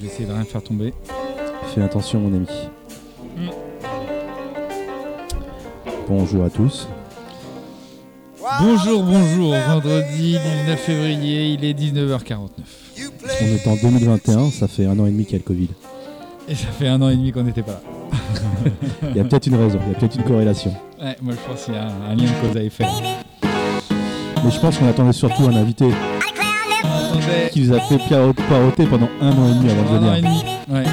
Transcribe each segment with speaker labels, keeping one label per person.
Speaker 1: vais essayer de rien faire tomber.
Speaker 2: Fais attention, mon ami.
Speaker 1: Mm.
Speaker 2: Bonjour à tous.
Speaker 3: Ah,
Speaker 1: Bonjour, bonjour, vendredi 19 février, il est 19h49.
Speaker 2: On est en 2021, ça fait un an et demi qu'il y a le Covid.
Speaker 1: Et ça fait un an et demi qu'on n'était pas là.
Speaker 2: Il y a peut-être une raison, il y a peut-être une corrélation.
Speaker 1: Ouais, moi je pense qu'il y a un, un lien de cause à effet.
Speaker 2: Mais je pense qu'on attendait surtout un invité
Speaker 1: Attendez,
Speaker 2: qui nous a fait piaro- poireauter pendant un an et demi avant de
Speaker 1: un an et
Speaker 2: venir.
Speaker 1: demi. Ouais.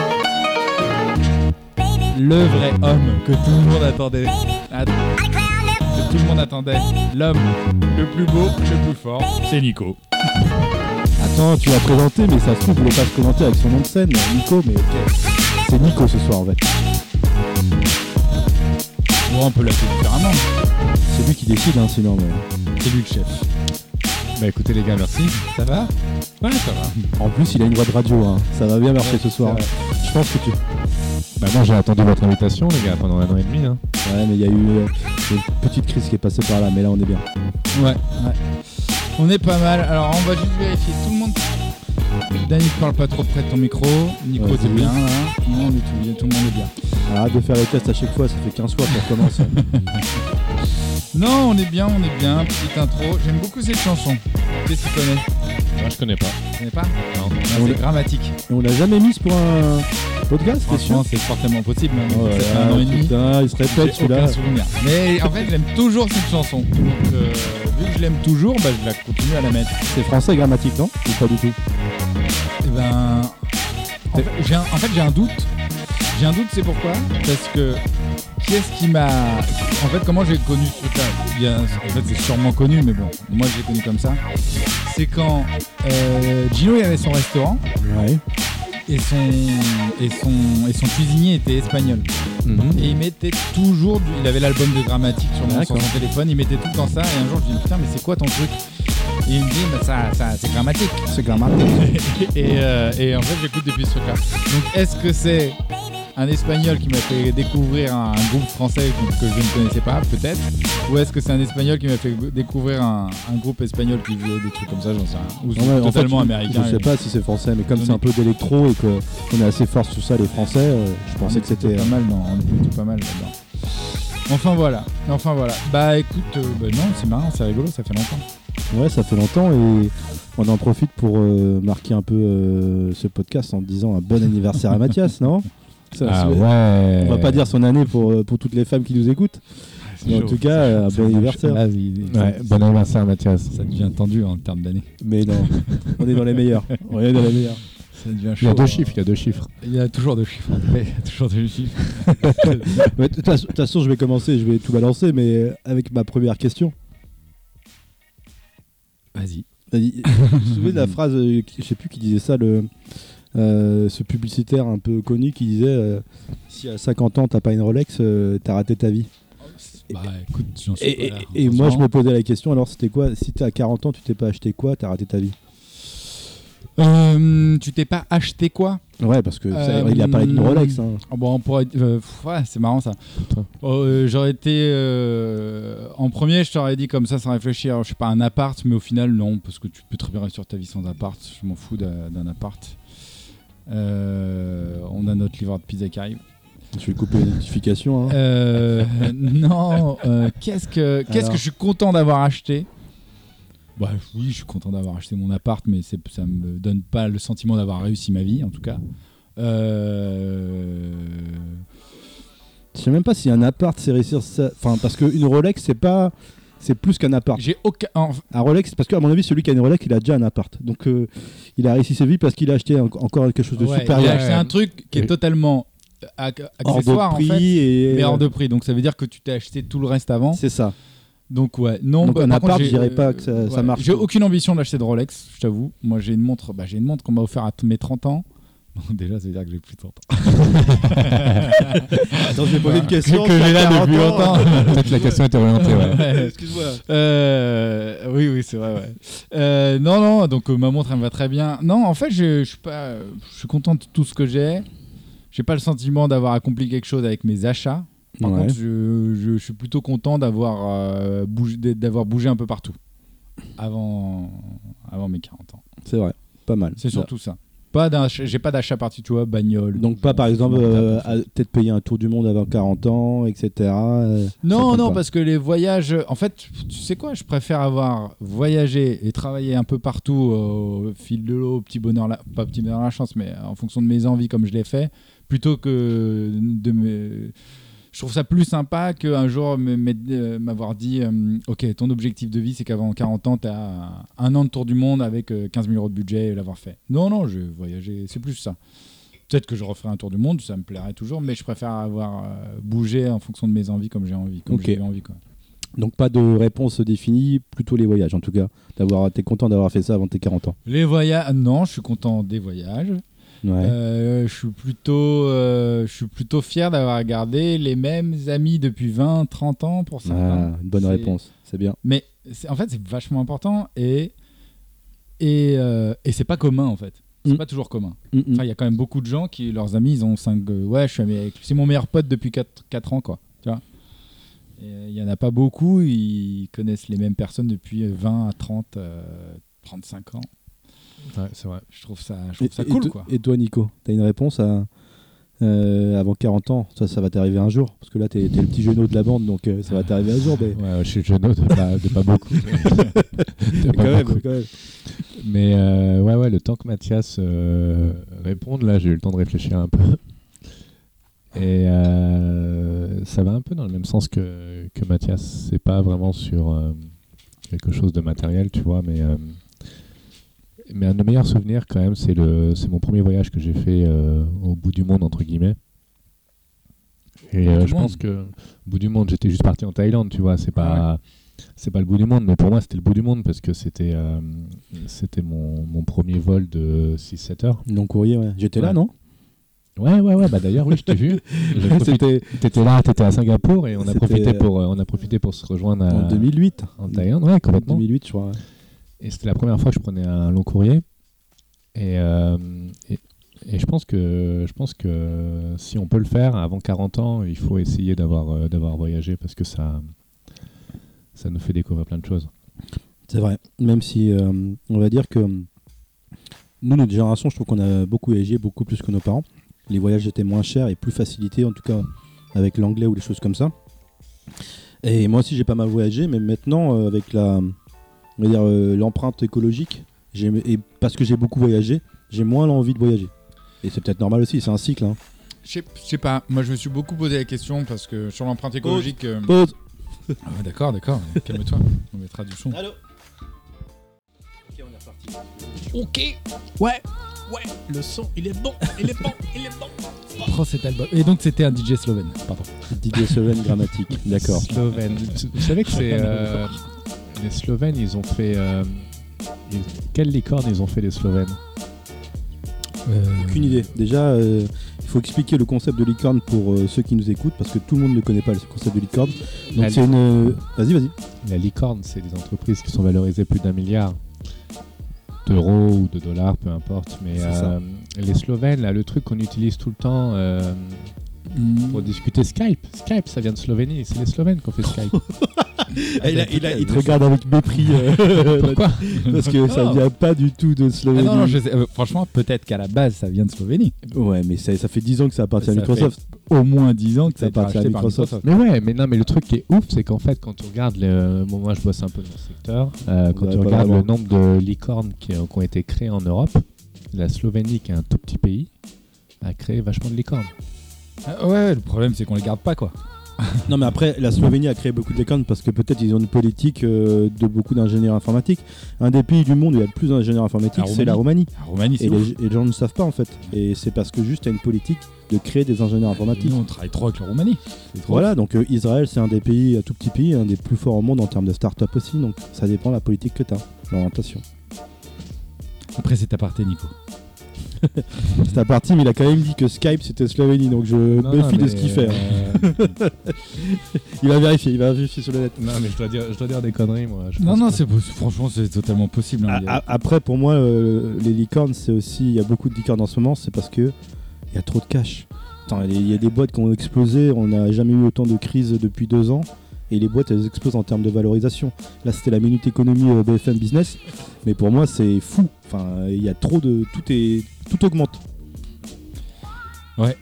Speaker 1: Le vrai homme que tout le monde attendait. Att- Que tout le monde attendait. L'homme le plus beau, le plus fort.
Speaker 4: C'est Nico.
Speaker 2: Attends, tu l'as présenté, mais ça se trouve, vous voulez pas se présenter avec son nom de scène, Nico, mais ok. C'est Nico ce soir en fait.
Speaker 1: Bon, on peut l'appeler différemment.
Speaker 2: C'est lui qui décide, hein, sinon. mais-
Speaker 1: C'est lui le chef. Bah écoutez les gars, merci. Ça va Ouais, ça va.
Speaker 2: En plus, il a une voix de radio, hein. ça va bien marcher ce soir.
Speaker 1: c'est
Speaker 2: Je pense que tu.
Speaker 4: Bah moi j'ai attendu votre invitation les gars pendant un an et demi. Hein.
Speaker 2: Ouais, mais il y a eu euh, une petite crise qui est passée par là, mais là on est bien.
Speaker 1: Ouais, ouais. On est pas mal. Alors, on va juste vérifier tout le monde. Dany, ne parle pas trop près de ton micro. Nico,
Speaker 2: Vas-y.
Speaker 1: t'es bien là. Non, on est tout bien. Tout le monde est bien.
Speaker 2: Arrête Ah, de faire les tests à chaque fois, ça fait 15 fois qu'on recommence.
Speaker 1: Non, on est bien, on est bien. Petite intro. J'aime beaucoup cette chanson. Qu'est-ce que tu connais
Speaker 4: Moi je connais pas.
Speaker 1: Tu connais pas
Speaker 4: Non.
Speaker 1: Ah,
Speaker 2: On
Speaker 1: C'est
Speaker 2: l'a-
Speaker 1: grammatique.
Speaker 2: Et on l'a jamais mise pour un podcast, c'est sûr
Speaker 1: Franchement, c'est fortement possible. Même
Speaker 2: Oh là
Speaker 1: ça fait
Speaker 2: là,
Speaker 1: un an et demi.
Speaker 2: Putain, il se répète
Speaker 1: J'ai aucun
Speaker 2: celui-là.
Speaker 1: souvenir. Mais en fait, j'aime toujours cette chanson. Donc, euh, vu que je l'aime toujours, bah, je la continue à la mettre.
Speaker 2: C'est français grammatique, non Ou pas du tout
Speaker 1: Eh ben. En fait, j'ai un, en fait, j'ai un doute. J'ai un doute, c'est pourquoi Parce que. Qui est-ce qui m'a. En fait, comment j'ai connu ce truc-là Il y a- En fait, c'est sûrement connu, mais bon, moi, j'ai connu comme ça. C'est quand euh, Gino il avait son restaurant
Speaker 2: Ouais.
Speaker 1: et son, et son, et son cuisinier était espagnol.
Speaker 2: Mhm.
Speaker 4: Mhm.
Speaker 1: Et il mettait toujours, du- il avait l'album de grammatique sur, mon- sur
Speaker 2: D'accord.
Speaker 1: son téléphone, il mettait tout le temps ça. Et un jour, je lui dis putain, mais c'est quoi ton truc Et il me dit, bah, ça, ça, c'est grammatique.
Speaker 2: C'est grammatique.
Speaker 1: et, euh, et en fait, j'écoute depuis ce truc-là. Donc, est-ce que c'est un espagnol qui m'a fait découvrir un, un groupe français que je ne connaissais pas, peut-être Ou est-ce que c'est un espagnol qui m'a fait découvrir un, un groupe espagnol qui faisait des trucs comme ça, j'en sais rien. Ou c'est totalement américain.
Speaker 2: Je sais pas si c'est français, mais comme
Speaker 1: Donné.
Speaker 2: c'est un peu d'électro et que qu'on est assez fort sur ça, les Français, euh, je
Speaker 1: On
Speaker 2: pensais
Speaker 1: est
Speaker 2: que
Speaker 1: plutôt
Speaker 2: c'était.
Speaker 1: pas mal, non, on est plutôt pas mal là-dedans. Enfin voilà, enfin voilà. Bah écoute, euh, bah non, c'est marrant, c'est rigolo, ça fait longtemps.
Speaker 2: Ouais, ça fait longtemps et on en profite pour euh, marquer un peu euh, ce podcast en disant un bon anniversaire à Mathias, non
Speaker 1: Ah
Speaker 2: Ça, c'est-
Speaker 4: Ah ouais.
Speaker 2: On va pas dire son année pour, euh, pour toutes les femmes qui nous écoutent, mais en tout cas, euh, un bon anniversaire.
Speaker 1: Là, Ah, il- il-
Speaker 4: Ouais, bon anniversaire Mathias.
Speaker 1: Ça devient tendu en termes d'années.
Speaker 2: Mais non, on est dans les meilleurs. On est dans les meilleurs.
Speaker 1: Ça devient
Speaker 4: Il y a
Speaker 1: chaud,
Speaker 4: deux
Speaker 1: hein.
Speaker 4: chiffres, il y a deux chiffres.
Speaker 1: Il y a toujours deux chiffres. Il y a toujours deux chiffres.
Speaker 2: Mais De toute façon- de toute façon, je vais commencer, je vais tout balancer, mais avec ma première question.
Speaker 1: Vas-y.
Speaker 2: Vas-y. Vous vous souvenez de la phrase, euh, qui- je sais plus qui disait ça, le, euh, ce publicitaire un peu connu qui disait euh, Si à 50 ans t'as pas une Rolex, euh, t'as raté ta vie.
Speaker 1: Bah écoute, j'en suis
Speaker 2: Et,
Speaker 1: pas là,
Speaker 2: et- et moi, je me
Speaker 1: heureusement.
Speaker 2: posais la question alors c'était quoi Si t'as 40 ans, tu t'es pas acheté quoi, t'as raté ta vie
Speaker 1: Euh, tu t'es pas acheté quoi
Speaker 2: Ouais, parce que ça-
Speaker 1: Euh,
Speaker 2: il a parlé d'une Rolex. hein.
Speaker 1: Oh, Bon, on pourrait. euh, pff, ouais, c'est marrant ça.
Speaker 4: Putain.
Speaker 1: Oh, euh, J'aurais été euh, en premier. Je t'aurais dit comme ça sans réfléchir. Je sais pas un appart, mais au final non, parce que tu peux très bien réussir ta vie sans appart. Je m'en fous d'un d'un appart. Euh, on a notre livreur de pizza qui arrive.
Speaker 2: Je vais couper les notifications. hein.
Speaker 1: Euh, non, euh, qu'est-ce que qu'est-ce
Speaker 2: Alors.
Speaker 1: que je suis content d'avoir acheté bah, oui, je suis content d'avoir acheté mon appart, mais c'est- ça me donne pas le sentiment d'avoir réussi ma vie, en tout cas. Euh,
Speaker 2: Je sais même pas si un appart c'est réussir ça. Enfin, parce qu'une Rolex, c'est pas. C'est plus qu'un appart.
Speaker 1: J'ai aucun. en-
Speaker 2: Un Rolex, parce qu'à mon avis, celui qui a une Rolex, il a déjà un appart. Donc, euh, il a réussi sa vie parce qu'il a acheté en- encore quelque chose de
Speaker 1: Ouais,
Speaker 2: supérieur.
Speaker 1: il a acheté un truc qui est
Speaker 4: Oui.
Speaker 1: totalement euh, ac- accessoire,
Speaker 2: hors de prix
Speaker 1: en fait,
Speaker 2: et euh,
Speaker 1: mais hors de prix. Donc ça veut dire que tu t'es acheté tout le reste avant.
Speaker 2: c'est ça
Speaker 1: Donc ouais, non.
Speaker 2: Donc,
Speaker 1: bah,
Speaker 2: un
Speaker 1: par contre,
Speaker 2: appart,
Speaker 1: j'ai-
Speaker 2: je dirais pas que ça-
Speaker 1: euh,
Speaker 2: ça marche.
Speaker 1: J'ai aucune ambition d'acheter de Rolex, je t'avoue. Moi, j'ai une montre, bah, j'ai une montre qu'on m'a offert à t- mes 30 ans. Bon, déjà, ça veut dire que j'ai plus de 30 ans.
Speaker 2: attends je vais poser une question
Speaker 4: Que j'ai là depuis
Speaker 2: 40 ans.
Speaker 4: longtemps. Peut-être la question est orientée, ouais.
Speaker 2: excuse-moi
Speaker 1: Euh, oui, oui, c'est vrai. ouais. Euh, non, non. Donc euh, ma montre, elle me va très bien. Non, en fait, je, je suis pas, euh, je suis content de tout ce que j'ai. J'ai pas le sentiment d'avoir accompli quelque chose avec mes achats. Par
Speaker 2: Ouais.
Speaker 1: contre, je, je- je suis plutôt content d'avoir euh, bougé, d'avoir bougé un peu partout avant, avant mes 40 ans.
Speaker 2: c'est vrai pas mal Bah.
Speaker 1: C'est surtout ça. Pas d'achat- j'ai pas d'achat particulier, bagnole.
Speaker 2: Donc pas par exemple euh, à- peut-être payer un tour du monde avant 40 ans, etc. euh, ça
Speaker 1: Non,
Speaker 2: compte
Speaker 1: non,
Speaker 2: pas.
Speaker 1: parce que les voyages, en fait, tu sais quoi, je préfère avoir voyagé et travaillé un peu partout euh, au fil de l'eau, au petit bonheur, la... pas petit bonheur la chance, mais en fonction de mes envies comme je l'ai fait, plutôt que de me... Je trouve ça plus sympa qu'un jour me- me- euh, m'avoir dit euh, Ok, ton objectif de vie, c'est qu'avant 40 ans, tu as un an de tour du monde avec euh, 15 000 euros de budget et l'avoir fait. Non, non, je vais voyager, c'est plus ça. Peut-être que je referai un tour du monde, ça me plairait toujours, mais je préfère avoir euh, bougé en fonction de mes envies comme j'ai envie. Comme
Speaker 2: Ok.
Speaker 1: j'ai eu envie quoi.
Speaker 2: Donc pas de réponse définie, plutôt les voyages en tout cas. D'avoir, t'es content d'avoir fait ça avant tes 40 ans.
Speaker 1: Les voyages, non, je suis content des voyages.
Speaker 2: Ouais.
Speaker 1: Euh, je suis plutôt, euh, je suis plutôt fier d'avoir gardé les mêmes amis depuis 20, 30 ans pour ça.
Speaker 2: Ah, une bonne
Speaker 1: C'est-
Speaker 2: réponse, c'est bien.
Speaker 1: Mais c'est- en fait, c'est vachement important et et, euh, et c'est pas commun en fait. C'est
Speaker 2: Mm.
Speaker 1: pas toujours commun.
Speaker 2: Mm, mm.
Speaker 1: Enfin, il y a quand même beaucoup de gens qui, leurs amis, ils ont 5. ouais, je suis ami avec. C'est mon meilleur pote depuis 4, ans, quoi. Tu vois Et, euh, Il y en a pas beaucoup, ils connaissent les mêmes personnes depuis 20 à 30, euh, 35 ans.
Speaker 4: Ouais, c'est vrai.
Speaker 1: Je trouve ça, je trouve ça
Speaker 2: Et- et
Speaker 1: cool,
Speaker 2: to-
Speaker 1: quoi.
Speaker 2: Et toi, Nico, t'as une réponse à euh, avant 40 ans Ça, ça va t'arriver un jour, parce que là, t'es t'es le petit genou de la bande, donc euh, ça va t'arriver un jour. Mais,
Speaker 4: Ouais, je suis jeune de pas, de pas beaucoup. De
Speaker 2: mais
Speaker 4: pas
Speaker 2: quand même,
Speaker 4: beaucoup.
Speaker 2: quand même.
Speaker 4: Mais euh, ouais, ouais, le temps que Mathias euh, réponde, là, j'ai eu le temps de réfléchir un peu. Et euh, ça va un peu dans le même sens que, que Mathias. C'est pas vraiment sur euh, quelque chose de matériel, tu vois, mais, euh, mais un de mes meilleurs souvenirs, quand même, c'est le- c'est mon premier voyage que j'ai fait euh, au bout du monde, entre guillemets. Et
Speaker 1: bout
Speaker 4: euh,
Speaker 1: du
Speaker 4: je
Speaker 1: monde.
Speaker 4: pense que bout du monde, j'étais juste parti en Thaïlande, tu vois, c'est
Speaker 2: Ah
Speaker 4: pas c'est pas le bout du monde, mais pour moi c'était le bout du monde parce que c'était euh, c'était mon, mon premier vol de 6-7 heures.
Speaker 2: Non courrier, ouais. J'étais là,
Speaker 4: Ouais.
Speaker 2: non
Speaker 4: Ouais, ouais, ouais, bah d'ailleurs, oui, je t'ai vu. J'ai profité-
Speaker 2: C'était
Speaker 4: T'étais là, t'étais à Singapour et on a,
Speaker 2: C'était,
Speaker 4: profité
Speaker 2: euh,
Speaker 4: pour, euh, on a profité pour se rejoindre à-
Speaker 2: en 2008.
Speaker 1: Euh,
Speaker 4: en Thaïlande, ouais,
Speaker 2: En
Speaker 4: complètement.
Speaker 2: 2008, je crois. ouais.
Speaker 4: Et c'était la première fois que je prenais un long courrier. Et, euh, et, et je, pense que, je pense que si on peut le faire avant 40 ans, il faut essayer d'avoir euh, d'avoir voyagé parce que ça, ça nous fait découvrir plein de choses.
Speaker 2: C'est vrai. Même si euh, on va dire que euh, nous, notre génération, je trouve qu'on a beaucoup voyagé, beaucoup plus que nos parents. Les voyages étaient moins chers et plus facilités, en tout cas avec l'anglais ou des choses comme ça. Et moi aussi, j'ai pas mal voyagé, mais maintenant, euh, avec la, on va dire euh, l'empreinte écologique, j'ai- et parce que j'ai beaucoup voyagé, j'ai moins l'envie de voyager. Et c'est peut-être normal aussi, c'est un cycle. hein.
Speaker 1: Je sais- je sais pas, moi je me suis beaucoup posé la question parce que sur l'empreinte écologique. euh,
Speaker 2: Pause.
Speaker 1: Ah ouais, d'accord, d'accord, calme-toi, on mettra du son.
Speaker 2: Allô.
Speaker 5: Ok, ouais, ouais, le son, il est bon, il est bon, il est bon.
Speaker 1: Prends Oh, cet album. Et donc c'était un DJ slovène, pardon.
Speaker 2: Didier Seven grammatique, d'accord.
Speaker 4: Slovène. Vous savez que c'est. euh, les Slovènes, ils ont fait. euh, ils- quelle licorne ils ont fait les Slovènes
Speaker 2: Aucune idée. Déjà, euh, il faut expliquer le concept de licorne pour euh, ceux qui nous écoutent parce que tout le monde ne connaît pas le concept de licorne. Donc
Speaker 4: La
Speaker 2: c'est une. euh, Vas-y, vas-y.
Speaker 4: La licorne, c'est des entreprises qui sont valorisées plus d'un milliard d'euros ou de dollars, peu importe. Mais
Speaker 2: C'est ça.
Speaker 4: euh, les Slovènes, là, le truc qu'on utilise tout le temps euh, pour discuter Skype. Skype, ça vient de Slovénie. C'est les Slovènes qui ont fait Skype.
Speaker 2: Ah, il te regarde avec mépris euh,
Speaker 4: Pourquoi
Speaker 2: parce que ça
Speaker 1: Oh.
Speaker 2: vient pas du tout de Slovénie.
Speaker 1: non, non, je sais, euh, franchement, peut-être qu'à la base ça vient de Slovénie.
Speaker 2: Ouais, mais ça, ça fait 10 ans que ça appartient à
Speaker 1: Ça
Speaker 2: Microsoft.
Speaker 1: Au moins 10 ans que ça
Speaker 2: Ça
Speaker 1: a été
Speaker 2: appartient à
Speaker 1: racheté par
Speaker 2: Microsoft.
Speaker 1: Microsoft.
Speaker 4: Mais ouais, mais non, mais le truc qui est ouf, c'est qu'en fait, quand tu regardes, le... bon, moi je bosse un peu dans le secteur, euh, quand
Speaker 2: Ouais,
Speaker 4: tu
Speaker 2: pas
Speaker 4: regardes le
Speaker 2: vraiment.
Speaker 4: nombre de licornes qui, euh, qui ont été créées en Europe, la Slovénie, qui est un tout petit pays, a créé vachement de licornes.
Speaker 1: Ah ouais, le problème c'est qu'on les garde pas quoi.
Speaker 2: Non, mais après, la Slovénie a créé beaucoup de licornes parce que peut-être ils ont une politique euh, de beaucoup d'ingénieurs informatiques. Un des pays du monde où il y a le plus d'ingénieurs informatiques,
Speaker 1: La
Speaker 2: c'est la Roumanie.
Speaker 1: La Roumanie,
Speaker 2: Et
Speaker 1: c'est ouf.
Speaker 2: les, et les gens ne savent pas en fait. Et c'est parce que juste t'as une politique de créer des ingénieurs informatiques.
Speaker 1: Nous, on travaille trop avec la Roumanie. C'est trop
Speaker 2: Voilà, donc euh, Israël, c'est un des pays, un tout petit pays, un des plus forts au monde en termes de start-up aussi, donc ça dépend de la politique que tu as, l'orientation.
Speaker 1: Après cet aparté, Nico.
Speaker 2: C'est à partie, mais il a quand même dit que Skype c'était Slovénie, donc je
Speaker 4: Non,
Speaker 2: me fie
Speaker 4: non,
Speaker 2: de ce
Speaker 4: mais,
Speaker 2: qu'il fait. hein.
Speaker 4: euh,
Speaker 2: Il va vérifier, il va vérifier sur le net.
Speaker 4: non, mais je dois, dire, je dois dire des conneries, moi. Je
Speaker 1: Non,
Speaker 4: pense
Speaker 1: non,
Speaker 4: que-
Speaker 1: c'est franchement, c'est totalement possible. hein, il y a-
Speaker 2: A- a- Après, pour moi, euh, les licornes, c'est aussi, il y a beaucoup de licornes en ce moment, c'est parce que il y a trop de cash. Attends, il y a- il y a des boîtes qui ont explosé, on n'a jamais eu autant de crises depuis deux ans. Et les boîtes, elles explosent en termes de valorisation. Là, c'était la minute économie euh, BFM Business. Mais pour moi, c'est fou. Enfin, il y a trop de. Tout est tout augmente.
Speaker 1: Ouais.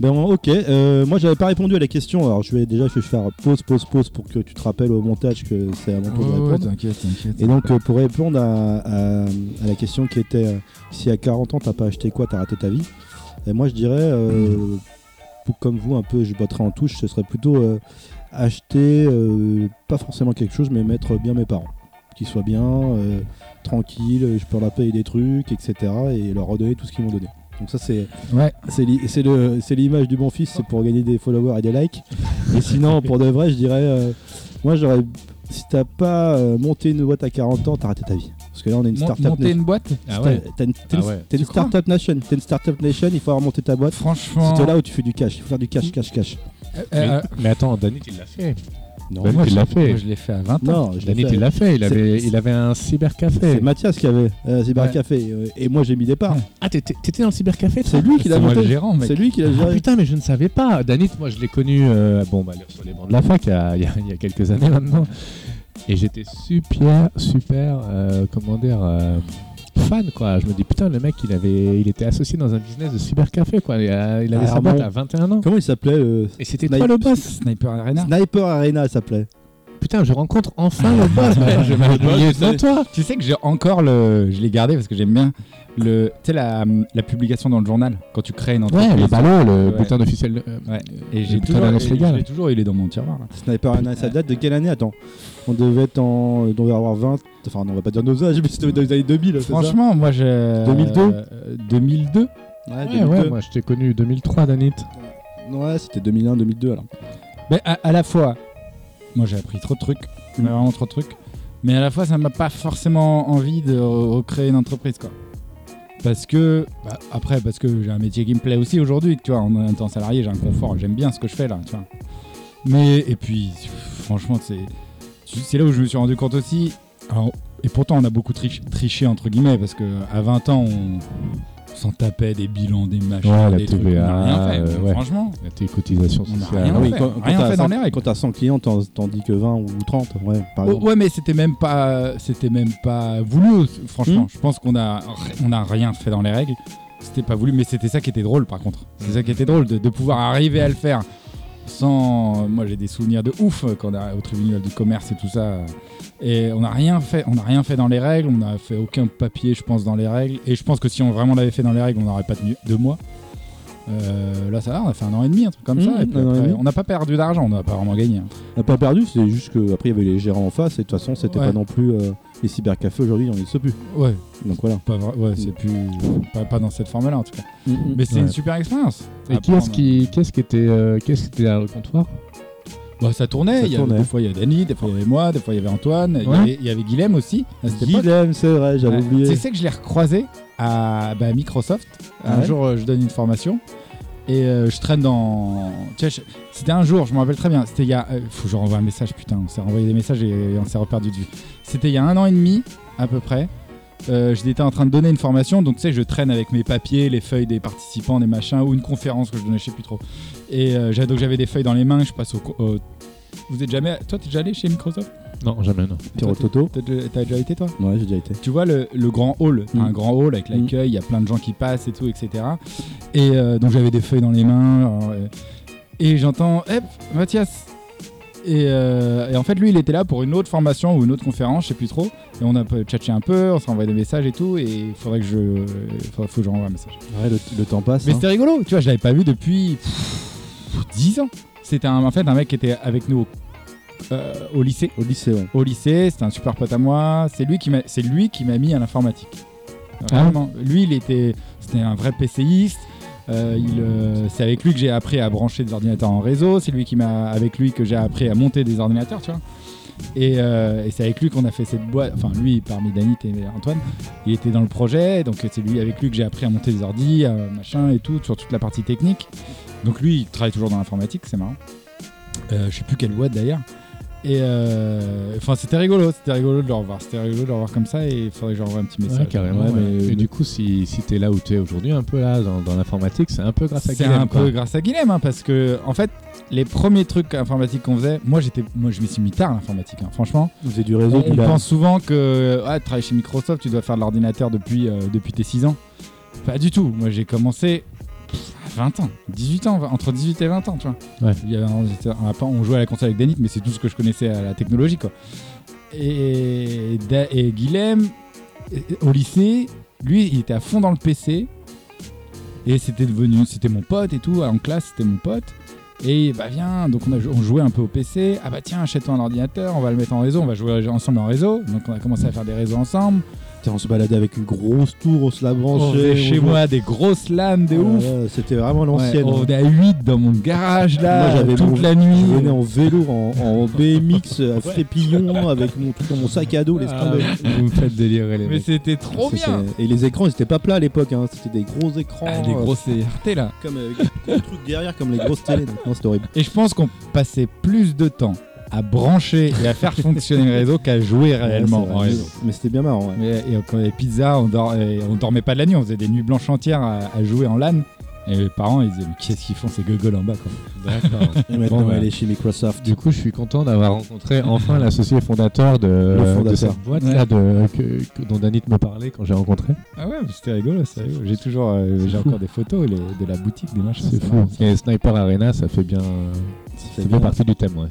Speaker 2: Ben ok, euh, moi j'avais pas répondu à la question, alors je vais déjà je vais faire pause, pause, pause pour que tu te rappelles au montage que c'est à mon tour de
Speaker 1: Ouais, ouais,
Speaker 2: répondre.
Speaker 1: t'inquiète, t'inquiète.
Speaker 2: Et donc euh, pour répondre à, à- à la question qui était euh, si à 40 ans t'as pas acheté quoi, t'as raté ta vie. Et moi je dirais, euh, pour- comme vous un peu, je botterai en touche, ce serait plutôt euh, acheter euh, pas forcément quelque chose, mais mettre bien mes parents, qu'ils soient bien, euh, tranquilles, je peux leur payer des trucs, etc. Et leur redonner tout ce qu'ils m'ont donné. Donc ça c'est
Speaker 1: Ouais.
Speaker 2: c'est li- c'est le- c'est l'image du bon fils, c'est pour gagner des followers et des likes. Et sinon, pour de vrai, je dirais, euh, moi j'aurais, si t'as pas euh, monté une boîte à 40 ans, t'as raté ta vie. Parce que là, on est une
Speaker 1: Mon-
Speaker 2: startup
Speaker 1: monter
Speaker 2: nation.
Speaker 1: une boîte
Speaker 4: Ah ouais.
Speaker 2: T'as- T'es une, t'es
Speaker 4: Ah
Speaker 2: une-
Speaker 4: ouais.
Speaker 2: t'es une
Speaker 1: Tu crois
Speaker 2: startup nation. T'es une startup nation. Il faut avoir monté ta boîte.
Speaker 1: Franchement.
Speaker 2: C'est là où tu fais du cash. Il faut faire du cash, cash, cash.
Speaker 1: euh,
Speaker 4: Mais,
Speaker 1: euh,
Speaker 4: mais attends, Danny, il l'a fait.
Speaker 2: Non,
Speaker 4: Bah,
Speaker 1: moi,
Speaker 4: tu
Speaker 1: je-
Speaker 4: l'as fait.
Speaker 1: moi, je l'ai fait à 20 ans.
Speaker 2: non, je l'ai
Speaker 4: Danny,
Speaker 2: fait.
Speaker 4: il l'a fait. Il
Speaker 2: C'est-
Speaker 4: avait,
Speaker 2: c'est-
Speaker 4: il avait un cybercafé.
Speaker 2: C'est Mathias qui avait euh, cybercafé. euh, Et moi, j'ai mis des parts.
Speaker 1: Ouais.
Speaker 4: Ah, t'étais t'étais dans le cybercafé toi
Speaker 2: C'est lui qui
Speaker 1: C'est
Speaker 2: l'a
Speaker 1: moi le
Speaker 2: monté.
Speaker 1: gérant, mec.
Speaker 2: C'est lui qui l'a
Speaker 4: Ah
Speaker 2: géré.
Speaker 4: putain, mais je ne savais pas. Danit, moi je l'ai connu euh, bon, bah, sur les bancs de la fac il y a, il y a- il y a quelques années maintenant. Et j'étais super, super, euh, comment dire, euh, fan quoi. Je me dis putain, le mec il avait, il était associé dans un business de cybercafé quoi. Il, a- il avait
Speaker 2: Ah,
Speaker 4: sa boîte
Speaker 2: bon.
Speaker 4: à 21 ans.
Speaker 2: Comment il s'appelait euh,
Speaker 4: Et c'était
Speaker 2: Snipe-
Speaker 4: toi le boss.
Speaker 1: Sniper Arena.
Speaker 2: Sniper Arena, il s'appelait.
Speaker 4: Putain, je rencontre enfin le boss. Ouais, je m'agenouillais devant toi.
Speaker 1: Tu sais que j'ai encore le. Je l'ai gardé parce que j'aime bien. Le... Tu sais, la, la publication dans le journal, quand tu crées une entreprise.
Speaker 4: Ouais, le ballot, le
Speaker 1: Ouais.
Speaker 4: bulletin officiel. euh,
Speaker 1: Ouais. Et j'ai
Speaker 4: Le putain
Speaker 1: toujours,
Speaker 4: d'annonce
Speaker 1: et
Speaker 4: légale.
Speaker 1: je l'ai toujours, il est dans mon tiroir. là.
Speaker 2: Sniper Arena, ça date de quelle année Attends, on devait être en. euh, On devait avoir 20. Enfin, non, on va pas dire nos âges, mais c'était dans les années 2000. c'est ça
Speaker 1: Franchement, moi, je.
Speaker 2: 2002?
Speaker 1: euh, 2002
Speaker 2: Ouais,
Speaker 4: Ouais,
Speaker 2: 2002.
Speaker 4: ouais, moi je t'ai connu 2003, Danit.
Speaker 2: Ouais, c'était 2001, 2002 alors.
Speaker 1: Mais à, à la fois, moi j'ai appris trop de trucs,
Speaker 4: Mm.
Speaker 1: mais vraiment trop de trucs. Mais à la fois, ça m'a pas forcément envie de re- recréer une entreprise, quoi. Parce que, bah, après, parce que j'ai un métier qui me plaît aussi aujourd'hui, tu vois, en étant salarié, j'ai un confort, j'aime bien ce que je fais là, tu vois. Mais, et puis, franchement, c'est c'est là où je me suis rendu compte aussi. Alors, et pourtant, on a beaucoup triché, triché, entre guillemets, parce que à 20 ans, on, s'en tapait des bilans, des machins,
Speaker 4: Ouais, la
Speaker 1: des trucs, on
Speaker 4: TVA,
Speaker 1: a rien fait,
Speaker 4: euh, ouais.
Speaker 1: franchement.
Speaker 4: La télécotisation
Speaker 1: On a
Speaker 4: sociale.
Speaker 1: rien
Speaker 2: Ah
Speaker 1: fait.
Speaker 2: oui, quand, quand
Speaker 1: Rien
Speaker 2: t'as
Speaker 1: fait dans
Speaker 2: cent-
Speaker 1: les règles. Oh,
Speaker 2: Quand t'as 100 clients, t'en, t'en dis que 20 ou 30. Ouais, par
Speaker 1: Ouais,
Speaker 2: exemple.
Speaker 1: ouais, mais c'était même pas, c'était même pas voulu. Franchement,
Speaker 2: Hmm.
Speaker 1: je pense qu'on a, on a rien fait dans les règles. C'était pas voulu, mais c'était ça qui était drôle, par contre. C'est ça qui était drôle de, de pouvoir arriver à le faire sans. Moi, j'ai des souvenirs de ouf euh, quand on a au tribunal du commerce et tout ça. Et on n'a rien fait, on n'a rien fait dans les règles. On n'a fait aucun papier, je pense, dans les règles. Et je pense que si on vraiment l'avait fait dans les règles, on n'aurait pas tenu deux mois. Euh, là, ça va, on a fait un an et demi, un truc comme
Speaker 2: Hmm,
Speaker 1: ça. Et puis
Speaker 2: un an et
Speaker 1: après,
Speaker 2: demi.
Speaker 1: on n'a pas perdu d'argent, on n'a pas vraiment gagné. hein.
Speaker 2: On n'a pas perdu, c'est juste qu'après il y avait les gérants en face et de toute façon c'était
Speaker 1: Ouais.
Speaker 2: pas non plus. euh, les cybercafés aujourd'hui, on ne se plus.
Speaker 1: Ouais,
Speaker 2: Donc voilà.
Speaker 1: Pas vrai- ouais, c'est plus. Pas, pas dans cette forme-là en tout cas. Mm, Mais c'est
Speaker 4: Mm. Ouais.
Speaker 1: une super expérience.
Speaker 4: Et qui est-ce qui, qui, est-ce qui était, euh, qui est-ce qui était là au comptoir
Speaker 1: Bah, ça tournait.
Speaker 2: Ça
Speaker 1: il y avait-
Speaker 2: tournait.
Speaker 1: des fois il y avait Dany, des fois il y avait moi, des fois il y avait Antoine, il, y
Speaker 4: Ouais.
Speaker 1: avait, il y avait Guilhem aussi à cette époque.
Speaker 2: Guilhem, c'est vrai, j'avais
Speaker 1: Ouais.
Speaker 2: oublié.
Speaker 1: Tu sais que je l'ai recroisé à bah, Microsoft. Un
Speaker 2: Ouais.
Speaker 1: jour, euh, je donne une formation et euh, je traîne dans. tu sais, je- C'était un jour, je me rappelle très bien. C'était il y a. euh, faut que je renvoie un message, putain. On s'est renvoyé des messages et, et on s'est reperdu de vue. C'était il y a un an et demi, à peu près. Euh, J'étais en train de donner une formation, donc tu sais, je traîne avec mes papiers, les feuilles des participants, des machins, ou une conférence que je donnais, je sais plus trop. Et euh, j'avais- donc j'avais des feuilles dans les mains, je passe au. co- au- Vous êtes jamais. Toi, t'es déjà allé chez Microsoft
Speaker 4: Non, jamais, non.
Speaker 2: Pierrot
Speaker 1: Toi,
Speaker 2: Toto.
Speaker 1: t'as déjà- T'as déjà été, toi
Speaker 2: Ouais, j'ai déjà été.
Speaker 1: tu vois le, le grand hall, T'as
Speaker 2: Mm.
Speaker 1: un grand hall avec
Speaker 2: Mm.
Speaker 1: l'accueil, il y a plein de gens qui passent et tout, etc. Et euh, donc j'avais des feuilles dans les mains alors, euh, et j'entends Hep, Mathias et, euh, et en fait lui il était là pour une autre formation ou une autre conférence, je sais plus trop. Et on a un peu tchatché un peu, on s'est envoyé des messages et tout. Et il faudrait que je, faudrait- faut que je renvoie un message.
Speaker 2: Ouais, le, le temps passe.
Speaker 1: Mais
Speaker 2: hein.
Speaker 1: c'était rigolo, tu vois, je l'avais pas vu depuis pff, 10 ans. C'était un- en fait un mec qui était avec nous au- euh, au lycée
Speaker 2: Au lycée, ouais.
Speaker 1: au lycée, c'était un super pote à moi. C'est lui qui m'a, c'est lui qui m'a mis à l'informatique. Vraiment. Lui, il était, c'était un vrai PCiste. Euh, il, euh, c'est avec lui que j'ai appris à brancher des ordinateurs en réseau. C'est lui qui m'a, avec lui que j'ai appris à monter des ordinateurs, tu vois. Et, euh, et c'est avec lui qu'on a fait cette boîte. Enfin, lui, parmi Danit et Antoine, il était dans le projet. Donc c'est lui, avec lui que j'ai appris à monter des ordi, euh, machin et tout, sur toute la partie technique. Donc lui, il travaille toujours dans l'informatique, c'est marrant. Euh, je sais plus quelle boîte d'ailleurs. Et euh, enfin, c'était rigolo, c'était rigolo de le revoir, c'était rigolo de le revoir comme ça. Et il faudrait que j'envoie un petit message.
Speaker 4: Ouais, carrément.
Speaker 2: ouais,
Speaker 4: ouais.
Speaker 2: mais-
Speaker 4: Et du coup, si, si t'es là où t'es aujourd'hui, un peu là, dans, dans l'informatique, c'est un peu grâce à
Speaker 1: C'est
Speaker 4: Guilhem,
Speaker 1: un
Speaker 4: quoi.
Speaker 1: peu grâce à Guilhem, hein, parce que en fait, les premiers trucs informatiques qu'on faisait, moi j'étais, moi je m'y suis mis tard à l'informatique, hein, franchement.
Speaker 2: Vous avez du réseau,
Speaker 1: On,
Speaker 2: du
Speaker 1: on
Speaker 2: lab.
Speaker 1: pense souvent que ah, travailler chez Microsoft, tu dois faire de l'ordinateur depuis, euh, depuis tes 6 ans. Pas du tout. Moi, j'ai commencé pff, à 20 ans, 18 ans, entre 18 et 20 ans, tu vois.
Speaker 4: Ouais.
Speaker 1: Il y avait un ordinateur, un appart, on jouait à la console avec Danit, mais c'est tout ce que je connaissais à la technologie, quoi. Et, Da- et Guilhem, euh, au lycée, lui, il était à fond dans le PC. Et c'était devenu, c'était mon pote et tout. En classe, c'était mon pote. Et bah viens, donc on, a, jou- on jouait un peu au PC. Ah bah tiens, achète-toi un ordinateur, on va le mettre en réseau, on va jouer ensemble en réseau. Donc on a commencé à faire des réseaux ensemble.
Speaker 2: Putain, on se baladait avec une grosse tour, on se la
Speaker 1: On
Speaker 2: branchait.
Speaker 1: faisait
Speaker 2: on
Speaker 1: chez
Speaker 2: jouait-
Speaker 1: moi des grosses lames de
Speaker 2: Ouais,
Speaker 1: ouf.
Speaker 2: ouais, C'était vraiment
Speaker 1: Ouais,
Speaker 2: l'ancienne.
Speaker 1: on venait à 8 dans mon garage là,
Speaker 2: Moi, j'avais
Speaker 1: toute
Speaker 2: mon-
Speaker 1: la
Speaker 2: Je
Speaker 1: nuit.
Speaker 2: venais en vélo, en, en BMX, à Frépillon, avec mon, tout dans mon sac à dos, laisse
Speaker 4: Ah,
Speaker 2: tomber.
Speaker 4: vous me faites délirer les
Speaker 1: Mais
Speaker 4: mecs.
Speaker 1: c'était trop
Speaker 2: Ça,
Speaker 1: bien.
Speaker 2: c'est- Et les écrans, ils étaient pas plats à l'époque, hein. c'était des gros écrans.
Speaker 1: Ah, des
Speaker 2: euh,
Speaker 1: grosses CRT là.
Speaker 2: Comme avec des gros trucs derrière, comme les grosses télés. donc non, c'était horrible.
Speaker 1: Et je pense qu'on passait plus de temps à brancher et à faire fonctionner le réseau qu'à jouer réellement
Speaker 2: Ouais, c'est
Speaker 1: en
Speaker 2: vrai.
Speaker 1: réseau.
Speaker 2: Mais c'était bien marrant. ouais.
Speaker 1: Mais- et quand il y avait pizza, on, dor- et on dormait pas de la nuit, on faisait des nuits blanches entières à, à jouer en LAN. Et les parents ils disaient Mais qu'est-ce qu'ils font ces gueules en bas quoi.
Speaker 4: D'accord.
Speaker 2: Et maintenant,
Speaker 4: Bon, ouais.
Speaker 2: elle est chez Microsoft.
Speaker 4: Du coup, je suis content d'avoir rencontré enfin l'associé fondateur de,
Speaker 2: Le fondateur.
Speaker 4: de cette boîte là de, que, que- dont Danit me parlait quand j'ai rencontré.
Speaker 1: Ah ouais, mais c'était rigolo, sérieux. J'ai toujours, euh,
Speaker 4: C'est
Speaker 1: j'ai
Speaker 4: fou.
Speaker 1: encore des photos les- de la boutique, des machins.
Speaker 4: C'est
Speaker 1: c'est
Speaker 4: fou.
Speaker 1: marrant.
Speaker 4: Et Sniper Arena, ça fait bien, ça fait bien partie du thème, ouais.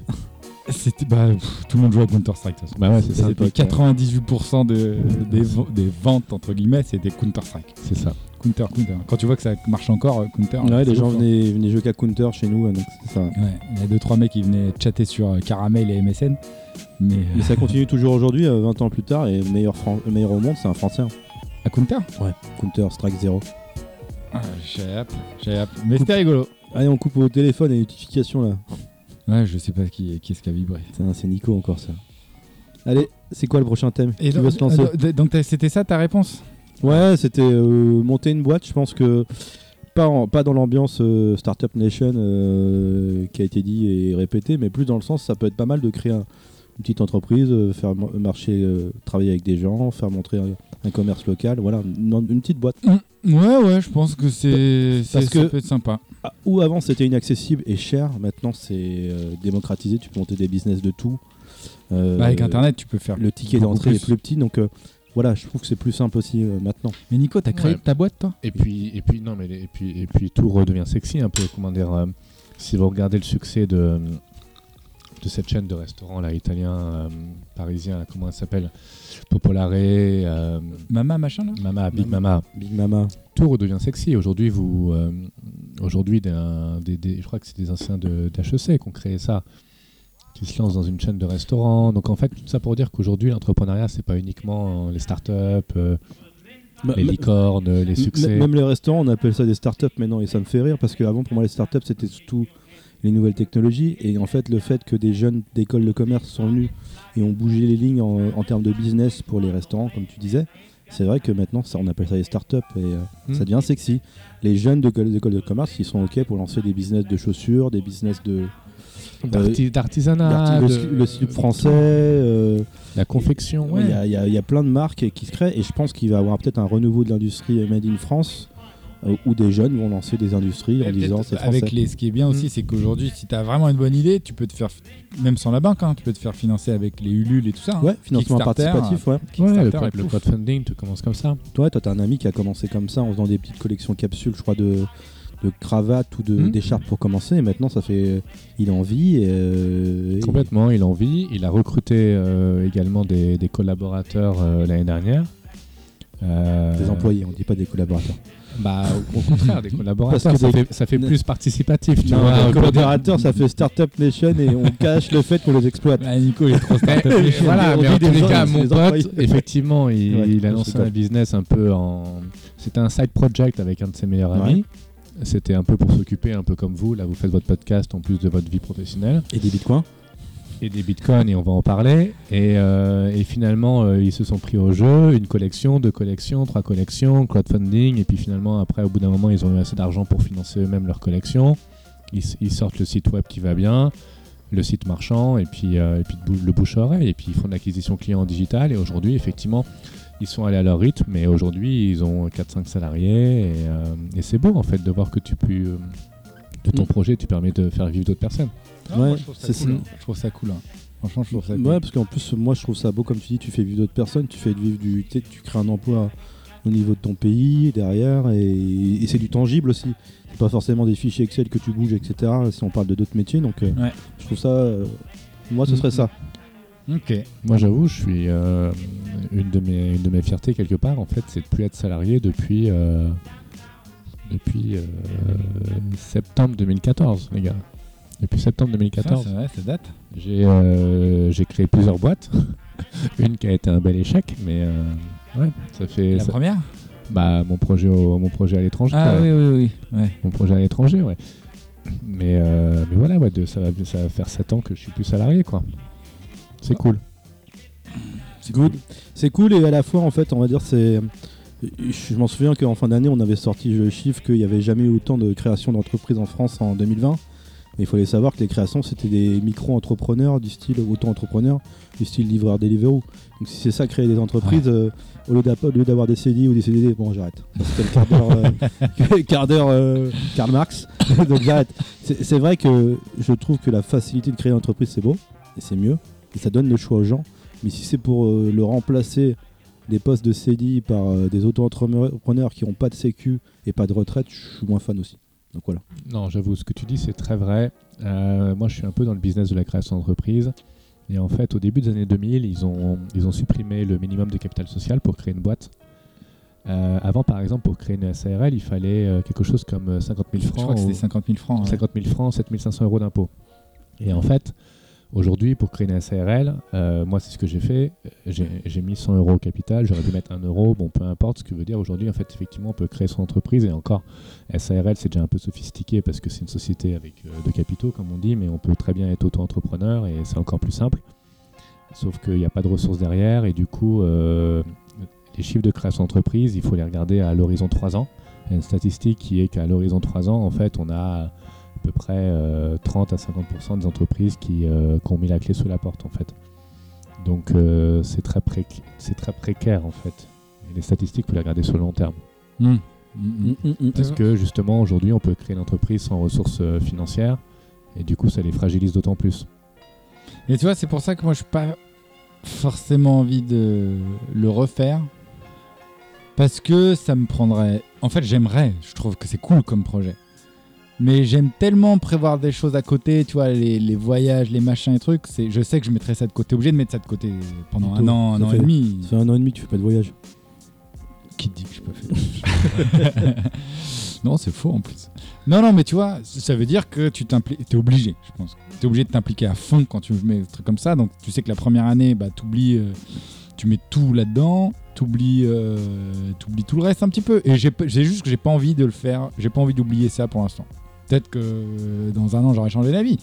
Speaker 1: C'était bah, pff, tout le monde jouait à Counter Strike.
Speaker 4: Bah ouais, c'est
Speaker 1: C'était
Speaker 4: ça.
Speaker 2: l'époque, ouais.
Speaker 1: 98% de, des, v- des ventes entre guillemets, c'était Counter Strike.
Speaker 4: C'est ça.
Speaker 1: Counter, Counter. Quand tu vois que ça marche encore, euh, Counter.
Speaker 2: Ouais,
Speaker 1: c'est
Speaker 2: les gens
Speaker 1: ouf, hein.
Speaker 2: venaient, venaient jouer qu'à Counter chez nous, donc c'est ça.
Speaker 1: Ouais, il y a deux trois mecs qui venaient chatter sur euh, Caramel et MSN, mais euh,
Speaker 2: Mais ça continue toujours aujourd'hui, euh, 20 ans plus tard, et le meilleur, Fran- le meilleur au monde, c'est un Français. hein.
Speaker 1: à Counter.
Speaker 2: Ouais. Counter Strike 0.
Speaker 1: Ah, J'ai hâte, j'ai hâte. Mais c'était rigolo.
Speaker 2: Allez, on coupe au téléphone et notification là.
Speaker 1: Ouais, je sais pas qui, qui est-ce qui a vibré.
Speaker 2: Putain, c'est Nico encore ça. Allez, c'est quoi le prochain thème
Speaker 1: Et
Speaker 2: Qui
Speaker 1: donc,
Speaker 2: veut se lancer
Speaker 1: euh, donc t'as- c'était ça ta réponse
Speaker 2: Ouais, c'était euh, monter une boîte. Je pense que pas, en- pas dans l'ambiance euh, Startup Nation euh, qui a été dit et répété, mais plus dans le sens, ça peut être pas mal de créer un- une petite entreprise, euh, faire mo- marcher, euh, travailler avec des gens, faire montrer un, un commerce local, voilà, une, une petite boîte.
Speaker 1: Ouais, ouais, je pense que c'est
Speaker 2: Parce
Speaker 1: ça
Speaker 2: que-
Speaker 1: peut être sympa.
Speaker 2: Ah, Où avant c'était inaccessible et cher, maintenant c'est euh, démocratisé, tu peux monter des business de tout. Euh,
Speaker 1: Bah, avec Internet, tu peux faire.
Speaker 2: Le ticket
Speaker 1: beaucoup
Speaker 2: d'entrée
Speaker 1: plus.
Speaker 2: est plus petit, donc euh, voilà, je trouve que c'est plus simple aussi euh, maintenant.
Speaker 1: Mais Nico, t'as créé
Speaker 4: Ouais.
Speaker 1: ta boîte toi
Speaker 4: Et puis, et puis, non, mais les- et puis, et puis, tout redevient sexy un peu. Comment dire euh, Si vous regardez le succès de euh, de cette chaîne de restaurants là, italien, euh, parisien, là, comment elle s'appelle Popolare, euh,
Speaker 1: Mama machin là.
Speaker 4: Mama, Big
Speaker 2: Mama.
Speaker 4: Mama.
Speaker 2: Big Mama.
Speaker 4: tout redevient sexy. Aujourd'hui, vous, euh, aujourd'hui, d'un- des, des- je crois que c'est des anciens de d'HEC qui ont créé ça, qui se lancent dans une chaîne de restaurants. Donc en fait, tout ça pour dire qu'aujourd'hui, l'entrepreneuriat, c'est pas uniquement euh, les startups, euh,
Speaker 2: Bah,
Speaker 4: les licornes, euh, les
Speaker 2: M-
Speaker 4: succès.
Speaker 2: Même les restaurants, on appelle ça des startups maintenant et ça me fait rire parce qu'avant, pour moi, les startups, c'était surtout les nouvelles technologies et en fait, le fait que des jeunes d'écoles de commerce sont venus et ont bougé les lignes en, en termes de business pour les restaurants, comme tu disais, c'est vrai que maintenant, ça, on appelle ça des startups et euh,
Speaker 4: Mm.
Speaker 2: ça devient sexy. Les jeunes de co- des écoles de commerce, ils sont OK pour lancer des business de chaussures, des business de
Speaker 4: d'arti- d'artisanat,
Speaker 2: d'articles-
Speaker 4: Ah, de-
Speaker 2: Euh, le, slip français. euh,
Speaker 4: la confection.
Speaker 2: il y a- il y, a- il y a plein de marques qui se créent et je pense qu'il va y avoir peut-être un renouveau de l'industrie Made in France euh, où des jeunes vont lancer des industries en
Speaker 1: Ouais,
Speaker 2: disant
Speaker 1: peut-être
Speaker 2: c'est français.
Speaker 1: avec les, ce qui est bien aussi, c'est qu'aujourd'hui, si t'as vraiment une bonne idée, tu peux te faire, même sans la banque, hein, tu peux te faire financer avec les Ulule et tout ça. hein.
Speaker 2: Ouais, financement
Speaker 1: Kickstarter,
Speaker 2: participatif, ouais.
Speaker 4: Ouais, le,
Speaker 1: Kickstarter
Speaker 4: crowd-
Speaker 1: et
Speaker 4: le
Speaker 1: pouf.
Speaker 4: crowdfunding, tu commences comme ça.
Speaker 2: Toi, toi, t'as un ami qui a commencé comme ça en faisant des petites collections capsules, je crois, de, de cravates ou de-
Speaker 1: Hmm.
Speaker 2: d'écharpes pour commencer. Et maintenant, ça fait. Il a envie. et, euh,
Speaker 4: Complètement, il en vit. Il a recruté euh, également des, des collaborateurs euh, l'année dernière. Euh,
Speaker 2: et Des employés, on dit pas des collaborateurs.
Speaker 4: Bah, au au contraire, des collaborateurs,
Speaker 2: Parce que
Speaker 4: ça,
Speaker 2: des-
Speaker 4: fait, ça fait plus participatif, tu
Speaker 2: Non,
Speaker 4: vois.
Speaker 2: des collaborateurs, ça fait Startup Nation et on cache le fait qu'on les exploite.
Speaker 1: Bah, Nico, il est trop start-up.
Speaker 4: Mais-
Speaker 2: chiens.
Speaker 4: voilà,
Speaker 2: On
Speaker 4: mais
Speaker 2: dit
Speaker 4: en tous
Speaker 2: des
Speaker 4: les
Speaker 2: gens,
Speaker 4: cas,
Speaker 2: c'est
Speaker 4: mon
Speaker 2: des
Speaker 4: pote,
Speaker 2: employés.
Speaker 4: effectivement, il,
Speaker 2: Ouais,
Speaker 4: il a
Speaker 2: je
Speaker 4: lancé
Speaker 2: rigole.
Speaker 4: un business un peu en. C'était un side project avec un de ses meilleurs
Speaker 2: Ouais.
Speaker 4: amis. C'était un peu pour s'occuper, un peu comme vous. Là, vous faites votre podcast en plus de votre vie professionnelle
Speaker 2: Et des bitcoins
Speaker 4: et des bitcoins, et on va en parler. Et, euh, et finalement, euh, ils se sont pris au jeu. Une collection, deux collections, trois collections, crowdfunding. Et puis finalement, après, au bout d'un moment, ils ont eu assez d'argent pour financer eux-mêmes leur collection. Ils, s- ils sortent le site web qui va bien, le site marchand, et puis, euh, et puis de bou- le bouche-oreille. Et puis ils font de l'acquisition client en digital. Et aujourd'hui, effectivement, ils sont allés à leur rythme. Mais aujourd'hui, ils ont 4-5 salariés. Et, euh, et c'est beau, en fait, de voir que tu peux. euh, de ton
Speaker 2: Mm.
Speaker 4: projet, tu permets de faire vivre d'autres personnes.
Speaker 1: Ah, moi,
Speaker 2: Ouais,
Speaker 1: je trouve ça
Speaker 2: c'est
Speaker 1: cool,
Speaker 2: ça.
Speaker 1: hein. Je trouve ça cool. hein. Franchement, je trouve ça cool.
Speaker 2: Ouais, parce qu'en plus, moi je trouve ça beau, comme tu dis, tu fais vivre d'autres personnes, tu fais vivre du. Tu sais, tu crées un emploi au niveau de ton pays derrière et, et c'est du tangible aussi. C'est pas forcément des fichiers Excel que tu bouges, etc. Si on parle de d'autres métiers, donc euh,
Speaker 1: Ouais.
Speaker 2: je trouve ça. euh, moi, ce
Speaker 1: Mhm.
Speaker 2: serait ça.
Speaker 1: Ok.
Speaker 4: Moi, j'avoue, je suis euh, une, de mes, une de mes fiertés quelque part. En fait, c'est de plus être salarié depuis euh, depuis euh, septembre 2014, les gars. Depuis septembre
Speaker 1: Putain,
Speaker 4: 2014,
Speaker 1: C'est vrai, ça date.
Speaker 4: j'ai euh, j'ai créé plusieurs boîtes. une qui a été un bel échec, mais euh, ouais, ça fait
Speaker 1: la
Speaker 4: ça-
Speaker 1: première
Speaker 4: bah mon projet au- mon projet à l'étranger. quoi.
Speaker 1: Ah oui, oui. Ouais.
Speaker 4: mon projet à l'étranger, ouais. Mais, euh, mais voilà, ouais, de- ça, va, ça va faire 7 ans que je suis plus salarié, quoi. C'est cool.
Speaker 1: C'est cool.
Speaker 2: C'est cool et à la fois, en fait, on va dire, c'est. Je m'en souviens qu'en fin d'année, on avait sorti le chiffre qu'il n'y avait jamais eu autant de créations d'entreprises en France en 2020. Et il fallait savoir que les créations, c'était des micro-entrepreneurs du style auto-entrepreneur, du style livreur Deliveroo. Donc si c'est ça, créer des entreprises, euh, au lieu d'app- au lieu d'avoir des CDI ou des CDD, bon, j'arrête. Ça, C'était le quart d'heure, euh, quart d'heure euh, Karl Marx. Donc j'arrête. C'est c'est vrai que je trouve que la facilité de créer une entreprise, c'est beau et c'est mieux. Et ça donne le choix aux gens. Mais si c'est pour euh, le remplacer des postes de CDI par euh, des auto-entrepreneurs qui n'ont pas de sécu et pas de retraite, je suis moins fan aussi. Donc voilà.
Speaker 4: Non, j'avoue, ce que tu dis, c'est très vrai. Euh, moi, je suis un peu dans le business de la création d'entreprise. Et en fait, au début des années 2000, ils ont, ils ont supprimé le minimum de capital social pour créer une boîte. Euh, avant, par exemple, pour créer une SARL, il fallait euh, quelque chose comme euh, 50 000
Speaker 1: Je
Speaker 4: francs.
Speaker 1: crois que
Speaker 4: ou-
Speaker 1: c'était 50 000 francs. hein. ouais.
Speaker 4: 50 000 francs, 7 500 euros d'impôts. Et en fait, aujourd'hui, pour créer une SARL, euh, moi, c'est ce que j'ai fait. Euh, J'ai j'ai mis 100 euros au capital, j'aurais pu mettre 1 euro, bon, peu importe. Ce que veut dire aujourd'hui, en fait, effectivement, on peut créer son entreprise. Et encore, SARL, c'est déjà un peu sophistiqué parce que c'est une société avec euh, de capitaux, comme on dit, mais on peut très bien être auto-entrepreneur et c'est encore plus simple. Sauf qu'il n'y a pas de ressources derrière et du coup, euh, les chiffres de création d'entreprise, il faut les regarder à l'horizon 3 ans. Il y a une statistique qui est qu'à l'horizon 3 ans, en fait, on a à peu près euh, 30 à 50% des entreprises qui, euh, qui ont mis la clé sous la porte en fait. Donc euh, c'est très, pré- c'est très précaire en fait. Et les statistiques, vous les regardez sur le long terme.
Speaker 1: Mm. Mm, mm.
Speaker 4: Parce que justement aujourd'hui, on peut créer une entreprise sans ressources euh, financières et du coup, ça les fragilise d'autant plus.
Speaker 1: Et tu vois, c'est pour ça que moi, je n'ai pas forcément envie de le refaire. Parce que ça me prendrait. En fait, j'aimerais. Je trouve que c'est cool comme projet. Mais j'aime tellement prévoir des choses à côté, tu vois, les, les voyages, les machins et trucs. c'est- Je sais que je mettrais ça de côté. Obligé de mettre ça de côté pendant un
Speaker 2: Plutôt,
Speaker 1: an, un
Speaker 2: ça
Speaker 1: an
Speaker 2: fait-
Speaker 1: et demi.
Speaker 2: Ça fait un an et demi que tu fais pas de voyage.
Speaker 1: Qui te dit que je peux faire Non, c'est faux en plus. Non, non, mais tu vois, ça veut dire que tu t'impliques. T'es obligé, je pense. T'es obligé de t'impliquer à fond quand tu mets des trucs comme ça. Donc, tu sais que la première année, bah, t'oublies. euh, tu mets tout là-dedans. T'oublies, euh, t'oublies tout le reste un petit peu. Et j'ai p- j'ai juste que j'ai pas envie de le faire. J'ai pas envie d'oublier ça pour l'instant. Peut-être que euh, dans un an, j'aurais changé d'avis.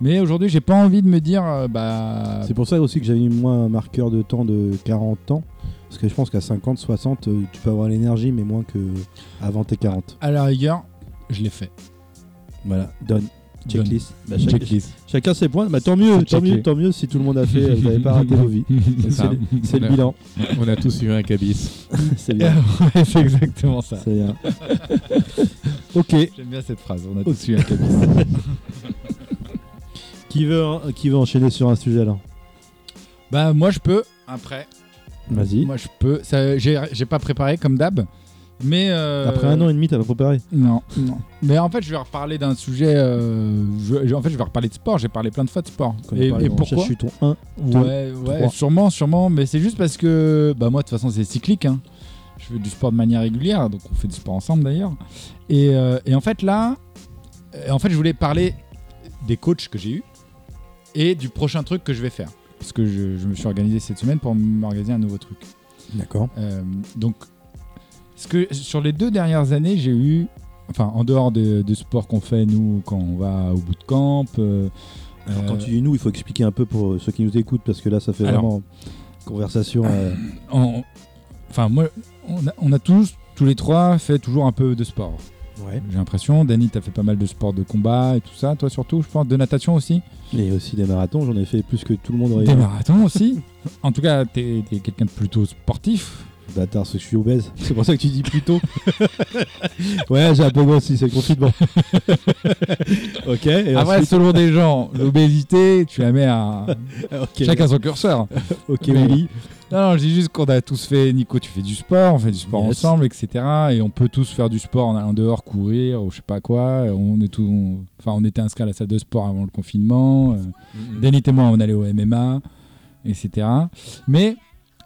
Speaker 1: Mais aujourd'hui, j'ai pas envie de me dire, euh, bah.
Speaker 2: C'est pour ça aussi que j'avais mis moi un marqueur de temps de 40 ans. Parce que je pense qu'à 50, 60, euh, tu peux avoir l'énergie, mais moins que avant tes 40.
Speaker 1: À la rigueur, je l'ai fait.
Speaker 2: Voilà, donne. Checklist. Bah, chaque-
Speaker 1: Checklist.
Speaker 2: Chacun ses points. Bah, tant mieux,
Speaker 4: Faut
Speaker 2: tant mieux,
Speaker 4: checker.
Speaker 2: tant mieux si tout le monde a fait. euh, Vous n'avez pas raté vos vies.
Speaker 4: C'est ça.
Speaker 2: le- C'est le
Speaker 4: Ouais.
Speaker 2: bilan.
Speaker 4: on a tous eu un cabis.
Speaker 2: C'est bien.
Speaker 1: Ouais, c'est exactement ça.
Speaker 2: C'est bien. ok.
Speaker 1: J'aime bien cette phrase, on a dessus
Speaker 2: Au-dessus,
Speaker 1: un cabis.
Speaker 2: Qui veut, en- qui veut enchaîner sur un sujet là
Speaker 1: bah moi je peux, après.
Speaker 2: Vas-y.
Speaker 1: Moi je peux. Ça, J'ai j'ai pas préparé comme d'hab. Mais euh,
Speaker 2: Après un an et demi, t'as pas préparé
Speaker 1: Non, non. Mais en fait je vais reparler d'un sujet. euh, je- je- en fait je vais reparler de sport, j'ai parlé plein de fois de sport.
Speaker 2: Qu'on a
Speaker 1: Et,
Speaker 2: parlé,
Speaker 1: et
Speaker 2: on
Speaker 1: pourquoi
Speaker 2: cherche ton 1. deux,
Speaker 1: Ouais, ouais
Speaker 2: trois.
Speaker 1: sûrement, sûrement. Mais c'est juste parce que bah moi de toute façon c'est cyclique. hein. Je fais du sport de manière régulière, donc on fait du sport ensemble d'ailleurs. Et, euh, et en fait là, euh, en fait je voulais parler des coachs que j'ai eus et du prochain truc que je vais faire. Parce que je, je me suis organisé cette semaine pour m'organiser un nouveau truc.
Speaker 2: D'accord.
Speaker 1: Euh, donc, ce que, sur les deux dernières années, j'ai eu, enfin, en dehors de, de sport qu'on fait, nous, quand on va au bout de camp. euh, euh,
Speaker 2: Quand tu dis nous, il faut expliquer un peu pour euh, ceux qui nous écoutent parce que là, ça fait
Speaker 1: Alors.
Speaker 2: vraiment conversation. euh,
Speaker 1: en- enfin, moi, on a, on a tous, tous les trois, fait toujours un peu de sport. J'ai l'impression. Dany, t'as fait pas mal de sport de combat et tout ça. Toi, surtout, je pense, de natation aussi.
Speaker 2: Et aussi des marathons, j'en ai fait plus que tout le monde.
Speaker 1: Des marathons aussi. en tout cas, t'es t'es quelqu'un de plutôt sportif.
Speaker 2: Bâtard, c'est que je suis obèse. C'est pour ça que tu dis plutôt. ouais, j'ai un peu grossi, c'est le confinement. ok. Et
Speaker 1: Après,
Speaker 2: ensuite,
Speaker 1: Ah selon des gens, l'obésité, tu la mets à
Speaker 2: ok,
Speaker 1: chacun son curseur.
Speaker 2: ok,
Speaker 1: Mais-
Speaker 2: Willy.
Speaker 1: Non, non, je dis juste qu'on a tous fait, Nico, tu fais du sport, on fait du sport
Speaker 2: Yes.
Speaker 1: ensemble, etc. Et on peut tous faire du sport en allant dehors, courir, ou je sais pas quoi. On est tout, on- enfin, on était inscrits à la salle de sport avant le confinement. Euh, Denis et moi, on allait au MMA, etc. Mais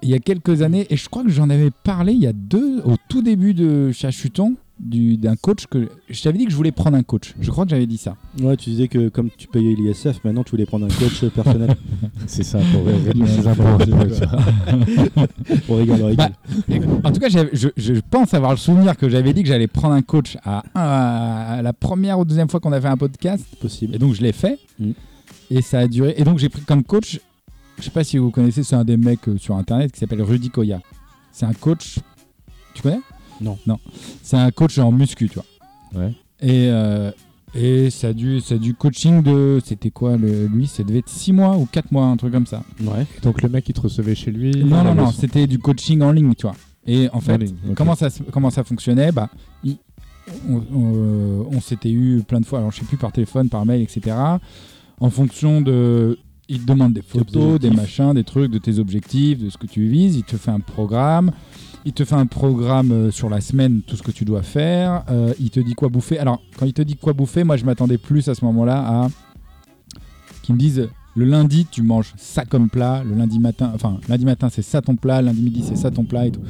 Speaker 1: il y a quelques années, et je crois que j'en avais parlé il y a deux, au tout début de Chachuton, du- d'un coach que je t'avais dit que je voulais prendre un coach. Je crois que j'avais dit ça.
Speaker 2: Ouais, tu disais que comme tu payais l'ISF, maintenant tu voulais prendre un coach personnel
Speaker 4: C'est ça, pour réduire ses
Speaker 2: pour rigoler avec
Speaker 1: Bah, En tout cas, j'avais- je, je pense avoir le souvenir que j'avais dit que j'allais prendre un coach à, à la première ou deuxième fois qu'on a fait un podcast.
Speaker 2: possible.
Speaker 1: Et donc, je l'ai fait.
Speaker 2: Mm.
Speaker 1: Et ça a duré. Et donc, j'ai pris comme coach, je sais pas si vous connaissez, c'est un des mecs euh, sur Internet qui s'appelle Rudy Koya. C'est un coach. Tu connais
Speaker 2: Non.
Speaker 1: Non. C'est un coach en muscu, tu vois.
Speaker 4: Ouais.
Speaker 1: Et, euh, et ça, a dû, ça a du coaching de. C'était quoi le, lui Ça devait être 6 mois ou 4 mois, un truc comme ça.
Speaker 2: Ouais.
Speaker 4: Donc le mec, il te recevait chez lui.
Speaker 1: non,
Speaker 4: la
Speaker 1: non, non,
Speaker 4: leçon.
Speaker 1: c'était du coaching en ligne, tu vois. Et en fait,
Speaker 4: En ligne, ok.
Speaker 1: comment, ça, se- comment ça fonctionnait bah, il- On, on- on s'était eu plein de fois, alors je sais plus, par téléphone, par mail, etc. En fonction de. Il te demande des photos, des
Speaker 2: objectifs.
Speaker 1: machins, des trucs, de tes objectifs, de ce que tu vises. Il te fait un programme. Il te fait un programme euh, sur la semaine, tout ce que tu dois faire. Euh, il te dit quoi bouffer. Alors, quand il te dit quoi bouffer, moi, je m'attendais plus à ce moment-là à qu'ils me disent le lundi, tu manges ça comme plat. Le lundi matin, enfin, lundi matin, c'est ça ton plat. Lundi midi, c'est ça ton plat et tout.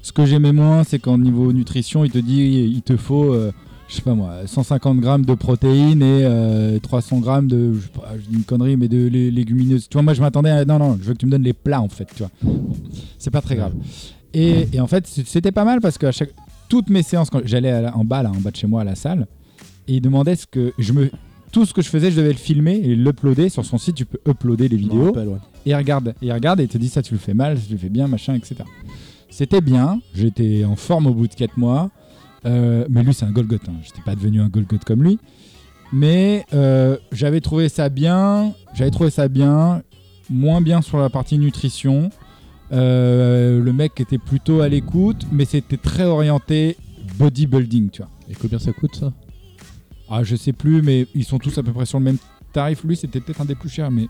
Speaker 1: Ce que j'aimais moins, c'est qu'en niveau nutrition, il te dit il te faut, euh, je sais pas moi, 150 grammes de protéines et euh, 300 grammes de, je sais pas, je dis une connerie, mais de lé- légumineuses. Tu vois, moi, je m'attendais à. Non, non, je veux que tu me donnes les plats, en fait, tu vois. Bon, c'est pas très grave. Et, et en fait, c- c'était pas mal parce que à chaque, toutes mes séances, quand j'allais à la- en bas, là, en bas de chez moi, à la salle, et il demandait ce que. Je me, tout ce que je faisais, je devais le filmer et l'uploader. Sur son site, tu peux uploader les
Speaker 2: Je m'en
Speaker 1: vidéos
Speaker 2: rappelle, ouais.
Speaker 1: et il regarde et il regarde et il te dit ça tu le fais mal, ça, tu le fais bien, machin, etc. C'était bien, j'étais en forme au bout de 4 mois, euh, mais lui c'est un Golgoth, hein. j'étais pas devenu un Golgoth comme lui, mais euh, j'avais trouvé ça bien, j'avais trouvé ça bien, moins bien sur la partie nutrition, Euh, le mec était plutôt à l'écoute, mais c'était très orienté bodybuilding, tu vois.
Speaker 4: Et combien ça coûte ça
Speaker 1: Ah, je sais plus, mais ils sont tous à peu près sur le même tarif. Lui, c'était peut-être un des plus chers, mais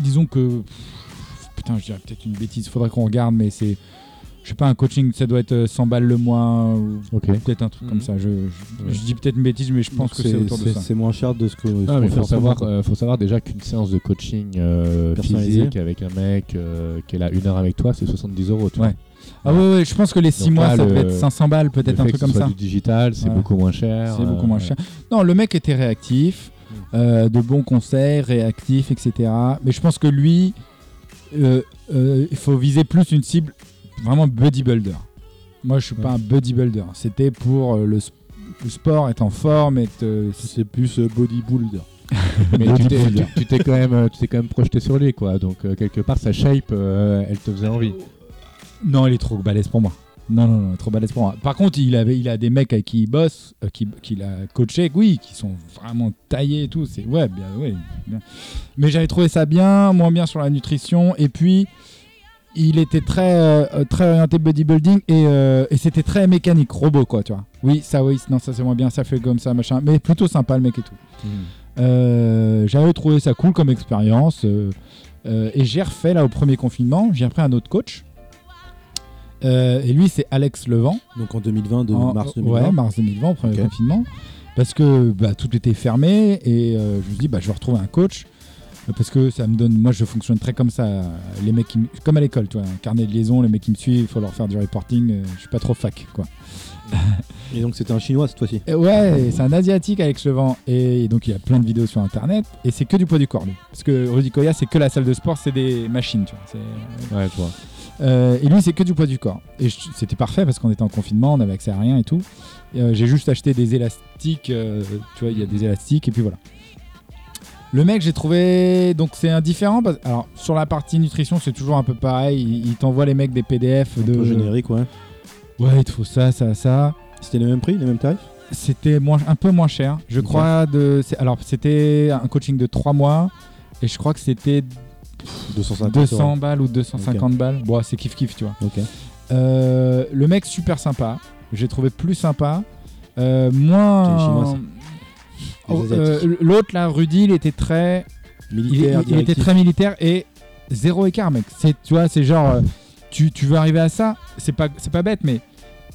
Speaker 1: disons que. pff, Putain, je dirais peut-être une bêtise, faudrait qu'on regarde, mais c'est. Je sais pas, un coaching, ça doit être euh, 100 balles le mois, ou
Speaker 4: Ok.
Speaker 1: peut-être un truc
Speaker 5: Mhm.
Speaker 1: comme ça. Je, je-
Speaker 4: Ouais.
Speaker 1: je dis peut-être une bêtise, mais je pense
Speaker 2: Donc
Speaker 1: que c'est autour de ça.
Speaker 2: C'est moins cher de ce que. ce
Speaker 4: Non,
Speaker 2: qu'on
Speaker 4: mais
Speaker 2: fait en
Speaker 4: faut
Speaker 2: ce
Speaker 4: savoir,
Speaker 2: moment,
Speaker 4: euh, faut savoir déjà qu'une séance de coaching euh,
Speaker 2: Personnalisé.
Speaker 4: physique avec un mec euh, qui est là une heure avec toi, c'est 70 euros. tu
Speaker 1: Ouais.
Speaker 4: vois.
Speaker 1: Ah ouais, ouais, je pense que les 6
Speaker 4: Donc
Speaker 1: mois,
Speaker 4: là,
Speaker 1: ça
Speaker 4: le-
Speaker 1: peut être 500 balles,
Speaker 4: Le
Speaker 1: peut-être
Speaker 4: fait
Speaker 1: un
Speaker 4: que
Speaker 1: truc
Speaker 4: ce
Speaker 1: comme
Speaker 4: soit
Speaker 1: ça.
Speaker 4: Du digital, c'est
Speaker 1: Ouais.
Speaker 4: beaucoup moins cher.
Speaker 1: C'est beaucoup
Speaker 4: euh,
Speaker 1: moins cher. Non, le mec était réactif, euh, de bons conseils, réactif, etc. Mais je pense que lui, euh, euh, il faut viser plus une cible vraiment bodybuilder. Moi, je suis pas un bodybuilder. C'était pour euh, le, sp- le sport, être en forme, être. euh, s-
Speaker 2: C'est plus euh, bodybuilder.
Speaker 4: Mais
Speaker 1: Bah,
Speaker 4: tu t'es-
Speaker 1: Bodybuilder.
Speaker 4: tu t'es quand même, euh, tu t'es quand même projeté sur lui, quoi. Donc euh, quelque part, sa shape, euh, elle te faisait envie.
Speaker 1: Non, il est trop balèze pour moi. Non, non, non, trop balèze pour moi. Par contre, il, avait, il a des mecs avec qui il bosse, euh, qui- qu'il a coaché, oui, qui sont vraiment taillés et tout. C'est ouais, bien, ouais, bien. Mais j'avais trouvé ça bien, moins bien sur la nutrition. Et puis, il était très, euh, euh, très orienté bodybuilding et, euh, et c'était très mécanique, robot, quoi, tu vois. Oui, ça, oui, non, ça c'est moins bien, ça fait comme ça, machin. Mais plutôt sympa, le mec et tout. Euh, j'avais trouvé ça cool comme expérience. euh, euh, et j'ai refait là au premier confinement, j'ai repris un autre coach. Euh, et lui, c'est Alex Levent.
Speaker 2: Donc en 2020, de
Speaker 1: En-
Speaker 2: mars
Speaker 1: Ah, Ouais,
Speaker 2: 2020.
Speaker 1: mars 2020, au premier
Speaker 2: Ok.
Speaker 1: confinement. Parce que bah, tout était fermé et euh, je me dis, bah, je vais retrouver un coach. euh, Parce que ça me donne. Moi, je fonctionne très comme ça. Les mecs qui me- Comme à l'école, tu vois, un carnet de liaison, les mecs qui me suivent, il faut leur faire du reporting. euh, je suis pas trop fac, quoi.
Speaker 2: Et donc c'était un chinois cette fois-ci.
Speaker 1: Et Euh, ouais, c'est un asiatique avec Levent et donc il y a plein de vidéos sur internet et c'est que du poids du corps lui. Parce que Rudy Koya c'est que la salle de sport, c'est des machines, tu vois. c'est-
Speaker 4: Ouais, je vois.
Speaker 1: Euh, et lui c'est que du poids du corps. Et je- c'était parfait parce qu'on était en confinement, on avait accès à rien et tout. Et, euh, J'ai juste acheté des élastiques, euh, tu vois, il y a des élastiques et puis voilà. Le mec, j'ai trouvé. Donc, c'est indifférent. parce- Alors, sur la partie nutrition, c'est toujours un peu pareil. Il, il t'envoie les mecs des PDF
Speaker 2: Un
Speaker 1: de.
Speaker 2: peu générique, ouais.
Speaker 1: Ouais, il te faut ça, ça, ça.
Speaker 2: C'était les mêmes prix, les mêmes tarifs
Speaker 1: C'était moins, un peu moins cher. Je
Speaker 2: Ok.
Speaker 1: crois de. c'est- Alors, c'était un coaching de 3 mois. Et je crois que c'était
Speaker 2: 250
Speaker 1: 200 balles ou 250 balles. Bon, c'est kiff kiff, tu vois.
Speaker 2: euros. Ok.
Speaker 1: Euh, le mec, super sympa. J'ai trouvé plus sympa. Euh, moins.
Speaker 2: C'est les Chinois, ça. Les
Speaker 1: Oh,
Speaker 2: Asiatiques.
Speaker 1: euh, L'autre, là, Rudy, il était très il,
Speaker 2: Militaire,
Speaker 1: il- il était
Speaker 2: directif.
Speaker 1: très militaire et zéro écart, mec. C'est, tu vois, c'est genre, euh, tu, tu veux arriver à ça, c'est pas, c'est pas bête, mais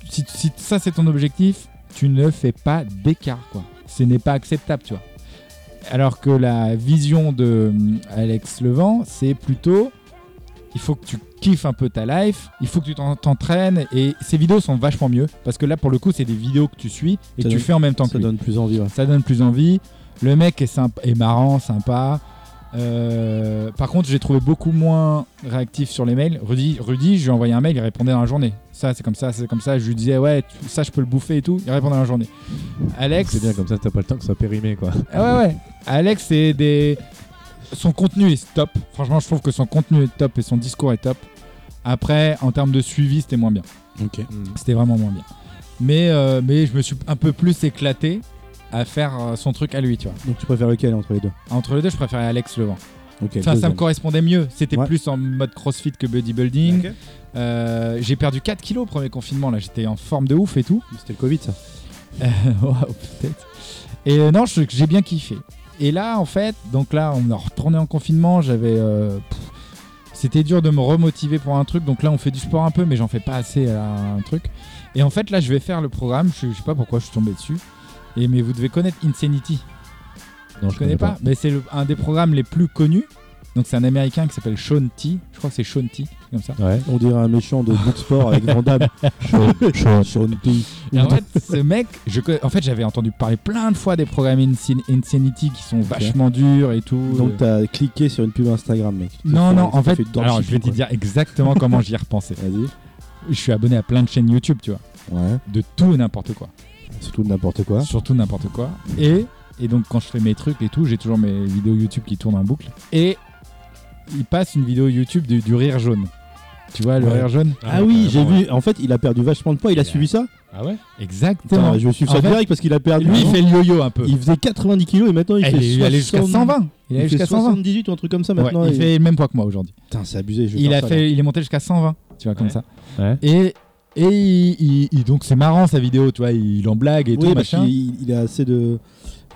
Speaker 1: si, si ça c'est ton objectif, tu ne fais pas d'écart, quoi. Ce n'est pas acceptable, tu vois. Alors que la vision de hum, Alex Levent, c'est plutôt il faut que tu kiffes un peu ta life, il faut que tu t'en- t'entraînes, et ces vidéos sont vachement mieux, parce que là pour le coup, c'est des vidéos que tu suis et
Speaker 2: Ça
Speaker 1: que tu
Speaker 2: donne-
Speaker 1: fais en même temps que
Speaker 2: Ça
Speaker 1: lui
Speaker 2: donne plus envie, ouais.
Speaker 1: ça donne plus envie. Le mec est, sympa, est marrant, sympa. Euh, par contre, j'ai trouvé beaucoup moins réactif sur les mails. Rudy, Rudy, je lui ai envoyé un mail, il répondait dans la journée. Ça, c'est comme ça, c'est comme ça. Je lui disais, ouais, tu- ça, je peux le bouffer et tout. Il répondait dans la journée. Alex,
Speaker 4: C'est bien comme ça, t'as pas le temps que ça soit périmé quoi.
Speaker 1: ah ouais, ouais. Alex, c'est des. Son contenu est top. Franchement, je trouve que son contenu est top et son discours est top. Après, en termes de suivi, c'était moins bien.
Speaker 2: Ok.
Speaker 1: C'était vraiment moins bien. Mais, euh, mais je me suis un peu plus éclaté à faire euh, son truc à lui, tu vois.
Speaker 2: Donc tu préfères lequel entre les deux
Speaker 1: Entre les deux, je préférais Alex Levent.
Speaker 2: Ok.
Speaker 1: Enfin, ça
Speaker 2: deuxième.
Speaker 1: me correspondait mieux. C'était
Speaker 2: Ouais.
Speaker 1: plus en mode crossfit que bodybuilding. Euh, j'ai perdu 4 kilos au premier confinement. Là, j'étais en forme de ouf et tout.
Speaker 2: C'était le Covid, ça.
Speaker 1: Euh, Waouh, peut-être. Et euh, non, je- j'ai bien kiffé. Et là, en fait, donc là, on a retourné en confinement. J'avais. euh, pff, c'était dur de me remotiver pour un truc. Donc là, on fait du sport un peu, mais j'en fais pas assez à un truc. Et en fait, là, je vais faire le programme. Je, je sais pas pourquoi je suis tombé dessus. Et mais vous devez connaître Insanity.
Speaker 4: Non,
Speaker 1: Je connais pas, mais c'est le- un des programmes les plus connus. Donc c'est un américain qui s'appelle Sean T. Je crois que c'est Sean T, comme ça.
Speaker 4: Ouais.
Speaker 2: On dirait un méchant de Book Sport avec Van Damme. Sur une pille.
Speaker 1: Et en fait, ce mec, je connais- en fait, j'avais entendu parler plein de fois des programmes Insin- Insanity qui sont vachement durs et tout.
Speaker 2: Donc t'as cliqué sur une pub Instagram, mec.
Speaker 1: non,
Speaker 2: T'as
Speaker 1: non, en
Speaker 2: t'as
Speaker 1: fait,
Speaker 2: du dropshipping,
Speaker 1: alors je vais te
Speaker 2: quoi.
Speaker 1: dire exactement comment j'y ai repensé.
Speaker 2: Vas-y.
Speaker 1: Je suis abonné à plein de chaînes YouTube, tu vois,
Speaker 2: Ouais.
Speaker 1: de tout et n'importe quoi.
Speaker 2: Surtout de n'importe quoi.
Speaker 1: surtout n'importe quoi. Et, et donc quand je fais mes trucs et tout, j'ai toujours mes vidéos YouTube qui tournent en boucle. Et il passe une vidéo YouTube du, du rire jaune. Tu vois, le
Speaker 2: Ouais.
Speaker 1: rire jaune
Speaker 2: Ah oui, j'ai vu. En fait, il a perdu vachement de poids. Il a
Speaker 1: Il a-
Speaker 2: suivi ça
Speaker 4: Ah ouais
Speaker 1: Exactement.
Speaker 2: Putain, Je vais suivre
Speaker 1: En
Speaker 2: ça
Speaker 1: fait,
Speaker 2: direct parce qu'il a perdu.
Speaker 1: Lui, il fait le yo-yo un peu.
Speaker 2: Il faisait 90 kilos et maintenant il
Speaker 1: Elle est-
Speaker 2: fait
Speaker 1: il est allé jusqu'à
Speaker 2: 60
Speaker 1: 120. Il est
Speaker 2: Il
Speaker 1: allé
Speaker 2: fait
Speaker 1: jusqu'à 120.
Speaker 2: 78 ou un truc comme ça
Speaker 1: Ouais,
Speaker 2: maintenant.
Speaker 1: il
Speaker 2: et-
Speaker 1: fait le même poids que moi aujourd'hui.
Speaker 2: Putain, c'est abusé. je vais
Speaker 1: Il,
Speaker 2: faire
Speaker 1: a
Speaker 2: ça, là.
Speaker 1: fait, il est monté jusqu'à 120, tu vois, comme
Speaker 4: Ouais.
Speaker 1: ça.
Speaker 4: Ouais.
Speaker 1: Et, et il- il- il- donc c'est marrant sa vidéo, tu vois, il en blague et
Speaker 2: Oui,
Speaker 1: tout,
Speaker 2: parce
Speaker 1: machin.
Speaker 2: qu'il il a assez de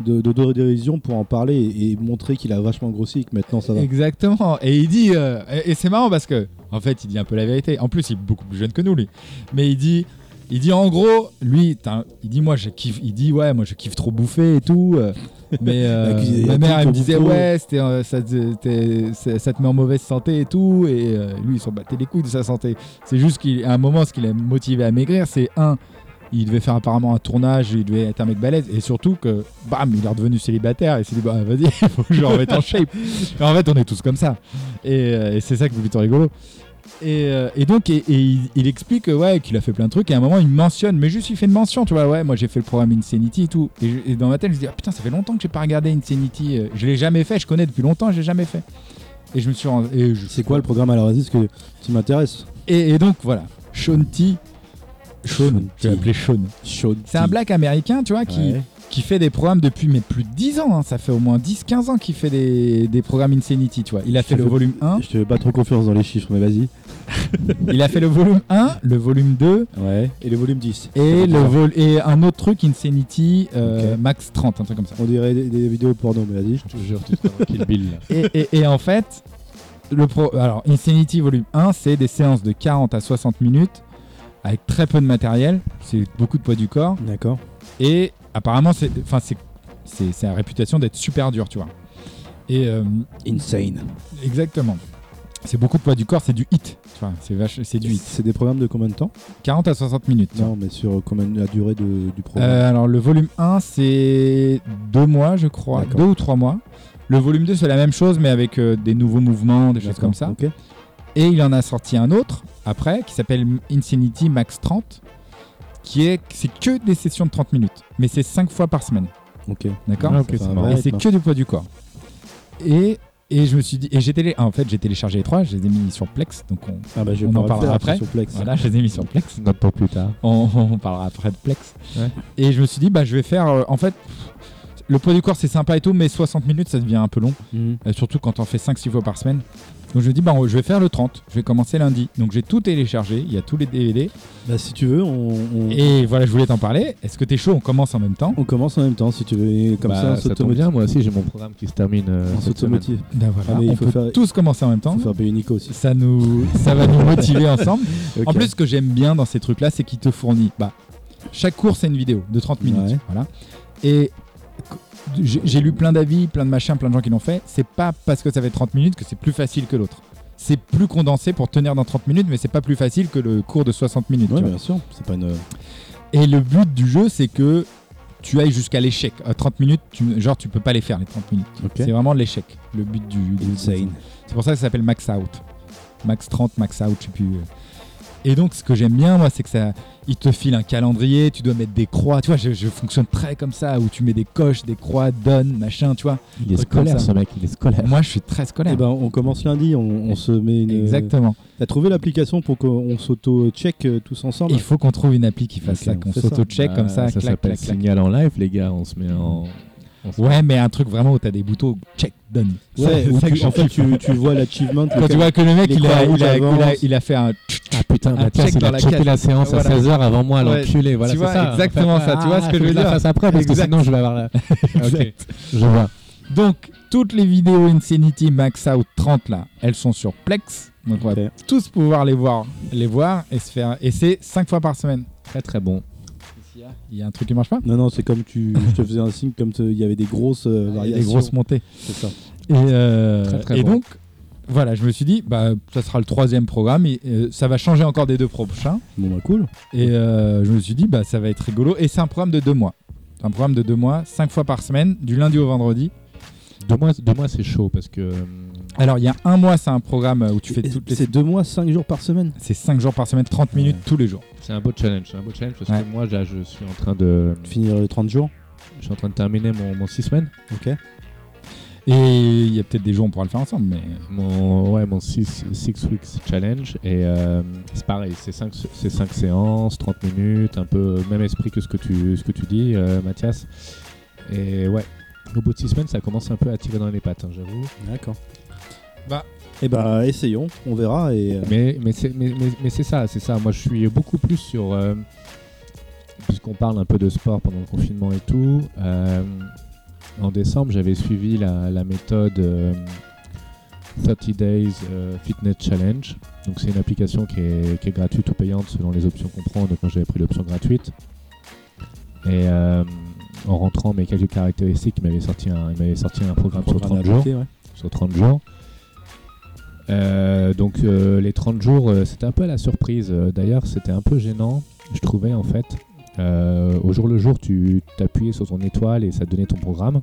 Speaker 2: de, de, de dérision pour en parler et, et montrer qu'il a vachement grossi et que maintenant ça va.
Speaker 1: Exactement. Et il dit, euh, et, et c'est marrant parce que, en fait, il dit un peu la vérité. En plus, il est beaucoup plus jeune que nous, lui. Mais il dit, il dit en gros, lui, t'as- il dit moi, je kiffe. Il dit ouais, moi, je kiffe trop bouffer et tout. euh, mais euh,
Speaker 2: La cuisine-
Speaker 1: ma
Speaker 2: la
Speaker 1: mère, elle
Speaker 2: cuisine
Speaker 1: me disait
Speaker 2: trop
Speaker 1: ouais, c'était, euh, ça, te- t'es- ça- ça te met en mauvaise santé et tout. Et euh, lui, il s'en battait les couilles de sa santé. C'est juste qu'à un moment, ce qui l'a motivé à maigrir, c'est un. Il devait faire apparemment un tournage, il devait être un mec balèze, et surtout que, bam, il est redevenu célibataire, et il s'est dit, bah vas-y, faut que je le remette en shape. Et en fait, on est tous comme ça. Et, euh, et c'est ça qui est plutôt rigolo. Et, euh, et donc, et, et il, il explique euh, ouais, qu'il a fait plein de trucs. Et à un moment, il mentionne, mais juste il fait une mention, tu vois. Ouais, moi j'ai fait le programme Insanity et tout. Et, je- et dans ma tête, je me dis, ah, putain, ça fait longtemps que j'ai pas regardé Insanity. euh, Je l'ai jamais fait, je connais depuis longtemps, je l'ai jamais fait. Et je me suis rendu. et je-
Speaker 2: C'est quoi le programme alors vas-y parce que tu m'intéresses.
Speaker 1: et, et donc, voilà. Sean T. Sean,
Speaker 2: Sean
Speaker 1: je vais
Speaker 2: T.
Speaker 1: l'appeler Sean.
Speaker 2: Chaud.
Speaker 1: C'est un black américain, tu vois, qui, qui fait des programmes depuis mais plus de 10 ans. hein. Ça fait au moins 10-15 ans qu'il fait des, des programmes Insanity, tu vois. Il a
Speaker 2: Je
Speaker 1: fait
Speaker 2: te
Speaker 1: le
Speaker 2: fais-
Speaker 1: volume 1.
Speaker 2: Je te fais pas trop confiance dans les chiffres mais vas-y.
Speaker 1: Il a fait le volume 1, le volume 2
Speaker 2: Ouais. Et le volume 10.
Speaker 1: et, le vol et un autre truc, Insanity euh,
Speaker 2: Ok.
Speaker 1: Max 30, un truc comme ça.
Speaker 2: On dirait des, des vidéos porno mais vas-y.
Speaker 4: Je te jure, tu te prends un Kill Bill là.
Speaker 1: Et, et- et en fait, le pro, alors Insanity volume 1, c'est des séances de 40 à 60 minutes avec très peu de matériel, c'est beaucoup de poids du corps
Speaker 2: D'accord.
Speaker 1: et apparemment c'est enfin c'est c'est c'est la réputation d'être super dur, tu vois. Et euh,
Speaker 2: Insane.
Speaker 1: exactement. C'est beaucoup de poids du corps, c'est du hit, tu vois, c'est vache- c'est du hit.
Speaker 2: C'est des programmes de combien de temps
Speaker 1: 40 à 60 minutes. tu vois.
Speaker 2: Non mais sur euh, combien la durée de- du programme.
Speaker 1: Euh, alors le volume 1 c'est deux mois je crois,
Speaker 2: D'accord.
Speaker 1: deux ou trois mois. Le volume 2 c'est la même chose mais avec euh, des nouveaux mouvements, des choses
Speaker 2: D'accord,
Speaker 1: comme ça.
Speaker 2: Ok.
Speaker 1: Et il en a sorti un autre après qui s'appelle Insanity Max 30 qui est c'est que des sessions de 30 minutes mais c'est 5 fois par semaine,
Speaker 2: Ok.
Speaker 1: d'accord
Speaker 4: Ah, ok,
Speaker 2: Ça,
Speaker 4: c'est
Speaker 2: ça
Speaker 4: marrant.
Speaker 2: va. hein.
Speaker 1: Et c'est
Speaker 2: d'accord.
Speaker 1: que du poids du corps. Et et je me suis dit et j'ai télé ah, en fait, j'ai téléchargé les trois, je les ai mis sur Plex donc on
Speaker 2: Ah bah je
Speaker 1: On
Speaker 2: vais
Speaker 1: en
Speaker 2: pas le
Speaker 1: parlera
Speaker 2: faire,
Speaker 1: après.
Speaker 2: sur Plex.
Speaker 1: voilà, je les ai mis sur Plex.
Speaker 4: Note pour plus tard.
Speaker 1: On, on parlera après de Plex.
Speaker 4: Ouais.
Speaker 1: Et je me suis dit, bah, je vais faire. euh, en fait, le poids du corps, c'est sympa et tout, mais 60 minutes, ça devient un peu long.
Speaker 2: Mhm.
Speaker 1: euh, surtout quand on fait 5-6 fois par semaine. Donc je me dis, bah, je vais faire le 30, je vais commencer lundi. Donc j'ai tout téléchargé, il y a tous les DVD.
Speaker 2: Bah, si tu veux, on, on,
Speaker 1: Et voilà, je voulais t'en parler. Est-ce que t'es chaud On commence en même temps.
Speaker 2: on commence en même temps si tu veux. Et comme
Speaker 4: Bah,
Speaker 2: ça, on
Speaker 4: ça tombe
Speaker 2: s'automotive.
Speaker 4: bien, moi aussi j'ai mon programme qui se termine. euh,
Speaker 2: On
Speaker 4: cette semaine.
Speaker 2: s'automotive.
Speaker 1: Ben voilà,
Speaker 2: Ah, mais il
Speaker 1: on
Speaker 2: faut
Speaker 1: peut
Speaker 2: faire-
Speaker 1: tous commencer en même temps.
Speaker 2: Faut faire payer Nico aussi.
Speaker 1: Ça, nous, ça va nous motiver ensemble. En
Speaker 2: Ok.
Speaker 1: plus, ce que j'aime bien dans ces trucs-là, c'est qu'ils te fournissent. Bah, chaque cours, c'est une vidéo de 30 minutes.
Speaker 2: Ouais.
Speaker 1: Voilà. Et j'ai j'ai lu plein d'avis, plein de machins, plein de gens qui l'ont fait. C'est pas parce que ça fait 30 minutes que c'est plus facile que l'autre. C'est plus condensé pour tenir dans 30 minutes, mais c'est pas plus facile que le cours de 60 minutes.
Speaker 2: Ouais,
Speaker 1: tu vois.
Speaker 2: bien sûr. C'est pas une. euh,
Speaker 1: Et le but du jeu, c'est que tu ailles jusqu'à l'échec. À 30 minutes, tu, genre, tu peux pas les faire, les 30 minutes.
Speaker 2: Ok.
Speaker 1: C'est vraiment l'échec, le but du. du-
Speaker 2: Insane.
Speaker 1: C'est pour ça que ça s'appelle Max Out. Max 30, Max Out, je sais plus. euh. Et donc, ce que j'aime bien, moi, c'est que ça. Il te file un calendrier, tu dois mettre des croix. Tu vois, je, je fonctionne très comme ça, où tu mets des coches, des croix, donne, machin, tu vois.
Speaker 4: Il est
Speaker 1: Truc comme
Speaker 4: scolaire
Speaker 1: ça.
Speaker 4: ce mec, il est scolaire.
Speaker 1: Moi, je suis très scolaire.
Speaker 2: Eh ben, euh, oh, on commence lundi. On, on se met une.
Speaker 1: Exactement.
Speaker 2: T'as trouvé l'application pour qu'on s'auto-check euh, tous ensemble
Speaker 1: Il faut qu'on trouve une appli qui fasse
Speaker 2: Ok,
Speaker 1: ça,
Speaker 2: on
Speaker 1: qu'on
Speaker 2: fait ça.
Speaker 1: s'auto-check comme ça,
Speaker 4: Bah, ça
Speaker 1: clac,
Speaker 4: s'appelle
Speaker 1: clac, clac.
Speaker 4: Signal en live, les gars. On se met en. on se-
Speaker 1: Ouais, mais un truc vraiment où t'as des boutons, check, donne.
Speaker 2: Ouais,
Speaker 1: Ça,
Speaker 2: où
Speaker 1: ça
Speaker 2: tu-
Speaker 1: que je
Speaker 2: en fait,
Speaker 1: kiffe.
Speaker 2: tu, tu vois l'achievement.
Speaker 1: Quand tu vois que le mec,
Speaker 2: les
Speaker 1: il a,
Speaker 2: croix
Speaker 1: il, a, il,
Speaker 2: rouges
Speaker 1: a,
Speaker 2: avancent.
Speaker 1: il a fait un.
Speaker 4: Ah putain,
Speaker 1: Un
Speaker 4: Mathias,
Speaker 1: check
Speaker 4: il
Speaker 1: dans
Speaker 4: a
Speaker 1: la
Speaker 4: checké
Speaker 1: case.
Speaker 4: la séance
Speaker 1: Voilà.
Speaker 4: à 16h avant moi,
Speaker 1: Ouais.
Speaker 4: l'enculé. Voilà,
Speaker 1: Tu vois,
Speaker 4: c'est ça. Ah,
Speaker 1: exactement ça, tu vois ce que ah, je veux
Speaker 4: je
Speaker 1: dire
Speaker 4: fasse après, parce que
Speaker 1: Exact.
Speaker 4: sinon je vais avoir la. ok,
Speaker 1: Exact.
Speaker 4: je vois.
Speaker 1: Donc, toutes les vidéos Insanity Max Out 30 là, elles sont sur Plex. Donc, on va
Speaker 2: Ok.
Speaker 1: tous pouvoir les voir, les voir et se faire. Et c'est 5 fois par semaine.
Speaker 4: Très très bon.
Speaker 1: Il y a un truc qui marche pas
Speaker 2: Non, non, c'est comme tu. Je te faisais un signe, comme te- il y avait des grosses
Speaker 1: Il y
Speaker 2: euh,
Speaker 1: a
Speaker 2: variations.
Speaker 1: des grosses montées.
Speaker 2: C'est ça.
Speaker 1: Et, euh,
Speaker 4: Très, très
Speaker 1: et
Speaker 4: bon.
Speaker 1: donc, voilà, je me suis dit, bah, ça sera le troisième programme. et, euh, ça va changer encore des deux prochains.
Speaker 2: Bon, bah cool.
Speaker 1: Et euh, je me suis dit, bah, ça va être rigolo. Et c'est un programme de deux mois. C'est un programme de deux mois, cinq fois par semaine, du lundi au vendredi.
Speaker 4: Deux mois, deux mois c'est chaud parce que. euh,
Speaker 1: Alors, il y a un mois, c'est un programme euh, où tu fais
Speaker 2: Et-
Speaker 1: toutes les.
Speaker 2: C'est deux mois, cinq jours par semaine.
Speaker 1: C'est 5 jours par semaine, 30 minutes
Speaker 2: Ouais.
Speaker 1: tous les jours.
Speaker 4: C'est un beau challenge, c'est un beau challenge parce
Speaker 1: Ouais.
Speaker 4: que moi là je suis en train de.
Speaker 2: Finir les 30 jours.
Speaker 4: Je suis en train de terminer mon, mon six semaines.
Speaker 2: Ok.
Speaker 1: Et il y a peut-être des jours où on pourra le faire ensemble, mais
Speaker 4: Mon, ouais, mon 6 weeks challenge. Et euh, c'est pareil, c'est 5 c'est cinq séances, 30 minutes, un peu même esprit que ce que tu, ce que tu dis, euh, Mathias. Et ouais, au bout de 6 semaines, ça commence un peu à tirer dans les pattes, hein, j'avoue.
Speaker 2: D'accord.
Speaker 1: Bah.
Speaker 2: Eh bah, essayons. On verra. Et. euh,
Speaker 4: Mais, mais c'est mais, mais- mais c'est ça, c'est ça. Moi, je suis beaucoup plus sur. euh, Puisqu'on parle un peu de sport pendant le confinement et tout. euh, en décembre, j'avais suivi la, la méthode euh, 30 Days euh, Fitness Challenge. Donc, c'est une application qui est, qui est gratuite ou payante selon les options qu'on prend. Donc, moi, j'avais pris l'option gratuite. Et euh, en rentrant mes quelques caractéristiques, il m'avait sorti, un- il m'avait sorti un programme sur 30 jours
Speaker 2: adapté, ouais.
Speaker 4: sur 30 jours. Euh, donc euh, les 30 jours, euh, c'était un peu à la surprise. Euh, D'ailleurs, c'était un peu gênant, je trouvais en fait. Euh, au jour le jour, tu t'appuyais sur ton étoile et ça te donnait ton programme.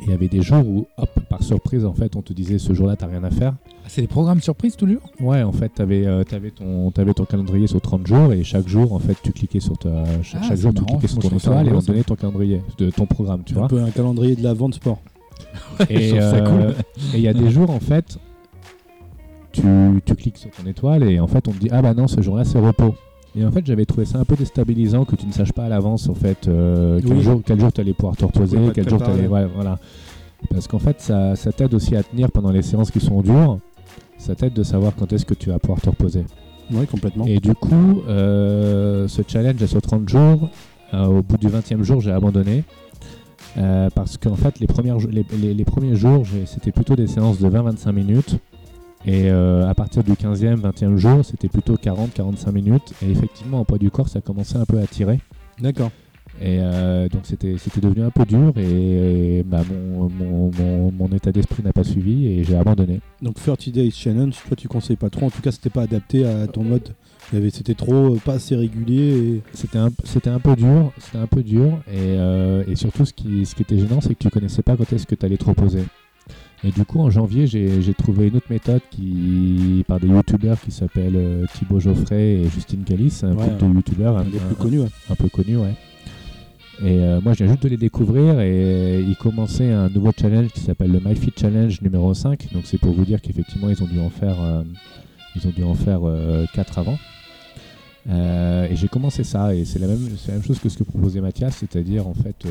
Speaker 4: Et Il y avait des jours où, hop, par surprise, en fait, on te disait ce jour-là, t'as rien à faire.
Speaker 1: Ah, c'est des programmes surprises tous les jours.
Speaker 4: Ouais, en fait, t'avais euh, t'avais ton, t'avais ton calendrier sur 30 jours et chaque jour, en fait, tu cliquais sur ta. Chaque,
Speaker 1: Ah,
Speaker 4: chaque
Speaker 1: c'est
Speaker 4: jour, tu
Speaker 1: marrant.
Speaker 4: cliquais sur
Speaker 1: Moi, je
Speaker 4: ton
Speaker 1: trouve ça
Speaker 4: étoile et on
Speaker 1: rigolo,
Speaker 4: te donnait ton calendrier, de ton programme, tu
Speaker 2: Un
Speaker 4: vois.
Speaker 2: peu un calendrier de la vente sport.
Speaker 1: Je trouve
Speaker 4: Et
Speaker 1: ça
Speaker 4: euh,
Speaker 1: cool.
Speaker 4: et il y a des jours, en fait, tu, tu cliques sur ton étoile et en fait, on te dit Ah bah non, ce jour-là, c'est repos. Et en fait, j'avais trouvé ça un peu déstabilisant que tu ne saches pas à l'avance, en fait, euh, quel,
Speaker 2: Oui.
Speaker 4: jour, quel jour tu allais pouvoir te reposer,
Speaker 2: Oui, pas te
Speaker 4: quel jour tu
Speaker 2: préparer.
Speaker 4: allais. ouais, voilà. Parce qu'en fait, ça, ça t'aide aussi à tenir pendant les séances qui sont dures. Ça t'aide de savoir quand est-ce que tu vas pouvoir te reposer.
Speaker 2: Ouais, complètement.
Speaker 4: Et du coup, euh, ce challenge est sur 30 jours. Euh, au bout du 20e jour, j'ai abandonné. Euh, parce qu'en fait, les, premières, jo- les, les- les premiers jours, j'ai- c'était plutôt des séances de 20-25 minutes. Et euh, à partir du 15e, 20e jour, c'était plutôt 40-45 minutes. Et effectivement, en poids du corps, ça commençait un peu à tirer.
Speaker 2: D'accord.
Speaker 4: Et euh, donc, c'était c'était devenu un peu dur. Et, bah, mon, mon- mon- mon état d'esprit n'a pas suivi et j'ai abandonné.
Speaker 2: Donc 30 Days Challenge, toi tu conseilles pas trop, en tout cas c'était pas adapté à ton mode. Il y avait- C'était trop euh, pas assez régulier et
Speaker 4: C'était un, c'était un peu dur, c'était un peu dur, et, euh, et surtout ce qui, ce qui était gênant, c'est que tu connaissais pas quand est-ce que tu allais te reposer. Et du coup, en janvier, j'ai j'ai trouvé une autre méthode qui, par des youtubeurs qui s'appellent euh, Thibaut Geoffrey et Justine Galis, un
Speaker 2: Ouais,
Speaker 4: groupe de youtubeurs,
Speaker 2: un
Speaker 4: un,
Speaker 2: des plus
Speaker 4: un-
Speaker 2: connus. ouais.
Speaker 4: un peu connu, ouais. Et euh, moi, je viens juste de les découvrir et ils commençaient un nouveau challenge qui s'appelle le MyFit Challenge numéro 5. Donc, c'est pour vous dire qu'effectivement, ils ont dû en faire, euh, ils ont dû en faire 4 avant. Euh, et j'ai commencé ça et c'est la, même- c'est la même chose que ce que proposait euh, Mathias, c'est-à-dire en fait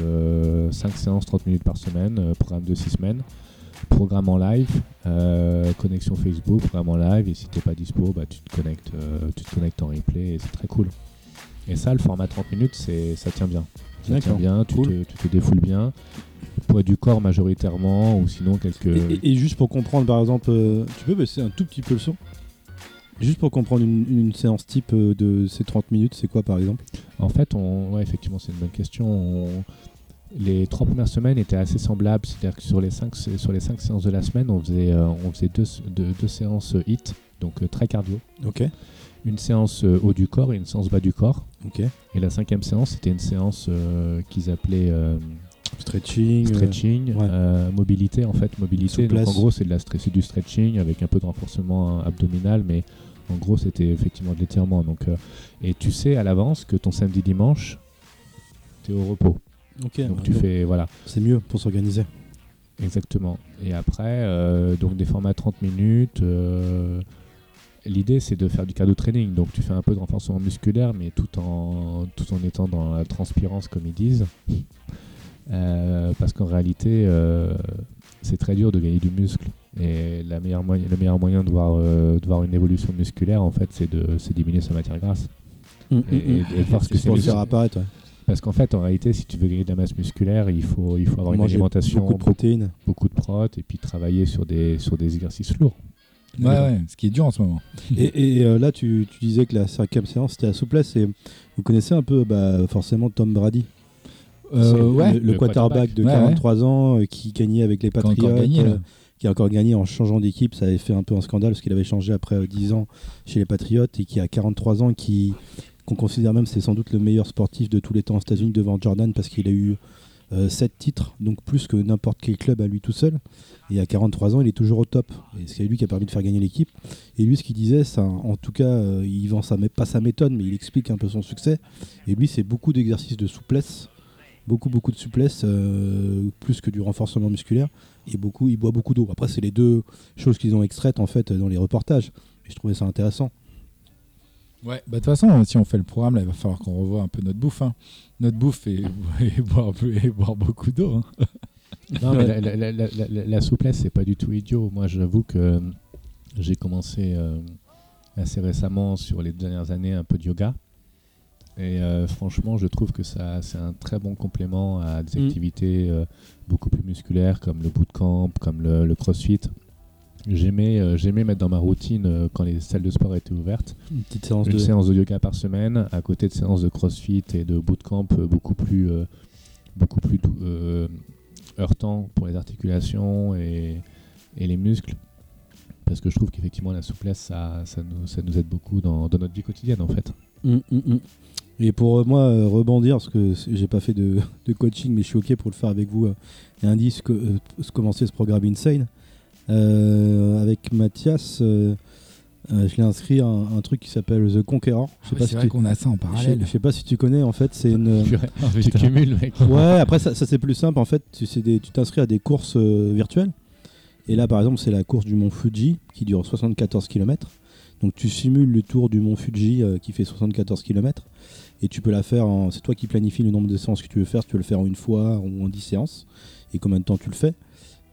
Speaker 4: 5 séances 30 minutes par semaine, euh, programme de 6 semaines. programme en live, euh, connexion Facebook, programme en live. Et si t'es pas dispo, bah, tu, te connectes, euh, tu te connectes en replay et c'est très cool. Et ça, le format 30 minutes, c'est, ça tient bien. Ça tient
Speaker 2: D'accord,
Speaker 4: bien, tu,
Speaker 2: cool.
Speaker 4: te, tu te défoules bien. Poids du corps majoritairement, ou sinon quelques.
Speaker 2: Et, et- et juste pour comprendre, par exemple, euh, tu peux baisser un tout petit peu le son Juste pour comprendre une, une séance type euh, de ces 30 minutes, c'est quoi par exemple
Speaker 4: En fait, on... ouais, effectivement, c'est une bonne question. On- Les trois premières semaines étaient assez semblables, c'est-à-dire que sur les cinq, sé- sur les cinq séances de la semaine, on faisait, euh, on faisait deux, s- deux- deux séances euh, HIT, donc euh, très cardio.
Speaker 2: Ok.
Speaker 4: Une séance euh, haut du corps et une séance bas du corps.
Speaker 2: Ok.
Speaker 4: Et la cinquième séance, c'était une séance euh, qu'ils appelaient euh,
Speaker 2: Stretching. euh,
Speaker 4: stretching,
Speaker 2: ouais.
Speaker 4: euh, mobilité en fait, mobilité. Donc
Speaker 2: Souplesse.
Speaker 4: en gros, c'est de la stre- c'est du stretching avec un peu de renforcement abdominal, mais en gros, c'était effectivement de l'étirement. Donc, euh, et tu sais à l'avance que ton samedi dimanche, t'es au repos.
Speaker 2: ok,
Speaker 4: Donc
Speaker 2: ouais,
Speaker 4: tu
Speaker 2: donc
Speaker 4: fais voilà,
Speaker 2: C'est mieux pour s'organiser.
Speaker 4: exactement. Et après, euh, donc des formats 30 minutes. euh, L'idée, c'est de faire du cardio training. Donc, tu fais un peu de renforcement musculaire, mais tout en, tout en étant dans la transpirance, comme ils disent. Euh, parce qu'en réalité, euh, c'est très dur de gagner du muscle. Et la meilleure moyen, le meilleur moyen de voir, euh, de voir une évolution musculaire, en fait, c'est de c'est diminuer sa matière grasse.
Speaker 2: Mm,
Speaker 4: Et, et- et voir ce que
Speaker 2: C'est
Speaker 4: c'est
Speaker 2: pour le
Speaker 4: muscle.
Speaker 2: faire apparaître. ouais.
Speaker 4: Parce qu'en fait, en réalité, si tu veux gagner de la masse musculaire, il faut, il faut avoir une
Speaker 2: Manger
Speaker 4: alimentation
Speaker 2: beaucoup de protéines.
Speaker 4: beaucoup de prot et puis travailler sur des, sur des exercices lourds.
Speaker 1: Ouais, ouais, ce qui est dur en ce moment.
Speaker 2: et et, euh, là, tu, tu disais que la cinquième séance, c'était la souplesse. Et vous connaissez un peu bah, forcément Tom Brady C'est le-
Speaker 1: ouais,
Speaker 2: Euh, le,
Speaker 4: Le
Speaker 2: quarterback
Speaker 4: quarterback.
Speaker 2: de
Speaker 1: Ouais, ouais.
Speaker 2: 43 ans euh, qui gagnait avec les
Speaker 1: quand
Speaker 2: Patriots.
Speaker 1: encore gagné,
Speaker 2: euh,
Speaker 1: là.
Speaker 2: qui a encore gagné en changeant d'équipe. Ça avait fait un peu un scandale parce qu'il avait changé après euh, 10 ans chez les Patriots et qui a 43 ans, qui qu'on considère même c'est sans doute le meilleur sportif de tous les temps aux États-Unis devant Jordan parce qu'il a eu 7 titres, donc plus que n'importe quel club à lui tout seul. Et à 43 ans, il est toujours au top. Et c'est lui qui a permis de faire gagner l'équipe. Et lui, ce qu'il disait, ça, en tout cas, euh, il vend sa mé- pas sa méthode, mais il explique un peu son succès. Et lui, c'est beaucoup d'exercices de souplesse, beaucoup beaucoup de souplesse, euh, plus que du renforcement musculaire. Et beaucoup, il boit beaucoup d'eau. Après, c'est les deux choses qu'ils ont extraites en fait dans les reportages. Et je trouvais ça intéressant.
Speaker 1: Ouais, bah de toute façon, si on fait le programme, là, il va falloir qu'on revoie un peu notre bouffe. hein. Notre bouffe et, et boire, et boire beaucoup d'eau. hein.
Speaker 4: Non, mais la, la- la- la- la- la- la souplesse, c'est pas du tout idiot. Moi, j'avoue que euh, j'ai commencé euh, assez récemment sur les dernières années un peu de yoga. Et euh, franchement, je trouve que ça c'est un très bon complément à des
Speaker 2: Mm.
Speaker 4: activités euh, beaucoup plus musculaires comme le bootcamp, comme le, le crossfit. J'aimais euh, j'aimais mettre dans ma routine euh, quand les salles de sport étaient ouvertes
Speaker 2: Une petite séance
Speaker 4: une
Speaker 2: de.
Speaker 4: séance de yoga par semaine, à côté de séances de crossfit et de bootcamp euh, beaucoup plus, euh, beaucoup plus dou- euh, heurtant pour les articulations et, et les muscles. Parce que je trouve qu'effectivement, la souplesse, ça, ça, nous, ça nous aide beaucoup dans, dans notre vie quotidienne, en fait.
Speaker 2: Mm, mm, mm. Et pour euh, moi euh, rebondir, parce que c- j'ai pas fait de, de coaching, mais je suis ok pour le faire avec vous. euh, lundi, ce que- euh, ce- commencer ce programme Insane Euh, avec Mathias. euh, euh, je l'ai inscrit à un, un truc qui s'appelle The Conqueror. Je sais pas si
Speaker 1: Ah c'est vrai
Speaker 2: tu-
Speaker 1: qu'on a ça en
Speaker 2: je sais-
Speaker 1: parallèle.
Speaker 2: je sais pas si tu connais. En fait, c'est une euh,
Speaker 4: Tu, tu
Speaker 1: putain.
Speaker 4: cumules, mec.
Speaker 2: Ouais, après ça, ça, c'est plus simple en fait. Tu c'est des- tu t'inscris à des courses euh, virtuelles. Et là par exemple c'est la course du mont Fuji qui dure 74 km. Donc tu simules le tour du mont Fuji euh, qui fait 74 km. Et tu peux la faire en... C'est toi qui planifie le nombre de séances que tu veux faire. Si tu veux le faire en une fois ou en 10 séances. Et combien de temps tu le fais.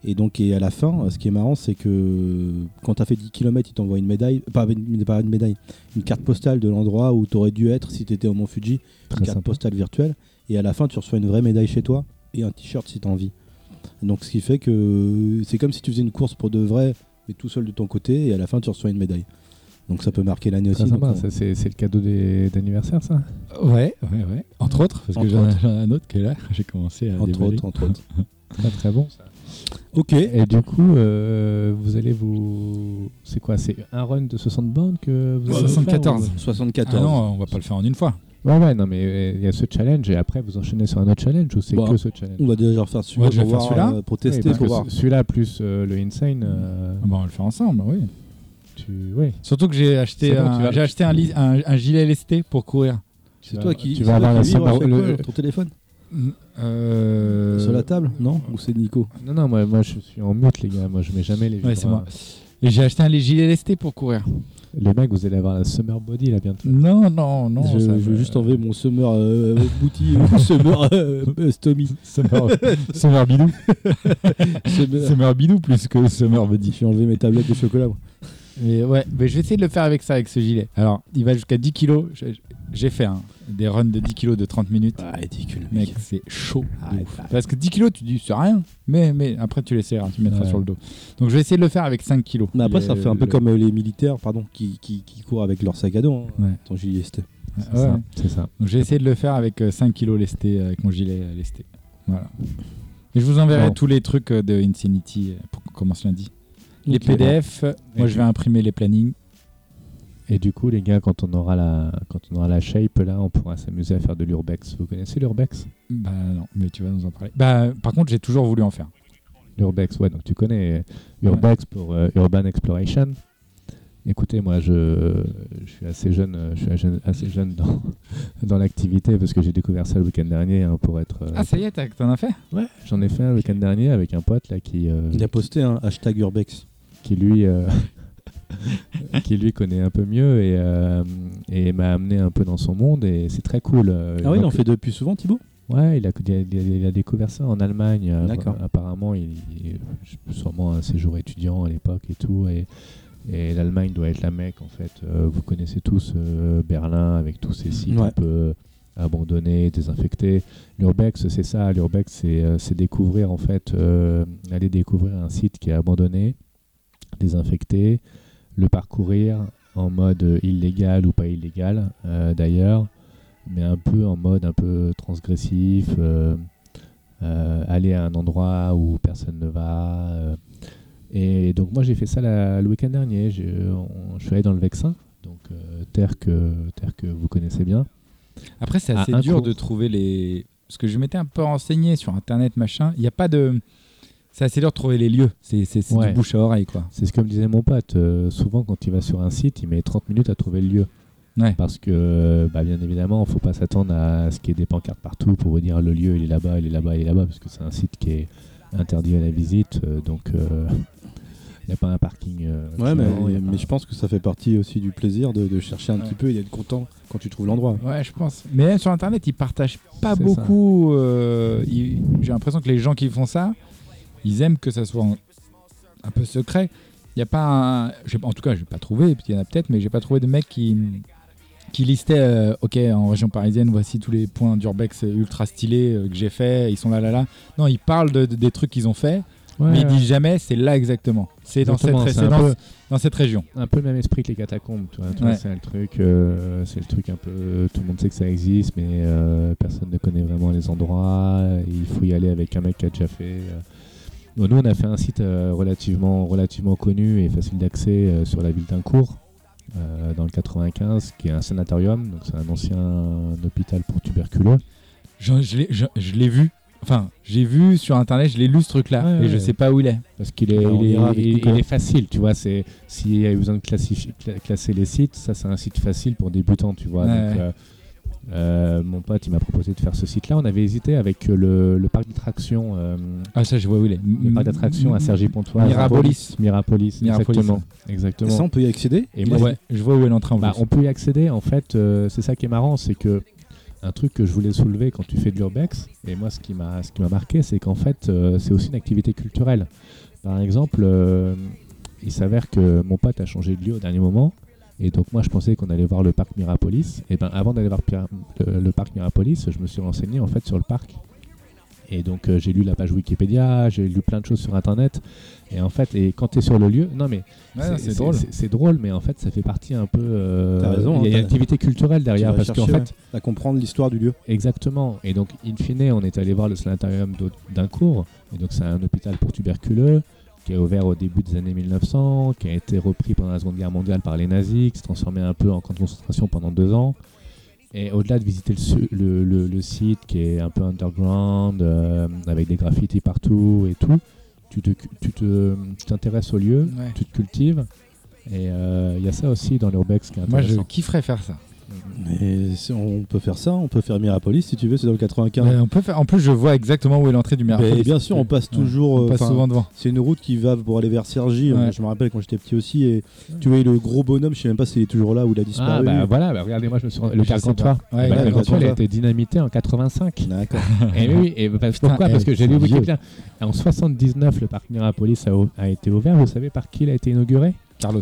Speaker 2: Et donc et à la fin, euh, ce qui est marrant c'est que quand tu as fait 10 km ils t'envoient une médaille. Pas une, pas une médaille. Une carte postale de l'endroit où tu aurais dû être si tu étais au mont Fuji une
Speaker 4: Très
Speaker 2: carte
Speaker 4: sympa.
Speaker 2: postale virtuelle et à la fin tu reçois une vraie médaille chez toi et un t-shirt si t'as envie. Donc ce qui fait que c'est comme si tu faisais une course pour de vrai mais tout seul de ton côté et à la fin tu reçois une médaille. Donc ça peut marquer l'année
Speaker 4: Très
Speaker 2: aussi.
Speaker 4: sympa.
Speaker 2: donc,
Speaker 4: Ça, C'est c'est le cadeau des- d'anniversaire, ça
Speaker 1: Ouais, ouais, ouais. Entre autres, parce
Speaker 2: Entre
Speaker 1: que j'en ai j'en ai un autre qui est là. J'ai commencé à
Speaker 2: on- euh, entre
Speaker 1: déballer.
Speaker 2: autres, entre autres.
Speaker 4: Très, très bon, ça.
Speaker 2: Ok.
Speaker 4: Et du coup, euh, vous allez vous... C'est quoi C'est un run de 60 bandes que vous allez faire,
Speaker 1: 74.
Speaker 4: ou-
Speaker 2: 74.
Speaker 1: Ah non, on va pas le faire en une fois.
Speaker 4: Ouais, ouais, non, mais euh, il y a ce challenge et après vous enchaînez sur un autre challenge ou c'est
Speaker 2: Bah,
Speaker 4: que ce challenge
Speaker 2: On va déjà refaire celui-là
Speaker 1: Ouais, je vais
Speaker 2: pour,
Speaker 1: faire
Speaker 2: voir,
Speaker 1: celui-là.
Speaker 2: euh, pour
Speaker 4: Oui,
Speaker 2: tester,
Speaker 4: parce
Speaker 2: pour
Speaker 4: que
Speaker 2: voir. Mm.
Speaker 4: ce- Celui-là plus euh, le insane, euh,
Speaker 1: Ah bah, on va le faire ensemble, oui.
Speaker 4: tu. Ouais.
Speaker 1: Surtout que j'ai acheté,
Speaker 4: C'est bon, tu
Speaker 1: un,
Speaker 4: vas-
Speaker 1: j'ai acheté un, lis- un- un gilet lesté pour courir.
Speaker 4: tu
Speaker 2: C'est
Speaker 4: vas-
Speaker 2: toi qui
Speaker 4: tu
Speaker 2: c'est
Speaker 4: vas
Speaker 2: toi
Speaker 4: avoir
Speaker 2: qui livre
Speaker 4: la
Speaker 2: à
Speaker 4: sympa-
Speaker 2: chaque fois
Speaker 4: le- Euh,
Speaker 2: ton téléphone
Speaker 1: Euh,
Speaker 2: sur la table, non Ou c'est Nico
Speaker 4: Non, non, moi, moi je suis en mute, les gars, moi je mets jamais les
Speaker 1: Ouais, c'est
Speaker 4: vibrations.
Speaker 1: moi. Et J'ai acheté un léger LST pour courir.
Speaker 4: Les mecs, vous allez avoir la summer body là bientôt.
Speaker 1: Non, non, non.
Speaker 2: je,
Speaker 1: ça
Speaker 2: je
Speaker 1: me-
Speaker 2: veux juste enlever mon summer euh, booty, mon summer euh, euh, stommy.
Speaker 4: Summer, summer bidou.
Speaker 2: Summer-
Speaker 1: Summer Bidou plus que Summer Body.
Speaker 2: J'ai enlevé mes tablettes de chocolat. moi.
Speaker 1: Mais ouais, mais je vais essayer de le faire avec ça, avec ce gilet. Alors, il va jusqu'à 10 kilos. J'ai- J'ai fait hein, des runs de 10 kilos de 30 minutes.
Speaker 2: Ah, ridicule, Ah,
Speaker 1: Mec, c'est chaud. de
Speaker 2: Arrête,
Speaker 1: ouf.
Speaker 2: arrête.
Speaker 1: Parce que 10 kilos, tu dis, c'est rien. Mais, mais après, tu l'essaieras, tu mettras
Speaker 4: Ouais.
Speaker 1: sur le dos. Donc, je vais essayer de le faire avec 5 kilos.
Speaker 2: Mais après, ça
Speaker 1: Le-
Speaker 2: fait un peu
Speaker 1: le-
Speaker 2: comme euh, les militaires pardon, qui, qui, qui courent avec leur sac à dos. Hein.
Speaker 1: Ouais.
Speaker 2: Ton gilet ST.
Speaker 4: C'est
Speaker 1: Ouais.
Speaker 4: ça, c'est ça.
Speaker 1: Donc, j'ai essayé de le faire avec euh, 5 kilos lesté, avec mon gilet euh, lesté. Voilà. Et je vous enverrai
Speaker 4: Bon.
Speaker 1: tous les trucs euh, de Insanity euh, pour qu'on commence lundi. Les
Speaker 4: Ok.
Speaker 1: PDF, euh, moi
Speaker 4: Et
Speaker 1: je vais imprimer les plannings.
Speaker 4: Et du coup, les gars, quand on aura la, quand on aura la shape, là, on pourra s'amuser à faire de l'urbex. Vous connaissez l'urbex
Speaker 1: Bah non, mais tu vas nous en parler. Bah par contre, j'ai toujours voulu en faire.
Speaker 4: L'urbex, ouais, donc tu connais euh, Urbex pour euh, Urban Exploration. Écoutez, moi, je, je suis assez jeune, euh, je suis jeune- assez jeune dans, dans l'activité parce que j'ai découvert ça le week-end dernier hein, pour être. euh,
Speaker 1: Ah ça y est, t'as- t'en as fait
Speaker 4: ouais, j'en ai fait un le week-end dernier avec un pote là qui, euh,
Speaker 2: Il a posté un hashtag Urbex.
Speaker 4: qui lui euh, qui lui connaît un peu mieux et, euh, et m'a amené un peu dans son monde et c'est très cool. euh,
Speaker 2: Ah oui, il en
Speaker 4: donc,
Speaker 2: fait depuis souvent, Thibaut
Speaker 4: Ouais, il a, il a- il a- il a découvert ça en Allemagne. Euh,
Speaker 2: D'accord.
Speaker 4: Apparemment, il, il- sûrement un séjour étudiant à l'époque et tout. Et, et l'Allemagne doit être la mecque en fait. Euh, vous connaissez tous euh, Berlin avec tous ces sites
Speaker 2: Ouais.
Speaker 4: un peu abandonnés, désinfectés. L'urbex, c'est ça. L'urbex, c'est euh, c'est découvrir en fait, euh, aller découvrir un site qui est abandonné, désinfecté, le parcourir en mode illégal ou pas illégal euh, d'ailleurs mais un peu en mode un peu transgressif, euh, euh, aller à un endroit où personne ne va. euh. Et donc moi j'ai fait ça la- le week-end dernier, je, on- je suis allé dans le Vexin, donc euh, terre, que, terre que vous connaissez bien.
Speaker 1: Après, c'est
Speaker 4: Ah,
Speaker 1: assez
Speaker 4: un
Speaker 1: dur
Speaker 4: cours.
Speaker 1: de trouver les. Parce que je m'étais un peu renseigné sur internet, machin. Il n'y a pas de. C'est assez dur de trouver les lieux. C'est c'est- c'est
Speaker 4: Ouais.
Speaker 1: du bouche à oreille, quoi.
Speaker 4: C'est ce que me disait mon pote, euh, souvent quand il va sur un site, il met 30 minutes à trouver le lieu.
Speaker 1: Ouais.
Speaker 4: Parce que, bah, bien évidemment, faut pas s'attendre à ce qu'il y ait des pancartes partout pour vous dire le lieu, il est là-bas, il est là-bas, il est là-bas, parce que c'est un site qui est interdit à la visite, euh, donc euh, il n'y a pas un parking. euh,
Speaker 2: Ouais, mais,
Speaker 4: client, il y a pas
Speaker 2: mais
Speaker 4: un-
Speaker 2: je pense que ça fait partie aussi du plaisir de, de chercher un
Speaker 1: Ouais.
Speaker 2: petit peu et d'être content quand tu trouves l'endroit.
Speaker 1: Ouais, je pense. Mais même sur internet, ils partagent pas
Speaker 4: C'est
Speaker 1: beaucoup. euh, ils- J'ai l'impression que les gens qui font ça, ils aiment que ça soit en- un peu secret. Il n'y a pas un- j'ai- En tout cas, je n'ai pas trouvé, il y en a peut-être, mais j'ai pas trouvé de mec qui. Qui listait, euh, ok, en région parisienne, voici tous les points d'urbex ultra stylés euh, que j'ai fait, ils sont là, là, là. Non, ils parlent de- de- des trucs qu'ils ont fait,
Speaker 4: Ouais,
Speaker 1: mais ils
Speaker 4: ouais.
Speaker 1: disent jamais c'est là exactement. C'est dans cette,
Speaker 4: Exactement,
Speaker 1: ré-
Speaker 4: c'est
Speaker 1: c'est
Speaker 4: un
Speaker 1: dans,
Speaker 4: peu-
Speaker 1: dans cette région.
Speaker 4: un peu le même esprit que les catacombes, tu vois, tu vois,
Speaker 1: Ouais.
Speaker 4: c'est le truc, euh, c'est le truc un peu, tout le monde sait que ça existe, mais euh, personne ne connaît vraiment les endroits, il faut y aller avec un mec qui a déjà fait. euh. Bon, nous, on a fait un site euh, relativement, relativement connu et facile d'accès euh, sur la ville d'Incourt, euh, dans le 95, qui est un sanatorium, donc c'est un ancien hôpital pour tuberculeux.
Speaker 1: Je, je l'ai- je- je l'ai vu. Enfin, j'ai vu sur internet, je l'ai lu ce truc-là,
Speaker 4: Ouais,
Speaker 1: et je
Speaker 4: ouais.
Speaker 1: sais pas où il est.
Speaker 4: Parce qu'il est,
Speaker 1: Bah,
Speaker 2: Alors, on
Speaker 4: il est-
Speaker 2: ira avec
Speaker 4: il-
Speaker 2: Nicolas.
Speaker 4: il est facile, tu vois. C'est s'il y a eu besoin de classifi- cla- classer les sites, ça c'est un site facile pour débutants, tu vois.
Speaker 1: Ouais,
Speaker 4: Donc,
Speaker 1: ouais.
Speaker 4: euh, euh, mon pote, il m'a proposé de faire ce site-là. On avait hésité avec euh, le, le parc d'attractions, euh,
Speaker 1: Ah, ça, je vois où il est.
Speaker 4: le parc d'attractions
Speaker 1: mm,
Speaker 4: à Sergi-Pontoise.
Speaker 1: Mirapolis.
Speaker 4: Mirapolis,
Speaker 1: Mirapolis.
Speaker 4: exactement,
Speaker 2: Et ça,
Speaker 4: exactement.
Speaker 2: on peut y accéder
Speaker 4: Et moi,
Speaker 1: Ouais, je vois où est l'entrée en
Speaker 4: bah,
Speaker 1: plus.
Speaker 4: on peut y accéder, en fait, euh, c'est ça qui est marrant, c'est que un truc que je voulais soulever quand tu fais de l'urbex, et moi ce qui m'a ce qui m'a marqué, c'est qu'en fait euh, c'est aussi une activité culturelle. Par exemple, euh, il s'avère que mon pote a changé de lieu au dernier moment, et donc moi je pensais qu'on allait voir le parc Mirapolis. Et ben avant d'aller voir Pira- le, le parc Mirapolis, je me suis renseigné en fait sur le parc. Et donc euh, j'ai lu la page Wikipédia, j'ai lu plein de choses sur internet. Et en fait, et quand tu es sur le lieu, non mais
Speaker 1: Ouais, c'est drôle.
Speaker 4: c'est- C'est drôle, mais en fait, ça fait partie un peu. euh,
Speaker 2: T'as raison, hein,
Speaker 4: Il y a une
Speaker 2: t'as-
Speaker 4: activité culturelle derrière,
Speaker 2: Tu vas
Speaker 4: parce qu'en
Speaker 2: chercher,
Speaker 4: fait,
Speaker 2: À comprendre l'histoire du lieu.
Speaker 4: exactement. Et donc, in fine, on est allé voir le sanatorium d'au- d'un cours. Et donc, c'est un hôpital pour tuberculeux qui a ouvert au début des années 1900, qui a été repris pendant la Seconde Guerre mondiale par les nazis, qui s'est transformé un peu en camp de concentration pendant deux ans. Et au-delà de visiter le, su- le, le- le site qui est un peu underground, euh, avec des graffitis partout et tout, tu te cu- tu te- tu t'intéresses au lieu,
Speaker 1: Ouais.
Speaker 4: tu te cultives. Et euh, il y a ça aussi dans l'urbex qui est
Speaker 1: Moi, je
Speaker 4: intéressant.
Speaker 1: kifferais faire ça.
Speaker 2: Et c'est- on peut faire ça, on peut faire Mirapolis si tu veux, c'est dans le 95.
Speaker 1: Ouais, on peut faire... En plus, je vois exactement où est l'entrée du
Speaker 2: Mais
Speaker 1: Mirapolis.
Speaker 2: bien sûr, on passe toujours.
Speaker 1: On
Speaker 2: euh,
Speaker 1: passe
Speaker 2: enfin,
Speaker 1: souvent devant.
Speaker 2: C'est une route qui va pour aller vers Cergy. hein,
Speaker 1: Ouais.
Speaker 2: Je me rappelle quand j'étais petit aussi. Et tu vois le gros bonhomme, je sais même pas s'il est toujours là ou il a
Speaker 4: Ah,
Speaker 2: disparu.
Speaker 4: bah voilà, bah, regardez, moi je me suis rendu- Le
Speaker 1: Je sais
Speaker 4: Carcantois.
Speaker 1: pas. Ah, Ouais,
Speaker 4: Bah,
Speaker 2: ouais,
Speaker 4: le Carcantois, il a
Speaker 2: Carcantois.
Speaker 4: été dynamité en 85.
Speaker 2: D'accord.
Speaker 4: et oui, oui, et bah, pourquoi
Speaker 1: eh,
Speaker 4: Parce que j'ai lu
Speaker 2: c'est
Speaker 4: Wikipédia. En 79, le parc Mirapolis a, o- a été ouvert. Vous savez par qui il a été inauguré
Speaker 1: Carlos.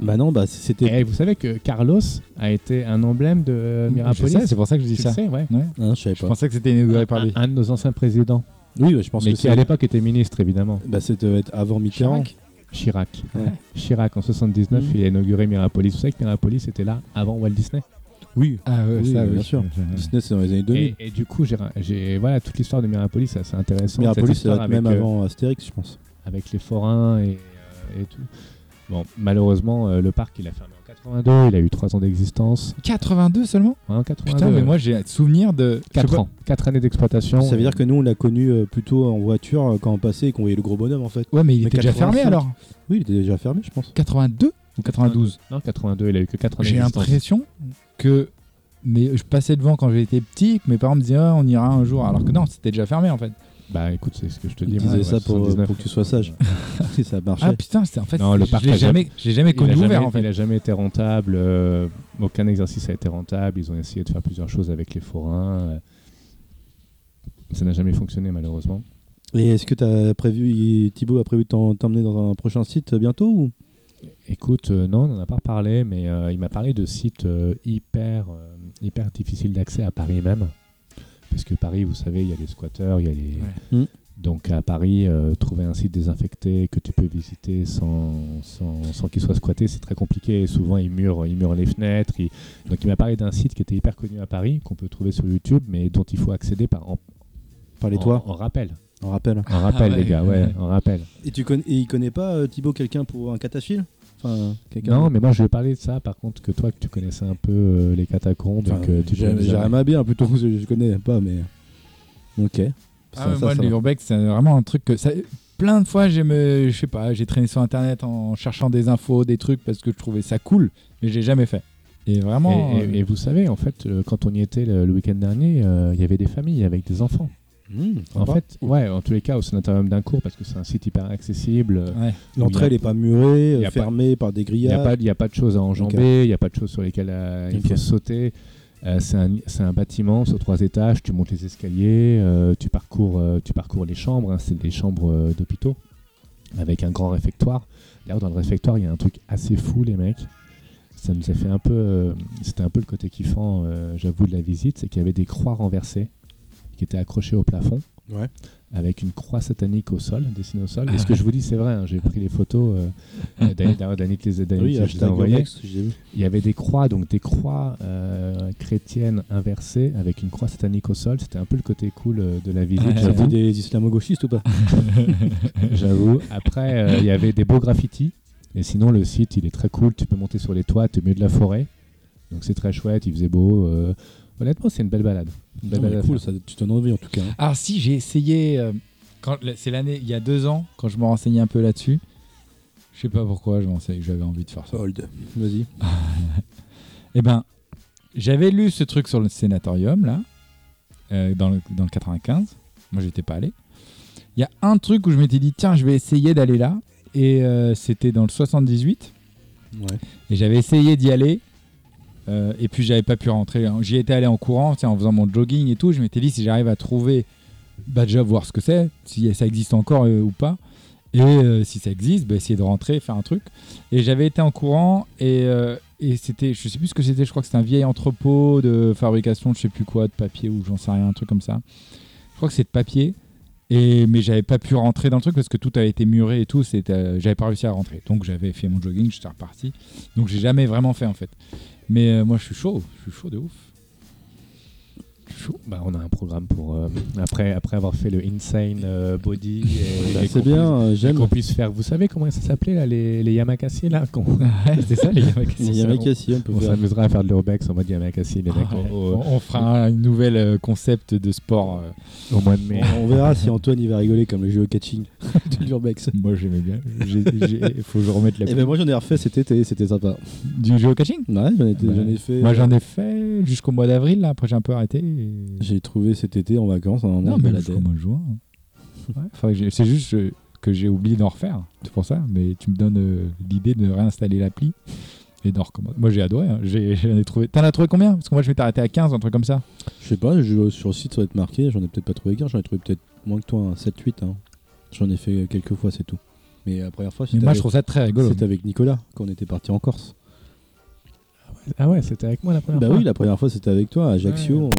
Speaker 2: bah non, bah c'était.
Speaker 4: Et vous savez que Carlos a été un emblème de euh, Mirapolis
Speaker 1: Je sais, C'est pour ça que je dis
Speaker 4: Tu
Speaker 1: ça.
Speaker 4: le sais, ouais.
Speaker 1: Ouais.
Speaker 2: Hein, je savais
Speaker 1: Je
Speaker 2: pas.
Speaker 1: pensais que c'était inauguré par lui.
Speaker 4: Un, un de nos anciens présidents,
Speaker 2: Oui, ouais, je pense
Speaker 4: mais
Speaker 2: que
Speaker 4: qui à
Speaker 2: c'est.
Speaker 4: l'époque était ministre évidemment.
Speaker 2: Bah, c'était être avant Mitterrand.
Speaker 4: Chirac.
Speaker 2: Ouais.
Speaker 4: Chirac en 79,
Speaker 1: Mm.
Speaker 2: Mhm.
Speaker 4: il a inauguré Mirapolis. Vous savez que Mirapolis était là avant Walt Disney.
Speaker 2: Oui.
Speaker 1: Ah ouais,
Speaker 2: Oui,
Speaker 1: ça,
Speaker 2: bien
Speaker 1: oui.
Speaker 2: sûr. Disney, c'est dans les années 2000.
Speaker 4: Et, et du coup, j'ai ra- j'ai voilà toute l'histoire de Mirapolis, c'est assez intéressant.
Speaker 2: Mirapolis,
Speaker 4: Cette
Speaker 2: ça
Speaker 4: histoire
Speaker 2: va être
Speaker 4: avec,
Speaker 2: même
Speaker 4: euh,
Speaker 2: avant Astérix, je pense.
Speaker 4: avec les forains et, euh, et tout. Bon, malheureusement, euh, le parc il a fermé en 82. Il a eu 3 ans d'existence.
Speaker 1: 82 seulement
Speaker 4: Ouais, en 82.
Speaker 1: Putain, mais moi j'ai souvenir de.
Speaker 4: 4 ans, 4 années d'exploitation.
Speaker 2: Ça veut dire que nous, on l'a connu euh, plutôt en voiture euh, quand on passait et qu'on voyait le gros bonhomme en fait.
Speaker 1: Ouais, mais il
Speaker 2: Mais
Speaker 1: était déjà
Speaker 2: 85.
Speaker 1: fermé alors.
Speaker 2: Oui, il était déjà fermé, je pense.
Speaker 1: 82 ou 92
Speaker 4: Non, 82, il a eu que 4 années
Speaker 1: J'ai
Speaker 4: d'existence.
Speaker 1: l'impression que. Mais je passais devant quand j'étais petit, que mes parents me disaient Ah, on ira un jour. Alors que non, c'était déjà fermé en fait.
Speaker 4: Bah écoute, c'est ce que je te
Speaker 2: Il
Speaker 4: dis. moi,
Speaker 2: disait
Speaker 4: ouais,
Speaker 2: ça pour, euh,
Speaker 4: 79.
Speaker 2: pour que tu sois sage. Si ça marchait.
Speaker 1: Ah putain, c'était en fait.
Speaker 4: Non, le
Speaker 1: je
Speaker 4: parc
Speaker 1: l'ai
Speaker 4: a
Speaker 1: jamais, j'ai jamais
Speaker 4: Il
Speaker 1: connu
Speaker 4: a
Speaker 1: ouvert
Speaker 4: jamais-
Speaker 1: en
Speaker 4: Il
Speaker 1: fait.
Speaker 4: n'a jamais été rentable. euh, aucun exercice a été rentable. Ils ont essayé de faire plusieurs choses avec les forains. euh. ça n'a jamais fonctionné, malheureusement.
Speaker 2: Et est-ce que t'as prévu, Thibaut a prévu de t'en- t'emmener dans un prochain site euh, bientôt ou
Speaker 4: Écoute, euh, non, on n'en a pas parlé, mais euh, il m'a parlé de sites euh, hyper, euh, hyper difficiles d'accès à Paris même. Parce que Paris, vous savez, il y a les squatteurs, il y a les.
Speaker 2: Ouais. Mm.
Speaker 4: Donc à Paris, euh, trouver un site désinfecté que tu peux visiter sans, sans, sans qu'il soit squatté, c'est très compliqué. Et souvent, ils murent, ils murent les fenêtres. ils- Donc il m'a parlé d'un site qui était hyper connu à Paris, qu'on peut trouver sur YouTube, mais dont il faut accéder par, en,
Speaker 2: Par les
Speaker 4: en-
Speaker 2: toits,
Speaker 4: en rappel.
Speaker 2: on rappelle.
Speaker 4: En rappel,
Speaker 1: ouais.
Speaker 4: les gars, ouais, en rappel.
Speaker 2: Et tu connais, et il connaît pas euh, Thibaut quelqu'un pour un catachile Enfin, quelqu'un.
Speaker 4: Non, mais moi je vais parler de ça par contre que toi que tu connaissais un peu euh, les catacombes.
Speaker 2: Enfin,
Speaker 4: donc, euh, tu peux
Speaker 2: j'ai-
Speaker 4: nous
Speaker 2: J'irais
Speaker 4: amener.
Speaker 2: ma bien plutôt, parce que je connais pas, mais. Ok. Ça,
Speaker 1: Ah, mais
Speaker 2: ça,
Speaker 1: moi,
Speaker 2: ça
Speaker 1: les
Speaker 2: va.
Speaker 1: urbex, c'est vraiment un truc que. Ça... Plein de fois, j'ai me... je sais pas, j'ai traîné sur internet en cherchant des infos, des trucs parce que je trouvais ça cool, mais j'ai jamais fait. Et vraiment.
Speaker 4: Et, et- et vous savez, en fait, euh, quand on y était le, le week-end dernier, euh, il y avait des familles avec des enfants.
Speaker 2: Mmh,
Speaker 4: En
Speaker 2: sympa.
Speaker 4: fait, ouais, en tous les cas, au sénatarium d'un cours, parce que c'est un site hyper accessible. euh,
Speaker 1: Ouais.
Speaker 2: l'entrée, elle est pas murée,
Speaker 4: y a
Speaker 2: euh, fermée par des
Speaker 4: Il n'y a,
Speaker 2: grillages.
Speaker 4: pas- il y a pas de choses à enjamber, il n'y a pas de choses sur lesquelles euh, il faut
Speaker 2: Ok.
Speaker 4: sauter. Euh, c'est un, c'est un bâtiment sur trois étages, tu montes les escaliers, euh, tu, parcours, euh, tu parcours les chambres, hein, c'est des chambres euh, d'hôpitaux, avec un grand réfectoire. D'ailleurs, dans le réfectoire, il y a un truc assez fou, les mecs. Ça nous a fait un peu. euh, C'était un peu le côté kiffant, euh, j'avoue, de la visite, c'est qu'il y avait des croix renversées qui étaient accrochées au plafond.
Speaker 2: Ouais. Ah.
Speaker 4: Avec une croix satanique au sol, dessinée au sol. Et ce que je vous dis, c'est vrai, hein, j'ai pris les photos. euh, euh, D'ailleurs, d'ailleurs, Danick les a Danick
Speaker 2: Oui,
Speaker 4: les a
Speaker 2: hashtag
Speaker 4: envoyées.
Speaker 2: urbex, j'ai vu.
Speaker 4: Il y avait des croix, donc des croix euh, chrétiennes inversées avec une croix satanique au sol. C'était un peu le côté cool euh, de la visite,
Speaker 1: Ouais.
Speaker 2: T'as vu
Speaker 4: j'avoue.
Speaker 2: des islamo-gauchistes ou pas
Speaker 4: j'avoue. Après, euh, il y avait des beaux graffitis. Et sinon, le site, il est très cool. Tu peux monter sur les toits, tu es mieux de la forêt. Donc c'est très chouette, il faisait beau. euh. Honnêtement, c'est une belle balade. Une belle
Speaker 2: Non, mais
Speaker 4: balade à
Speaker 2: Cool,
Speaker 4: faire.
Speaker 2: ça, tu t'en envie en tout cas. hein.
Speaker 1: Alors Ah, si j'ai essayé, euh, quand- la- c'est l'année, il y a deux ans, quand je me renseignais un peu là-dessus, je sais pas pourquoi, je pensais que j'avais envie de faire ça.
Speaker 2: Vas-y.
Speaker 1: Eh ben, j'avais lu ce truc sur le sénatorium, là, euh, dans, le, dans le 95. Moi, j'étais pas allé. Il y a un truc où je m'étais dit, tiens, je vais essayer d'aller là. Et euh, c'était dans le 78.
Speaker 2: Ouais.
Speaker 1: Et j'avais essayé d'y aller. euh, et puis, j'avais pas pu rentrer. Hein. J'y étais allé en courant, tu sais, en faisant mon jogging et tout. Je m'étais dit, si j'arrive à trouver, bah, déjà voir ce que c'est, si ça existe encore euh, ou pas. Et euh, si ça existe, bah, essayer de rentrer, faire un truc. Et j'avais été en courant et, euh, et c'était, je sais plus ce que c'était, je crois que c'était un vieil entrepôt de fabrication, je sais plus quoi, de papier ou j'en sais rien, un truc comme ça. Je crois que c'est de papier. Et, mais j'avais pas pu rentrer dans le truc parce que tout avait été muré et tout, c'était, euh, j'avais pas réussi à rentrer. Donc j'avais fait mon jogging, j'étais reparti. Donc j'ai jamais vraiment fait en fait. Mais euh, moi je suis chaud, je suis chaud de ouf.
Speaker 4: Chou- bah, on a un programme pour euh, après après avoir fait le insane euh, body et,
Speaker 2: Bah,
Speaker 4: et qu'on
Speaker 2: c'est bien,
Speaker 4: puisse-
Speaker 2: euh,
Speaker 4: et
Speaker 2: j'aime.
Speaker 4: qu'on puisse faire vous savez comment ça s'appelait là les, les yamakasi là qu'on-
Speaker 1: c'est ça, les Yamakasi.
Speaker 2: Il y a un mec ici, on peut
Speaker 4: on
Speaker 2: faire.
Speaker 4: s'amusera à faire de l'urbex en euh. mode yamakasi les mecs
Speaker 1: Ah ouais.
Speaker 4: au, au-
Speaker 1: On, on fera un nouvel euh, concept de sport. euh.
Speaker 4: au mois de mai
Speaker 2: On verra si Antoine il va rigoler comme le jeu au catching de l'Urbex.
Speaker 1: Moi, j'aimais bien. Il faut que je remette la
Speaker 2: Et ben moi j'en ai refait cet été, c'était sympa.
Speaker 1: du géocaching.
Speaker 2: Ouais, j'en ai,
Speaker 1: Ouais.
Speaker 2: j'en ai fait.
Speaker 1: Moi,
Speaker 2: euh,
Speaker 1: j'en ai fait jusqu'au mois d'avril. Là, après, j'ai un peu arrêté. et-
Speaker 2: J'ai trouvé cet été en vacances, à un moment
Speaker 1: Non,
Speaker 2: je me
Speaker 1: mais
Speaker 2: baladais.
Speaker 1: jusqu'au mois de juin. Ouais, faudrait que j'ai- c'est juste euh, que j'ai oublié d'en refaire. C'est pour ça. Mais tu me donnes euh, l'idée de réinstaller l'appli et d'en recommencer. Moi, j'ai adoré. hein. J'ai- J'en ai trouvé. T'en as trouvé combien Parce que moi, je m'étais arrêté à 15, un truc comme ça.
Speaker 2: Je sais pas, je- sur le site ça va être marqué, j'en ai peut-être pas trouvé qu'un, j'en ai trouvé peut-être moins que toi, un 7-8. hein. J'en ai fait quelques fois, c'est tout. Mais la première fois,
Speaker 1: Mais
Speaker 2: c'était
Speaker 1: moi, je
Speaker 2: avec,
Speaker 1: trouve ça très rigolo.
Speaker 2: c'était avec Nicolas quand on était parti en Corse.
Speaker 4: ah ouais c'était avec moi la première
Speaker 2: Bah
Speaker 4: fois
Speaker 2: oui, la première fois c'était avec toi, à Ajaccio,
Speaker 4: Ouais.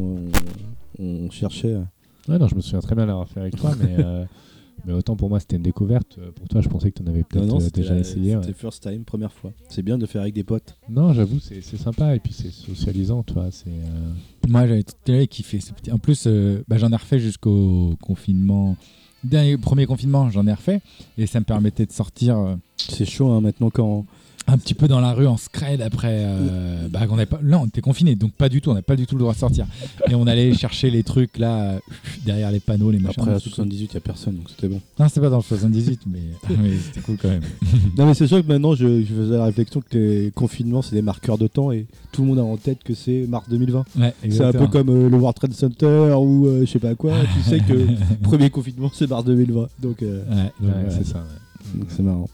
Speaker 2: on, on cherchait.
Speaker 4: Ouais, non je me souviens très bien l'avoir fait avec toi mais euh, mais autant pour moi c'était une découverte euh, pour toi je pensais que tu en avais peut-être
Speaker 2: Non, non,
Speaker 4: euh,
Speaker 2: c'était
Speaker 4: déjà
Speaker 2: la-
Speaker 4: essayé ouais.
Speaker 2: c'était first time, première fois. C'est bien de faire avec des potes.
Speaker 4: non j'avoue c'est c'est sympa et puis c'est socialisant toi c'est euh,
Speaker 1: Moi, j'avais tout- j'avais kiffé. ce petit- En plus, euh, bah, j'en ai refait jusqu'au confinement. Dernier, premier confinement, j'en ai refait. Et ça me permettait de sortir euh,
Speaker 2: C'est chaud hein, maintenant quand.
Speaker 1: un petit peu dans la rue en scred après. euh, bah, qu'on avait pas, là, on était confinés, donc pas du tout. On n'a pas du tout le droit de sortir. Et on allait chercher les trucs là, euh, derrière les panneaux, les machins.
Speaker 2: Après à 78, il n'y a personne donc c'était bon.
Speaker 1: Non, c'était pas dans le 78, mais, mais c'était cool quand même.
Speaker 2: Non mais c'est sûr que maintenant je, je faisais la réflexion que les confinements c'est des marqueurs de temps et tout le monde a en tête que c'est mars 2020.
Speaker 1: Ouais,
Speaker 2: C'est un peu
Speaker 1: exactement.
Speaker 2: comme euh, le World Trade Center ou euh, je sais pas quoi. tu sais que le premier confinement c'est mars 2020 donc euh,
Speaker 1: Ouais, donc,
Speaker 4: ouais,
Speaker 1: ouais.
Speaker 4: c'est ça ouais.
Speaker 2: donc c'est marrant.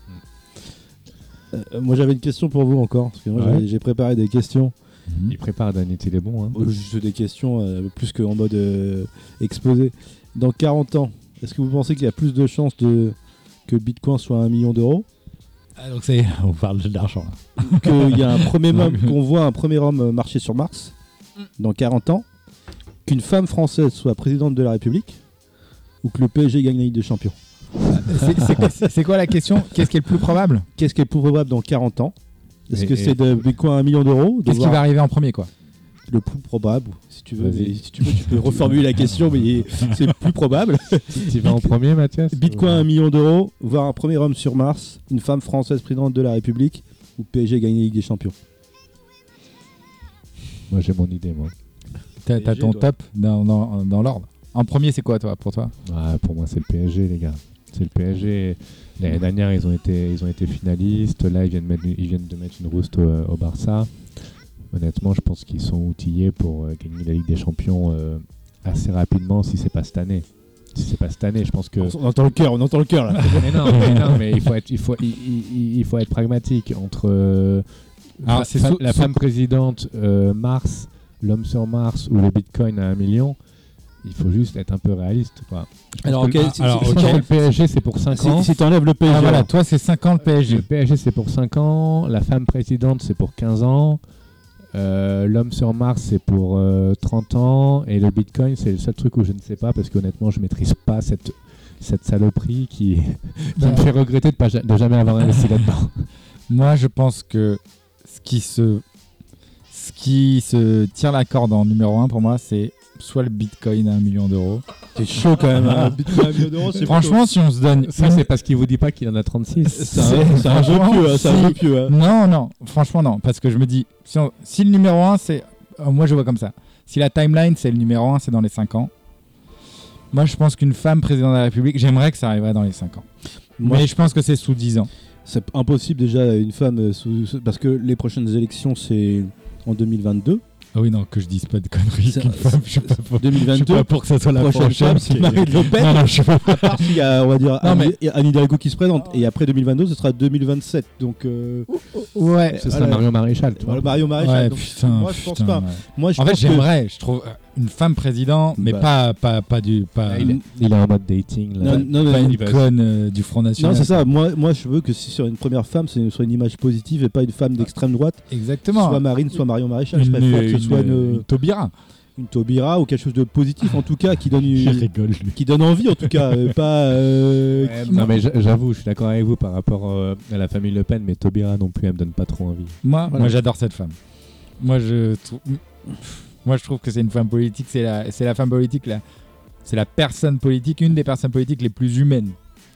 Speaker 2: Euh, moi j'avais une question pour vous encore parce que moi
Speaker 4: Ouais.
Speaker 2: j'avais- j'ai préparé des questions.
Speaker 1: Mhm.
Speaker 4: il prépare Daniel il est bon hein.
Speaker 2: Oh, Juste des questions euh, plus qu'en mode euh, exposé. Dans 40 ans, est-ce que vous pensez qu'il y a plus de chances de que Bitcoin soit à un million d'euros
Speaker 1: Ah, donc ça y est, on parle de l'argent là.
Speaker 2: qu'il y a un premier
Speaker 1: Non,
Speaker 2: homme,
Speaker 1: mais-
Speaker 2: qu'on voit un premier homme euh, marcher sur Mars dans 40 ans, qu'une femme française soit présidente de la République, ou que le PSG gagne la Ligue des Champions.
Speaker 1: C'est- c'est quoi- C'est quoi la question Qu'est-ce qui est le plus probable
Speaker 2: Qu'est-ce qui est plus probable dans 40 ans Est-ce
Speaker 4: Et-
Speaker 2: que
Speaker 4: et-
Speaker 2: c'est de Bitcoin à un million d'euros de
Speaker 1: Qu'est-ce qui
Speaker 2: voir
Speaker 1: va arriver en premier quoi
Speaker 2: Le plus probable, si tu veux.
Speaker 4: Vas-y.
Speaker 2: mais si tu veux, tu peux reformuler la question, mais c'est plus probable.
Speaker 4: Tu vas en premier, Mathias
Speaker 2: Bitcoin à un million d'euros, voir un premier homme sur Mars, une femme française présidente de la République, ou PSG gagne la Ligue des Champions.
Speaker 4: Moi, j'ai mon idée, moi.
Speaker 1: T'as t'as
Speaker 2: PSG,
Speaker 1: ton
Speaker 2: toi.
Speaker 1: top dans, dans- dans l'ordre. En premier, c'est quoi toi pour toi
Speaker 4: Ah, pour moi, c'est le PSG, les gars. C'est le PSG. L'année dernière, ils ont été, ils ont été finalistes. Là, ils viennent, mettre- ils viennent de mettre une rouste au, euh, au Barça. Honnêtement, je pense qu'ils sont outillés pour euh, gagner la Ligue des Champions euh, assez rapidement, si c'est pas cette année. Si c'est pas cette année, je pense que.
Speaker 2: On entend le cœur, on entend le cœur là.
Speaker 4: mais non, mais, non, mais il faut être, il faut, il, il- il faut être pragmatique entre euh,
Speaker 1: Alors,
Speaker 4: fa-
Speaker 1: c'est
Speaker 4: fa-
Speaker 1: sous-
Speaker 4: la
Speaker 1: sous-
Speaker 4: femme présidente euh, Mars, l'homme sur Mars ou le Bitcoin à un million. Il faut juste être un peu réaliste, quoi. Je pense
Speaker 2: Alors,
Speaker 4: que-
Speaker 2: ok,
Speaker 4: ah,
Speaker 2: si-
Speaker 4: alors,
Speaker 2: si-
Speaker 4: ok,
Speaker 2: si-
Speaker 4: le PSG c'est pour 5 ans.
Speaker 2: Si, si t'enlèves le PSG,
Speaker 1: Ah voilà,
Speaker 2: alors.
Speaker 1: toi c'est 50
Speaker 4: Le
Speaker 1: PSG.
Speaker 4: PSG c'est pour 5 ans. La femme présidente c'est pour 15 ans. euh, L'homme sur Mars c'est pour euh, 30 ans. Et le Bitcoin c'est le seul truc où je ne sais pas parce qu'honnêtement je maîtrise pas cette cette saloperie qui, qui
Speaker 1: Bah,
Speaker 4: me fait regretter de, pas, ja- de jamais avoir investi là-dedans.
Speaker 1: Moi je pense que ce qui se ce qui se tire la corde en numéro 1 pour moi c'est soit le Bitcoin à un million d'euros.
Speaker 2: c'est chaud quand même. hein. Bitcoin à un million d'euros, c'est
Speaker 1: Franchement, si on se donne
Speaker 4: Ça,
Speaker 1: une-
Speaker 4: c'est parce qu'il vous dit pas qu'il en a 36.
Speaker 2: C'est un, c'est un jeu
Speaker 1: Franchement,
Speaker 2: pieux, hein, c'est
Speaker 1: si-
Speaker 2: un jeu pieux. hein.
Speaker 1: Non, non, franchement non, parce que je me dis, si, on- si le numéro 1, c'est... euh, moi je vois comme ça. Si la timeline, c'est le numéro 1, c'est dans les 5 ans. Moi je pense qu'une femme présidente de la République, j'aimerais que ça arriverait dans les 5 ans.
Speaker 2: Moi,
Speaker 1: Mais je pense que c'est sous 10 ans.
Speaker 2: c'est impossible déjà une femme euh, sous- sous- parce que les prochaines élections c'est en 2022.
Speaker 1: Ah oui, non, que je dise pas de conneries.
Speaker 2: C'est-
Speaker 1: qu'une femme, je suis pas pour- je suis
Speaker 2: 2022.
Speaker 1: pas pour que ça soit la
Speaker 2: prochaine
Speaker 1: prochaine.
Speaker 2: femme, c'est
Speaker 1: qui-
Speaker 2: Marine Le Pen.
Speaker 1: Non, non, je suis pas pour.
Speaker 2: À part s'il y a, on va dire,
Speaker 1: Non,
Speaker 2: Anne, Anne Hidalgo qui se présente. Et après 2022, ce sera 2027. Donc, euh,
Speaker 1: Ouais.
Speaker 4: Ce sera
Speaker 2: Voilà.
Speaker 4: Marion Maréchal, tu vois.
Speaker 2: voilà, Mario Maréchal.
Speaker 1: Ouais,
Speaker 2: donc,
Speaker 1: putain,
Speaker 2: moi, je pense
Speaker 1: putain,
Speaker 2: pas.
Speaker 1: ouais.
Speaker 2: Moi, je
Speaker 1: En fait,
Speaker 2: pense que- Bah.
Speaker 1: j'aimerais, je trouve, euh, une femme présidente, mais pas, pas, pas du. Pas,
Speaker 2: Ah,
Speaker 4: Il, est- il est en mode dating. Là.
Speaker 2: Non, non, non,
Speaker 1: pas une
Speaker 2: non,
Speaker 1: conne euh, du Front
Speaker 2: non,
Speaker 1: National.
Speaker 2: c'est ça. Moi, moi, je veux que si sur une première femme, c'est soit une image positive et pas une femme d'extrême droite,
Speaker 1: Exactement.
Speaker 2: soit Marine, soit Marion Maréchal. Je
Speaker 1: une,
Speaker 2: préfère que
Speaker 1: une-
Speaker 2: ce soit une,
Speaker 1: une Taubira.
Speaker 2: une Taubira ou quelque chose de positif en tout cas qui donne
Speaker 1: Je
Speaker 2: une,
Speaker 1: rigole.
Speaker 2: qui donne envie en tout cas, euh, pas. euh,
Speaker 4: Ouais, non, mais j'a- j'avoue, je suis d'accord avec vous par rapport euh, à la famille Le Pen, mais Taubira non plus, elle me donne pas trop envie.
Speaker 1: Moi,
Speaker 2: Voilà.
Speaker 1: moi j'adore cette femme. Moi, je trouve. Moi, je trouve que c'est une femme politique. C'est la, c'est la femme politique, la, c'est la personne politique, une des personnes politiques les plus humaines,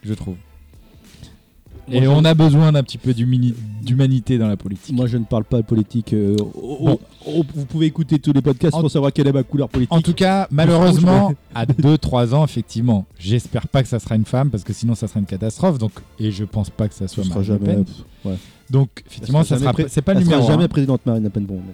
Speaker 1: je trouve.
Speaker 2: Moi,
Speaker 1: Et
Speaker 2: je-
Speaker 1: on a besoin d'un petit peu d'humini- d'humanité dans la politique.
Speaker 2: Moi, je ne parle pas de politique. euh, oh, oh,
Speaker 1: Bon.
Speaker 2: oh, vous pouvez écouter tous les podcasts
Speaker 1: En-
Speaker 2: pour savoir quelle est ma couleur politique.
Speaker 1: En tout cas, malheureusement, à 2-3 ans, effectivement, j'espère pas que ça sera une femme parce que sinon ça sera une catastrophe. Donc, et je pense pas que ça
Speaker 2: ce
Speaker 1: soit
Speaker 2: sera
Speaker 1: Marine Le
Speaker 2: jamais.
Speaker 1: Pen.
Speaker 2: pff, ouais.
Speaker 1: Donc, effectivement, ça
Speaker 2: sera
Speaker 1: sera.
Speaker 2: jamais pré-
Speaker 1: C'est pas le
Speaker 2: Elle
Speaker 1: numéro
Speaker 2: sera
Speaker 1: un.
Speaker 2: jamais présidente Marine Le Pen. Bon, mais-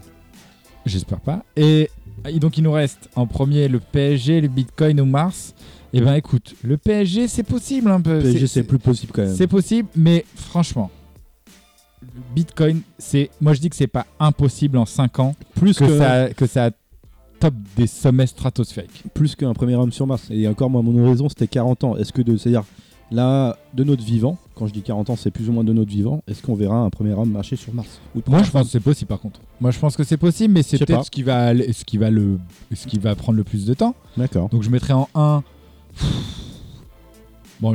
Speaker 1: J'espère pas. Et, et donc il nous reste en premier le PSG, le Bitcoin ou Mars. Eh ben écoute, le PSG Euh, c'est possible un peu.
Speaker 2: PSG, c'est plus possible quand même.
Speaker 1: C'est possible, mais franchement, le Bitcoin, c'est, moi je dis que c'est pas impossible en 5 ans
Speaker 2: plus
Speaker 1: que,
Speaker 2: que-
Speaker 1: ça, que ça top des sommets stratosphériques.
Speaker 2: plus qu'un premier homme sur Mars. Et encore, moi, mon horizon, c'était 40 ans. Est-ce que de, c'est-à-dire, là, de notre vivant, quand je dis 40 ans, c'est plus ou moins de notre vivant, est-ce qu'on verra un premier homme marcher sur Mars Ou
Speaker 1: Moi je pense que c'est possible par contre. Moi je pense que c'est possible, mais c'est
Speaker 2: Je sais
Speaker 1: peut-être
Speaker 2: pas.
Speaker 1: ce qui va, aller- ce qui va le, ce qui va prendre le plus de temps.
Speaker 2: D'accord.
Speaker 1: Donc je mettrais en 1. Bon,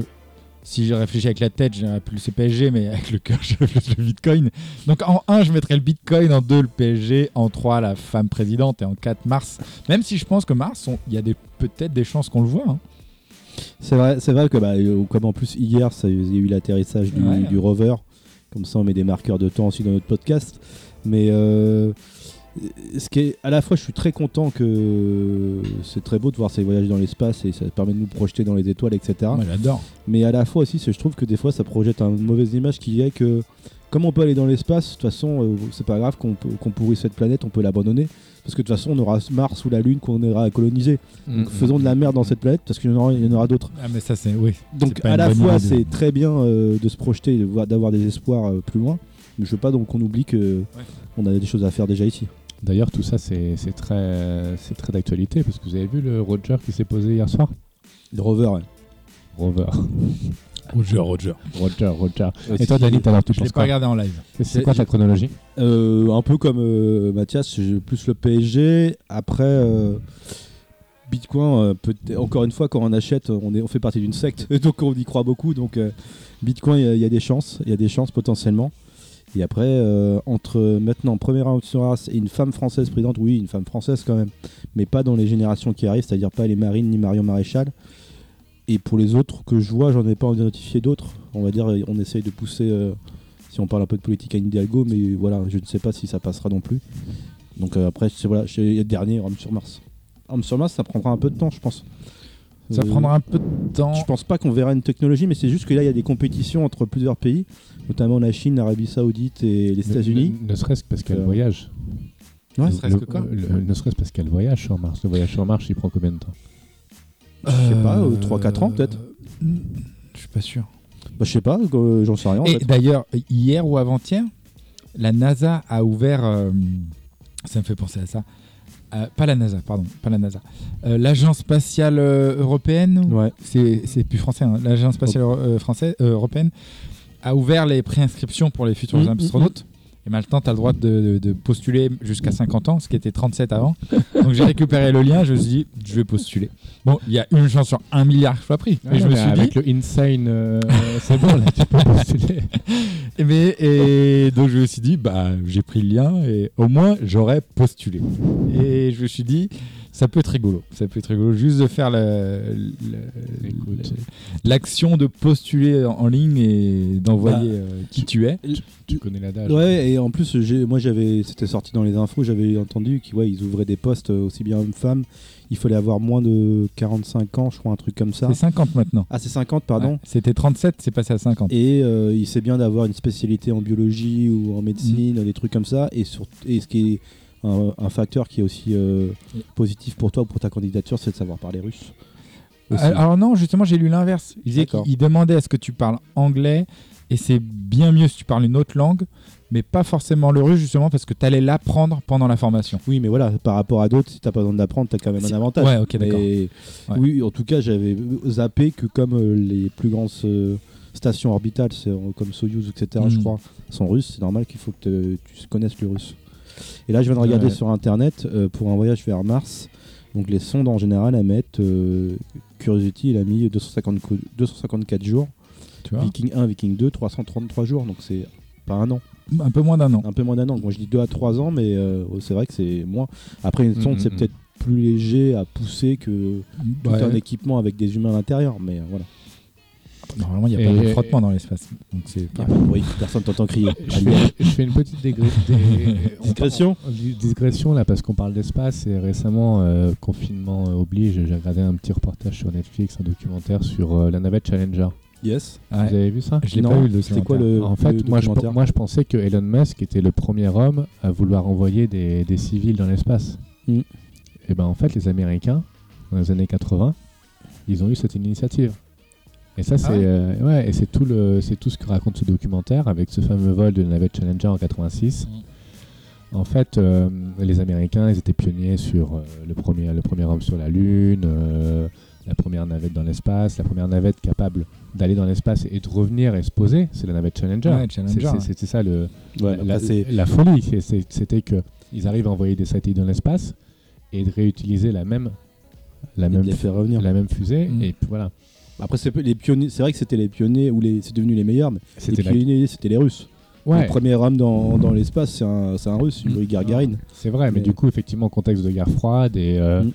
Speaker 1: si j'ai réfléchi avec la tête, j'aurais plus le PSG, mais avec le cœur, j'aurais plus le Bitcoin. Donc en 1, je mettrais le Bitcoin, en 2, le PSG, en 3, la femme présidente, et en 4, Mars. Même si je pense que Mars, on- il y a des- peut-être des chances qu'on le voit. hein.
Speaker 2: C'est vrai, c'est vrai que, bah, euh, comme en plus, hier, ça- il y a eu l'atterrissage du,
Speaker 1: Ouais.
Speaker 2: du rover. Comme ça, on met des marqueurs de temps aussi dans notre podcast. Mais. euh, ce qui est, à la fois, je suis très content que c'est très beau de voir ces voyages dans l'espace et ça permet de nous projeter dans les étoiles, etc.
Speaker 1: Moi, j'adore.
Speaker 2: Ah, mais à la fois aussi c'est- je trouve que des fois ça projette une mauvaise image qui est que comme on peut aller dans l'espace de toute façon euh, c'est pas grave qu'on peut- qu'on pourrit cette planète on peut l'abandonner parce que de toute façon on aura Mars ou la Lune qu'on ira à coloniser donc faisons de la merde dans cette planète parce qu'il y en aura, il y en aura d'autres
Speaker 1: Ah, mais ça, c'est. Oui.
Speaker 2: donc
Speaker 1: C'est pas
Speaker 2: à
Speaker 1: une
Speaker 2: la
Speaker 1: bonne
Speaker 2: fois
Speaker 1: idée.
Speaker 2: c'est très bien euh, de se projeter et de voir- d'avoir des espoirs euh, plus loin mais je veux pas donc qu'on oublie que on a des choses à faire déjà ici
Speaker 4: D'ailleurs, tout ça, c'est c'est très, c'est très d'actualité parce que vous avez vu le Roger qui s'est posé hier soir
Speaker 2: le rover ouais.
Speaker 4: Rover,
Speaker 5: Roger, Roger.
Speaker 4: Roger, Roger.
Speaker 2: si,
Speaker 4: Et toi, Dani, alors tu
Speaker 1: Euh, Je l'ai
Speaker 4: penses
Speaker 1: pas
Speaker 4: quoi
Speaker 1: regardé en live.
Speaker 4: C'est quoi ta chronologie
Speaker 2: Euh, un peu comme euh, Mathias, je- plus le PSG. Après, euh, Bitcoin, euh, peut- encore une fois, quand on achète, on, est, on fait partie d'une secte, donc on y croit beaucoup. Donc, euh, Bitcoin, il y a- il y, a des chances, il y a des chances potentiellement. Et après, euh, entre euh, maintenant, première round sur race et une femme française présidente, oui, une femme française quand même, mais pas dans les générations qui arrivent, c'est-à-dire pas les Marines ni Marion Maréchal. Et pour les autres que je vois, j'en ai pas identifié d'autres. On va dire, on essaye de pousser. euh, si on parle un peu de politique à Hidalgo, mais voilà, je ne sais pas si ça passera non plus. Donc euh, après, c'est voilà, chez- dernier Homme sur Mars. Homme sur Mars, ça prendra un peu de temps, je pense.
Speaker 1: Ça
Speaker 2: Euh,
Speaker 1: prendra un peu de temps.
Speaker 2: Je pense pas qu'on verra une technologie, mais c'est juste que là, il y a des compétitions entre plusieurs pays, notamment la Chine, l'Arabie Saoudite et les États-Unis.
Speaker 4: Ne, ne serait-ce que parce qu'elle
Speaker 2: Euh,
Speaker 4: voyage.
Speaker 2: ouais.
Speaker 4: Le-
Speaker 1: Ne serait-ce
Speaker 4: le-
Speaker 1: que quoi
Speaker 4: le- Ne serait-ce parce qu'elle voyage sur Mars. Le voyage sur Mars, il prend combien de temps
Speaker 2: Je sais pas, euh, 3-4 ans, peut-être.
Speaker 1: Euh, Je suis pas sûr.
Speaker 2: Bah, je sais pas, euh, j'en sais rien. en
Speaker 1: Et
Speaker 2: fait.
Speaker 1: d'ailleurs, hier ou avant-hier, la NASA a ouvert. euh, ça me fait penser à ça. Euh, pas la NASA, pardon, pas la NASA. Euh, L'agence spatiale euh, européenne, ou-
Speaker 2: Ouais. Oh.
Speaker 1: c'est c'est plus français, hein, l'agence spatiale euh, française, euh, européenne, a ouvert les préinscriptions pour les futurs
Speaker 2: Mm, mm,
Speaker 1: astronautes. Et maintenant, tu as le droit de, de- de postuler jusqu'à 50 ans, ce qui était 37 avant. Donc j'ai récupéré le lien, je me suis dit, je vais postuler. Bon, il y a une chance sur un milliard que je sois pris. Mais Ah,
Speaker 2: bah,
Speaker 1: je me suis dit,
Speaker 4: avec le insane, euh, c'est bon, là, tu peux postuler.
Speaker 1: Et, mais, Eh et donc je me suis dit, bah, j'ai pris le lien et au moins j'aurais postulé. Et je me suis dit, ça peut être rigolo. Ça peut être rigolo juste de faire le- le-
Speaker 4: Écoute.
Speaker 1: le- l'action de postuler en, en ligne et d'envoyer
Speaker 2: Bah,
Speaker 1: euh, qui tu es.
Speaker 4: Tu connais l'adage.
Speaker 2: Ouais, et en plus, j'ai- moi j'avais, c'était sorti dans les infos, j'avais entendu qu'ils ouais, ils ouvraient des postes euh, aussi bien hommes-femmes. Il fallait avoir moins de 45 ans, je crois, un truc comme ça.
Speaker 1: C'est 50 maintenant.
Speaker 2: Ah, c'est 50, pardon.
Speaker 1: Ouais, C'était 37, c'est passé à 50.
Speaker 2: Et euh, il sait bien d'avoir une spécialité en biologie ou en médecine,
Speaker 1: Mm.
Speaker 2: des trucs comme ça. Et, sur- et ce qui est un, un facteur qui est aussi euh, positif pour toi ou pour ta candidature, c'est de savoir parler russe. Aussi.
Speaker 1: Alors alors non, justement, j'ai lu l'inverse. Il disait
Speaker 2: D'accord.
Speaker 1: qu'il demandait à ce que tu parles anglais et c'est bien mieux si tu parles une autre langue, mais pas forcément le russe, justement, parce que tu allais l'apprendre pendant la formation.
Speaker 2: Oui, mais voilà, par rapport à d'autres, si t'as pas besoin de l'apprendre, t'as quand même un
Speaker 1: Si-
Speaker 2: avantage.
Speaker 1: ouais, ok, d'accord.
Speaker 2: Mais-
Speaker 1: Ouais.
Speaker 2: Oui, en tout cas, j'avais zappé que comme euh, les plus grandes euh, stations orbitales, c'est, euh, comme Soyuz, etc., je
Speaker 1: Mm.
Speaker 2: crois, sont russes, c'est normal qu'il faut que te- tu connaisses le russe. Et là, je viens de regarder
Speaker 1: Ouais.
Speaker 2: sur Internet, euh, pour un voyage vers Mars, donc les sondes en général, à mettre, Curiosity, il a mis 250 cou- 254 jours,
Speaker 1: Tu vois
Speaker 2: Viking 1, Viking 2, 333 jours, donc c'est pas un an,
Speaker 1: Un peu moins d'un an.
Speaker 2: un peu moins d'un an. Moi je dis 2 à 3 ans, mais euh, c'est vrai que c'est moins. Après une
Speaker 1: Hmm,
Speaker 2: sonde,
Speaker 4: Mhm,
Speaker 2: c'est
Speaker 4: mhm.
Speaker 2: peut-être plus léger à pousser que tout
Speaker 1: Ouais.
Speaker 2: un équipement avec des humains à l'intérieur, mais euh, voilà.
Speaker 1: Normalement, il n'y a pas
Speaker 4: Et-
Speaker 1: de frottement dans l'espace. Donc c'est
Speaker 2: Y a pas de bruit, personne t'entend crier.
Speaker 4: Je fais, je fais une petite dégré- dé- on-
Speaker 2: Discrétion.
Speaker 4: on- dis- Discrétion là parce qu'on parle d'espace et récemment euh, confinement euh, oblige j'ai regardé un petit reportage sur Netflix un documentaire sur euh, la navette Challenger.
Speaker 2: Yes.
Speaker 1: Ah Ouais.
Speaker 4: Vous avez vu ça
Speaker 1: Je l'ai
Speaker 2: Non,
Speaker 1: pas vu le
Speaker 2: C'était quoi
Speaker 1: documentaire.
Speaker 2: le
Speaker 4: En fait
Speaker 2: le
Speaker 4: moi je,
Speaker 2: documentaire
Speaker 4: moi je pensais que Elon Musk était le premier homme à vouloir envoyer des, des civils dans l'espace.
Speaker 2: Mm.
Speaker 4: Et ben en fait les Américains dans les années 80 ils ont eu cette initiative. Et ça c'est
Speaker 1: Ah ouais
Speaker 4: euh, ouais, et c'est tout le c'est tout ce que raconte ce documentaire avec ce fameux vol de la navette Challenger en 86.
Speaker 1: Mm.
Speaker 4: En fait, euh, les Américains, ils étaient pionniers sur euh, le, premier, le premier homme sur la Lune, euh, la première navette dans l'espace, la première navette capable d'aller dans l'espace et de revenir et se poser, c'est la navette Challenger.
Speaker 1: Ouais, Challenger,
Speaker 4: C'est- c'est-
Speaker 1: ouais.
Speaker 4: C'était ça le,
Speaker 2: Ouais,
Speaker 4: la,
Speaker 2: après, c'est-
Speaker 4: la folie. C'est- c'est- C'était que ils arrivent à envoyer des satellites dans l'espace et de réutiliser la même, la
Speaker 2: et de
Speaker 4: même,
Speaker 2: les faire revenir.
Speaker 4: la même fusée.
Speaker 1: Mm.
Speaker 4: Et puis voilà,
Speaker 2: Après, c'est peu- les pionniers. C'est vrai que c'était les pionniers ou les. C'est devenu les meilleurs, mais les
Speaker 4: c'était la...
Speaker 2: pionniers, c'était les Russes.
Speaker 4: Ouais, Ah.
Speaker 2: Le premier homme dans, dans l'espace, c'est un, c'est un Russe, Yuri Gagarin.
Speaker 4: c'est vrai, mais
Speaker 2: Mais-
Speaker 4: du coup, effectivement, contexte de guerre froide et... euh,
Speaker 2: Mm.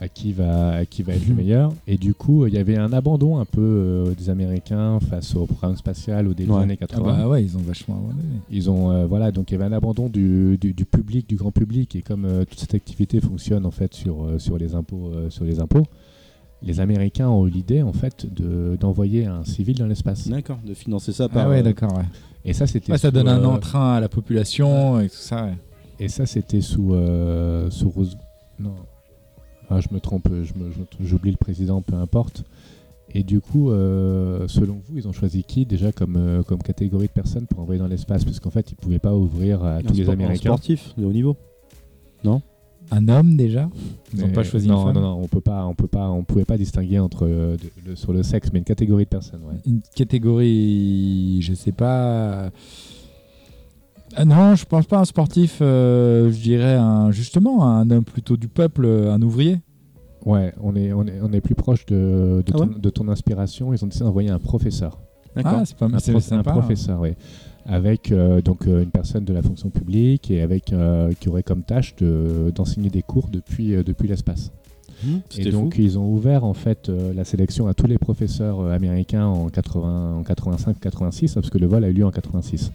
Speaker 4: à qui va, à qui va
Speaker 1: Mm-hmm.
Speaker 4: être le meilleur. Et du coup, il y avait un abandon un peu euh, des Américains face au programme spatial au début
Speaker 2: Ouais.
Speaker 4: des années
Speaker 1: Ah
Speaker 4: 80.
Speaker 1: bah ouais, ils ont vachement abandonné.
Speaker 4: Ils ont, euh, voilà, donc il y avait un abandon du, du, du public, du grand public. Et comme euh, toute cette activité fonctionne en fait sur, euh, sur, les, impôts, euh, sur les impôts, les Américains ont eu l'idée en fait de- d'envoyer un civil dans l'espace.
Speaker 2: D'accord, de financer ça par.
Speaker 1: Ah ouais,
Speaker 2: euh,
Speaker 1: d'accord. Ouais.
Speaker 4: Et ça, c'était
Speaker 1: Ouais, Mm. Ah, ça
Speaker 4: sous,
Speaker 1: donne un
Speaker 4: euh,
Speaker 1: entrain à la population et tout ça. ouais.
Speaker 4: Et ça, c'était sous, euh, sous Rose. Non. Ah, je me trompe, je me- je me trompe, j'oublie le président, peu importe. Et du coup, euh, selon vous, ils ont choisi qui déjà comme, euh, comme catégorie de personnes pour envoyer dans l'espace Parce qu'en fait, ils pouvaient pas ouvrir à
Speaker 2: un
Speaker 4: tous les
Speaker 2: sport- un
Speaker 4: Américains.
Speaker 2: sportif de haut niveau.
Speaker 1: Un homme déjà Ils n'ont
Speaker 4: Mais
Speaker 1: pas choisi
Speaker 4: non,
Speaker 1: une femme
Speaker 4: Non, non, on peut pas, on peut pas, on pouvait pas distinguer entre euh, de- le- sur le sexe, mais une catégorie de personnes. Ouais.
Speaker 1: Une catégorie, je sais pas. Ah non, je pense pas à un sportif, euh, je dirais un, justement un homme plutôt du peuple, un ouvrier.
Speaker 4: Ouais, on est, on est, on est plus proche de, de,
Speaker 2: Ah
Speaker 4: ton,
Speaker 2: ouais
Speaker 4: de ton inspiration. Ils ont décidé d'envoyer un professeur.
Speaker 1: Ah, c'est pas
Speaker 4: un,
Speaker 1: mal, c'est
Speaker 4: prof- un
Speaker 1: sympa. hein.
Speaker 4: professeur, oui. Avec euh, donc euh, une personne de la fonction publique et avec euh, qui aurait comme tâche de- d'enseigner des cours depuis, euh, depuis l'espace.
Speaker 2: Mhm,
Speaker 4: Et
Speaker 2: C'était
Speaker 4: donc
Speaker 2: fou.
Speaker 4: ils ont ouvert en fait euh, la sélection à tous les professeurs euh, américains en, 80, en 85, 86, parce que le vol a eu lieu en 86.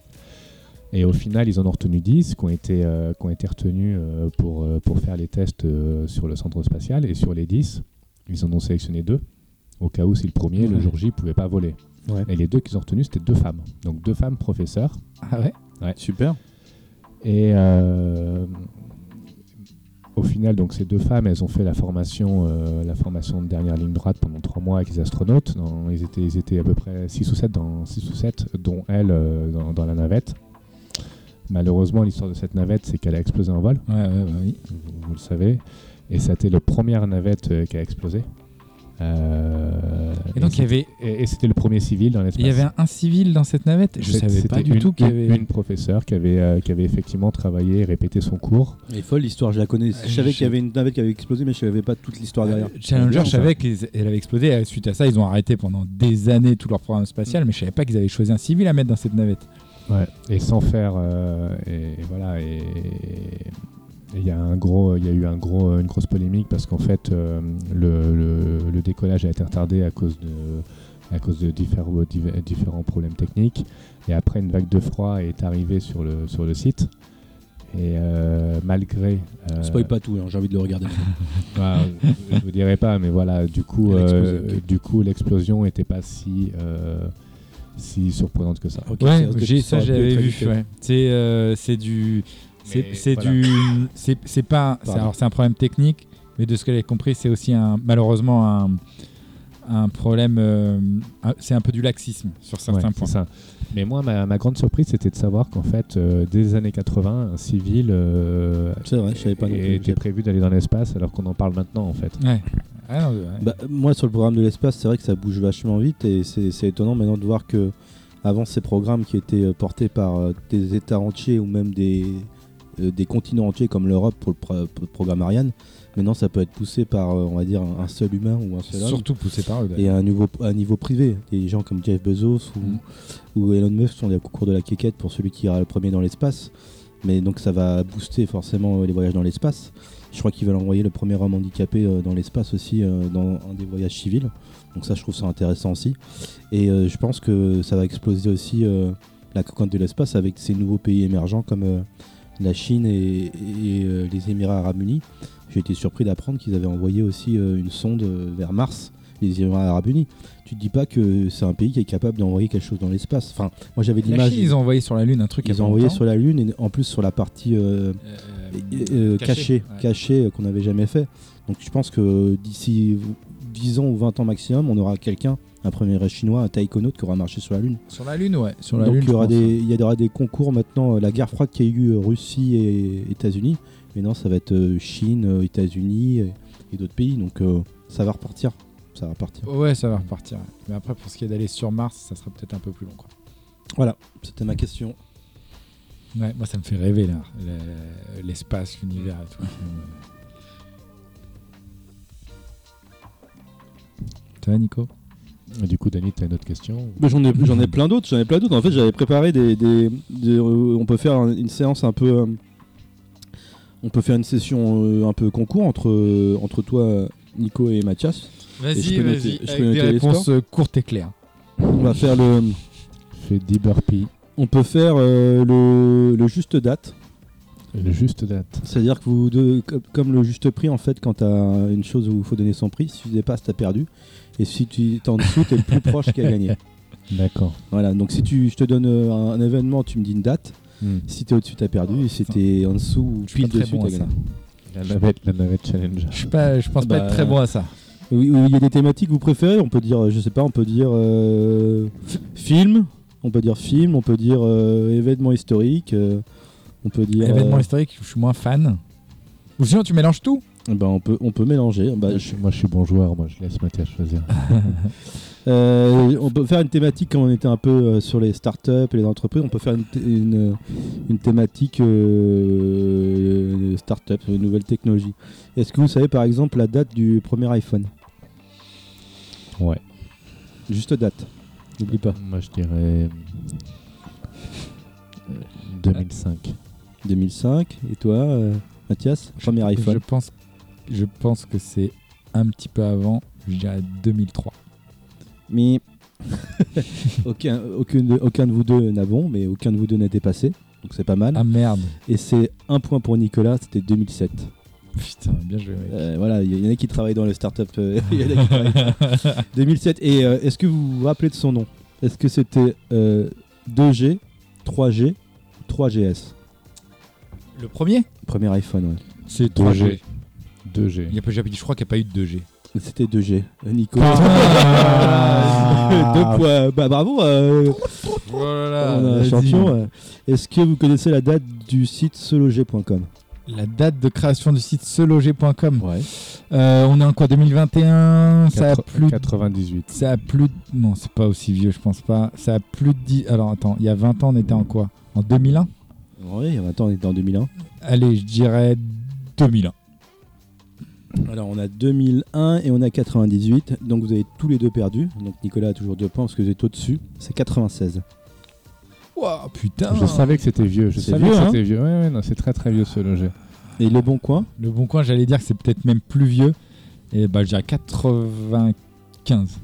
Speaker 4: Et au final, ils en ont retenu 10 qui ont été, euh, qui ont été retenus euh, pour, euh, pour faire les tests euh, sur le centre spatial. Et sur les 10, ils en ont sélectionné deux, au cas où si le premier, le
Speaker 2: Ouais.
Speaker 4: jour J, pouvait pas voler.
Speaker 2: Ouais.
Speaker 4: Et les deux qu'ils ont retenus, c'était deux femmes. Donc deux femmes professeurs.
Speaker 1: Ah ouais
Speaker 2: Super.
Speaker 4: Et euh, au final, donc ces deux femmes, elles ont fait la formation, euh, la formation de dernière ligne droite pendant trois mois avec les astronautes. Dans- ils, étaient, ils étaient à peu près 6 ou 7 dans 6 ou 7, dont elle euh, dans, dans la navette. Malheureusement, l'histoire de cette navette, c'est qu'elle a explosé en vol,
Speaker 1: Ouais, ouais, bah oui.
Speaker 4: vous, vous le savez. Et ça a été la première navette euh, qui a explosé. Euh,
Speaker 1: Et donc il y
Speaker 4: c'était-
Speaker 1: avait,
Speaker 4: et- et c'était le premier civil dans l'espace.
Speaker 1: il y avait un, un civil dans cette navette Je
Speaker 4: C'était-
Speaker 1: savais pas
Speaker 4: c'était
Speaker 1: du
Speaker 4: une-
Speaker 1: tout qu'il y
Speaker 4: une-
Speaker 1: avait.
Speaker 4: une professeure qui avait, euh, qui avait effectivement travaillé et répété son cours.
Speaker 2: Elle est folle l'histoire, je la connais.
Speaker 4: Ah,
Speaker 2: Je savais qu'il y avait une navette qui avait explosé, mais je savais pas toute l'histoire derrière.
Speaker 1: Euh, Challenger,
Speaker 2: Bien,
Speaker 1: je savais qu'elle avait explosé. et Suite à ça, ils ont arrêté pendant des années tout leur programme
Speaker 4: Mm.
Speaker 1: spatial, mais je savais pas qu'ils avaient choisi un civil à mettre dans cette navette.
Speaker 4: Et sans faire, euh, et, et voilà. Et et il y a un gros, il y a eu un gros, une grosse polémique parce qu'en fait, euh, le, le- le décollage a été retardé à cause de, à cause de différents, div- différents problèmes techniques. Et après, une vague de froid est arrivée sur le, sur le site. Et euh, malgré, euh,
Speaker 2: Spoil pas tout, hein, j'ai envie de le regarder.
Speaker 4: Bah, je vous dirai pas, mais voilà, du coup,
Speaker 2: Elle a explosé,
Speaker 4: euh, du coup, l'explosion n'était pas si euh, si surprenante que ça.
Speaker 2: Ok,
Speaker 1: Ouais,
Speaker 2: c'est-
Speaker 1: j'ai-
Speaker 2: ça
Speaker 1: ça
Speaker 2: aurait pu
Speaker 1: j'avais
Speaker 2: être
Speaker 1: vu.
Speaker 2: évité.
Speaker 1: ouais. C'est euh, c'est du,
Speaker 4: Mais
Speaker 1: c'est c'est
Speaker 4: voilà.
Speaker 1: du, c'est c'est pas. c'est-
Speaker 2: Pardon.
Speaker 1: Alors c'est un problème technique, mais de ce que j'ai compris, c'est aussi un malheureusement un un problème. euh, un- c'est un peu du laxisme sur certains
Speaker 4: Ouais,
Speaker 1: points.
Speaker 4: c'est ça. Mais moi, ma, ma grande surprise, c'était de savoir qu'en fait, euh, dès les années 80, un civil euh,
Speaker 2: C'est vrai, je savais pas non plus.
Speaker 4: était prévu d'aller dans l'espace, alors qu'on en parle maintenant, en fait.
Speaker 1: Ouais. Ah non, ouais.
Speaker 2: Bah, moi, sur le programme de l'espace, c'est vrai que ça bouge vachement vite et c'est c'est étonnant maintenant de voir que avant ces programmes qui étaient euh, portés par euh, des États entiers ou même des, euh, des continents entiers comme l'Europe pour le, pro- pour le programme Ariane. Maintenant, ça peut être poussé par, euh, on va dire, un un seul humain ou un seul homme
Speaker 1: Surtout poussé par eux. d'ailleurs.
Speaker 2: et à un, nouveau, à un niveau privé. Des gens comme Jeff Bezos ou,
Speaker 1: Mm.
Speaker 2: ou Elon Musk sont des concours de la quéquette pour celui qui ira le premier dans l'espace. Mais donc ça va booster forcément euh, les voyages dans l'espace. Je crois qu'ils veulent envoyer le premier homme handicapé euh, dans l'espace aussi, euh, dans un des voyages civils. Donc ça, je trouve ça intéressant aussi. Et euh, je pense que ça va exploser aussi euh, la cocotte de l'espace avec ces nouveaux pays émergents comme euh, la Chine et, et, euh, les Émirats arabes unis. J'ai été surpris d'apprendre qu'ils avaient envoyé aussi euh, une sonde euh, vers Mars les Émirats Arabes Unis. Tu te dis pas que c'est un pays qui est capable d'envoyer quelque chose dans l'espace. Enfin, moi j'avais
Speaker 1: La
Speaker 2: l'image.
Speaker 1: Chine, ils ont envoyé sur la Lune un truc.
Speaker 2: ils ont envoyé sur la Lune et en plus sur la partie euh, euh, cachée, cachée, euh, qu'on n'avait jamais fait. Donc je pense que d'ici 10 ans ou 20 ans maximum, on aura quelqu'un, un premier chinois, un taïkonaute qui aura marché sur la Lune.
Speaker 1: Sur la Lune, ouais. Sur la
Speaker 2: Donc
Speaker 1: Lune.
Speaker 2: il y, aura
Speaker 1: je pense.
Speaker 2: des, il y aura des concours maintenant. euh, La guerre froide qu'il y a eu euh, Russie et États-Unis, maintenant ça va être euh, Chine, euh, États-Unis et, et d'autres pays. Donc euh, ça va repartir. Ça va repartir.
Speaker 1: Ouais, ça va repartir. Mais après, pour ce qui est d'aller sur Mars, ça sera peut-être un peu plus long. Quoi.
Speaker 2: Voilà, c'était ma question.
Speaker 1: Ouais, moi, ça me fait rêver, là. Le- L'espace, l'univers et tout. Ça va, Nico
Speaker 4: Et du coup, Dany, t'as une autre question
Speaker 2: Mais J'en ai, j'en ai plein d'autres, j'en ai plein d'autres. En fait, j'avais préparé des, des- des- euh, on peut faire un- une séance un peu, euh, on peut faire une session euh, un peu concours entre euh, entre toi, Nico et Mathias. Et je
Speaker 1: Vas-y,
Speaker 2: peux noter- je
Speaker 1: vas-y.
Speaker 2: peux
Speaker 1: Avec des
Speaker 2: noter les
Speaker 1: réponses euh, courtes et claires.
Speaker 2: On va faire le,
Speaker 4: Fais 10 burpees.
Speaker 2: on peut faire euh, le, le juste date,
Speaker 4: Le juste date.
Speaker 2: c'est-à-dire que vous deux, co- comme le juste prix en fait, quand t'as une chose où il faut donner son prix, si tu dépasses, t'as perdu, et si tu t'es en dessous, t'es le plus proche qui a gagné.
Speaker 4: D'accord.
Speaker 2: Voilà. Donc si tu, je te donne euh, un, un événement, tu me dis une date.
Speaker 4: Hmm.
Speaker 2: Si t'es au-dessus, t'as perdu. et si t'es en dessous ou
Speaker 1: Ah, Je suis
Speaker 2: pile
Speaker 1: pas très
Speaker 2: dessus,
Speaker 1: bon à
Speaker 2: t'as
Speaker 1: ça.
Speaker 2: gagné.
Speaker 4: La navette, la navette challenge.
Speaker 1: Je, suis pas, je pense pas
Speaker 2: Bah,
Speaker 1: être très bon à ça.
Speaker 2: Oui, oui, il y a des thématiques que vous préférez. On peut dire, euh, je sais pas, on peut dire euh, film, on peut dire film, on peut dire euh, événement historique, euh, on peut dire.
Speaker 1: Événement
Speaker 2: euh,
Speaker 1: historique, je suis moins fan. Ou sinon, tu mélanges tout
Speaker 2: ben, on peut, on peut mélanger. Bah, je-
Speaker 4: Moi, je suis bon joueur. Moi, je laisse Mathias choisir.
Speaker 1: Ah.
Speaker 2: euh, on peut faire une thématique comme on était un peu euh, sur les startups et les entreprises. On peut faire une, thé- une, euh, une thématique euh, startup, euh, nouvelle technologie. Est-ce que vous savez par exemple la date du premier iPhone
Speaker 4: Ouais.
Speaker 2: Juste date. N'oublie pas.
Speaker 4: Moi, je dirais. euh, 2005.
Speaker 2: 2005. Et toi, euh, Mathias Premier iPhone.
Speaker 1: Je pense, je pense que c'est un petit peu avant, je dirais 2003.
Speaker 2: Mais aucun, aucun, de, aucun de vous deux n'a bon, mais aucun de vous deux n'a dépassé. Donc c'est pas mal.
Speaker 1: Ah merde
Speaker 2: Et c'est un point pour Nicolas, c'était 2007.
Speaker 1: Putain, bien joué. mec.
Speaker 2: Euh, voilà, il y, en a qui travaillent dans le startup. euh, il y en a qui travaillent pas. 2007. Et euh, est-ce que vous vous rappelez de son nom Est-ce que c'était euh, 2G, 3G, 3GS
Speaker 1: Le premier
Speaker 2: Premier iPhone, ouais.
Speaker 1: C'est
Speaker 4: 3G.
Speaker 1: Il y
Speaker 4: 2G.
Speaker 1: a pas, j'ai- je crois qu'il n'y a pas eu de 2G.
Speaker 2: C'était 2G. Euh, Nico.
Speaker 1: Ah.
Speaker 2: Deux points. Bah, bravo. euh,
Speaker 1: Oh là là,
Speaker 2: on a un
Speaker 1: vas-y.
Speaker 2: champion. euh. Est-ce que vous connaissez la date du site seloger.com
Speaker 1: La date de création du site seloger.com.
Speaker 2: Ouais.
Speaker 1: Euh, on est en quoi 2021 Ça a
Speaker 4: Quatre-
Speaker 1: plus de-
Speaker 4: 98.
Speaker 1: Ça a plus de- Non, c'est pas aussi vieux, je pense pas. Ça a plus de 10... Alors attends, il y a 20 ans, on était en quoi En 2001
Speaker 2: Oui, bah, attends, on est en 2001.
Speaker 1: Allez, je dirais 2001.
Speaker 2: Alors, on a 2001 et on a 98. Donc, vous avez tous les deux perdu. Donc, Nicolas a toujours deux points parce que vous êtes au-dessus. C'est 96.
Speaker 1: Wow, putain
Speaker 2: Oh.
Speaker 4: Je savais que c'était vieux. Je
Speaker 2: C'est
Speaker 4: savais
Speaker 2: vieux,
Speaker 4: que
Speaker 2: hein
Speaker 4: c'était vieux. Ouais, ouais, non, c'est très très vieux ce loger.
Speaker 2: Et Le Bon Coin
Speaker 1: Le Bon Coin, j'allais dire que c'est peut-être même plus vieux. Et bah, je dirais 95.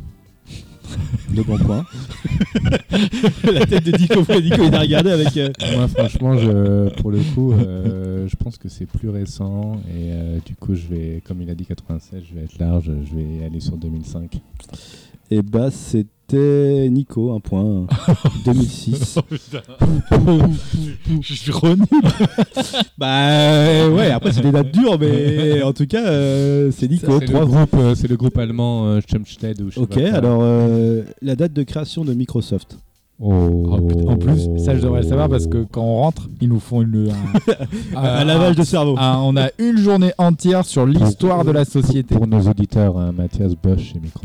Speaker 2: Le Bon Coin. la tête de Nico, Nico il a regardé avec. euh,
Speaker 4: Moi, franchement, je, pour le coup, euh, je pense que c'est plus récent. Et euh, du coup, je vais, comme il a dit 96, je vais être large. Je vais aller sur 2005.
Speaker 2: Et bah, c'était Nico, un point. 2006.
Speaker 1: Je suis Ron.
Speaker 2: bah, euh, ouais, après, c'est des dates dures, mais en tout cas, euh, c'est Nico.
Speaker 4: Ça, c'est le
Speaker 2: Trois
Speaker 4: groupe, euh, c'est le groupe allemand euh, Schumstead ou je sais
Speaker 2: Ok,
Speaker 4: pas quoi.
Speaker 2: alors euh, la date de création de Microsoft.
Speaker 4: Oh,
Speaker 1: En plus, ça je devrais le savoir parce que quand on rentre, ils nous font une. un-
Speaker 2: Un Ah, lavage de cerveau.
Speaker 1: un- on a une journée entière sur l'histoire de la société.
Speaker 4: Pour nos auditeurs, hein, Mathias Bosch et Micro.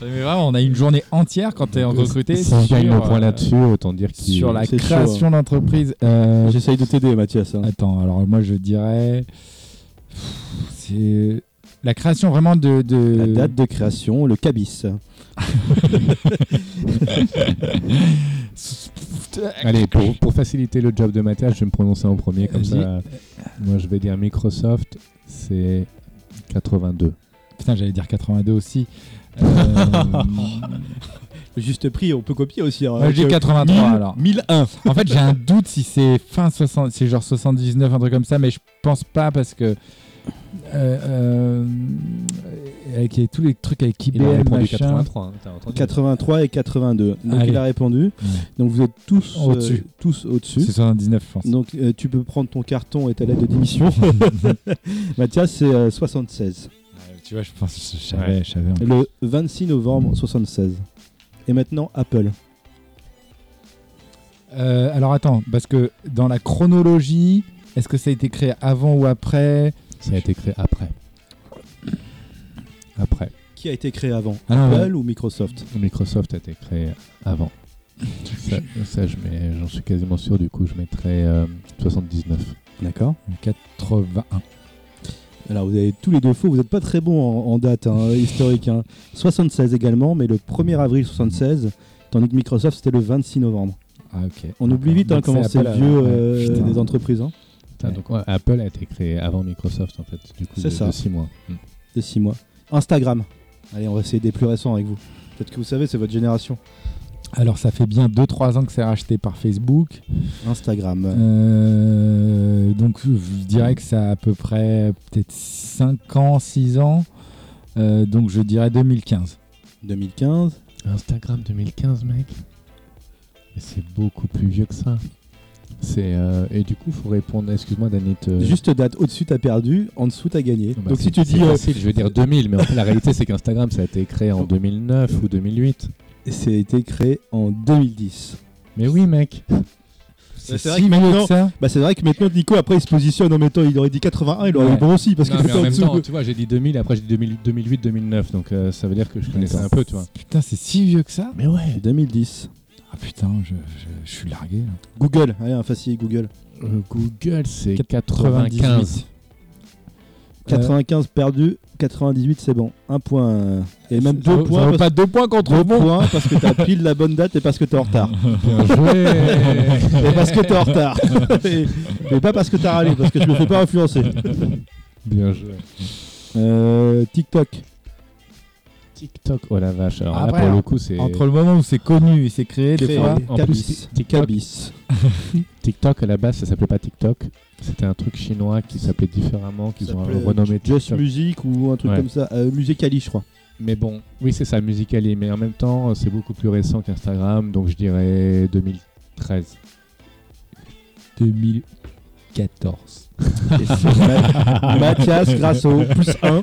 Speaker 1: Mais vraiment, on a une journée entière quand tu es recruté
Speaker 4: Si on
Speaker 1: sur,
Speaker 4: gagne le
Speaker 1: euh,
Speaker 4: point là-dessus, autant dire qu'il.
Speaker 1: sur la
Speaker 2: C'est chaud,
Speaker 1: création d'entreprise. hein. Euh,
Speaker 2: Ah, J'essaye de t'aider, Mathias. hein.
Speaker 1: Attends, alors moi je dirais. C'est la création vraiment de. de-
Speaker 2: La date de création, le cabis.
Speaker 4: Allez, pour, pour faciliter le job de Mathias, je vais me prononcer en premier comme ça. Moi, je vais dire Microsoft, c'est 82.
Speaker 1: Putain, j'allais dire 82 aussi. Euh,
Speaker 2: Le juste prix, on peut copier aussi. hein. Euh,
Speaker 1: moi, j'ai 83 alors.
Speaker 2: 1001.
Speaker 1: En fait, j'ai un doute si c'est fin 60, c'est genre 79, un truc comme ça, mais je pense pas parce que. euh, euh, avec les- tous les trucs avec
Speaker 4: Il a
Speaker 1: IBM,
Speaker 4: répondu
Speaker 1: machin.
Speaker 4: 83. hein, t'as entendu
Speaker 2: 83 et 82. Donc
Speaker 1: Allez.
Speaker 2: il a répondu.
Speaker 1: Ouais.
Speaker 2: Donc vous êtes tous euh,
Speaker 1: Au-dessus.
Speaker 2: tous
Speaker 1: C'est
Speaker 2: au-dessus.
Speaker 1: 79, je pense.
Speaker 2: Donc euh, tu peux prendre ton carton et ta lettre de démission. Mathias, c'est euh, 76.
Speaker 1: tu vois, je pense, je
Speaker 4: savais,
Speaker 1: je savais.
Speaker 2: Le 26 novembre 76. Et maintenant Apple.
Speaker 1: Euh, alors attends, parce que dans la chronologie, est-ce que ça a été créé avant ou après
Speaker 4: Ça a été créé après. Après.
Speaker 2: Qui a été créé avant
Speaker 1: Ah non,
Speaker 2: Apple ou Microsoft
Speaker 4: Microsoft a été créé avant. Ça, ça, je mets- j'en suis quasiment sûr, du coup, je mettrais euh, 79.
Speaker 2: D'accord.
Speaker 1: ouais, 81.
Speaker 2: Alors vous avez tous les deux faux, vous n'êtes pas très bons en, en date hein, historique. hein. 76 également, mais le 1er avril 76, tandis que Microsoft c'était le 26 novembre.
Speaker 1: Ah ok.
Speaker 2: On oublie vite hein,
Speaker 1: Donc,
Speaker 2: comment c'est
Speaker 1: Apple,
Speaker 2: vieux
Speaker 1: ouais,
Speaker 2: euh,
Speaker 1: putain.
Speaker 2: des entreprises. Hein.
Speaker 4: Putain,
Speaker 1: Ouais.
Speaker 4: donc, ouais, Apple a été créé avant Microsoft, en fait, du coup,
Speaker 2: C'est
Speaker 4: de,
Speaker 2: ça.
Speaker 4: 6 mois. Mm.
Speaker 2: de 6 mois. Instagram. Allez, on va essayer des plus récents avec vous. Peut-être que vous savez, c'est votre génération.
Speaker 1: Alors ça fait bien 2-3 ans que c'est racheté par Facebook.
Speaker 2: Instagram.
Speaker 1: Euh, donc je dirais que ça a à peu près peut-être 5 ans, 6 ans. Euh, donc je dirais 2015.
Speaker 2: 2015.
Speaker 4: Instagram 2015, mec. Mais c'est beaucoup plus vieux que ça. C'est euh, et du coup, faut répondre. Excuse-moi, Danit. euh,
Speaker 2: Juste date, au-dessus t'as perdu, en dessous t'as gagné.
Speaker 4: non, bah,
Speaker 2: Donc
Speaker 4: c'est-
Speaker 2: si tu
Speaker 4: c'est
Speaker 2: dis euh,
Speaker 4: facile, je veux dire 2000, mais en fait, la réalité, c'est qu'Instagram, ça a été créé en 2009 ou 2008.
Speaker 2: c'est été créé en 2010.
Speaker 4: Mais oui, mec.
Speaker 2: c'est vrai
Speaker 1: si vieux
Speaker 2: que maintenant-
Speaker 1: ça
Speaker 2: Bah c'est vrai que maintenant Nico après il se positionne en même temps, il aurait dit 81, il aurait
Speaker 1: Ouais.
Speaker 2: eu bon aussi parce qu'il
Speaker 4: Non, mais
Speaker 2: était
Speaker 4: en
Speaker 2: en
Speaker 4: même
Speaker 2: dessous.
Speaker 4: temps, tu vois, j'ai dit 2000, après j'ai dit 2000 2008, 2009, donc euh, ça veut dire que je connaissais un peu, tu vois.
Speaker 1: Putain, c'est si vieux que ça
Speaker 4: Mais ouais.
Speaker 2: 2010.
Speaker 1: Ah putain, je, je- je suis largué. là.
Speaker 2: Google, allez, un facile Google.
Speaker 4: Euh. Google, c'est
Speaker 1: 98.
Speaker 4: 95.
Speaker 2: 95 perdu, 98 c'est bon. Un point. euh, Et même
Speaker 1: Ça
Speaker 2: deux
Speaker 1: vaut- ça
Speaker 2: points,
Speaker 1: vaut
Speaker 2: parce,
Speaker 1: pas deux points contre
Speaker 2: deux
Speaker 1: moi.
Speaker 2: points parce que t'as pile la bonne date et parce que t'es en retard.
Speaker 4: Bien joué.
Speaker 2: Et parce que t'es en retard. Et- mais pas parce que t'as râlé, parce que je me fais pas influencer.
Speaker 4: Bien joué.
Speaker 2: Euh, TikTok.
Speaker 4: TikTok, oh la vache. Alors
Speaker 2: Ah
Speaker 1: Après,
Speaker 2: hein.
Speaker 4: là, pour le coup, c'est.
Speaker 1: Entre le moment où c'est connu et c'est créé, des
Speaker 2: Créé.
Speaker 1: fois.
Speaker 4: en
Speaker 2: Cabis.
Speaker 4: plus, TikTok,
Speaker 2: Cabis.
Speaker 4: TikTok à la base ça s'appelait pas TikTok, c'était un truc chinois qui s'appelait différemment, qu'ils ont
Speaker 2: s'appelait
Speaker 4: renommé
Speaker 2: Just
Speaker 4: TikTok.
Speaker 2: Music ou un truc
Speaker 4: Ouais.
Speaker 2: comme ça. Euh, Musical.ly, je crois.
Speaker 4: Mais bon, oui c'est ça, Musical.ly, mais en même temps euh, c'est beaucoup plus récent qu'Instagram, donc je dirais 2013.
Speaker 1: 2014.
Speaker 2: Et c'est Ma- Mathias Grasso, plus 1,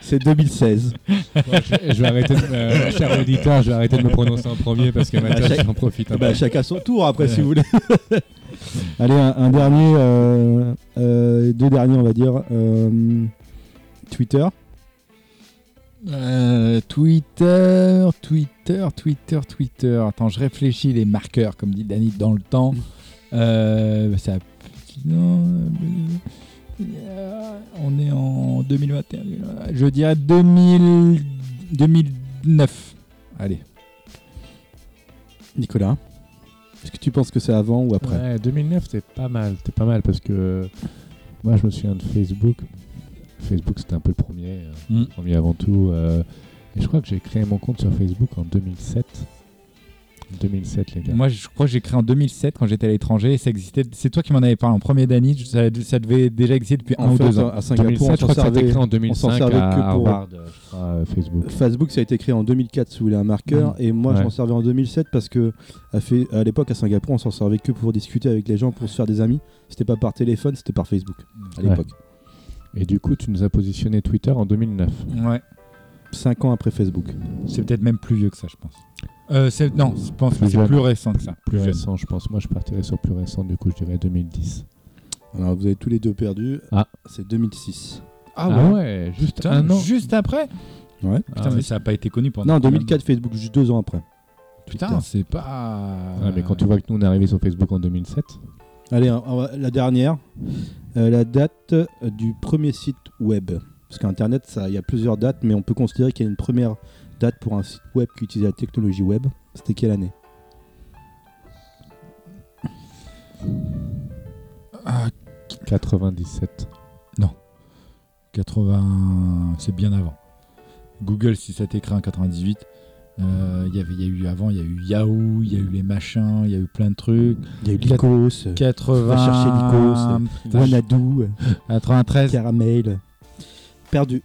Speaker 2: c'est 2016.
Speaker 4: je, vais arrêter, de, me- euh, cher auditeur, je vais arrêter de me prononcer en premier parce que
Speaker 2: Bah,
Speaker 4: Mathias
Speaker 2: chaque-
Speaker 4: j'en profite. un
Speaker 2: Bah,
Speaker 4: peu.
Speaker 2: chacun son tour après, si vous voulez. Allez, un, un dernier. euh, euh, deux derniers, on va dire. Euh, Twitter.
Speaker 1: Euh, Twitter, Twitter, Twitter, Twitter. Attends, je réfléchis les marqueurs, comme dit Danny, dans le temps. Euh, ça... non, euh, on est en 2021. Je dirais 2000, 2009. Allez.
Speaker 2: Nicolas. Est-ce que tu penses que c'est avant ou après
Speaker 4: Ouais, 2009 t'es pas mal, t'es pas mal parce que euh, moi je me souviens de Facebook. Facebook c'était un peu le premier, euh,
Speaker 1: Mm.
Speaker 4: le premier avant tout. euh, et je crois que j'ai créé mon compte sur Facebook en 2007. 2007 les gars.
Speaker 1: Moi, je crois que j'ai créé en 2007 quand j'étais à l'étranger. et ça existait. C'est toi qui m'en avais parlé en premier, Danny. Je- Ça, ça devait déjà exister depuis un
Speaker 2: En
Speaker 1: ou
Speaker 2: fait,
Speaker 1: deux ans.
Speaker 2: à Singapour,
Speaker 4: 2007,
Speaker 2: on
Speaker 4: je
Speaker 2: s'en
Speaker 4: crois que ça a été
Speaker 2: servait-
Speaker 4: créé en
Speaker 2: s'en
Speaker 4: 2005 à
Speaker 2: servait que pour-
Speaker 4: Harvard, je crois, euh, Facebook.
Speaker 2: Facebook, ça a été créé en 2004, si vous voulez, un marqueur. Et moi, je
Speaker 4: Ouais.
Speaker 2: m'en servais en 2007 parce que à, fait- à l'époque, à Singapour, on s'en servait que pour discuter avec les gens, pour se faire des amis. C'était pas par téléphone, c'était par Facebook à
Speaker 4: Ouais.
Speaker 2: l'époque.
Speaker 4: Et du coup, tu nous as positionné Twitter en 2009.
Speaker 1: Ouais.
Speaker 2: Cinq ans après Facebook.
Speaker 1: C'est peut-être même plus vieux que ça, je pense. Euh, c'est- non, je pense que
Speaker 4: Plus
Speaker 1: c'est
Speaker 4: jeune.
Speaker 1: plus récent que ça.
Speaker 4: Plus
Speaker 1: jeune.
Speaker 4: récent, je pense. Moi, je partirais sur plus récent, du coup, je dirais 2010.
Speaker 2: Alors vous avez tous les deux perdu.
Speaker 4: Ah.
Speaker 2: C'est 2006.
Speaker 1: Ah ouais,
Speaker 4: juste
Speaker 1: Putain,
Speaker 4: un an.
Speaker 1: juste après
Speaker 2: Ouais.
Speaker 4: Ah
Speaker 1: Putain,
Speaker 4: ouais.
Speaker 1: mais ça n'a pas été connu pendant.
Speaker 2: Non, 2004 Facebook, juste deux ans après.
Speaker 1: Putain, c'est pas. euh,
Speaker 4: Ah, mais quand tu vois que nous, on est arrivé sur Facebook en 2007,
Speaker 2: Allez, on- on va- la dernière. Euh, la date euh, du premier site web. Parce qu'Internet, ça- il y a plusieurs dates, mais on peut considérer qu'il y a une première date pour un site web qui utilisait la technologie web. C'était quelle année
Speaker 1: Ah,
Speaker 4: 97.
Speaker 1: 80. C'est bien avant. Google, si ça a été créé en 98. euh, Il y avait- il y a eu avant, il y a eu Yahoo, il y a eu les machins, il y a eu plein de trucs.
Speaker 2: Il y a eu Lycos, euh,
Speaker 1: 80.
Speaker 2: chercher Lycos,
Speaker 1: Putain,
Speaker 2: Wanadu, euh,
Speaker 1: 93.
Speaker 2: Caramel. Perdu.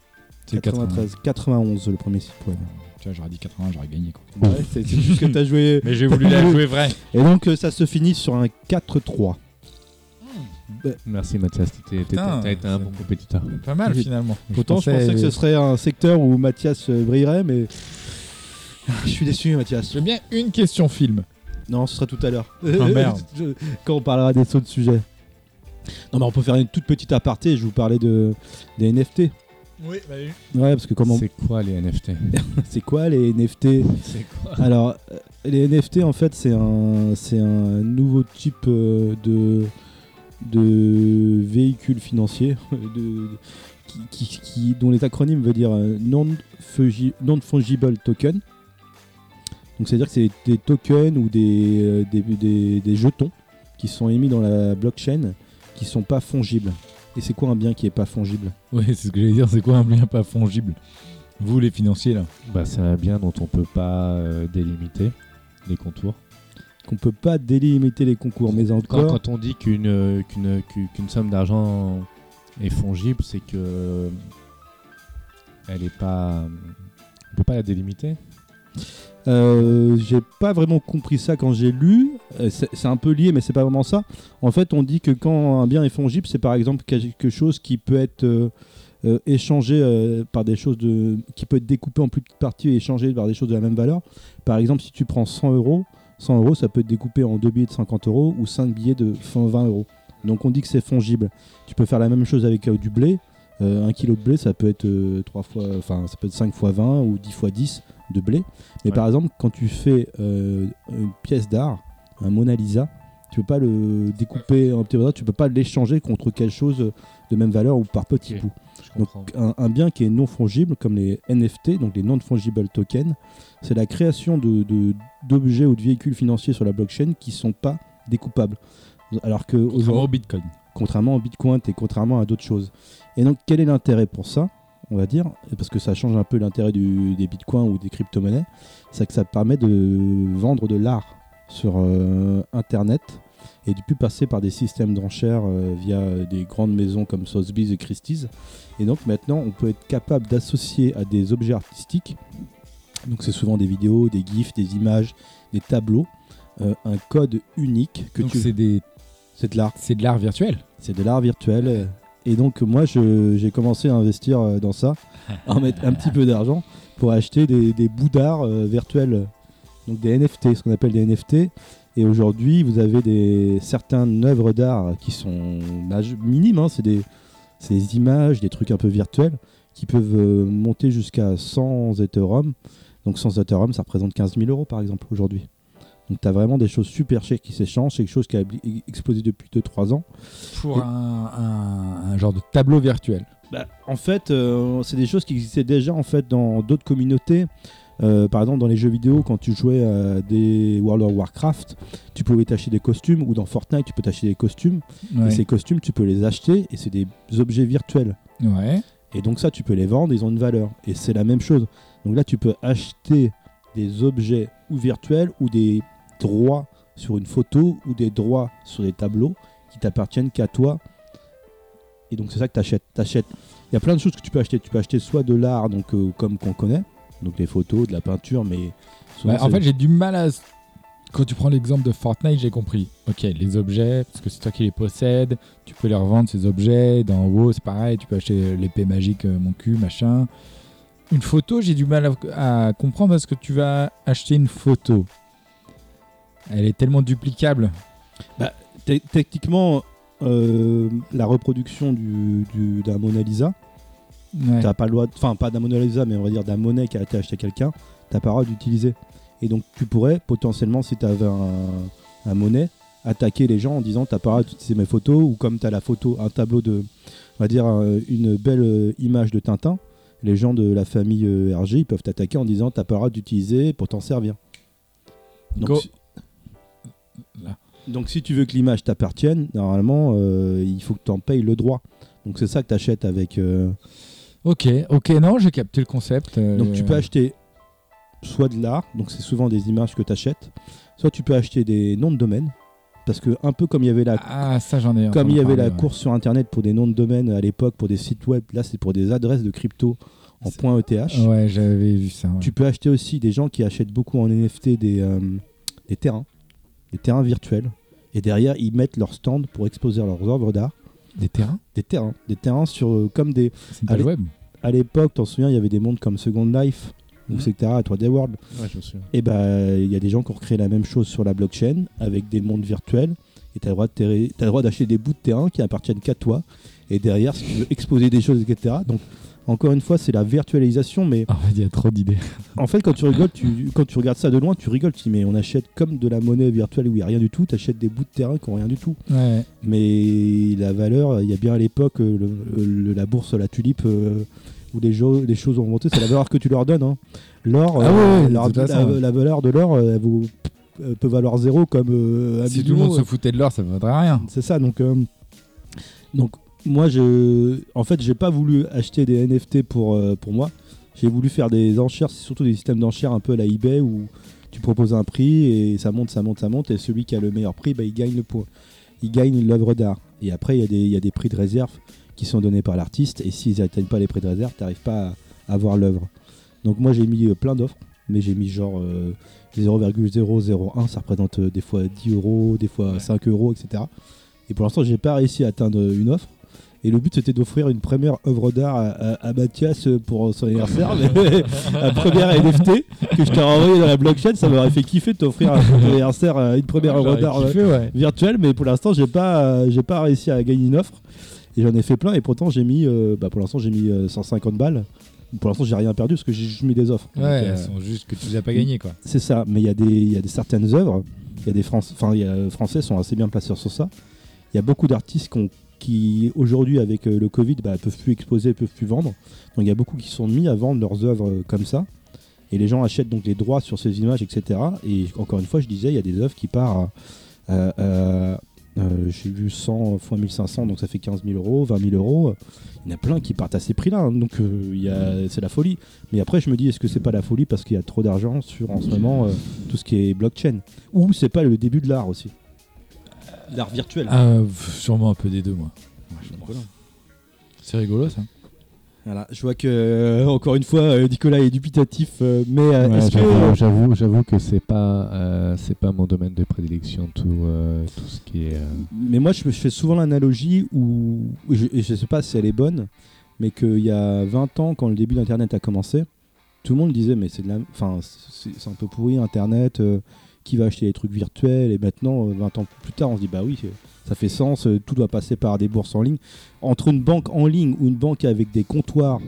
Speaker 1: C'est
Speaker 2: 93, 91 le premier site web.
Speaker 1: Tu vois, j'aurais dit 80, j'aurais gagné. Quoi.
Speaker 2: Ouais, c'est c'est juste que t'as joué.
Speaker 1: Mais j'ai voulu la jouer vrai.
Speaker 2: Et donc euh, ça se finit sur un 4-3.
Speaker 4: Merci, Mathias. t'étais- t'étais-
Speaker 1: Putain,
Speaker 4: T'as été un
Speaker 1: c'est-
Speaker 4: bon compétiteur.
Speaker 1: Pas mal
Speaker 2: Oui.
Speaker 1: finalement.
Speaker 2: Pourtant, je pensais euh, que ce serait un secteur où Mathias euh, brillerait, mais. Ah, Je suis déçu, Mathias.
Speaker 1: J'ai bien une question film.
Speaker 2: Non, ce sera tout à l'heure.
Speaker 1: merde.
Speaker 2: Je- Quand on parlera des sauts de sujet. Non, mais on peut faire une toute petite aparté. Je vous parlais de, des NFT.
Speaker 1: Oui,
Speaker 2: Ouais, parce que comment.
Speaker 4: C'est quoi les NFT
Speaker 2: C'est quoi les NFT
Speaker 4: C'est quoi
Speaker 2: Alors, euh, les NFT, en fait, c'est un, c'est un nouveau type euh, de, de véhicule financier de, de- qui, qui- qui- dont les acronymes veulent dire euh, non-fungi- non-fungible token. Donc, c'est-à-dire que c'est des tokens ou des, euh, des, des- des jetons qui sont émis dans la blockchain qui sont pas fongibles. Et c'est quoi un bien qui est pas fongible
Speaker 1: Oui, c'est ce que j'allais dire. C'est quoi un bien pas fongible Vous, les financiers, là.
Speaker 4: bah, C'est un bien dont on peut pas euh, délimiter les contours.
Speaker 2: Qu'on peut pas délimiter les concours, mais
Speaker 4: Quand,
Speaker 2: encore.
Speaker 4: quand on dit qu'une euh, qu'une qu'u- qu'une somme d'argent est fongible, c'est que euh, elle est pas. On peut pas la délimiter.
Speaker 2: Euh, j'ai pas vraiment compris ça quand j'ai lu. Euh, C'est c'est un peu lié, mais c'est pas vraiment ça. En fait, on dit que quand un bien est fongible, c'est par exemple quelque chose qui peut être euh, euh, échangé euh, par des choses de, qui peut être découpé en plus petites parties et échangé par des choses de la même valeur. Par exemple, si tu prends 100 euros, 100 euros, ça peut être découpé en deux billets de 50 euros ou cinq billets de 20 euros. Donc on dit que c'est fongible. Tu peux faire la même chose avec euh, du blé. Euh, un kilo de blé, ça peut être euh, trois fois, enfin ça peut être 5 fois 20 ou 10 fois 10 de blé. Mais
Speaker 4: Ouais.
Speaker 2: par exemple, quand tu fais euh, une pièce d'art, un Mona Lisa, tu peux pas le découper en petits morceaux, tu peux pas l'échanger contre quelque chose de même valeur ou par petits
Speaker 4: Ok.
Speaker 2: bouts.
Speaker 4: Je
Speaker 2: Donc
Speaker 4: comprends.
Speaker 2: un, un bien qui est non fongible, comme les NFT, donc les non-fungible tokens, c'est la création de- de- d'objets ou de véhicules financiers sur la blockchain qui sont pas découpables. Alors que
Speaker 1: Contrairement
Speaker 2: aujourd'hui-
Speaker 1: au Bitcoin.
Speaker 2: contrairement au Bitcoin et contrairement à d'autres choses. Et donc, quel est l'intérêt pour ça on va dire, parce que ça change un peu l'intérêt du- des bitcoins ou des crypto-monnaies, c'est que ça permet de vendre de l'art sur euh, Internet et de plus passer par des systèmes d'enchères euh, via des grandes maisons comme Sotheby's et Christie's. Et donc maintenant, on peut être capable d'associer à des objets artistiques, donc c'est souvent des vidéos, des gifs, des images, des tableaux, euh, un code unique que
Speaker 1: Donc,
Speaker 2: tu...
Speaker 1: c'est des...
Speaker 2: C'est de l'art.
Speaker 1: c'est de l'art virtuel.
Speaker 2: C'est de l'art virtuel. euh, Et donc, moi, je- j'ai commencé à investir euh, dans ça, à en mettre un petit peu d'argent pour acheter des, des bouts d'art euh, virtuels, donc des NFT, ce qu'on appelle des NFT. Et aujourd'hui, vous avez des, certaines œuvres d'art qui sont maj- minimes, hein, c'est des, c'est des images, des trucs un peu virtuels, qui peuvent euh, monter jusqu'à 100 Ethereum. Donc 100 Ethereum, ça représente 15 000 euros par exemple aujourd'hui. Donc tu as vraiment des choses super chères qui s'échangent, quelque chose qui a bli- explosé depuis 2-3 ans.
Speaker 1: Pour un, un- un genre de tableau virtuel.
Speaker 2: Bah, en fait, euh, c'est des choses qui existaient déjà en fait dans d'autres communautés. Euh, par exemple, dans les jeux vidéo, quand tu jouais à des World of Warcraft, tu pouvais t'acheter des costumes, ou dans Fortnite, tu peux t'acheter des costumes. Et
Speaker 1: Ouais.
Speaker 2: ces costumes, tu peux les acheter, et c'est des objets virtuels.
Speaker 1: Ouais.
Speaker 2: Et donc ça, tu peux les vendre, ils ont une valeur. Et c'est la même chose. Donc là, tu peux acheter des objets ou virtuels ou des droits sur une photo ou des droits sur des tableaux qui t'appartiennent qu'à toi. Et donc c'est ça que tu achètes. Il y a plein de choses que tu peux acheter. Tu peux acheter soit de l'art, donc euh, comme qu'on connaît, donc des photos, de la peinture, mais souvent,
Speaker 1: Bah, en
Speaker 2: c'est-
Speaker 1: fait, j'ai du mal à. Quand tu prends l'exemple de Fortnite, j'ai compris. Ok, les objets, parce que c'est toi qui les possèdes, tu peux les revendre ces objets. Dans WoW, c'est pareil, tu peux acheter l'épée magique, euh, mon cul, machin. une photo, j'ai du mal à, à comprendre parce que tu vas acheter une photo. Elle est tellement duplicable.
Speaker 2: Te- Techniquement, euh, la reproduction du- du- d'un Mona Lisa,
Speaker 1: Ouais.
Speaker 2: t'as pas le droit, de- enfin pas d'un Mona Lisa, mais on va dire d'un monnaie qui a été acheté à quelqu'un, t'as pas le droit d'utiliser. Et donc tu pourrais potentiellement, si t'avais un, un monnaie, attaquer les gens en disant t'as pas le droit d'utiliser mes photos, ou comme t'as la photo, un tableau de, on va dire euh, une belle euh, image de Tintin, les gens de la famille euh, RG ils peuvent t'attaquer en disant t'as pas le droit d'utiliser pour t'en servir. Donc,
Speaker 1: Go.
Speaker 2: si-
Speaker 1: Là.
Speaker 2: donc si tu veux que l'image t'appartienne, normalement euh, il faut que tu en payes le droit. Donc c'est ça que t'achètes avec. euh,
Speaker 1: Ok, ok, non, j'ai capté le concept. euh,
Speaker 2: donc tu peux acheter soit de l'art, donc c'est souvent des images que tu achètes, soit tu peux acheter des noms de domaine, parce que un peu comme il y avait la,
Speaker 1: Ah, ça j'en ai.
Speaker 2: comme
Speaker 1: entendu
Speaker 2: il y avait
Speaker 1: parler,
Speaker 2: la
Speaker 1: ouais.
Speaker 2: course sur internet pour des noms de domaine à l'époque pour des sites web, là c'est pour des adresses de crypto en
Speaker 1: C'est-
Speaker 2: point ETH.
Speaker 1: Ouais, j'avais vu ça. ouais.
Speaker 2: Tu peux acheter aussi des gens qui achètent beaucoup en NFT des, euh, des terrains, des terrains virtuels, et derrière ils mettent leur stand pour exposer leurs œuvres d'art,
Speaker 1: Des terrains
Speaker 2: des terrains, des terrains sur euh, comme des
Speaker 1: C'est pas le
Speaker 2: Allez.
Speaker 1: web
Speaker 2: à l'époque, t'en souviens, il y avait des mondes comme Second Life,
Speaker 1: Mhm.
Speaker 2: etc., 3D World.
Speaker 4: Ouais, je me souviens.
Speaker 2: Et bah, il y a des gens qui ont créé la même chose sur la blockchain avec des mondes virtuels. Et t'as le droit de terrer- t'as le droit d'acheter des bouts de terrain qui appartiennent qu'à toi. Et derrière, si tu veux exposer des choses, etc. Donc, encore une fois, c'est la virtualisation. Mais
Speaker 4: Ah, il y a trop d'idées.
Speaker 2: en fait, quand tu rigoles, tu, quand tu regardes ça de loin, tu rigoles. Tu dis, mais on achète comme de la monnaie virtuelle où il n'y a rien du tout. T'achètes des bouts de terrain qui n'ont rien du tout.
Speaker 1: Ouais.
Speaker 2: Mais la valeur, il y a bien à l'époque euh, le- le- la bourse, la tulipe, euh, où les, jo- les choses ont monté, c'est la valeur que tu leur donnes. hein. L'or,
Speaker 1: Ah
Speaker 2: euh,
Speaker 1: ouais, ouais,
Speaker 2: leur-
Speaker 1: c'est pas ça,
Speaker 2: la,
Speaker 1: ouais.
Speaker 2: la valeur de l'or euh, elle vaut- euh, peut valoir zéro comme euh, un
Speaker 1: Si tout le monde
Speaker 2: million,
Speaker 1: se foutait de l'or, ça ne vaudrait rien.
Speaker 2: euh, C'est ça, donc, euh, donc moi, je, en fait, j'ai pas voulu acheter des NFT pour, euh, pour moi. J'ai voulu faire des enchères, c'est surtout des systèmes d'enchères un peu à la eBay où tu proposes un prix et ça monte, ça monte, ça monte, et celui qui a le meilleur prix, bah, il gagne le point. Il gagne l'œuvre d'art. Et après, il y, a des- il y a des prix de réserve qui sont donnés par l'artiste, et s'ils n'atteignent pas les prix de réserve, t'arrives pas à avoir l'œuvre. Donc moi, j'ai mis euh, plein d'offres, mais j'ai mis genre euh, 0,001, ça représente euh, des fois 10 euros, des fois 5 euros, etc. Et pour l'instant, j'ai pas réussi à atteindre euh, une offre. Et le but c'était d'offrir une première œuvre d'art à, à- à Mathias euh, pour son anniversaire, mais la première NFT que je t'ai envoyé dans la blockchain, ça m'aurait fait kiffer de t'offrir à ton anniversaire euh, une première œuvre
Speaker 1: J'aurais
Speaker 2: d'art euh,
Speaker 1: kiffé, ouais.
Speaker 2: virtuelle, mais pour l'instant j'ai pas euh, j'ai pas réussi à gagner une offre et j'en ai fait plein et pourtant j'ai mis euh, bah, pour l'instant j'ai mis euh, 150 balles. Pour l'instant j'ai rien perdu parce que j'ai juste mis des offres.
Speaker 1: Ouais,
Speaker 2: Donc, euh,
Speaker 1: elles sont juste que tu les as pas gagnées, quoi.
Speaker 2: c'est ça, mais il y a des, il y a des certaines œuvres, il y a des Fran- enfin, il y a- euh, Français sont assez bien placés sur ça. Il y a beaucoup d'artistes qu'on- qui, aujourd'hui, avec euh, le Covid, bah, peuvent plus exposer, peuvent plus vendre. Donc il y a beaucoup qui sont mis à vendre leurs œuvres euh, comme ça. Et les gens achètent donc les droits sur ces images, etc. Et encore une fois, je disais, il y a des œuvres qui partent à. à- à- euh, J'ai vu 100 fois 1500, donc ça fait 15 000 euros, 20 000 euros. Il y en a plein qui partent à ces prix-là, hein. donc euh, il y a- c'est la folie. Mais après, je me dis, est-ce que c'est pas la folie parce qu'il y a trop d'argent sur en ce moment euh, tout ce qui est blockchain Ou c'est pas le début de l'art aussi L'art virtuel.
Speaker 1: Ah, pff, sûrement un peu des deux, moi. C'est rigolo, ça.
Speaker 2: Voilà, je vois que euh, encore une fois, euh, Nicolas est dubitatif, euh, mais euh,
Speaker 4: Ouais,
Speaker 2: est-ce que
Speaker 4: j'avoue, j'avoue, j'avoue que c'est pas, euh, c'est pas mon domaine de prédilection tout, euh, tout ce qui est. euh,
Speaker 2: Mais moi, je, je fais souvent l'analogie où, et je, et je sais pas si elle est bonne, mais qu'il y a 20 ans, quand le début d'Internet a commencé, tout le monde disait, mais c'est de la... Enfin, c'est c'est un peu pourri, Internet, euh, qui va acheter les trucs virtuels Et maintenant, euh, 20 ans plus tard, on se dit, bah oui, euh, ça fait sens, euh, tout doit passer par des bourses en ligne. Entre une banque en ligne ou une banque avec des comptoirs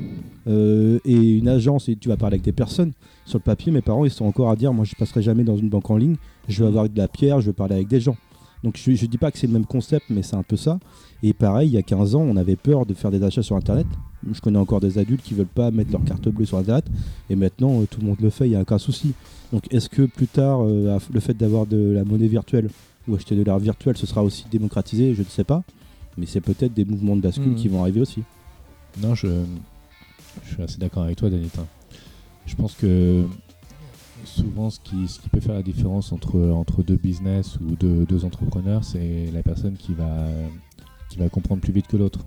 Speaker 2: euh, et une agence, et tu vas parler avec des personnes, sur le papier, mes parents, ils sont encore à dire, moi, je passerai jamais dans une banque en ligne, je vais avoir de la pierre, je vais parler avec des gens. Donc je, je dis pas que c'est le même concept, mais c'est un peu ça. Et pareil, il y a 15 ans, on avait peur de faire des achats sur Internet. Je connais encore des adultes qui veulent pas mettre leur carte bleue sur Internet. Et maintenant, euh, tout le monde le fait, il n'y a aucun souci. Donc est-ce que plus tard, euh, le fait d'avoir de la monnaie virtuelle ou acheter de l'art virtuel, ce sera aussi démocratisé Je ne sais pas. Mais c'est peut-être des mouvements de bascule
Speaker 4: Mhm.
Speaker 2: qui vont arriver aussi.
Speaker 4: Non, je, je suis assez d'accord avec toi, Danita. Je pense que souvent, ce qui, ce qui peut faire la différence entre, entre deux business ou deux, deux entrepreneurs, c'est la personne qui va, qui va comprendre plus vite que l'autre.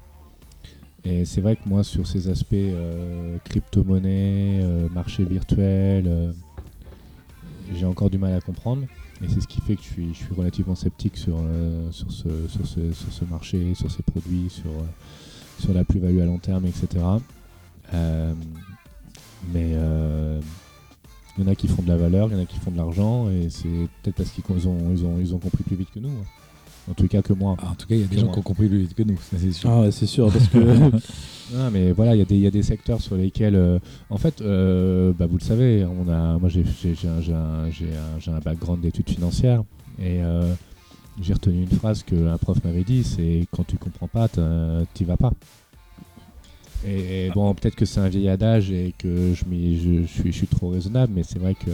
Speaker 4: Et c'est vrai que moi, sur ces aspects euh, crypto-monnaie, euh, marché virtuel, euh, j'ai encore du mal à comprendre. Et c'est ce qui fait que je suis, je suis relativement sceptique sur, euh, sur, ce, sur, ce, sur ce marché, sur ces produits, sur, euh, sur la plus-value à long terme, etc. Euh, Mais euh, il y en a qui font de la valeur, il y en a qui font de l'argent, et c'est peut-être parce qu'ils ils ont, ils ont, ils ont compris plus vite que nous. hein. En tout cas que moi.
Speaker 1: Ah, en tout cas, il y a des gens qui ont compris plus vite que nous, ça c'est sûr.
Speaker 2: Ah ouais, c'est sûr, parce que
Speaker 4: Non, mais voilà, il y, a des- il y a des secteurs sur lesquels, euh, en fait, euh, bah, vous le savez, on a, moi j'ai j'ai- j'ai un, j'ai un- j'ai un- j'ai un background d'études financières et euh, j'ai retenu une phrase qu'un prof m'avait dit, c'est quand tu comprends pas, t'in- t'y vas pas. Et, et bon, peut-être que c'est un vieil adage et que je, m'y- je, je suis, je suis trop raisonnable, mais c'est vrai que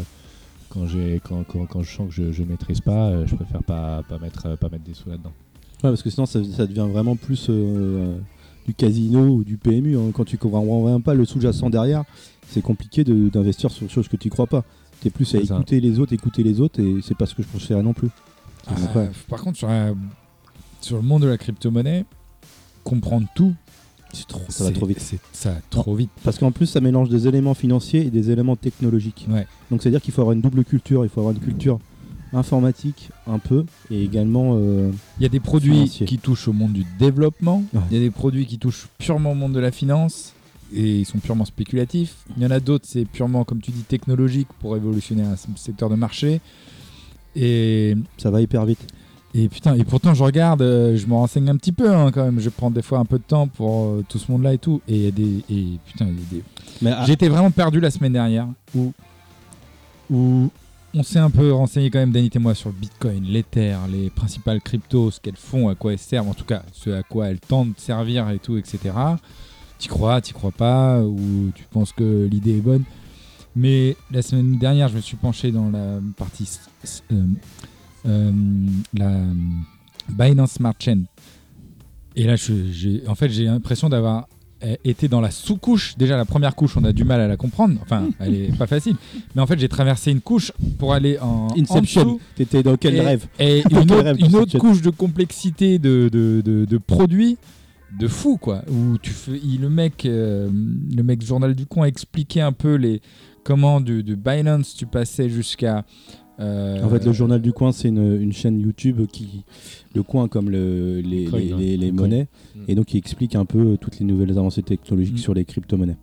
Speaker 4: quand, j'ai- quand, quand, quand je sens que je, je maîtrise pas, euh, je préfère pas, pas, mettre, pas mettre des sous là-dedans.
Speaker 2: Ouais, parce que sinon ça, ça devient vraiment plus euh, du casino ou du PMU. hein. Quand tu comprends vraiment pas le sous-jacent derrière, c'est compliqué de- d'investir sur des choses que tu crois pas. T'es plus à
Speaker 4: C'est ça.
Speaker 2: écouter les autres, écouter les autres, et c'est pas ce que je conseillerais non plus.
Speaker 1: Ah,
Speaker 2: C'est vrai.
Speaker 1: par contre, sur, la- sur le monde de la crypto-monnaie, comprendre tout,
Speaker 2: C'est trop, ça va trop vite.
Speaker 1: c'est- Ça va trop vite.
Speaker 2: Parce qu'en plus, ça mélange des éléments financiers et des éléments technologiques.
Speaker 1: Ouais.
Speaker 2: Donc c'est-à-dire qu'il faut avoir une double culture. Il faut avoir une culture informatique un peu, et également euh,
Speaker 1: Il y a des produits
Speaker 2: Financier.
Speaker 1: qui touchent au monde du développement, il
Speaker 2: Ouais.
Speaker 1: y a des produits qui touchent purement au monde de la finance et ils sont purement spéculatifs. Il y en a d'autres, c'est purement, comme tu dis, technologique pour révolutionner un s- secteur de marché. Et,
Speaker 2: ça va hyper vite.
Speaker 1: et putain, et pourtant je regarde, euh, je me renseigne un petit peu hein, quand même, je prends des fois un peu de temps pour euh, tout ce monde-là et tout. Et il y a des. Et putain, il y a des
Speaker 2: Mais ah. à-
Speaker 1: J'étais vraiment perdu la semaine dernière où, où on s'est un peu renseigné quand même, Danit et moi, sur le Bitcoin, l'Ether, les principales cryptos, ce qu'elles font, à quoi elles servent, en tout cas ce à quoi elles tentent de servir et tout, etc. T'y crois, t'y crois pas, ou tu penses que l'idée est bonne. Mais la semaine dernière, je me suis penché dans la partie s- s- euh, euh, la euh, Binance Smart Chain. Et là, je- j'ai, en fait, j'ai l'impression d'avoir euh, été dans la sous-couche. Déjà, la première couche, on a du mal à la comprendre. Enfin, elle est pas facile. Mais en fait, j'ai traversé une couche pour aller en, en
Speaker 2: Inception,
Speaker 1: dessous.
Speaker 2: t'étais dans quel
Speaker 1: Et-
Speaker 2: rêve
Speaker 1: Et
Speaker 2: Dans
Speaker 1: une
Speaker 2: quel
Speaker 1: autre,
Speaker 2: rêve,
Speaker 1: une autre
Speaker 2: Inception
Speaker 1: couche de complexité de, de, de, de produits de fou quoi où tu fais il- le mec euh, le mec journal du coin expliquait un peu les comment du, du Binance tu passais jusqu'à euh,
Speaker 2: En fait, le journal du coin, c'est une, une chaîne YouTube qui le coin comme le- les,
Speaker 4: Bitcoin,
Speaker 2: les-
Speaker 4: hein.
Speaker 2: les- les
Speaker 4: Bitcoin.
Speaker 2: monnaies
Speaker 4: Mm.
Speaker 2: et donc qui explique un peu euh, toutes les nouvelles avancées technologiques
Speaker 1: Mm.
Speaker 2: sur les crypto-monnaies.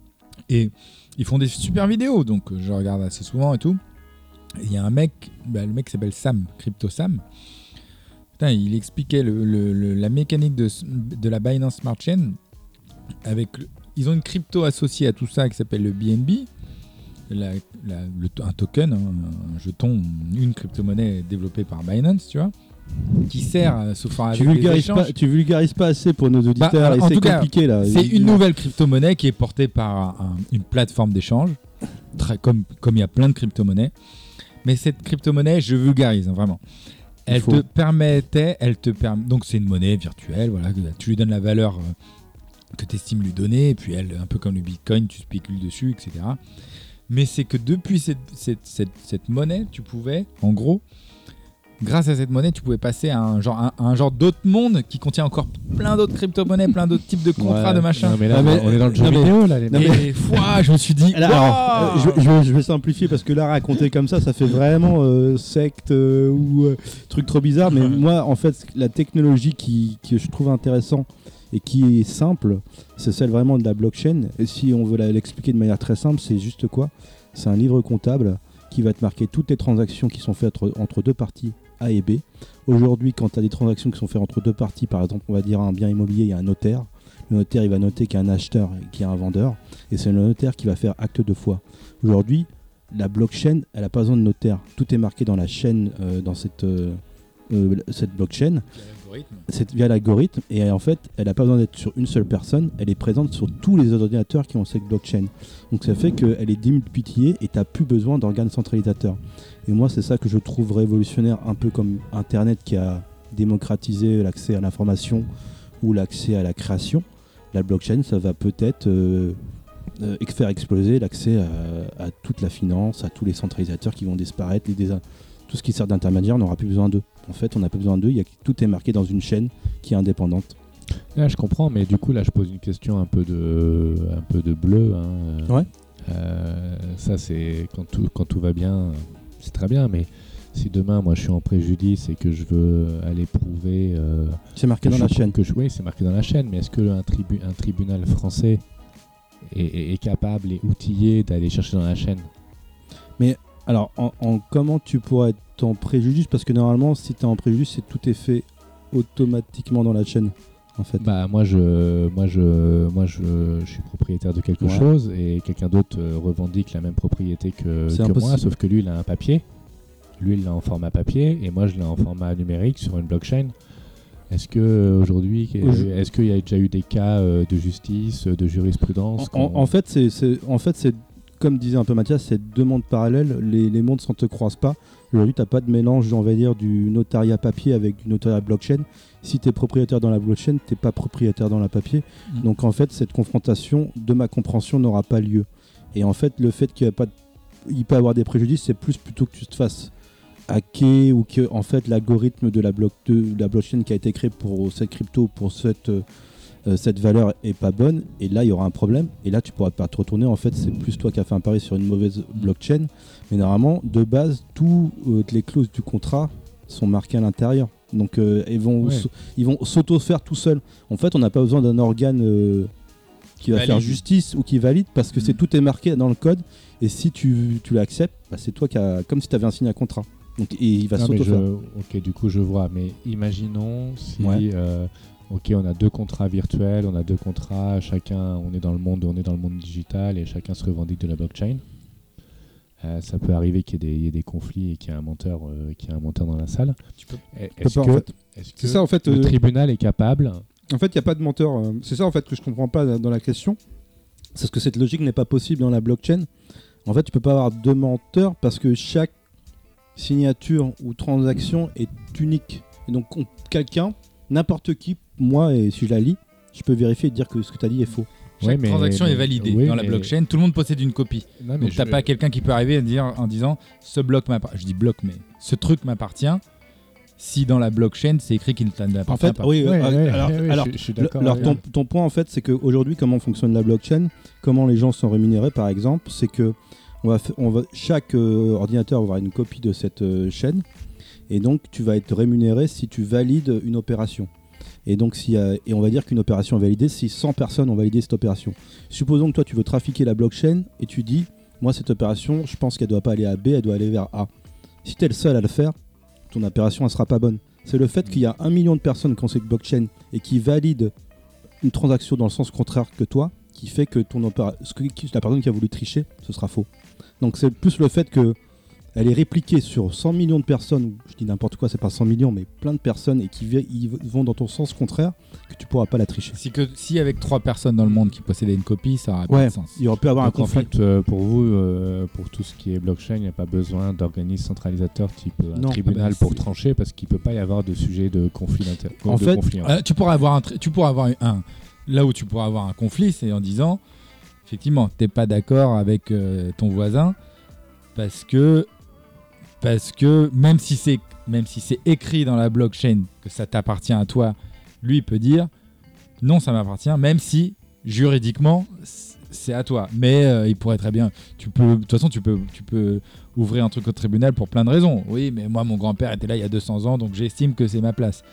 Speaker 1: Et ils font des super vidéos, donc euh, je regarde assez souvent et tout. Et Il y a un mec, bah, le mec s'appelle Sam, Crypto Sam. Putain, il expliquait le- le- le- la mécanique de, s- de la Binance Smart Chain. Avec, le- ils ont une crypto associée à tout ça qui s'appelle le BNB, la- la- le to- un token, hein, un jeton, une crypto-monnaie développée par Binance, tu vois, qui sert à se faire
Speaker 2: Tu
Speaker 1: avec les
Speaker 2: vulgarises,
Speaker 1: échanges.
Speaker 2: pas, tu vulgarises pas assez pour nos auditeurs
Speaker 1: Bah, alors,
Speaker 2: et
Speaker 1: en
Speaker 2: c'est
Speaker 1: tout cas,
Speaker 2: compliqué là.
Speaker 1: C'est
Speaker 2: euh, Il-
Speaker 1: une nouvelle crypto-monnaie qui est portée par un- une plateforme d'échange, très- comme, comme il y a plein de crypto-monnaies. Mais cette crypto-monnaie, je vulgarise hein, vraiment.
Speaker 2: Il
Speaker 1: Elle
Speaker 2: faut.
Speaker 1: te permettait, elle te permet. Donc c'est une monnaie virtuelle, voilà. que Tu lui donnes la valeur euh, que tu estimes lui donner, et puis elle, un peu comme le Bitcoin, tu spécules dessus, etc. Mais c'est que depuis cette, cette- cette- cette monnaie, tu pouvais, en gros, grâce à cette monnaie, tu pouvais passer à un genre, un- à un genre d'autre monde qui contient encore plein d'autres crypto-monnaies, plein d'autres types de contrats,
Speaker 2: Ouais.
Speaker 1: de machin.
Speaker 4: Non, mais là,
Speaker 2: Non, mais-
Speaker 4: on est dans le jeu
Speaker 2: non, mais-
Speaker 4: vidéo, là, les
Speaker 2: non,
Speaker 4: mecs.
Speaker 1: Et fois, je me suis dit,
Speaker 2: Alors,
Speaker 1: waouh
Speaker 2: euh, je, je- je vais simplifier parce que là raconter comme ça, ça fait vraiment euh, secte euh, ou euh, truc trop bizarre. Mais moi, en fait, la technologie qui, que je trouve intéressant et qui est simple, c'est celle vraiment de la blockchain. Et si on veut la- l'expliquer de manière très simple, c'est juste quoi C'est un livre comptable qui va te marquer toutes les transactions qui sont faites entre, entre deux parties A et B. Aujourd'hui, quand tu as des transactions qui sont faites entre deux parties, par exemple, on va dire un bien immobilier, il y a un notaire. Le notaire, il va noter qu'il y a un acheteur et qu'il y a un vendeur. Et c'est le notaire qui va faire acte de foi. Aujourd'hui, la blockchain, elle n'a pas besoin de notaire. Tout est marqué dans la chaîne, euh, dans cette, euh, euh, cette blockchain c'est via l'algorithme et en fait elle n'a pas besoin d'être sur une seule personne elle est présente sur tous les ordinateurs qui ont cette blockchain donc ça fait qu'elle est démultipliée et t'as plus besoin d'organes centralisateurs et moi c'est ça que je trouve révolutionnaire un peu comme internet qui a démocratisé l'accès à l'information ou l'accès à la création la blockchain ça va peut-être euh, euh, ex- faire exploser l'accès à, à toute la finance à tous les centralisateurs qui vont disparaître les désa- tout ce qui sert d'intermédiaire on n'aura plus besoin d'eux en fait, on n'a pas besoin d'eux. il y a- Tout est marqué dans une chaîne qui est indépendante.
Speaker 4: Là, Ah, je comprends, mais du coup, là, je pose une question un peu de, un peu de bleu. hein. Euh,
Speaker 2: Ouais.
Speaker 4: euh, ça, c'est quand tout, quand tout va bien, euh, c'est très bien. Mais si demain, moi, je suis en préjudice et que je veux aller prouver euh,
Speaker 2: C'est marqué
Speaker 4: que
Speaker 2: dans
Speaker 4: je
Speaker 2: la
Speaker 4: suis-
Speaker 2: chaîne.
Speaker 4: que je, oui, c'est marqué dans la chaîne. Mais est-ce que un, tribu- un tribunal français est, est- est capable et outillé d'aller chercher dans la chaîne.
Speaker 2: Alors, en, en- comment tu pourrais être en préjudice Parce que normalement, si tu es en préjudice, c'est tout est fait automatiquement dans la chaîne, en fait.
Speaker 4: Bah moi je moi je moi je, je suis propriétaire de quelque
Speaker 2: Ouais.
Speaker 4: chose et quelqu'un d'autre euh, revendique la même propriété que,
Speaker 2: C'est
Speaker 4: que moi
Speaker 2: impossible.
Speaker 4: sauf que lui il a un papier. Lui il l'a en format papier et moi je l'ai en format numérique sur une blockchain. Est-ce que euh, aujourd'hui
Speaker 2: Aujourd-
Speaker 4: euh, est-ce qu'il y a déjà eu des cas euh, de justice, euh, de jurisprudence
Speaker 2: En, en-
Speaker 4: qu'on-
Speaker 2: en fait, c'est, c'est- en fait, c'est comme disait un peu Mathias, c'est deux mondes parallèles. Les, les mondes ne te croisent pas. Aujourd'hui, tu n'as pas de mélange, on va dire, du notariat papier avec du notariat blockchain. Si tu es propriétaire dans la blockchain, tu pas propriétaire dans la papier.
Speaker 1: Mm.
Speaker 2: Donc, en fait, cette confrontation, de ma compréhension, n'aura pas lieu. Et en fait, le fait qu'il y a pas de- il peut avoir des préjudices, c'est plus plutôt que tu te fasses hacker ou que en fait l'algorithme de la, bloc- de la blockchain qui a été créé pour cette crypto, pour cette euh, euh, cette valeur est pas bonne et là il y aura un problème et là tu pourras pas te retourner en fait c'est plus toi qui as fait un pari sur une mauvaise blockchain mais normalement de base toutes les clauses du contrat sont marquées à l'intérieur donc euh, ils vont
Speaker 4: Ouais.
Speaker 2: s- ils vont s'auto faire tout seuls en fait on n'a pas besoin d'un organe euh, qui va
Speaker 1: Valide.
Speaker 2: faire justice ou qui valide parce que c'est
Speaker 1: Mm.
Speaker 2: tout est marqué dans le code et si tu, tu l'acceptes bah, c'est toi qui as comme si tu avais un signé un contrat donc et il
Speaker 6: Ah,
Speaker 2: va
Speaker 4: Non, mais
Speaker 2: s'auto faire
Speaker 4: je- Ok, du coup, je vois. Mais imaginons si.
Speaker 2: Ouais.
Speaker 4: euh, ok, on a deux contrats virtuels, on a deux contrats. Chacun, on est dans le monde, on est dans le monde digital et chacun se revendique de la blockchain. Euh, ça peut arriver qu'il y, ait des- il y ait des conflits et qu'il y ait un menteur, euh, qu'il y ait un menteur dans la salle. Et-
Speaker 6: Je peux
Speaker 4: Est-ce
Speaker 6: pas,
Speaker 4: que,
Speaker 6: en fait.
Speaker 4: est-ce que
Speaker 6: C'est ça en fait.
Speaker 4: le
Speaker 6: euh,
Speaker 4: tribunal est capable
Speaker 6: en fait, il n'y a pas de menteur. euh, C'est ça en fait que je comprends pas dans- dans la question.
Speaker 2: C'est parce que cette logique n'est pas possible dans la blockchain. En fait, tu peux pas avoir deux menteurs parce que chaque signature ou transaction est unique. Et donc, on- quelqu'un, n'importe qui, moi, et si je la lis, je peux vérifier et dire que ce que tu as dit est faux.
Speaker 1: Chaque
Speaker 4: Ouais, mais-
Speaker 1: transaction
Speaker 4: mais-
Speaker 1: est validée
Speaker 4: oui,
Speaker 1: dans la
Speaker 4: mais-
Speaker 1: blockchain. Tout le monde possède une copie.
Speaker 4: Non, mais
Speaker 1: Donc t'as
Speaker 4: je-
Speaker 1: pas quelqu'un qui peut arriver à dire, en disant ce bloc m'appartient. Je dis bloc, mais ce truc m'appartient. Si dans la blockchain c'est écrit qu'il ne t'appartient
Speaker 2: En fait,
Speaker 1: pas.
Speaker 2: oui, euh,
Speaker 4: Ouais, ouais,
Speaker 2: alors,
Speaker 4: ouais, ouais,
Speaker 2: alors,
Speaker 4: je, je suis
Speaker 2: Le-
Speaker 4: d'accord.
Speaker 2: Alors
Speaker 4: avec-
Speaker 2: ton, ton point en fait c'est qu'aujourd'hui comment fonctionne la blockchain, comment les gens sont rémunérés par exemple, c'est que on va, f- on va- chaque euh, ordinateur va avoir une copie de cette euh, chaîne et donc tu vas être rémunéré si tu valides une opération. Et donc s'il y a- et on va dire qu'une opération est validée si 100 personnes ont validé cette opération. Supposons que toi tu veux trafiquer la blockchain et tu dis moi cette opération je pense qu'elle doit pas aller à B, elle doit aller vers A. Si tu es le seul à le faire, ton opération ne sera pas bonne. C'est le fait qu'il y a un million de personnes qui ont cette blockchain et qui valident une transaction dans le sens contraire que toi, qui fait que ton opéra- ce que- qui- la personne qui a voulu tricher, ce sera faux. Donc c'est plus le fait que elle est répliquée sur 100 millions de personnes, ou je dis n'importe quoi, c'est pas 100 millions, mais plein de personnes et qui vi- ils vont dans ton sens contraire, que tu pourras pas la tricher.
Speaker 1: Si, que, si avec trois personnes dans le monde qui possédaient une copie, ça aurait pas
Speaker 2: Ouais,
Speaker 1: de sens.
Speaker 2: il y aurait pu avoir
Speaker 4: Donc,
Speaker 2: un
Speaker 4: en
Speaker 2: conflit.
Speaker 4: fait, euh, pour vous, euh, pour tout ce qui est blockchain, il n'y a pas besoin d'organismes centralisateurs type euh, un
Speaker 2: Non.
Speaker 1: Ah
Speaker 4: tribunal
Speaker 1: bah,
Speaker 4: pour
Speaker 1: c'est-
Speaker 4: trancher parce qu'il ne peut pas y avoir de sujet de conflit d'intérêt.
Speaker 2: En
Speaker 4: de
Speaker 2: fait,
Speaker 4: conflit, hein.
Speaker 1: Euh, tu pourras avoir un, tr- tu pourras avoir un. Là où tu pourras avoir un conflit, c'est en disant, effectivement, t'es pas d'accord avec euh, ton voisin parce que parce que même si c'est même si c'est écrit dans la blockchain que ça t'appartient à toi, lui il peut dire non, ça m'appartient, même si juridiquement c- c'est à toi. Mais euh, il pourrait très bien. Tu peux, de toute façon, tu peux, tu peux ouvrir un truc au tribunal pour plein de raisons. Oui, mais moi, mon grand-père était là il y a 200 ans, donc j'estime que c'est ma place.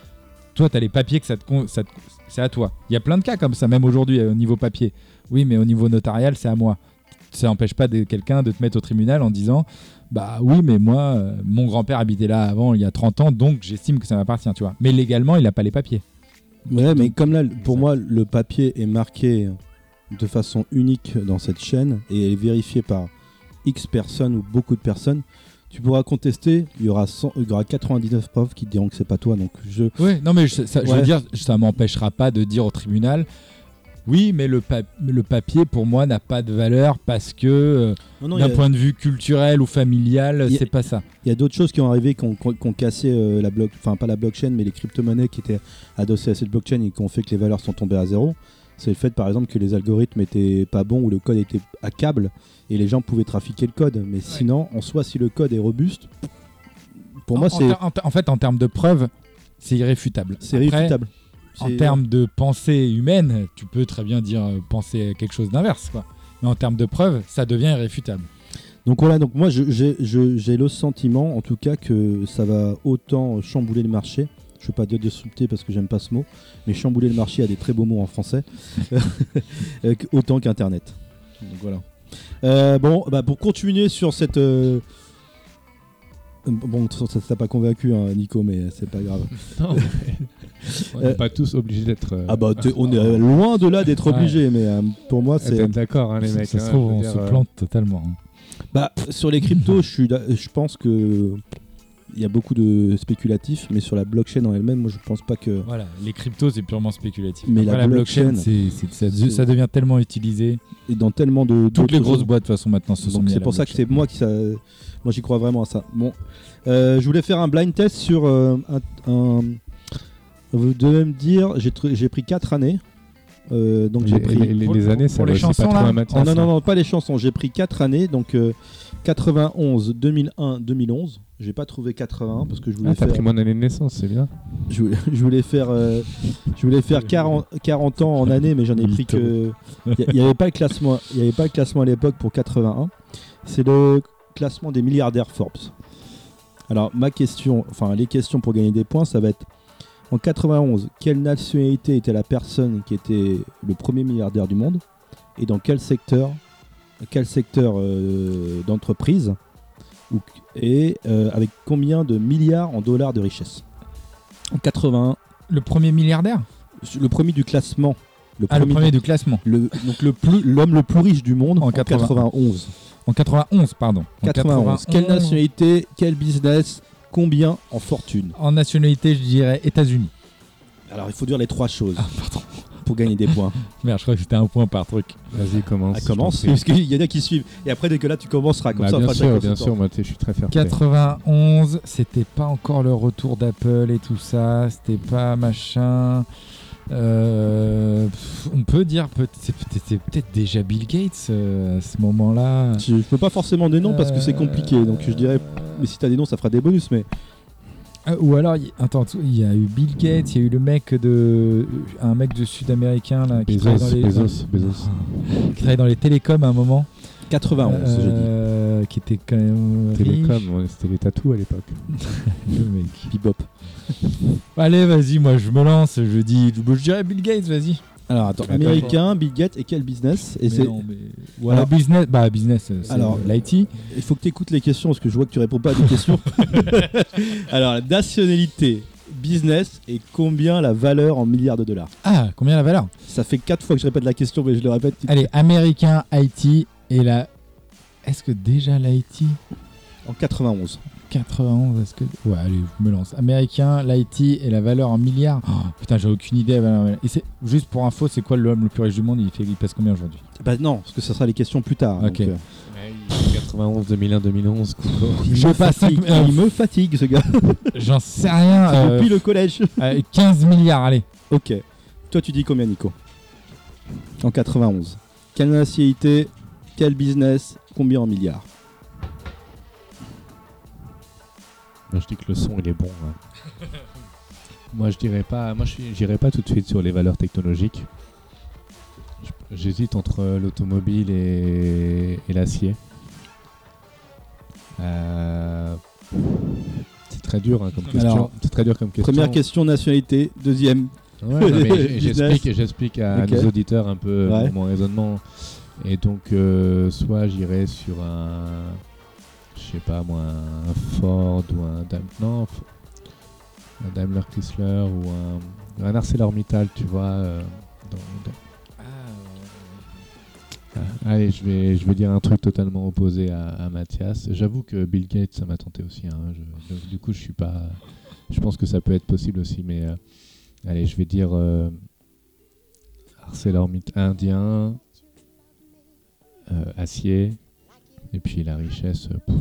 Speaker 1: Toi, tu as les papiers que ça te, con- ça te- c'est à toi. Il y a plein de cas comme ça, même aujourd'hui euh, au niveau papier. Oui, mais au niveau notarial, c'est à moi. Ça n'empêche pas de- quelqu'un de te mettre au tribunal en disant bah oui, mais moi, euh, mon grand-père habitait là avant il y a 30 ans, donc j'estime que ça m'appartient, tu vois. Mais légalement, il n'a pas les papiers.
Speaker 2: Ouais, mais comme là, pour
Speaker 1: Exact.
Speaker 2: moi, le papier est marqué de façon unique dans cette chaîne et elle est vérifiée par X personnes ou beaucoup de personnes, tu pourras contester, il y aura, 100 il y aura 99 preuves qui te diront que c'est pas toi, donc je...
Speaker 1: Oui, non, mais je, ça, je
Speaker 2: Ouais.
Speaker 1: veux dire, ça m'empêchera pas de dire au tribunal. Oui, mais le, pa- le papier pour moi n'a pas de valeur parce que euh,
Speaker 2: Non, non, il y
Speaker 1: d'un
Speaker 2: a,
Speaker 1: point de vue culturel ou familial,
Speaker 2: Il y a-
Speaker 1: c'est pas ça.
Speaker 2: il y a d'autres choses qui ont arrivé, qui ont, qui ont- qui ont cassé euh, la bloc... Enfin, pas la blockchain, mais les crypto-monnaies qui étaient adossées à cette blockchain et qui ont fait que les valeurs sont tombées à zéro. C'est le fait, par exemple, que les algorithmes étaient pas bons ou le code était à câble et les gens pouvaient trafiquer le code. Mais sinon, en soi, si le code est robuste, pour
Speaker 1: En-
Speaker 2: moi,
Speaker 1: en
Speaker 2: c'est...
Speaker 1: ter- en, ter- en fait, en termes de preuves, c'est irréfutable.
Speaker 2: C'est
Speaker 1: Après,
Speaker 2: irréfutable.
Speaker 1: En
Speaker 2: C'est-
Speaker 1: termes de pensée humaine, tu peux très bien dire euh, penser quelque chose d'inverse, quoi. Mais en termes de preuves, ça devient irréfutable.
Speaker 2: Donc voilà, donc moi je- j'ai je- j'ai le sentiment en tout cas que ça va autant chambouler le marché. Je ne veux pas dire disrupter parce que j'aime pas ce mot, mais chambouler le marché a des très beaux mots en français, Euh, autant qu'Internet. Donc voilà. Euh, bon, bah, pour continuer sur cette. euh, Bon, de toute façon, ça t'a pas convaincu, hein, Nico, mais c'est pas grave.
Speaker 4: Non, mais on n'est
Speaker 2: Euh,
Speaker 4: pas tous obligés d'être. euh,
Speaker 2: Ah bah, t'es- on est euh, loin de là d'être
Speaker 1: Ouais.
Speaker 2: obligé, mais euh, pour moi, c'est.
Speaker 4: d'être d'accord, hein, les mecs.
Speaker 1: ça se
Speaker 4: hein,
Speaker 1: trouve,
Speaker 4: je veux
Speaker 1: on
Speaker 4: dire,
Speaker 1: se
Speaker 4: euh,
Speaker 1: plante totalement. hein.
Speaker 2: Bah, sur les cryptos, je, suis, d'a- je pense que. Il y a beaucoup de spéculatifs, mais sur la blockchain en elle-même, moi, je pense pas que.
Speaker 1: Voilà, les cryptos, c'est purement spéculatif.
Speaker 2: Mais
Speaker 1: Après,
Speaker 2: la blockchain,
Speaker 1: c'est- c'est- ça,
Speaker 2: c'est-
Speaker 1: ça devient tellement utilisé.
Speaker 2: Et dans tellement de.
Speaker 1: Toutes les
Speaker 2: d'autres-
Speaker 1: grosses boîtes, de toute façon, maintenant, se sont
Speaker 2: Donc
Speaker 1: mises à
Speaker 2: c'est
Speaker 1: la
Speaker 2: pour ça que
Speaker 1: blockchain.
Speaker 2: c'est moi qui ça. Moi j'y crois vraiment à ça. Bon, Euh, je voulais faire un blind test sur euh, un, un- Vous devez me dire, j'ai tr- j'ai pris 4 années. Euh, donc j'ai
Speaker 4: les, les-
Speaker 2: pris.
Speaker 4: les-
Speaker 1: Pour-
Speaker 4: les
Speaker 1: pour-
Speaker 4: années, ça
Speaker 1: pour les
Speaker 4: va, c'est
Speaker 1: chansons,
Speaker 4: pas trop
Speaker 1: là
Speaker 4: un
Speaker 2: Oh,
Speaker 4: Mathias.
Speaker 2: non
Speaker 1: hein.
Speaker 2: non non, pas les chansons. J'ai pris 4 années, donc euh, 91, 2001, 2011. J'ai pas trouvé 81 parce que je voulais
Speaker 4: Ah, t'as
Speaker 2: faire.
Speaker 4: pris mon année de naissance, c'est bien.
Speaker 2: Je voulais, je voulais faire, euh, je voulais faire 40, 40 ans en année, mais j'en ai pris que. Il n'y avait pas le classement. Il y avait pas le classement à l'époque pour 81. C'est le classement des milliardaires Forbes. Alors ma question, enfin les questions pour gagner des points, ça va être en 91, quelle nationalité était la personne qui était le premier milliardaire du monde et dans quel secteur, quel secteur euh, d'entreprise ou- et euh, avec combien de milliards en dollars de richesse. En 81,
Speaker 1: Le premier milliardaire
Speaker 2: le premier du classement. Le
Speaker 1: Ah, le premier
Speaker 2: du-
Speaker 1: du classement.
Speaker 2: le- donc le plus l'homme le plus riche du monde
Speaker 1: En
Speaker 2: en,
Speaker 1: 80.
Speaker 2: 91.
Speaker 1: En 91, pardon. En Ah.
Speaker 2: 91. Quelle
Speaker 1: 91.
Speaker 2: nationalité, quel business, combien en fortune
Speaker 1: En nationalité, je dirais États-Unis.
Speaker 2: Alors il faut dire les trois choses pour gagner des points.
Speaker 1: Merde, je crois que c'était un point par truc.
Speaker 4: Vas-y, commence.
Speaker 2: Ah,
Speaker 4: je
Speaker 2: commence
Speaker 4: t'en prie.
Speaker 2: parce qu'il y en a qui suivent et après dès que là tu commenceras comme
Speaker 4: Bah,
Speaker 2: ça on
Speaker 4: bien
Speaker 2: fera chacun
Speaker 4: sûr,
Speaker 2: son
Speaker 4: bien
Speaker 2: tour.
Speaker 4: sûr, moi, tu sais, je suis très fair play.
Speaker 1: 91, c'était pas encore le retour d'Apple et tout ça, c'était pas machin. Euh, pff, on peut dire, peut- c'est- c'était peut-être déjà Bill Gates euh, à ce moment-là.
Speaker 2: Je, je peux pas forcément des noms parce que c'est compliqué donc je dirais mais si t'as des noms ça fera des bonus mais
Speaker 1: Euh, Ou alors, il- attends, il y a eu Bill Gates, il y a eu le mec de. Un mec de sud-américain là, qui, travaille dans
Speaker 4: Bezos,
Speaker 1: les,
Speaker 4: Bezos, Bezos.
Speaker 1: qui travaille dans les télécoms à un moment.
Speaker 2: 91 j'ai dit.
Speaker 1: Euh, Qui était quand même. riche.
Speaker 4: Télécom, on- c'était les tatous à l'époque.
Speaker 1: Le mec.
Speaker 2: Bebop.
Speaker 1: Allez, vas-y, moi je me lance, je dis. Je dirais Bill Gates, vas-y.
Speaker 2: Alors attends,
Speaker 4: Attends.
Speaker 2: américain, Bill Gates et quel business et
Speaker 1: Mais
Speaker 2: c'est
Speaker 1: non, mais- Voilà,
Speaker 2: Alors-
Speaker 1: business, bah business, euh, c'est
Speaker 2: Alors-
Speaker 1: l'IT.
Speaker 2: Il faut que tu écoutes les questions parce que je vois que tu réponds pas à des questions. Alors, la nationalité, business et combien la valeur en milliards de dollars
Speaker 1: Ah, combien la valeur
Speaker 2: Ça fait quatre fois que je répète la question, mais je le répète.
Speaker 1: Allez, américain, IT et la. Est-ce que déjà l'IT
Speaker 2: En 91.
Speaker 1: 91, est-ce que. Ouais, allez, je me lance. Américain, l'IT et la valeur en milliards. Oh, putain, j'ai aucune idée. voilà, voilà. Et c'est juste pour info, c'est quoi l'homme le plus riche du monde Il fait, il pèse combien aujourd'hui
Speaker 2: Bah non, parce que ce sera les questions plus tard.
Speaker 1: Ok.
Speaker 2: donc, euh,
Speaker 4: 91, 2001, 2011.
Speaker 2: il,
Speaker 1: Je
Speaker 2: me
Speaker 1: passe
Speaker 2: fatigue,
Speaker 1: un-
Speaker 2: il me fatigue, ce gars.
Speaker 1: J'en sais rien.
Speaker 2: C'est
Speaker 1: euh,
Speaker 2: depuis le collège.
Speaker 1: euh, 15 milliards, allez.
Speaker 2: Ok. Toi, tu dis combien, Nico En 91. Quelle nationalité Quel business Combien en milliards
Speaker 4: je dis que le son, il est bon. hein. moi, je dirais pas. Moi, je suis- j'irais pas tout de suite sur les valeurs technologiques. Je- J'hésite entre euh, l'automobile et, et l'acier. Euh, C'est très dur hein, comme question.
Speaker 2: Alors,
Speaker 4: C'est très dur comme question.
Speaker 2: Première question, nationalité. Deuxième.
Speaker 4: Ouais, non, mais
Speaker 2: Business.
Speaker 4: j'explique, j'explique à
Speaker 2: Ok.
Speaker 4: nos auditeurs un peu euh,
Speaker 2: Ouais.
Speaker 4: mon raisonnement. Et donc, euh, soit j'irais sur un, je sais pas moi, un Ford ou un Daimler, non, F- un Daimler Chrysler ou un, un ArcelorMittal, tu vois. euh, dans- dans- Ah, Allez, je vais, je vais dire un truc totalement opposé à, à Mathias. J'avoue que Bill Gates, ça m'a tenté aussi. hein. Je- je- du coup, je suis pas. Je pense que ça peut être possible aussi, mais euh, allez, je vais dire euh, ArcelorMittal indien, euh, acier, et puis la richesse. euh,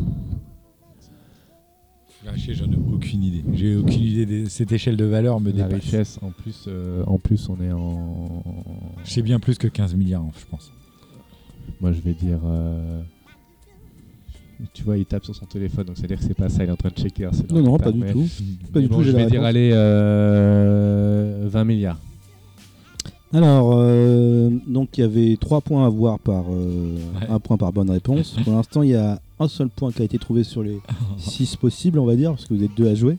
Speaker 4: pff,
Speaker 1: J'en ai aucune idée. J'ai aucune idée de cette échelle de valeur me
Speaker 4: la
Speaker 1: dépasse.
Speaker 4: richesse, en plus, euh, en plus, on est en.
Speaker 1: Je sais bien plus que 15 milliards, je pense.
Speaker 4: Moi, je vais dire. euh, Tu vois, il tape sur son téléphone, donc c'est-à-dire que c'est pas ça, il est en train de checker.
Speaker 2: Non, non, pas
Speaker 4: ArcelorMittal,
Speaker 2: du
Speaker 4: mais-
Speaker 2: tout. Pas
Speaker 4: mais
Speaker 2: du
Speaker 4: bon,
Speaker 2: tout, j'ai
Speaker 4: je
Speaker 2: la
Speaker 4: vais dire,
Speaker 2: réponse.
Speaker 4: allez, euh, 20 milliards.
Speaker 2: Alors, euh, donc il y avait trois points à voir par euh, un point par bonne réponse. Pour l'instant, il y a un seul point qui a été trouvé sur les six possibles, on va dire, parce que vous êtes deux à jouer.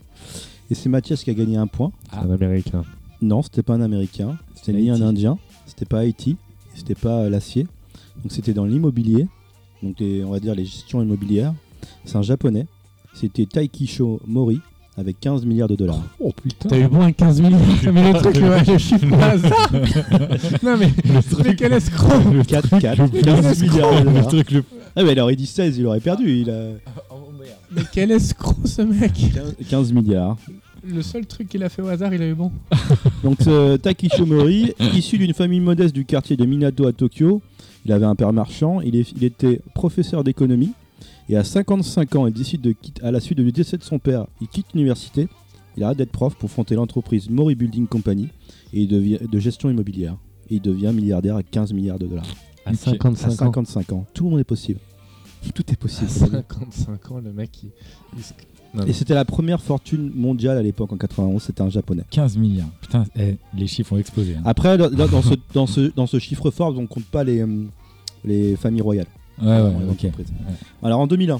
Speaker 2: Et c'est Mathias qui a gagné un point.
Speaker 1: Ah.
Speaker 4: Un américain.
Speaker 2: Non, c'était pas un Américain, c'était ni un Indien, c'était pas Haïti, c'était pas euh, l'acier, Donc c'était dans l'immobilier, donc les- on va dire les gestions immobilières. C'est un japonais. C'était Taikisho Mori avec 15 milliards de dollars.
Speaker 4: Oh putain.
Speaker 7: T'as eu bon à 15 millions. mais le truc, ouais, je chiffre pas hasard. non, mais,
Speaker 4: Le
Speaker 7: mais
Speaker 4: truc,
Speaker 7: quel escroc.
Speaker 2: 4, 4, 15 milliards de
Speaker 4: le
Speaker 2: dollars.
Speaker 4: truc le
Speaker 2: Ah mais il aurait dit 16, il aurait perdu. Il a
Speaker 7: Mais quel escroc, ce mec.
Speaker 2: 15 milliards.
Speaker 7: Le seul truc qu'il a fait au hasard, il a eu bon.
Speaker 2: Donc ce Takicho Mori, issu d'une famille modeste du quartier de Minato à Tokyo, il avait un père marchand, il, est- il était professeur d'économie, et à 55 ans, il décide de quitter, à la suite du décès de son père, il quitte l'université, il arrête d'être prof pour fonder l'entreprise Mori Building Company et il devient, de gestion immobilière. Et il devient milliardaire à 15 milliards de dollars.
Speaker 4: à
Speaker 1: Ok.
Speaker 4: 55
Speaker 2: À
Speaker 4: ans.
Speaker 2: 55 ans, tout le monde est possible. Tout est possible.
Speaker 4: À 55 ans, le mec, il, il se-
Speaker 2: Et c'était la première fortune mondiale à l'époque en 91, c'était un japonais.
Speaker 1: 15 milliards. Putain, eh, les chiffres ont explosé. hein.
Speaker 2: Après, là, là, dans, ce, dans, ce, dans ce chiffre fort, on compte pas les, hum, les familles royales.
Speaker 1: ouais,
Speaker 2: dans les
Speaker 1: ouais, ok.
Speaker 2: entreprises. Alors en 2001,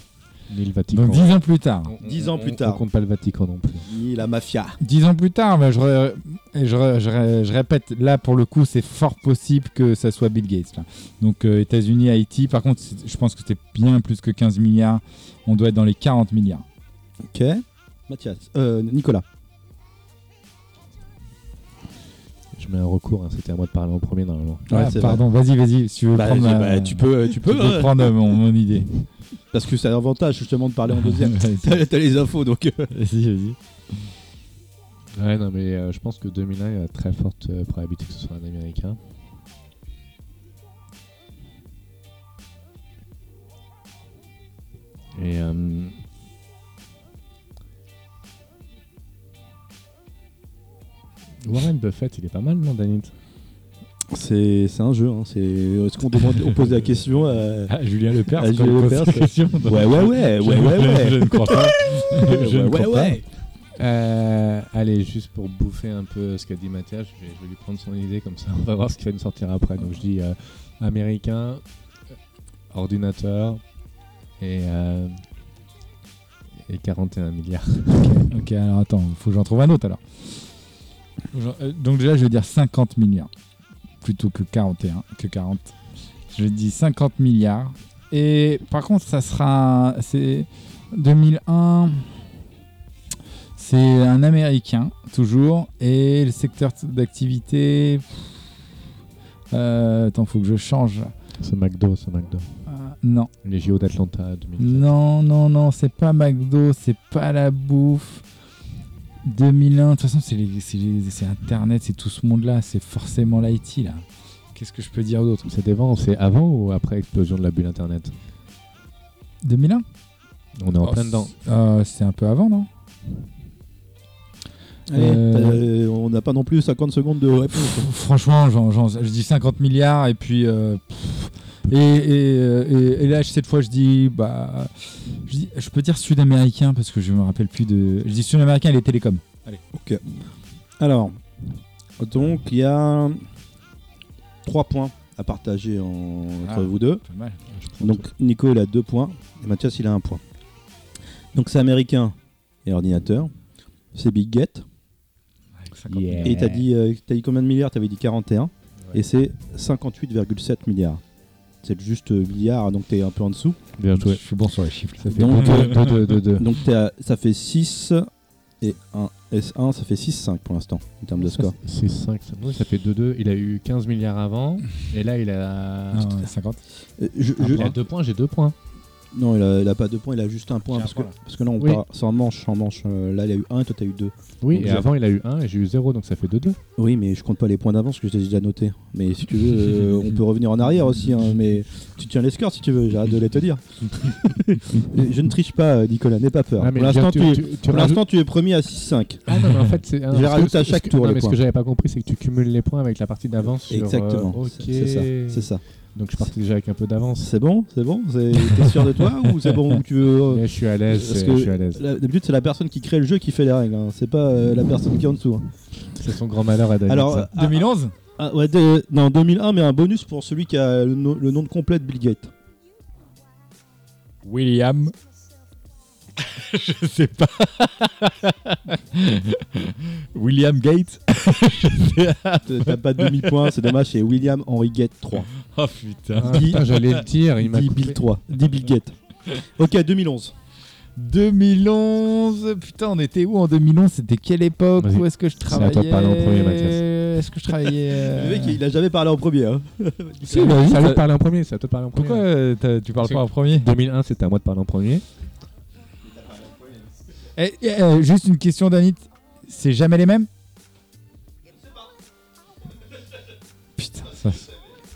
Speaker 4: ni le Vatican.
Speaker 1: Donc 10 ans plus tard.
Speaker 4: On-
Speaker 2: dix
Speaker 4: on-
Speaker 2: ans plus
Speaker 4: on-
Speaker 2: tard.
Speaker 4: On compte pas le Vatican non plus.
Speaker 2: ni la mafia.
Speaker 1: 10 ans plus tard, bah, je, re- et je, re- je re- je répète, là pour le coup, c'est fort possible que ça soit Bill Gates. là. Donc euh, États-Unis, Haïti, par contre, c'est- je pense que c'était bien plus que 15 milliards. On doit être dans les 40 milliards.
Speaker 2: Ok. Mathias, euh, Nicolas.
Speaker 4: Je mets un recours, hein, c'était à moi de parler en premier normalement.
Speaker 2: Ouais,
Speaker 1: Ah,
Speaker 2: c'est
Speaker 1: pardon, vas-y, vas-y, si tu veux
Speaker 2: Bah,
Speaker 1: prendre,
Speaker 2: vas-y,
Speaker 1: ma-
Speaker 2: bah, tu peux, tu
Speaker 1: tu
Speaker 2: peux,
Speaker 1: peux
Speaker 2: hein,
Speaker 1: prendre euh, mon, mon idée.
Speaker 2: parce que c'est un avantage justement de parler en deuxième.
Speaker 1: Vas-y,
Speaker 2: T'as t'as les infos donc. euh,
Speaker 1: vas-y, vas-y.
Speaker 4: Ouais, non, mais euh, je pense que 2001, il y a très forte euh, probabilité que ce soit un américain. Et. euh, Warren Buffett, il est pas mal, non, Danit
Speaker 2: C'est c'est un jeu. hein, c'est- Est-ce qu'on demande, on pose la question euh,
Speaker 4: ah, Julien Lepers,
Speaker 2: Ah,
Speaker 4: quand
Speaker 2: Julien
Speaker 4: il pose
Speaker 2: Lepers,
Speaker 4: cette question.
Speaker 2: Ouais, ouais, ouais, ouais, Eh, ouais, ouais.
Speaker 4: Je ne crois pas. Je ne
Speaker 2: Ouais,
Speaker 4: crois
Speaker 2: ouais, ouais.
Speaker 4: pas. Euh, allez, juste pour bouffer un peu ce qu'a dit Mathias, je vais, je vais lui prendre son idée comme ça. On va voir ce qu'il va nous sortir après. Donc je dis euh, américain, euh, ordinateur et, euh, et 41 milliards.
Speaker 1: Ok, alors attends, faut que j'en trouve un autre alors. Faut que j'en- euh, Donc déjà, je vais dire 50 milliards plutôt que 41, que 40. Je dis 50 milliards. Et par contre, ça sera, c'est 2001. C'est un Américain toujours et le secteur d'activité. pff, euh, attends, faut que je change.
Speaker 4: Ce McDo, ce McDo.
Speaker 1: Euh, non.
Speaker 4: Les JO d'Atlanta 2000.
Speaker 1: Non, non, non, c'est pas McDo, c'est pas la bouffe. 2001, de toute façon, c'est les- c'est les- c'est Internet, c'est tout ce monde-là, c'est forcément l'IT, là. Qu'est-ce que je peux dire d'autre
Speaker 4: Cet événement, c'est avant ou après explosion de la bulle Internet
Speaker 1: 2001
Speaker 4: On est en
Speaker 1: Oh,
Speaker 4: plein dedans.
Speaker 1: c'est- euh, C'est un peu avant, non
Speaker 2: Allez,
Speaker 1: Euh,
Speaker 2: t'as- euh, on n'a pas non plus 50 secondes de réponse.
Speaker 1: Pff, Franchement, j'en- j'en- je dis 50 milliards, et puis... euh, pff, et, et, euh, et- et là, cette fois, je dis... Bah, je, dis- je peux dire sud-américain, parce que je me rappelle plus de... Je dis sud-américain et les télécoms.
Speaker 2: Alors, donc il y a 3 points à partager en- entre
Speaker 1: Ah.
Speaker 2: vous deux.
Speaker 1: Pas mal.
Speaker 2: Donc Nico il a 2 points et Mathias il a 1 point. Donc c'est américain et ordinateur. C'est Big Get.
Speaker 4: Yeah.
Speaker 2: Et t'as dit, euh, t'as dit combien de milliards T'avais dit 41. Et c'est 58,7 milliards. C'est juste euh, milliards, donc t'es un peu en dessous.
Speaker 4: Bien joué.
Speaker 1: suis bon sur les chiffres.
Speaker 4: Ça fait
Speaker 2: Donc,
Speaker 4: deux, deux, deux, deux, deux.
Speaker 2: Donc t'es à- ça fait 6 et 1. S1, ça fait 6-5 pour l'instant en termes de score.
Speaker 4: C'est 5, ça, non, ça fait 2-2. Il a eu 15 milliards avant. Et là, il a.
Speaker 1: Ah, ouais, 50.
Speaker 2: Euh, je- je-
Speaker 4: Il a 2 points, j'ai 2 points.
Speaker 2: non, il a, il a pas 2 points, il a juste un point.
Speaker 1: J'ai un
Speaker 2: Parce,
Speaker 1: point,
Speaker 2: que, parce que là, on
Speaker 4: Oui.
Speaker 2: part sans manche, en manche. Euh, Là, il a eu 1 et toi, t'as eu 2.
Speaker 4: Oui,
Speaker 2: Donc,
Speaker 4: et
Speaker 2: j'ai-
Speaker 4: avant, il a eu 1 et j'ai eu 0, donc ça fait 2-2.
Speaker 2: Oui, mais je compte pas les points d'avance que j'ai déjà noté. Mais si tu veux, euh, on peut revenir en arrière aussi. hein, mais tu tiens les scores si tu veux, j'arrête de les te dire. je ne triche pas, euh, Nicolas, n'aie pas peur.
Speaker 4: Ah, mais
Speaker 2: pour l'instant, tu,
Speaker 4: tu-
Speaker 2: es-
Speaker 4: tu- tu
Speaker 2: pour
Speaker 4: rajoutes-
Speaker 2: l'instant, tu es premier à 6-5.
Speaker 4: Ah non, mais en fait, c'est. ah,
Speaker 2: Je les
Speaker 4: parce que-
Speaker 2: rajoute à
Speaker 4: parce que-
Speaker 2: chaque tour,
Speaker 4: non,
Speaker 2: les
Speaker 4: mais ce
Speaker 2: points.
Speaker 4: que j'avais pas compris, c'est que tu cumules les points avec la partie d'avance. sur, euh,
Speaker 2: Exactement.
Speaker 4: ok.
Speaker 2: C'est- C'est ça. C'est ça.
Speaker 4: Donc je partais déjà avec un peu d'avance.
Speaker 2: C'est bon, c'est bon. C'est- T'es sûr de toi ou c'est bon ou tu veux. euh,
Speaker 4: Mais je suis à l'aise.
Speaker 2: parce
Speaker 4: euh,
Speaker 2: que-
Speaker 4: Je suis à l'aise.
Speaker 2: la- D'habitude, c'est la personne qui crée le jeu qui fait les règles. hein, C'est pas euh, la personne qui est en dessous. hein.
Speaker 4: C'est son grand malheur à Daniel.
Speaker 2: Alors,
Speaker 4: ça.
Speaker 2: ah,
Speaker 1: 2011
Speaker 2: ah, ouais, de- non, 2001, mais un bonus pour celui qui a le, nom- le nom de complet de Bill Gates.
Speaker 1: William. je sais pas. William Gates.
Speaker 2: T'as pas de demi-point, c'est dommage, c'est William Henry Gates 3.
Speaker 1: Oh putain.
Speaker 4: Ah, putain, J'allais le dire, il m'a
Speaker 2: 10
Speaker 4: coupé.
Speaker 2: Bill 3, 10 Bill Gates. Ok, 2011.
Speaker 1: 2011. Putain, on était où en 2011 C'était quelle époque
Speaker 4: Vas-y.
Speaker 1: Où est-ce que je
Speaker 4: C'est à toi de
Speaker 1: travaillais
Speaker 4: parler en premier, Mathias.
Speaker 1: Est-ce que je travaillais euh,
Speaker 2: Le mec, il a jamais parlé en premier. hein.
Speaker 4: Si, vas-y, ça va te parler en premier. Ça te parle en premier.
Speaker 1: Pourquoi euh, t'as- tu parles
Speaker 4: C'est-
Speaker 1: pas en premier
Speaker 4: 2001, c'était à moi de parler en premier.
Speaker 1: Eh, eh, euh, Juste une question, Danit. C'est jamais les mêmes Putain, ça,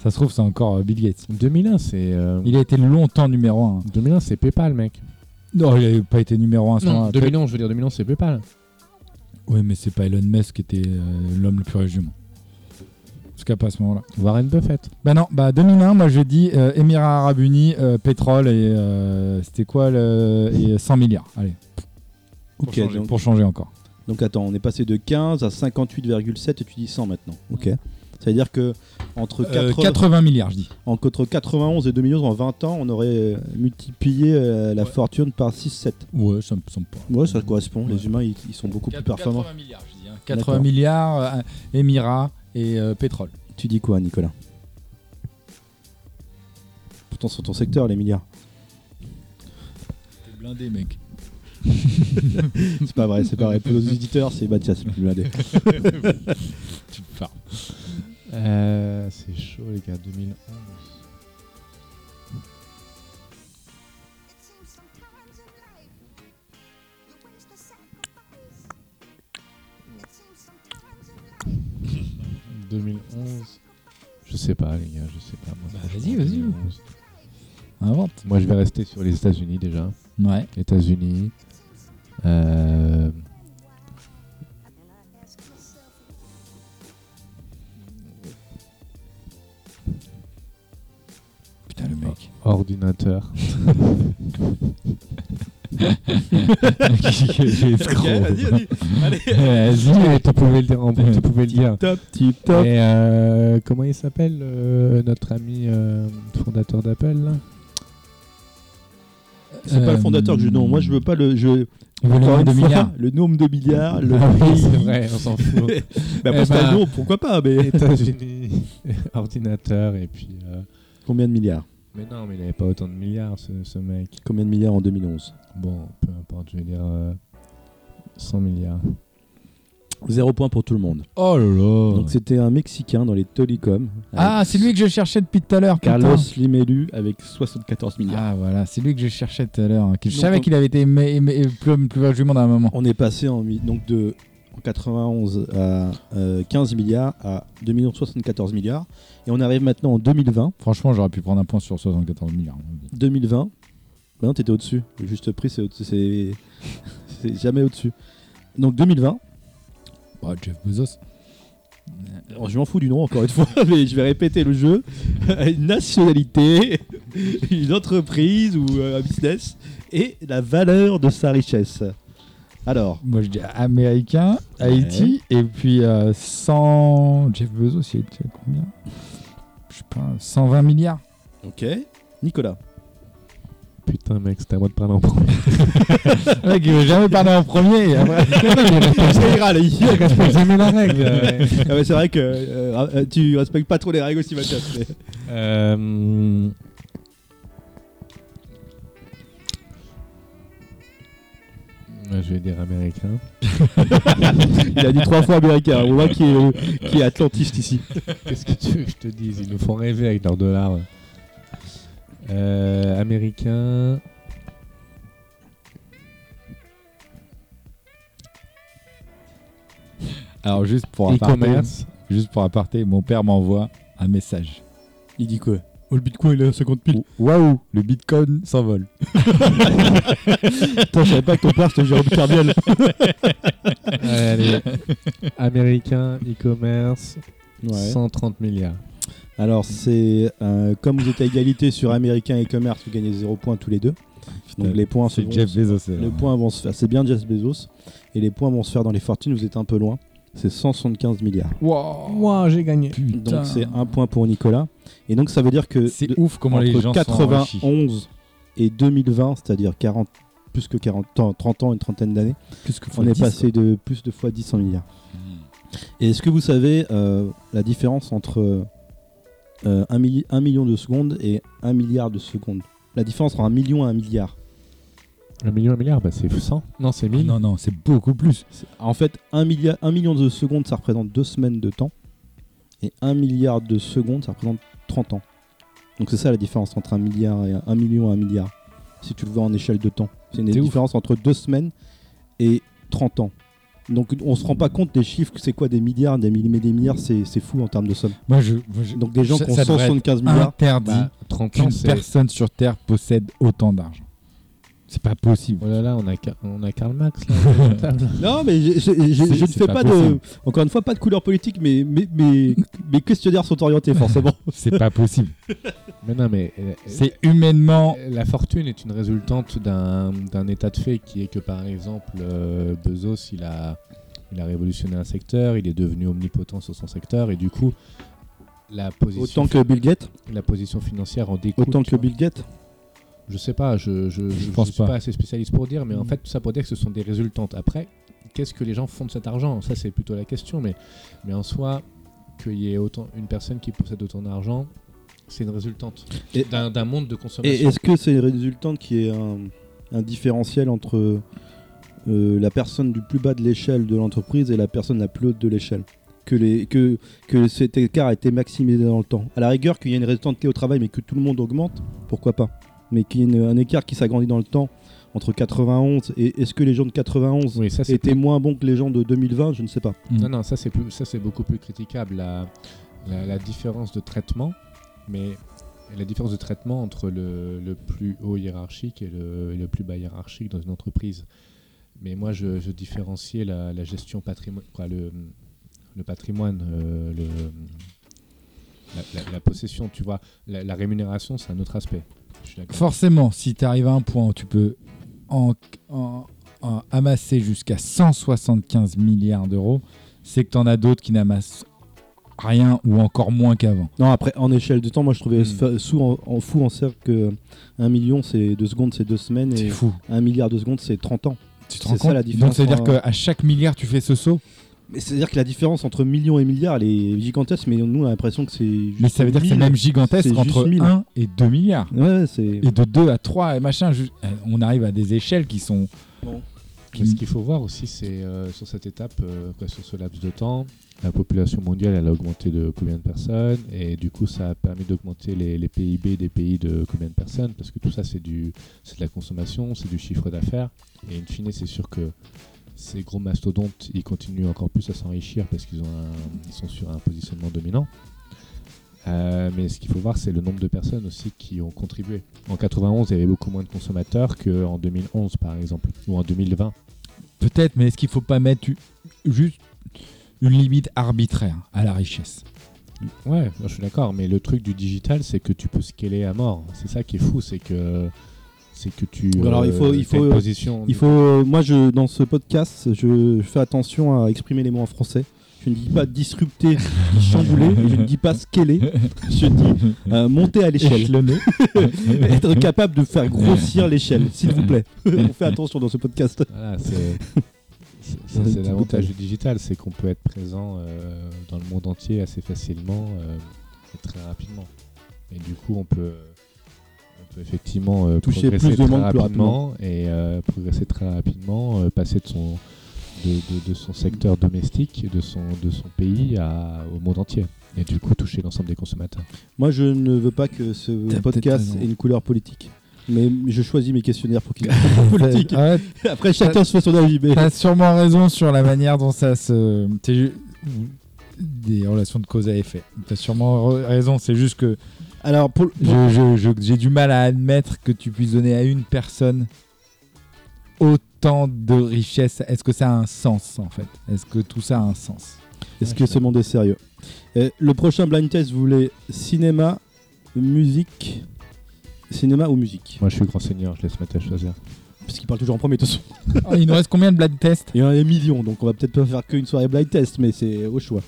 Speaker 1: ça se trouve, c'est encore euh, Bill Gates.
Speaker 4: 2001, c'est. euh,
Speaker 1: Il a été longtemps numéro 1.
Speaker 4: 2001, c'est PayPal, mec.
Speaker 1: Non, il n'a pas été numéro 1 à ce moment-là.
Speaker 4: 2011, je veux dire 2011, c'est PayPal.
Speaker 1: Oui, mais c'est pas Elon Musk qui était euh, l'homme le plus riche du monde. En tout cas, pas à ce moment-là.
Speaker 4: Warren Buffett.
Speaker 1: Bah non, bah 2001, moi je dis euh, Émirats Arabes Unis, euh, pétrole et euh, c'était quoi le et 100 milliards. Allez, pour,
Speaker 2: Ok,
Speaker 1: changer,
Speaker 2: donc,
Speaker 1: pour changer encore.
Speaker 2: donc attends, on est passé de 15 à 58,7 et tu dis 100 maintenant. Ok. Ça veut dire que entre,
Speaker 1: Euh,
Speaker 2: 80
Speaker 1: 80 milliards, je dis.
Speaker 2: entre 91 et 2011, en 20 ans, on aurait euh, multiplié euh, la fortune par 6-7.
Speaker 1: Ouais, ça me semble pas.
Speaker 2: Mmh. Ouais, ça correspond.
Speaker 1: Ouais.
Speaker 2: Les humains, ils, ils sont beaucoup plus performants.
Speaker 1: milliards, je dis.
Speaker 2: D'accord.
Speaker 1: 80 milliards, euh, Émirats et euh, pétrole.
Speaker 2: Tu dis quoi, Nicolas Pourtant, c'est ton secteur, les milliards.
Speaker 1: T'es blindé, mec.
Speaker 2: C'est pas vrai, c'est pas vrai. Pour nos auditeurs, c'est Mathias, c'est plus blindé.
Speaker 1: Tu te parles.
Speaker 4: Euh, c'est chaud, les gars, 2001. Je sais pas, les gars, je sais pas. moi,
Speaker 1: Bah,
Speaker 4: franchement,
Speaker 1: vas-y, vas-y.
Speaker 4: 2011.
Speaker 1: Invente.
Speaker 4: Moi, je vais rester sur les États-Unis déjà.
Speaker 1: Ouais.
Speaker 4: États-Unis. Euh,
Speaker 1: Putain, le mec.
Speaker 4: ordinateur.
Speaker 1: J'ai escroc.
Speaker 4: Vas-y, tu pouvais le dire. en- Tu pouvais le dire.
Speaker 2: Top, tip, top.
Speaker 4: Et euh, comment il s'appelle euh, notre ami euh, fondateur d'Apple là
Speaker 1: Euh,
Speaker 2: C'est pas le fondateur que je non. Moi, je veux pas le. Je...
Speaker 1: Il veut le
Speaker 2: Encore
Speaker 1: nombre
Speaker 2: une
Speaker 1: de
Speaker 2: fois,
Speaker 1: milliards.
Speaker 2: Le nombre de milliards. Le...
Speaker 4: Ah oui, c'est vrai, on s'en fout.
Speaker 2: Bah,
Speaker 4: Eh
Speaker 2: parce que
Speaker 4: ben-
Speaker 2: le nom, pourquoi pas Mais
Speaker 4: États-Unis, ordinateur et puis. euh,
Speaker 2: combien de milliards
Speaker 4: Mais non, mais il n'avait pas autant de milliards ce, ce mec.
Speaker 2: Combien de milliards en 2011
Speaker 4: Bon, peu importe, je vais dire euh, 100 milliards.
Speaker 2: Zéro point pour tout le monde.
Speaker 1: Oh là là.
Speaker 2: Donc c'était un Mexicain dans les Tolicoms.
Speaker 1: ah, c'est lui que je cherchais depuis tout à l'heure. putain.
Speaker 2: Carlos Limelu avec 74 milliards.
Speaker 1: Ah voilà, c'est lui que je cherchais tout à l'heure. hein, que Je
Speaker 2: Donc,
Speaker 1: savais
Speaker 2: on-
Speaker 1: qu'il avait été aimé- aimé- aimé- plus, plus vache du monde à un moment.
Speaker 2: On est passé en, mi- donc de en 91 à euh, 15 milliards à 2 74 milliards. Et on arrive maintenant en 2020.
Speaker 1: Franchement, j'aurais pu prendre un point sur 74 milliards.
Speaker 2: 2020. Maintenant, t'étais au-dessus. Le juste prix, c'est au-dessus. C'est c'est jamais au-dessus. Donc 2020.
Speaker 1: Bah, Jeff Bezos.
Speaker 2: Alors, Oh, je m'en fous du nom encore une fois, mais je vais répéter le jeu. Une nationalité, une entreprise ou euh, un business et la valeur de sa richesse. Alors,
Speaker 1: Moi, je dis américain, Haïti, et puis euh, 100. Jeff Bezos, il était à combien Je sais pas, 120 milliards
Speaker 2: ok, Nicolas.
Speaker 4: Putain, mec, c'était à moi de parler en premier.
Speaker 1: Le mec, il veut jamais parler en premier. et après-
Speaker 2: Ça ira, les-
Speaker 4: J'ai jamais la règle. euh,
Speaker 2: Ah ouais, c'est vrai que euh, ra- euh, tu respectes pas trop les règles aussi, Mathias. mais-
Speaker 4: euh, ouais, Je vais dire américain.
Speaker 2: Il a dit trois fois américain. On voit qui est, euh, qui est atlantiste ici.
Speaker 4: Qu'est-ce que tu veux que je te dise Ils nous font rêver avec leurs dollars. Euh, américain.
Speaker 1: Alors, juste pour aparté,
Speaker 4: E-commerce.
Speaker 1: juste pour aparté, mon père m'envoie un message.
Speaker 2: Il dit quoi
Speaker 1: Oh, le bitcoin, il est à 50 000. Waouh, le bitcoin s'envole.
Speaker 2: Putain, je savais pas que ton père c'était Jérôme Cardiel.
Speaker 4: Allez. américain, e-commerce.
Speaker 2: Ouais.
Speaker 4: 130 milliards.
Speaker 2: Alors, c'est euh, comme vous êtes à égalité sur américain et commerce, vous gagnez 0 points tous les deux. Donc, les points se
Speaker 1: C'est
Speaker 2: vont-
Speaker 1: Jeff Bezos.
Speaker 2: Les
Speaker 1: alors.
Speaker 2: points vont se faire, c'est bien Jeff Bezos, et les points vont se faire dans les fortunes, vous êtes un peu loin, c'est 175 milliards.
Speaker 4: Wow, j'ai gagné.
Speaker 1: Putain.
Speaker 2: Donc c'est un point pour Nicolas, et donc ça veut dire que
Speaker 1: C'est
Speaker 2: de-
Speaker 1: ouf comment
Speaker 2: entre
Speaker 1: les gens sont
Speaker 2: 91 et 2020, c'est-à-dire 40, plus que 40 ans, 30 ans, une trentaine d'années,
Speaker 1: Plus que Hmm.
Speaker 2: on est passé de plus de fois 10 en milliards. Et est-ce que vous savez euh, la différence entre euh, un, milli- un million de secondes et un milliard de secondes. La différence entre un million et un milliard.
Speaker 4: Un million, un milliard, bah c'est 100. Non, c'est 1000.
Speaker 1: Ah Non, non, c'est beaucoup plus.
Speaker 2: C'est- En fait, un, milliard, un million de secondes, ça représente deux semaines de temps. Et un milliard de secondes, ça représente 30 ans. Donc c'est ça la différence entre un milliard et un, un million et un milliard. Si tu le vois en échelle de temps. C'est une
Speaker 4: C'est ouf.
Speaker 2: différence entre deux semaines et 30 ans. Donc on se rend pas compte des chiffres, c'est quoi des milliards, des milliers, des milliards, c'est c'est fou en termes de somme.
Speaker 1: Moi, je. moi, je-
Speaker 2: Donc des gens
Speaker 1: ça-
Speaker 2: qui ont
Speaker 1: ça devrait être
Speaker 2: 175 milliards,
Speaker 1: interdit
Speaker 4: Bah, 30 ans,
Speaker 1: qu'une
Speaker 4: c'est.
Speaker 1: personne sur Terre possède autant d'argent. C'est pas possible.
Speaker 4: Oh là là, on a, Ka- on a Karl Marx là, sur la table.
Speaker 2: Non, mais je, je- je- je
Speaker 4: C'est-
Speaker 2: ne
Speaker 4: c'est
Speaker 2: fais pas,
Speaker 4: pas possible.
Speaker 2: de. Encore une fois, pas de couleur politique, mais mais- mais- mes questionnaires sont orientés forcément.
Speaker 1: C'est pas possible.
Speaker 4: Mais non, mais. euh,
Speaker 1: C'est humainement.
Speaker 4: euh, La fortune est une résultante d'un d'un état de fait qui est que, par exemple, euh, Bezos, il a, il a révolutionné un secteur, il est devenu omnipotent sur son secteur, et du coup, la position,
Speaker 2: Autant que Bill Gates.
Speaker 4: la position financière en découle.
Speaker 2: Autant
Speaker 4: tu
Speaker 2: que
Speaker 4: vois.
Speaker 2: Bill Gates.
Speaker 4: Je sais pas, je je, je- je
Speaker 1: pense
Speaker 4: suis pas.
Speaker 1: pas.
Speaker 4: assez spécialiste pour dire, mais
Speaker 2: Mm.
Speaker 4: en fait, tout ça pour dire que ce sont des résultantes. Après, qu'est-ce que les gens font de cet argent Ça, c'est plutôt la question, mais, mais en soi, qu'il y ait autant, une personne qui possède autant d'argent, c'est une résultante
Speaker 2: Et-
Speaker 4: d'un d'un monde de
Speaker 2: Et
Speaker 4: consommation.
Speaker 2: est-ce que c'est résultant qui est un, un différentiel entre euh, la personne du plus bas de l'échelle de l'entreprise et la personne la plus haute de l'échelle que, les, que, que cet écart a été maximisé dans le temps. À la rigueur, qu'il y ait une résultante au travail, mais que tout le monde augmente, pourquoi pas Mais qu'il y ait une- un écart qui s'agrandit dans le temps entre 91 et est-ce que les gens de 91
Speaker 4: oui, ça, c'est
Speaker 2: étaient moins bons que les gens de 2020 Je ne sais pas.
Speaker 1: Mm.
Speaker 4: Non, non, ça c'est plus- ça, c'est beaucoup plus critiquable, la, la- la différence de traitement, mais la différence de traitement entre le, le plus haut hiérarchique et le, et le plus bas hiérarchique dans une entreprise. Mais moi, je, je différenciais la, la gestion patrimoine, quoi, le, le patrimoine, euh, le, la, la- la possession, tu vois. La, la rémunération, c'est un autre aspect. Je suis d'accord.
Speaker 1: Forcément, si tu arrives à un point où tu peux en, en- en amasser jusqu'à 175 milliards d'euros, c'est que tu en as d'autres qui n'amassent rien ou encore moins qu'avant.
Speaker 2: Non, après, en échelle de temps, moi je trouvais
Speaker 1: Mm.
Speaker 2: fa- sous en, en fou en cercle que 1 million, c'est 2 secondes, c'est 2 semaines.
Speaker 1: C'est
Speaker 2: Et
Speaker 1: fou.
Speaker 2: 1 milliard de secondes, c'est 30 ans.
Speaker 1: Tu te
Speaker 2: c'est
Speaker 1: rends
Speaker 2: ça,
Speaker 1: compte
Speaker 2: la
Speaker 1: Donc
Speaker 2: différence
Speaker 1: ça veut dire
Speaker 2: entre-
Speaker 1: qu'à chaque milliard, tu fais ce saut
Speaker 2: Mais c'est-à-dire que la différence entre millions et milliards, elle est gigantesque, mais nous, on a l'impression que c'est. juste
Speaker 1: Mais ça veut dire que c'est
Speaker 2: mille.
Speaker 1: même gigantesque
Speaker 2: c'est
Speaker 1: entre
Speaker 2: juste mille.
Speaker 1: 1 et 2 milliards.
Speaker 2: Ouais, ouais, c'est.
Speaker 1: Et de 2 à 3 et machin, ju- euh, on arrive à des échelles qui sont...
Speaker 4: Mais ce qu'il faut voir aussi, c'est euh, sur cette étape, euh, quoi, sur ce laps de temps, la population mondiale, elle a augmenté de combien de personnes Et du coup, ça a permis d'augmenter les, les PIB des pays de combien de personnes Parce que tout ça, c'est du, c'est de la consommation, c'est du chiffre d'affaires. Et in fine, c'est sûr que ces gros mastodontes, ils continuent encore plus à s'enrichir parce qu'ils ont un- ils sont sur un positionnement dominant. Euh, mais ce qu'il faut voir, c'est le nombre de personnes aussi qui ont contribué. En 91, il y avait beaucoup moins de consommateurs qu'en 2011, par exemple, ou en 2020.
Speaker 1: Peut-être, mais est-ce qu'il faut pas mettre u- juste une limite arbitraire à la richesse
Speaker 4: Ouais, moi, je suis d'accord, mais le truc du digital, c'est que tu peux scaler à mort. C'est ça qui est fou, c'est que c'est que tu euh,
Speaker 2: Alors, il faut- il
Speaker 4: t'as
Speaker 2: faut-
Speaker 4: une position
Speaker 2: Il faut. euh, moi, je, dans ce podcast, je fais attention à exprimer les mots en français. Je ne dis pas disrupter, chambouler, je ne dis pas scaler, je dis euh, monter à l'échelle.
Speaker 1: Échelonné.
Speaker 2: Être capable de faire grossir l'échelle, s'il vous plaît. On fait attention dans ce podcast.
Speaker 4: Voilà, c'est c'est-
Speaker 2: Un
Speaker 4: ça,
Speaker 2: petit
Speaker 4: c'est
Speaker 2: bout
Speaker 4: l'avantage
Speaker 2: de-
Speaker 4: du digital, c'est qu'on peut être présent euh, dans le monde entier assez facilement euh, et très rapidement. Et du coup, on peut on peut effectivement euh,
Speaker 2: Toucher
Speaker 4: progresser
Speaker 2: plus de
Speaker 4: très
Speaker 2: monde plus
Speaker 4: rapidement et euh, progresser très rapidement, euh, passer de son de, de- de son secteur domestique, de son de son pays à- au monde entier. Et du coup, toucher l'ensemble des consommateurs.
Speaker 2: Moi, je ne veux pas que
Speaker 1: T'as
Speaker 2: ce
Speaker 1: peut-être
Speaker 2: podcast
Speaker 1: raison.
Speaker 2: ait une couleur politique. Mais je choisis mes questionnaires pour qu'ils soient politiques.
Speaker 1: Ah Ouais,
Speaker 2: Après, chacun se fait son avis. Mais...
Speaker 1: T'as sûrement raison sur la manière dont ça se. c'est ju- Des relations de cause à effet. T'as sûrement re- raison, c'est juste que
Speaker 2: Alors, pour,
Speaker 1: je- je- je- j'ai du mal à admettre que tu puisses donner à une personne autant de richesse. Est-ce que ça a un sens en fait Est-ce que tout ça a un sens
Speaker 2: Est-ce que ce monde est sérieux Euh, Le prochain blind test voulait cinéma, musique, cinéma ou musique
Speaker 4: Moi, je suis grand seigneur, je laisse Mathieu choisir.
Speaker 2: Parce qu'il parle toujours en premier de son.
Speaker 1: Oh, Il nous reste combien de blind tests
Speaker 2: Il y en a des millions, donc on va peut-être pas faire qu'une soirée blind test, mais c'est au choix.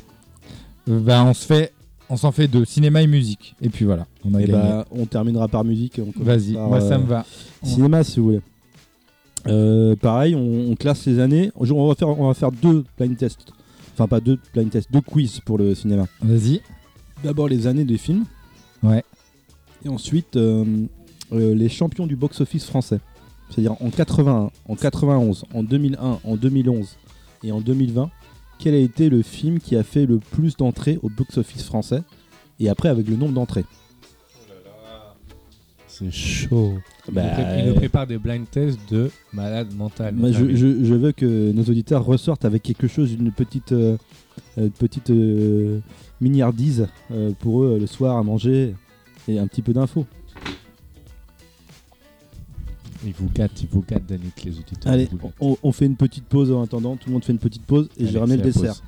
Speaker 1: Euh, Bah on se fait, on s'en fait deux, cinéma et musique. Et puis voilà, on a
Speaker 2: Et
Speaker 1: gagné.
Speaker 2: bah, on terminera par musique. on commence
Speaker 1: Vas-y,
Speaker 2: par,
Speaker 1: moi ça
Speaker 2: euh,
Speaker 1: me va.
Speaker 2: Cinéma, si vous voulez. Euh, pareil, on, on classe les années. Je- On va faire, on va faire deux blind tests. Enfin, pas deux blind tests, deux quiz pour le cinéma.
Speaker 1: Vas-y.
Speaker 2: D'abord les années des films.
Speaker 1: Ouais.
Speaker 2: Et ensuite, euh, euh, les champions du box-office français. C'est-à-dire en 81, en 91, en 2001, en 2011 et en 2020, quel a été le film qui a fait le plus d'entrées au box-office français Et après, avec le nombre d'entrées.
Speaker 4: C'est chaud.
Speaker 2: Bah,
Speaker 4: il, nous pré- il nous prépare des blind tests de malade mental.
Speaker 2: Moi, je, je- je veux que nos auditeurs ressortent avec quelque chose, une petite, euh, euh, petite euh, mignardise euh, pour eux euh, le soir à manger et un petit peu d'infos.
Speaker 4: Il vous gâte, il vous gâte, Danick, les auditeurs.
Speaker 2: Allez,
Speaker 4: il vous gâte.
Speaker 2: on, on fait une petite pause en attendant, tout le monde fait une petite pause et
Speaker 4: Allez,
Speaker 2: je remets le
Speaker 4: c'est la pause.
Speaker 2: dessert.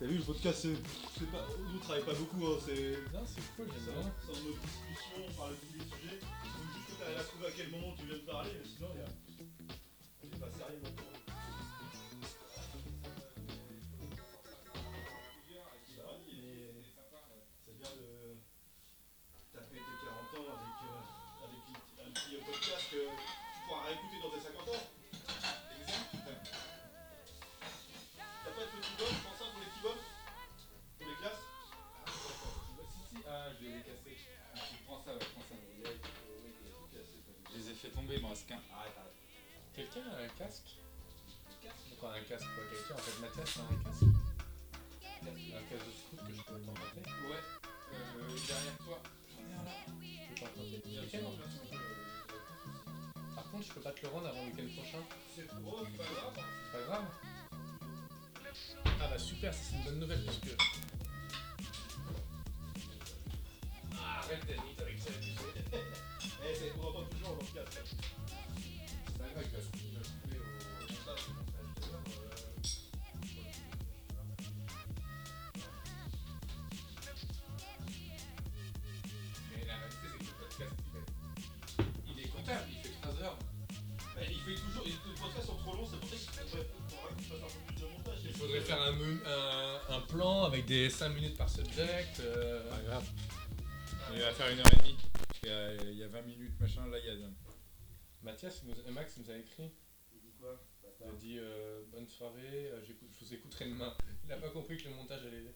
Speaker 6: T'as vu, le podcast, c'est c'est pas, nous on travaille pas beaucoup, hein, c'est. Non, c'est cool, c'est ça. C'est en mode discussion, on parle de tous les sujets. Il faut juste que t'arrives à trouver à quel moment tu viens de parler, mais sinon, il y a. On est pas sérieux maintenant. Bah oui, mais C'est bien de. taper tes 40 ans avec, euh, avec une- un petit podcast que tu pourras réécouter dans tes 50 ans. Exact. T'as pas de petit bol, je pense, hein, pour les petits bols Pour les classes Si, si, ah, je les ai cassés. Prends ça, ouais, prends ça.
Speaker 1: Je les ai fait tomber, moi, ce
Speaker 4: Quelqu'un a un casque Casque Pas un casque, pas quelqu'un. En fait, Mathias a un casque. Un casque de scout que je peux t'emprunter.
Speaker 1: Ouais, derrière toi.
Speaker 4: Je peux t'emprunter. Quelqu'un Par contre, je peux pas te le rendre avant le week-end prochain. C'est pas grave.
Speaker 5: Ah bah super, ça, c'est une bonne nouvelle parce que. Ah, arrête Danny, avec ça.
Speaker 1: Mais la réalité, c'est que le podcast, il est- il est comptable, il fait 3 heures.
Speaker 6: Il fait toujours, il- les podcasts sont trop longs, c'est pour ça qu'il faudrait faudrait que tu fasses un peu plus de montage.
Speaker 1: Il faudrait faire un, menu- un, un plan avec des 5 minutes par subject. euh,
Speaker 4: Ah.
Speaker 1: Il va faire une heure et demie. Il y a- Euh, Il y a 20 minutes, machin, là, il y a...
Speaker 4: Mathias, il nous- euh, Max il nous a écrit. Il a dit euh, bonne soirée, euh, j'écoute- je vous écouterai demain. Il a pas compris que le montage allait aider.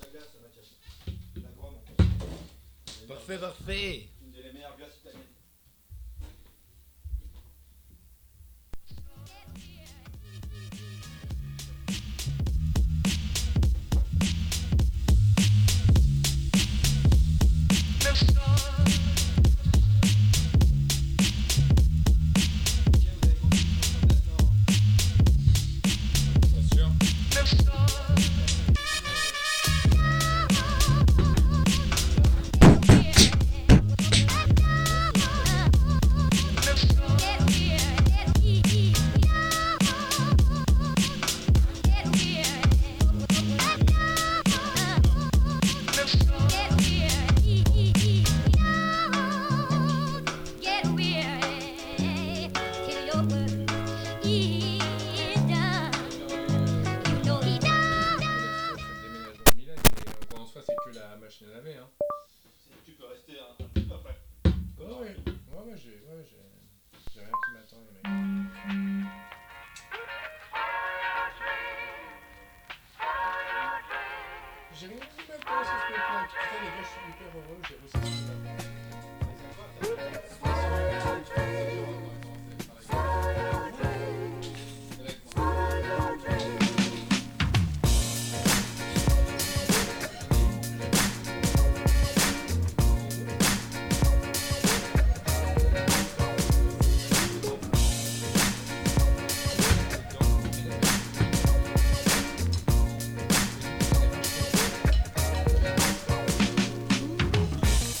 Speaker 6: La glace, ça va, tiens. La grande, en fait.
Speaker 5: Parfait, parfait.
Speaker 6: Une des meilleures glaces italiennes.
Speaker 1: Bien sûr.
Speaker 4: en soi, c'est que la machine à laver. Hein.
Speaker 6: Tu peux rester un un petit peu après.
Speaker 4: Ouais, ouais, ouais, ouais, j'ai ouais, j'ai- j'ai rien qui m'attend, les mecs. J'ai rien qui m'attend sur ce plan. Putain, les gars, je suis hyper heureux, j'ai réussi ce que j'attends.
Speaker 8: Thank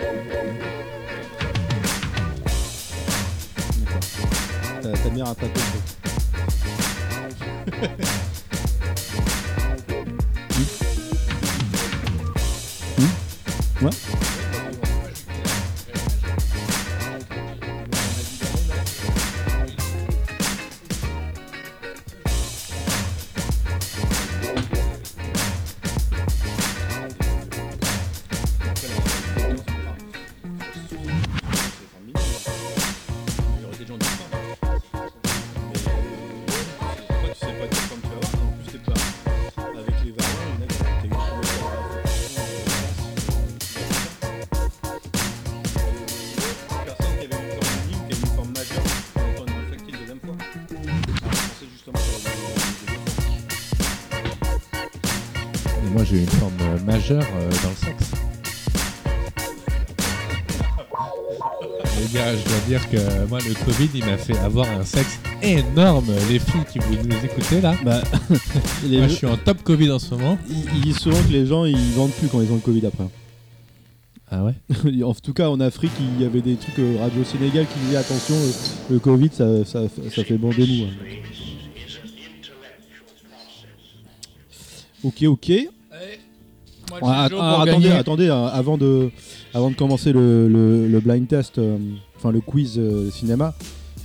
Speaker 2: Euh, mère a tapé le truc.
Speaker 4: Mais moi, j'ai eu une forme euh, majeure euh, dans le sexe. Les gars, je dois dire que moi, le Covid, il m'a fait avoir un sexe énorme. Les filles qui vous nous écoutez là,
Speaker 2: Bah, les-
Speaker 4: moi, je suis en top Covid en ce moment.
Speaker 2: ils, ils disent souvent que les gens ils vendent plus quand ils ont le Covid après.
Speaker 4: Ah ouais
Speaker 2: en tout cas, en Afrique, il y avait des trucs euh, Radio Sénégal qui disaient attention, euh, le Covid ça, ça, ça fait bon des nous. hein. Ok, ok.
Speaker 5: Moi,
Speaker 2: Ah,
Speaker 5: je suis chaud
Speaker 2: ah,
Speaker 5: pour
Speaker 2: attendez,
Speaker 5: gagner.
Speaker 2: attendez, euh, avant de, avant de commencer le, le- le blind test, euh, enfin le quiz euh, cinéma,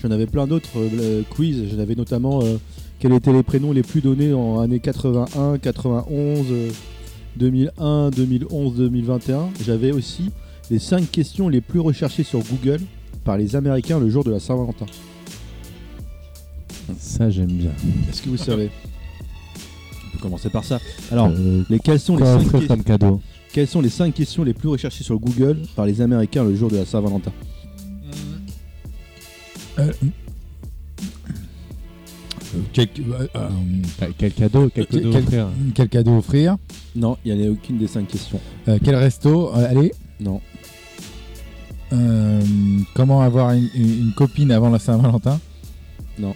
Speaker 2: j'en avais plein d'autres euh, quiz. J'en avais notamment euh, quels étaient les prénoms les plus donnés en années 81, 91, euh, 2001, 2011, 2021. J'avais aussi les 5 questions les plus recherchées sur Google par les Américains le jour de la Saint-Valentin.
Speaker 4: Ça, j'aime bien.
Speaker 2: Est-ce que vous savez On peut commencer par ça. Alors,
Speaker 4: Euh,
Speaker 2: les, quelles sont les
Speaker 4: quoi
Speaker 2: 5
Speaker 4: offrir
Speaker 2: questions
Speaker 4: comme cadeau
Speaker 2: Quelles sont les 5 questions les plus recherchées sur Google par les Américains le jour de la Saint-Valentin
Speaker 1: quel, euh, euh,
Speaker 4: Enfin, Quel cadeau Quel
Speaker 1: Quel-
Speaker 4: cadeau
Speaker 1: quel-
Speaker 4: offrir
Speaker 1: quel cadeau offrir
Speaker 2: Non, il n'y en a aucune des 5 questions.
Speaker 1: Euh, Quel resto euh, Allez
Speaker 2: Non.
Speaker 1: Euh, comment avoir une, une- une copine avant la Saint-Valentin
Speaker 4: Ah,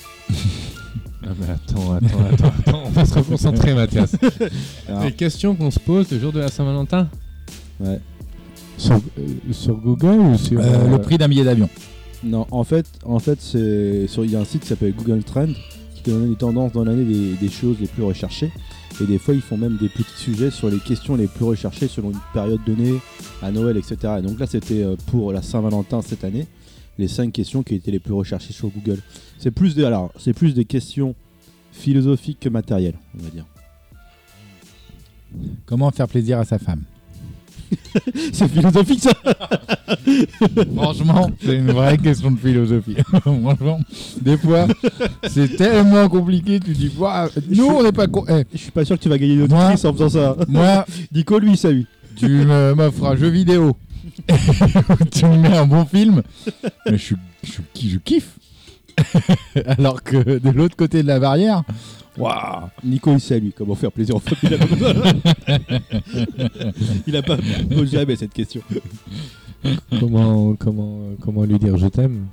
Speaker 4: mais attends, attends, attends, attends, on va se reconcentrer, Mathias.
Speaker 2: Alors.
Speaker 4: Les questions qu'on se pose le jour de la Saint-Valentin
Speaker 2: Ouais.
Speaker 4: Sur, euh, sur Google ou sur.
Speaker 1: Euh,
Speaker 4: euh,
Speaker 1: Le prix d'un billet d'avion.
Speaker 2: Non, en fait, en fait, c'est sur il y a un site qui s'appelle Google Trends qui donne les tendances dans l'année des, des choses les plus recherchées et des fois ils font même des petits sujets sur les questions les plus recherchées selon une période donnée à Noël, etc. Et donc là, c'était euh, pour la Saint-Valentin cette année les 5 questions qui étaient les plus recherchées sur Google. C'est plus des alors c'est plus des questions philosophiques que matérielles, on va dire.
Speaker 1: Comment faire plaisir à sa femme
Speaker 2: C'est philosophique ça.
Speaker 1: Franchement, c'est une vraie question de philosophie. Franchement, des fois, c'est tellement compliqué, tu dis, Ouah, nous on n'est pas con. Eh,
Speaker 2: Je suis pas sûr que tu vas gagner
Speaker 1: Moi-
Speaker 2: l'auditrice en faisant ça.
Speaker 1: moi,
Speaker 2: Nico, lui, ça lui.
Speaker 1: tu me- m'offres un jeu vidéo, tu me mets un bon film, mais je, suis- je, suis- je kiffe. Alors que de l'autre côté de la barrière, waouh,
Speaker 2: Nico, il sait lui comment faire plaisir aux femmes. Il a pas, il a pas pose jamais cette question.
Speaker 4: comment, comment, euh, comment lui dire je t'aime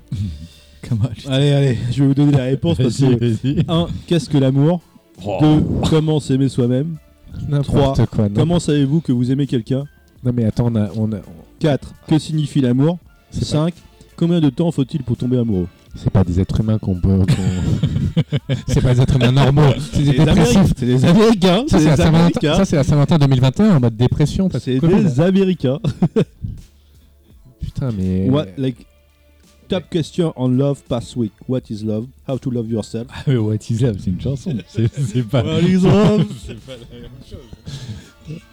Speaker 1: comment
Speaker 2: Allez, allez, je vais vous donner la réponse parce que
Speaker 1: vas-y.
Speaker 2: 1. Qu'est-ce que l'amour 2. Comment s'aimer soi-même
Speaker 4: N'importe quoi. Non.
Speaker 2: Comment savez-vous que vous aimez quelqu'un
Speaker 4: non, mais attends, on a. on a- on-
Speaker 2: 4. Que signifie l'amour
Speaker 4: c'est pas-
Speaker 2: 5. Combien de temps faut-il pour tomber amoureux
Speaker 4: c'est pas, des êtres humains qu'on peut. qu'on- c'est pas des êtres humains normaux. C'est des dépressifs.
Speaker 2: C'est des Américains
Speaker 4: Ça,
Speaker 2: C'est
Speaker 4: c'est la
Speaker 2: des
Speaker 4: Saint-Valentin
Speaker 2: Américains
Speaker 4: ça, c'est la Saint-Valentin 2021 en mode dépression. parce que
Speaker 2: C'est
Speaker 4: Covid.
Speaker 2: des Américains
Speaker 4: Putain, mais.
Speaker 2: What, like, top question on love past week. What is love? How to love yourself?
Speaker 4: Ah,
Speaker 1: Mais What is Love, c'est une chanson. C'est c'est
Speaker 4: bah,
Speaker 1: pas.
Speaker 2: is love?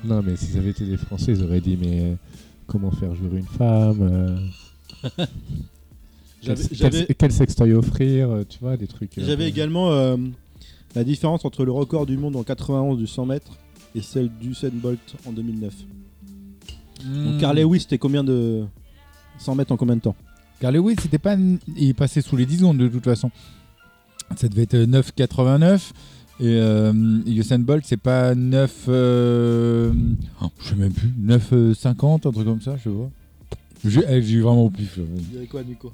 Speaker 4: Non, mais si ça avait été des Français, ils auraient dit mais euh, comment faire jouer une femme euh, quel,
Speaker 2: J'avais-
Speaker 4: quel-
Speaker 2: j'avais-
Speaker 4: quel sextoy offrir euh, Tu vois, des trucs. euh,
Speaker 2: J'avais également euh, la différence entre le record du monde en 91 du 100 mètres et celle du Bolt en 2009.
Speaker 4: Hmm.
Speaker 2: Donc, Carl Lewis, c'était combien de 100 mètres en combien de temps?
Speaker 1: Car Lewis, c'était pas. Il passait sous les 10 secondes de toute façon. Ça devait être 9,89. Et euh, Usain Bolt, c'est pas 9. euh, oh, je sais même plus. 9,50, un truc comme ça, je vois. J'ai eh, j'ai eu vraiment au pif. là.
Speaker 2: dirais quoi, Nico?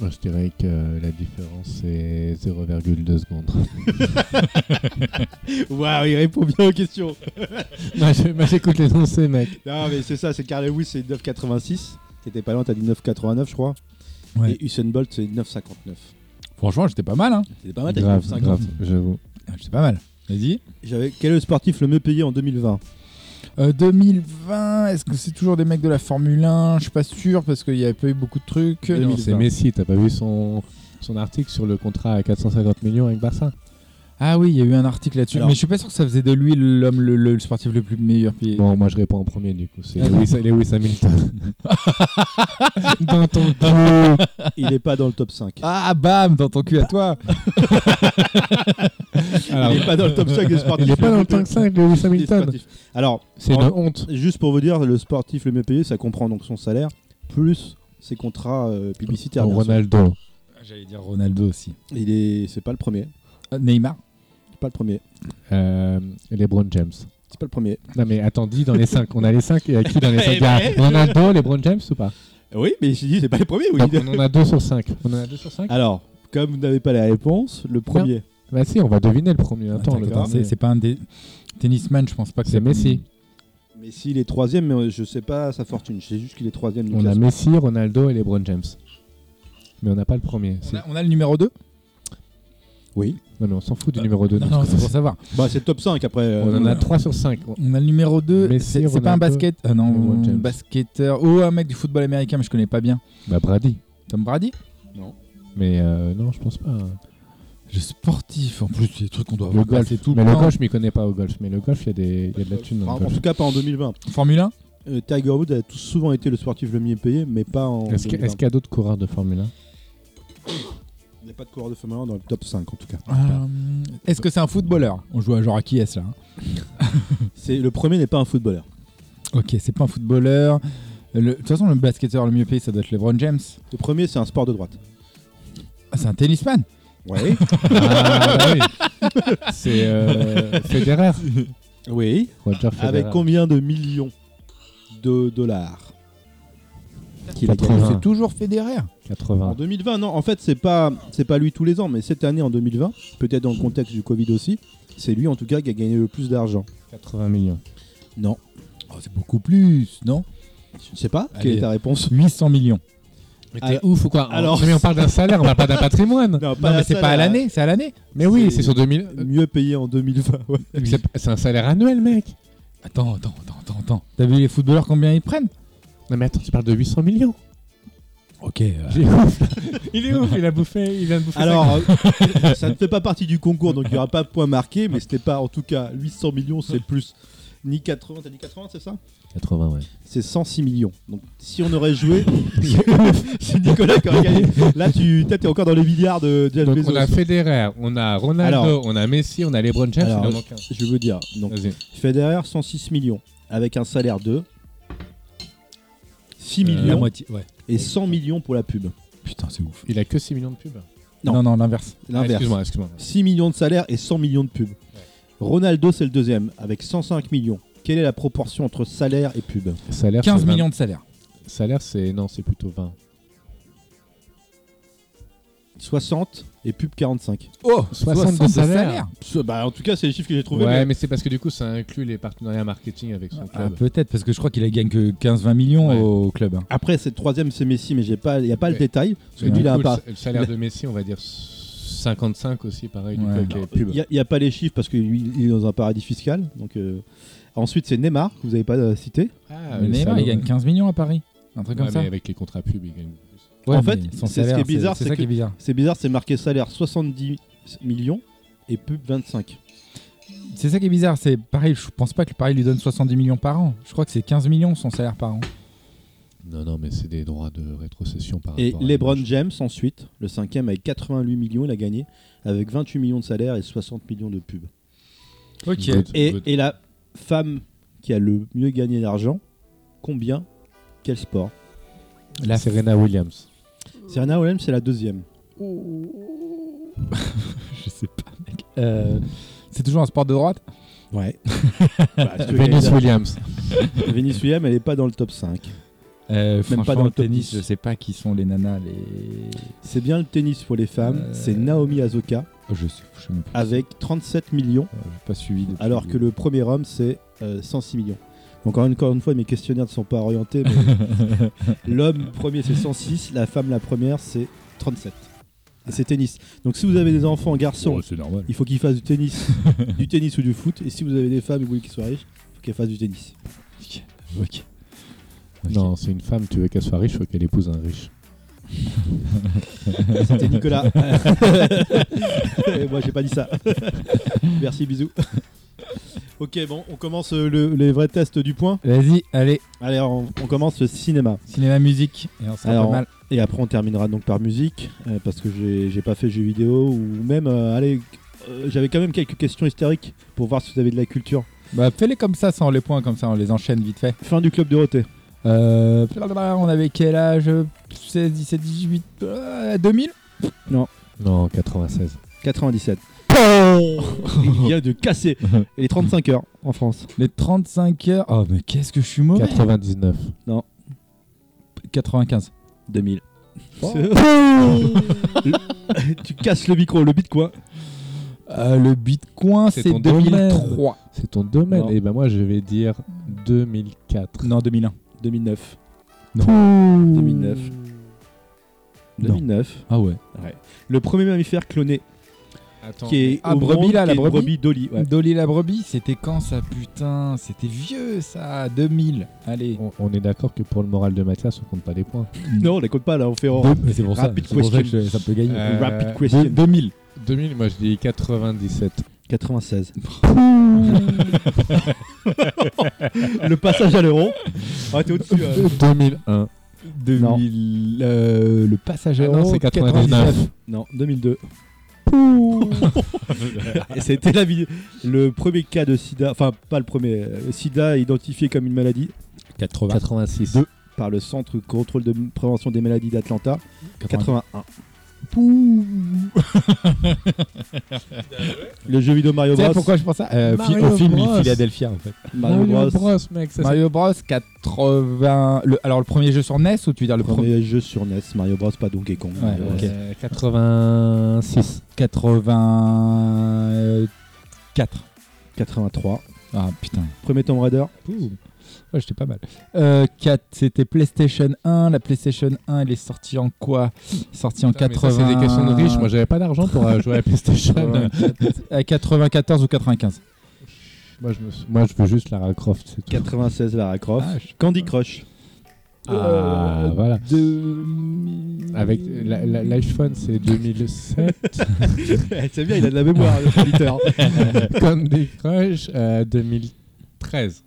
Speaker 4: Moi, je dirais que euh, la différence c'est 0,2 secondes.
Speaker 2: Waouh, il répond bien aux questions.
Speaker 4: moi, je- moi, j'écoute les lancers, mec.
Speaker 2: Non, mais c'est ça, c'est Carl Lewis, c'est 9,86. T'étais pas loin, t'as dit 9,89, je crois.
Speaker 1: Ouais.
Speaker 2: Et Usain Bolt, c'est 9,59.
Speaker 1: Franchement, j'étais pas mal, hein.
Speaker 2: C'était pas mal, Ah, t'as
Speaker 4: grave,
Speaker 2: 50.
Speaker 4: grave, j'avoue.
Speaker 1: Ah, J'étais pas mal. Vas-y.
Speaker 2: J'avais- Quel est le sportif le mieux payé en 2020
Speaker 1: Euh, 2020, est-ce que c'est toujours des mecs de la Formule 1 Je suis pas sûr parce qu'il y avait pas eu beaucoup de trucs.
Speaker 4: Non,
Speaker 1: 2020.
Speaker 4: c'est Messi, t'as pas vu son, son article sur le contrat à 450 millions avec Barça
Speaker 1: Ah oui, il y a eu un article là-dessus.
Speaker 2: Alors-
Speaker 1: Mais je suis pas sûr que ça faisait de lui l'homme, le, le- le sportif le plus meilleur payé.
Speaker 4: Bon, moi je réponds en premier du coup, c'est
Speaker 1: Ah,
Speaker 4: Lewis, Lewis Hamilton. Dans ton cul.
Speaker 2: Il est pas dans le top 5.
Speaker 1: Ah bam, dans ton cul à toi
Speaker 4: Alors,
Speaker 2: il est pas dans le top 5 des sportifs.
Speaker 4: il est pas dans le top 5 Lewis
Speaker 2: des
Speaker 4: Hamilton.
Speaker 2: sportifs. Alors,
Speaker 4: C'est une honte.
Speaker 2: juste pour vous dire, le sportif le mieux payé, ça comprend donc son salaire, plus ses contrats euh, publicitaires.
Speaker 4: Pour
Speaker 2: bien sûr.
Speaker 4: Ronaldo.
Speaker 1: Ah, J'allais dire Ronaldo aussi. Euh,
Speaker 2: Il est, c'est pas le premier.
Speaker 1: Neymar
Speaker 2: C'est pas le premier.
Speaker 4: Euh, LeBron James.
Speaker 2: C'est pas le premier.
Speaker 4: Non mais attends, dis dans les 5. On a les 5 et à qui dans les 5 Il y a Ronaldo, LeBron James ou pas
Speaker 2: Ah Oui, mais j'ai dit, c'est pas le premier.
Speaker 4: Donc, On en a 2 sur 5. On en a 2 sur 5
Speaker 2: Alors, comme vous n'avez pas la réponse, le premier.
Speaker 4: Bah si, on va deviner le premier. Attends, le
Speaker 2: d'accord.
Speaker 4: dernier.
Speaker 1: c'est, c'est pas un dé- tennisman, je pense pas que
Speaker 4: C'est Messi.
Speaker 2: Mais s'il est troisième, mais euh, je sais pas sa fortune. Je sais juste qu'il est troisième. du
Speaker 4: On a
Speaker 2: classement.
Speaker 4: Messi, Ronaldo et LeBron James. Mais on n'a pas le premier.
Speaker 1: On
Speaker 4: c'est-
Speaker 1: a, on a le numéro 2
Speaker 2: Oui.
Speaker 4: Euh, Non, mais on s'en fout du numéro 2.
Speaker 1: Non, non, c'est pour savoir.
Speaker 2: Bah, c'est le top 5 après. euh,
Speaker 4: on en
Speaker 2: voilà.
Speaker 4: a 3 sur 5.
Speaker 1: On a le numéro 2.
Speaker 4: Messi,
Speaker 1: c'est, c'est pas un
Speaker 4: Ronaldo,
Speaker 1: basket. Ah non,
Speaker 4: LeBron James.
Speaker 1: basketteur. Oh, un mec du football américain, mais je connais pas bien.
Speaker 4: Bah Brady.
Speaker 1: Tom Brady
Speaker 4: Mais euh, non, je pense pas.
Speaker 1: Le sportif. En plus, c'est des trucs qu'on doit
Speaker 4: Le
Speaker 1: avoir
Speaker 4: golf,
Speaker 1: passé tout
Speaker 4: mais
Speaker 1: le
Speaker 4: le
Speaker 1: temps.
Speaker 4: golf, je m'y connais pas au golf. Mais le golf, il y, a des- il y a de la thune dans
Speaker 2: Enfin, en
Speaker 4: le golf.
Speaker 2: tout cas, pas en 2020.
Speaker 1: Formule 1
Speaker 2: Euh, Tiger Woods a tout- souvent été le sportif le mieux payé, mais pas en.
Speaker 4: Est-ce que-
Speaker 2: 2020.
Speaker 4: est-ce qu'il y a d'autres coureurs de Formule 1
Speaker 2: Il n'y a pas de coureur de Formule 1 dans le top 5 en tout cas.
Speaker 1: Euh, Est-ce que c'est un footballeur On joue à genre à qui est-ce là hein
Speaker 2: C'est le premier n'est pas un footballeur.
Speaker 1: Ok, c'est pas un footballeur. Le- De toute façon, le basketteur le mieux payé, ça doit être LeBron James.
Speaker 2: Le premier c'est un sport de droite.
Speaker 1: Ah, c'est un tennisman.
Speaker 2: Oui.
Speaker 4: Ah bah oui. C'est euh, Federer.
Speaker 2: oui.
Speaker 4: Roger Federer.
Speaker 2: Avec combien de millions de dollars qu'il a gagné
Speaker 4: 80.
Speaker 1: C'est toujours Federer.
Speaker 2: En
Speaker 4: 80.
Speaker 2: 2020, non, en fait, c'est pas c'est pas lui tous les ans, mais cette année en 2020, peut-être dans le contexte du Covid aussi, c'est lui en tout cas qui a gagné le plus d'argent.
Speaker 4: 80 millions.
Speaker 2: Non,
Speaker 1: Oh, c'est beaucoup plus, non
Speaker 2: je ne sais pas. Quelle
Speaker 1: Allez.
Speaker 2: est ta réponse
Speaker 1: 800 millions.
Speaker 4: Mais
Speaker 2: t'es
Speaker 4: ouf ou quoi
Speaker 2: Alors-
Speaker 4: mais on parle d'un salaire, on parle pas d'un patrimoine.
Speaker 2: Non,
Speaker 1: Ah, euh, non, mais c'est pas à l'année, c'est à l'année.
Speaker 4: Mais oui,
Speaker 2: C'est-
Speaker 4: c'est sur 2000. euh,
Speaker 2: Mieux payé en 2020. ouais.
Speaker 4: c'est- C'est un salaire annuel, mec.
Speaker 1: Attends, attends, attends, attends, attends. T'as vu les footballeurs combien ils prennent
Speaker 4: Non mais attends, tu parles de 800 millions.
Speaker 1: Ok.
Speaker 4: Il est ouf. il est ouf, il a bouffé, il vient de bouffer.
Speaker 2: Alors, euh, ça ne fait pas partie du concours, donc il n'y aura pas de point marqué, mais c'était pas en tout cas 800 millions, c'est plus ni 80, t'as dit 80, c'est ça
Speaker 4: 80, ouais.
Speaker 2: C'est 106 millions. Donc si on aurait joué, c'est- c'est Nicolas qui aurait gagné. Là, tu t'es encore dans les milliards de Jeff
Speaker 4: Donc
Speaker 2: Bezos.
Speaker 4: on a Federer, on a Ronaldo,
Speaker 2: Alors-
Speaker 4: on a Messi, on a LeBron James,
Speaker 2: Alors-
Speaker 4: il en manque un.
Speaker 2: Je veux dire, donc
Speaker 4: Vas-y.
Speaker 1: Euh.
Speaker 2: Federer 106 millions avec un salaire de 6
Speaker 1: Ah, Euh, La
Speaker 2: millions
Speaker 1: moitié, ouais.
Speaker 2: et 100 millions pour la pub.
Speaker 1: Putain, c'est ouf.
Speaker 4: Il a que 6 millions de pubs.
Speaker 2: Non.
Speaker 1: Non, non, l'inverse.
Speaker 4: Ah,
Speaker 2: L'inverse.
Speaker 4: excuse-moi, excuse-moi.
Speaker 2: 6 millions de salaires et 100 millions de pubs. Ronaldo, c'est le deuxième, avec 105 millions. Quelle est la proportion entre salaire et pub
Speaker 4: Salaire,
Speaker 1: 15
Speaker 4: c'est 20.
Speaker 1: millions de salaire.
Speaker 4: Salaire, c'est non, c'est plutôt 20.
Speaker 2: 60 et pub 45.
Speaker 1: Oh,
Speaker 4: 60 de salaire.
Speaker 2: Ce- Bah, en tout cas, c'est les chiffres que j'ai trouvés.
Speaker 4: Ouais, mais,
Speaker 2: mais-
Speaker 4: c'est parce que du coup, ça inclut les partenariats marketing avec son
Speaker 1: Ah,
Speaker 4: club.
Speaker 1: peut-être, parce que je crois qu'il a gagné que 15-20 millions
Speaker 4: Euh, Ouais.
Speaker 1: au club. hein.
Speaker 2: Après, c'est le troisième, c'est Messi, mais il n'y a pas le
Speaker 4: Ouais.
Speaker 2: détail. Parce que
Speaker 4: Mais
Speaker 2: lui,
Speaker 4: du
Speaker 2: il a
Speaker 4: coup,
Speaker 2: pas.
Speaker 4: Bah, le, le salaire de Messi, on va dire 55 aussi, pareil, du
Speaker 1: Ouais.
Speaker 4: coup, avec les pubs.
Speaker 2: Il n'y a, pas les chiffres parce qu'il est dans un paradis fiscal. Donc, euh, Ensuite, c'est Neymar, que vous n'avez pas euh, cité.
Speaker 4: Ah,
Speaker 1: Mais
Speaker 4: le
Speaker 1: Neymar,
Speaker 4: salaud,
Speaker 1: il gagne
Speaker 4: ouais.
Speaker 1: 15 millions à Paris. Un truc comme
Speaker 4: Ouais,
Speaker 1: ça.
Speaker 4: mais avec les contrats pubs, il gagne.
Speaker 1: Ouais,
Speaker 2: En
Speaker 1: mais
Speaker 2: fait,
Speaker 1: son
Speaker 2: c'est ce qui est
Speaker 1: salaire,
Speaker 2: bizarre,
Speaker 1: c'est
Speaker 2: c'est
Speaker 1: ça
Speaker 2: que-
Speaker 1: qui est bizarre.
Speaker 2: C'est bizarre, c'est marqué salaire 70 millions et pub 25.
Speaker 1: C'est ça qui est bizarre, c'est pareil, je pense pas que Paris lui donne 70 millions par an. Je crois que c'est 15 millions son salaire par an.
Speaker 4: Non, non, mais c'est des droits de rétrocession par
Speaker 2: Et
Speaker 4: rapport à
Speaker 2: LeBron
Speaker 4: l'image.
Speaker 2: James, ensuite, le cinquième, avec 88 millions, il a gagné, avec 28 millions de salaire et 60 millions de pubs.
Speaker 1: Ok.
Speaker 4: Good,
Speaker 2: Et,
Speaker 4: good.
Speaker 2: et la femme qui a le mieux gagné d'argent, combien Quel sport
Speaker 1: La
Speaker 4: Serena Williams.
Speaker 2: Serena Williams, c'est la deuxième.
Speaker 1: je sais pas, mec. Euh, c'est toujours un sport de droite
Speaker 2: Ouais. Bah,
Speaker 4: Venus Williams.
Speaker 2: Venus Williams, elle n'est pas dans le top 5.
Speaker 1: Même
Speaker 2: pas dans le top 10.
Speaker 1: je sais pas qui sont les nanas, les.
Speaker 2: C'est bien le tennis pour les femmes,
Speaker 1: Euh,
Speaker 2: c'est Naomi Azoka,
Speaker 1: Oh, je sais, je sais même pas,
Speaker 2: avec 37 millions,
Speaker 1: j'ai pas suivi. depuis
Speaker 2: alors que le premier homme, c'est euh, 106 millions. Donc encore une, encore une fois, mes questionnaires ne sont pas orientés, mais l'homme premier, c'est 106, la femme, la première, c'est 37. c'est tennis. Donc si vous avez des enfants, garçons,
Speaker 1: Oh, c'est normal.
Speaker 2: il faut qu'ils fassent du tennis, du tennis ou du foot. Et si vous avez des femmes et vous voulez qu'ils soient riches, il faut qu'elles fassent du tennis.
Speaker 1: Ok.
Speaker 4: Non, c'est une femme, tu veux qu'elle soit riche, faut qu'elle épouse un riche.
Speaker 2: C'était Nicolas. Et moi, j'ai pas dit ça. Merci, bisous. Ok, bon, on commence euh, le- les vrais tests du point.
Speaker 1: Vas-y, allez,
Speaker 2: Allez, on, on commence le cinéma.
Speaker 1: cinéma, musique. Et on sera
Speaker 2: Alors,
Speaker 1: pas mal.
Speaker 2: Et après, on terminera donc par musique, euh, parce que j'ai j'ai pas fait jeux vidéo, ou même, euh, allez, euh, j'avais quand même quelques questions hystériques pour voir si vous avez de la culture.
Speaker 1: Bah, fais-les comme ça, sans les points, comme ça, on les enchaîne vite fait.
Speaker 2: Fin du club de Roté.
Speaker 1: Euh, on avait quel âge 16, 17, 18, euh, 2000
Speaker 4: Non, 96.
Speaker 2: 97. Il vient de casser les 35 heures en France.
Speaker 1: Les 35 heures. Oh, mais qu'est-ce que je suis mauvais
Speaker 4: 99.
Speaker 1: 95.
Speaker 2: 2000. Oh. tu casses le micro, le bitcoin.
Speaker 1: Euh, le bitcoin,
Speaker 4: C'est
Speaker 1: c'est
Speaker 4: ton domaine.
Speaker 1: 2003.
Speaker 4: C'est ton domaine.
Speaker 2: Non.
Speaker 4: Et ben moi, je vais dire 2004.
Speaker 1: Non, 2001.
Speaker 2: 2009.
Speaker 4: Non.
Speaker 2: 2009.
Speaker 1: Non.
Speaker 2: 2009.
Speaker 1: Ah ouais.
Speaker 2: Le premier mammifère cloné
Speaker 4: Attends.
Speaker 2: qui est
Speaker 1: Ah,
Speaker 2: au
Speaker 1: brebis,
Speaker 2: monde,
Speaker 1: là,
Speaker 2: qui
Speaker 1: la
Speaker 2: est une
Speaker 1: brebis
Speaker 2: Dolly. ouais.
Speaker 1: Dolly la brebis, c'était quand ça putain C'était vieux ça, 2000. Allez.
Speaker 4: On, on est d'accord que pour le moral de Mathias, on compte pas les points.
Speaker 2: Non, on la compte pas là, on fait en
Speaker 1: Oh, Mais c'est pour
Speaker 2: ça- Rapid c'est pour ça que
Speaker 1: ça
Speaker 2: question.
Speaker 1: peut gagner.
Speaker 4: Euh,
Speaker 2: rapid question.
Speaker 1: 2000.
Speaker 4: 2000, moi je dis 97.
Speaker 2: 96. le passage à l'euro. Ah, t'es au-dessus. euh.
Speaker 4: 2001.
Speaker 1: 2000. euh, le passage à
Speaker 4: Ah non,
Speaker 1: l'euro,
Speaker 4: c'est 99.
Speaker 2: Non, 2002. Et c'était la vie. Le premier cas de sida, enfin pas le premier, euh, sida identifié comme une maladie
Speaker 1: 80.
Speaker 4: 86.
Speaker 2: Deux. par le Centre de contrôle de prévention des maladies d'Atlanta. 81. Le jeu vidéo Mario
Speaker 1: Tu sais
Speaker 2: Bros.
Speaker 1: pourquoi je pense ça Euh, fi-
Speaker 4: Mario
Speaker 1: Au film
Speaker 4: Bros.
Speaker 1: Philadelphia en fait.
Speaker 2: Mario Bros.
Speaker 4: Ah mec. Ça,
Speaker 1: Mario Bros 80. le- alors le premier jeu sur NES ou tu veux dire le premier
Speaker 2: Premier jeu sur NES, Mario Bros, pas Donkey Kong.
Speaker 1: Ouais,
Speaker 2: Mario Bros.
Speaker 1: ok.
Speaker 4: c'est- euh, 86.
Speaker 1: 84.
Speaker 2: 83.
Speaker 1: Ah putain.
Speaker 2: Premier Tomb Raider.
Speaker 1: Ouais, j'étais pas mal. Euh, 4, c'était PlayStation 1. La PlayStation 1, elle est sortie en quoi Sortie en
Speaker 4: Putain, mais ça,
Speaker 1: 80.
Speaker 4: C'est des questions de riches. Moi j'avais pas d'argent pour euh, jouer à la PlayStation.
Speaker 1: À 94 ou 95
Speaker 4: moi, je me sou- moi, je veux juste Lara Croft, c'est tout.
Speaker 2: 96 Lara Croft. Candy Crush.
Speaker 4: Ah, voilà.
Speaker 1: De...
Speaker 4: Avec euh, la- la- l'iPhone, c'est 2007.
Speaker 2: Eh, C'est bien, il a de la mémoire, le auditeur.
Speaker 4: Candy Crush, euh, 2013.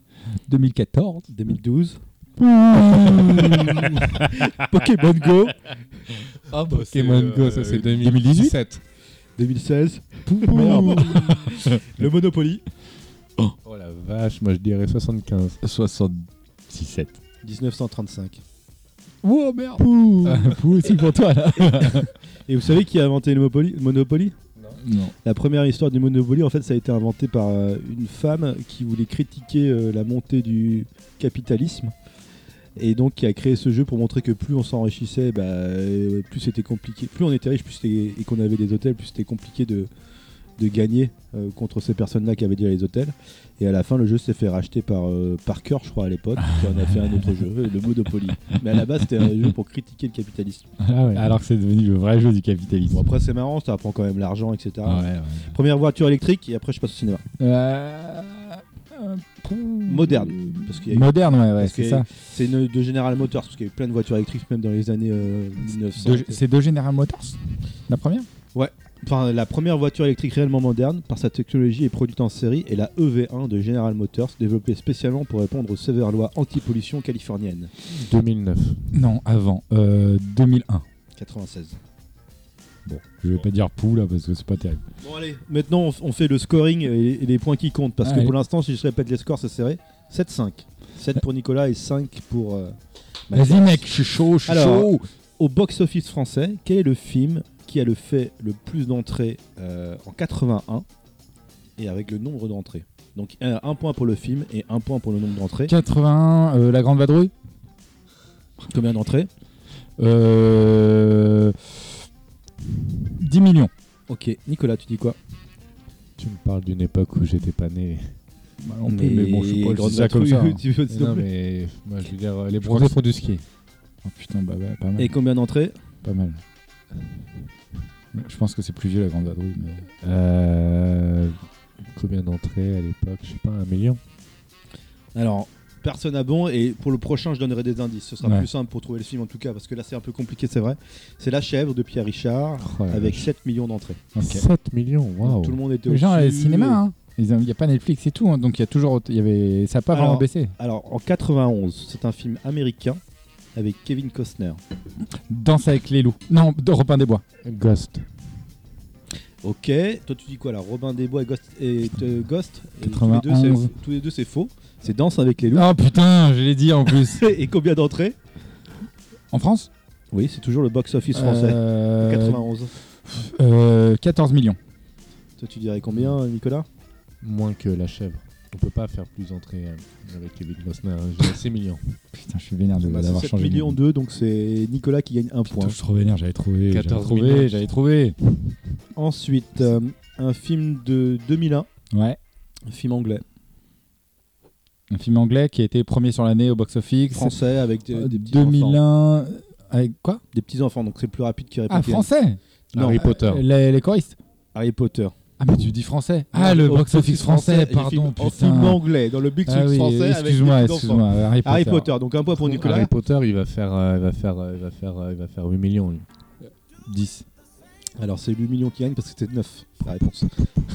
Speaker 1: 2014.
Speaker 2: 2012. Pokémon Go.
Speaker 4: Pokémon Go, ça c'est 2017.
Speaker 2: 2016. Merde. le Monopoly.
Speaker 4: Oh la vache, moi je dirais 75.
Speaker 1: 77.
Speaker 2: 1935.
Speaker 1: Wow,
Speaker 4: Oh,
Speaker 1: merde Pouh,
Speaker 4: Ah,
Speaker 1: c'est pour toi là
Speaker 2: Et vous savez qui a inventé le Monopoly, Monopoly
Speaker 1: Non.
Speaker 2: La première histoire du Monopoly, en fait, ça a été inventé par euh, une femme qui voulait critiquer euh, la montée du capitalisme. Et donc qui a créé ce jeu pour montrer que plus on s'enrichissait, bah, euh, plus c'était compliqué. Plus on était riche, plus c'était- et qu'on avait des hôtels, plus c'était compliqué de, de gagner euh, contre ces personnes-là qui avaient déjà les hôtels. Et à la fin, le jeu s'est fait racheter par euh, Parker, je crois, à l'époque. qui en a fait un autre jeu, euh, le Monopoly. Mais à la base, c'était un jeu pour critiquer le capitalisme.
Speaker 4: Ah
Speaker 1: Alors que c'est devenu le vrai jeu du capitalisme.
Speaker 2: Bon, après, c'est marrant, ça apprend quand même l'argent, etc.
Speaker 4: Ah
Speaker 1: ouais.
Speaker 2: Première voiture électrique, et après, je passe au cinéma.
Speaker 1: Euh, euh, pouh.
Speaker 2: Moderne, parce qu'il y a eu-
Speaker 1: Moderne, ouais, ouais
Speaker 2: parce
Speaker 1: c'est
Speaker 2: que
Speaker 1: ça.
Speaker 2: C'est une- de General Motors, parce qu'il y a eu plein de voitures électriques, même dans les années euh, 1900.
Speaker 1: Deux- C'est de General Motors La première
Speaker 2: Enfin, la première voiture électrique réellement moderne, par sa technologie, est produite en série, est la EV1 de General Motors, développée spécialement pour répondre aux sévères lois anti-pollution californiennes.
Speaker 4: 2009.
Speaker 1: Non, avant. Euh, 2001.
Speaker 2: 96.
Speaker 1: Bon, je vais pas dire pou là parce que c'est pas terrible.
Speaker 2: Bon, allez, maintenant on, f- on fait le scoring et, et les points qui comptent, parce que
Speaker 1: Allez.
Speaker 2: pour l'instant, si je répète les scores, c'est serré. 7-5. 7 pour Nicolas et 5 pour. euh,
Speaker 1: Vas-y mec, je suis chaud, je suis
Speaker 2: Alors, euh,
Speaker 1: chaud.
Speaker 2: Au box-office français, quel est le film qui a le fait le plus d'entrées euh, en 81 et avec le nombre d'entrées Donc un, un point pour le film et un point pour le nombre d'entrées.
Speaker 1: 81, euh, la grande vadrouille
Speaker 2: Combien d'entrées
Speaker 1: euh, 10 millions.
Speaker 2: Ok, Nicolas, tu dis quoi
Speaker 4: Tu me parles d'une époque où j'étais pas né.
Speaker 1: Bah,
Speaker 2: Mais Grande Vadrouille, tu veux-
Speaker 4: hein. Mais non, mais moi je veux dire, euh, les
Speaker 1: crois
Speaker 4: bronzés
Speaker 1: que
Speaker 4: font du ski.
Speaker 1: Oh putain, bah ouais, pas mal.
Speaker 2: Et combien d'entrées
Speaker 1: Pas mal. Je pense que c'est plus vieux la grande vadrouille. mais-
Speaker 4: Euh, combien d'entrées à l'époque Je sais pas, un million.
Speaker 2: Alors, personne à bon, et pour le prochain, je donnerai des indices. Ce sera
Speaker 1: Ouais.
Speaker 2: plus simple pour trouver le film en tout cas, parce que là, c'est un peu compliqué, c'est vrai. C'est La chèvre de Pierre Richard,
Speaker 4: Oh la
Speaker 2: avec
Speaker 4: vache.
Speaker 2: 7 millions d'entrées.
Speaker 1: Ok.
Speaker 4: 7 millions, waouh.
Speaker 2: Tout le monde était
Speaker 1: Les gens allaient au
Speaker 2: au-dessus,
Speaker 1: cinéma,
Speaker 2: et-
Speaker 1: hein. Ils ont- Il n'y a pas Netflix et tout, hein, donc il y a toujours. autant- il Y avait... Ça n'a pas vraiment
Speaker 2: Alors-
Speaker 1: baissé.
Speaker 2: Alors, en 91, c'est un film américain avec Kevin Costner.
Speaker 1: Danse avec les loups. Non, de Robin des Bois.
Speaker 4: Ghost.
Speaker 2: Ok, toi tu dis quoi là Robin des Bois et Ghost, et, euh, Ghost et tous, les deux,
Speaker 1: 91.
Speaker 2: c'est- tous les deux c'est faux. C'est Danse avec les loups.
Speaker 1: Oh putain, je l'ai dit en plus.
Speaker 2: Et combien d'entrées
Speaker 1: en France
Speaker 2: Oui, c'est toujours le box-office français.
Speaker 1: Euh,
Speaker 2: 91.
Speaker 1: euh, 14 millions.
Speaker 2: Toi tu dirais combien, Nicolas
Speaker 4: Moins que la chèvre. On peut pas faire plus d'entrées euh, avec Kevin Costner. Je dirais 6 millions.
Speaker 1: Putain, je suis vénère de-
Speaker 2: Bah, c'est
Speaker 1: d'avoir
Speaker 2: 7
Speaker 1: changé. de
Speaker 2: millions
Speaker 1: nom.
Speaker 2: 2, donc c'est Nicolas qui gagne un point.
Speaker 1: Putain, je suis trop vénère, j'avais trouvé. j'avais
Speaker 4: 14
Speaker 1: trouvé,
Speaker 4: millions.
Speaker 1: j'avais trouvé.
Speaker 2: Ensuite, euh, un film de 2001,
Speaker 1: Ouais.
Speaker 2: un film anglais,
Speaker 1: Un film anglais qui a été premier sur l'année au box-office.
Speaker 2: français avec des,
Speaker 1: Euh,
Speaker 2: des petits enfants.
Speaker 1: 2001. Avec quoi
Speaker 2: Des petits enfants, donc c'est plus rapide qu'il répond.
Speaker 1: Ah, français
Speaker 2: Non,
Speaker 4: Harry Potter.
Speaker 1: Euh, les, les choristes
Speaker 2: Harry Potter.
Speaker 1: Ah, mais tu dis français. Ah,
Speaker 2: Au
Speaker 1: le box-office français,
Speaker 2: et film-
Speaker 1: pardon.
Speaker 2: En
Speaker 1: putain.
Speaker 2: film anglais, dans le big
Speaker 1: Ah oui,
Speaker 2: français avec des
Speaker 1: excuse-moi,
Speaker 2: petits enfants.
Speaker 1: excuse-moi. Harry Potter.
Speaker 2: Harry Potter, donc un point pour Nicolas.
Speaker 4: Harry Potter, il va faire, euh, il va faire, euh, il va faire, euh, il va faire 8 millions. lui.
Speaker 1: 10.
Speaker 2: Alors c'est 8 millions qui gagne parce que c'était 9 la réponse.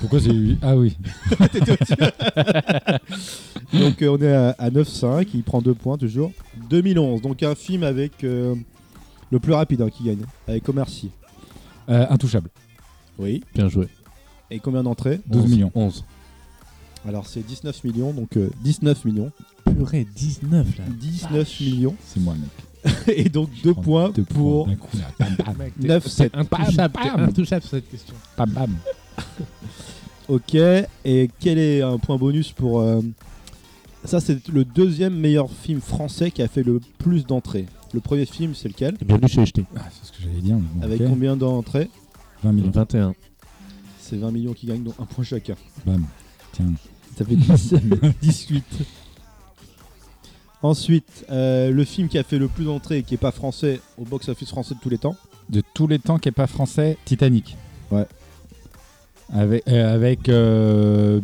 Speaker 1: Pourquoi j'ai eu. Ah oui.
Speaker 2: Donc euh, on est à, à 9,5, il prend 2 points toujours. 2011, donc un film avec euh, le plus rapide hein, qui gagne, avec Omar Sy.
Speaker 1: Euh, intouchable.
Speaker 2: Oui.
Speaker 4: Bien joué.
Speaker 2: Et combien d'entrées
Speaker 1: 12
Speaker 4: 11.
Speaker 1: millions.
Speaker 4: 11.
Speaker 2: Alors c'est 19 millions, donc euh, 19 millions.
Speaker 4: Purée, 19 là.
Speaker 2: 19 millions.
Speaker 1: C'est moi, mec.
Speaker 2: Et donc 2
Speaker 1: Prends
Speaker 2: points
Speaker 1: deux
Speaker 2: pour
Speaker 1: d'un coup, là. Bam, bam,
Speaker 2: 9-7.
Speaker 1: Intouchable, t'es
Speaker 4: intouchable sur cette question.
Speaker 1: bam, bam.
Speaker 2: Ok, et quel est un point bonus pour... euh, Ça c'est le deuxième meilleur film français qui a fait le plus d'entrées. Le premier film c'est lequel
Speaker 4: Bienvenue chez HT.
Speaker 1: Ah, c'est ce que j'allais dire. mais bon,
Speaker 2: Avec
Speaker 1: ok.
Speaker 2: combien d'entrées
Speaker 1: 20 millions.
Speaker 4: 21.
Speaker 2: C'est 20 millions qui gagnent, donc un point chacun.
Speaker 1: Bam. Tiens.
Speaker 2: Ça fait 10, 18. Ensuite, euh, le film qui a fait le plus d'entrées et qui est pas français au box-office français de tous les temps.
Speaker 1: De tous les temps qui n'est pas français, Titanic.
Speaker 2: Ouais.
Speaker 1: Avec, euh, avec euh,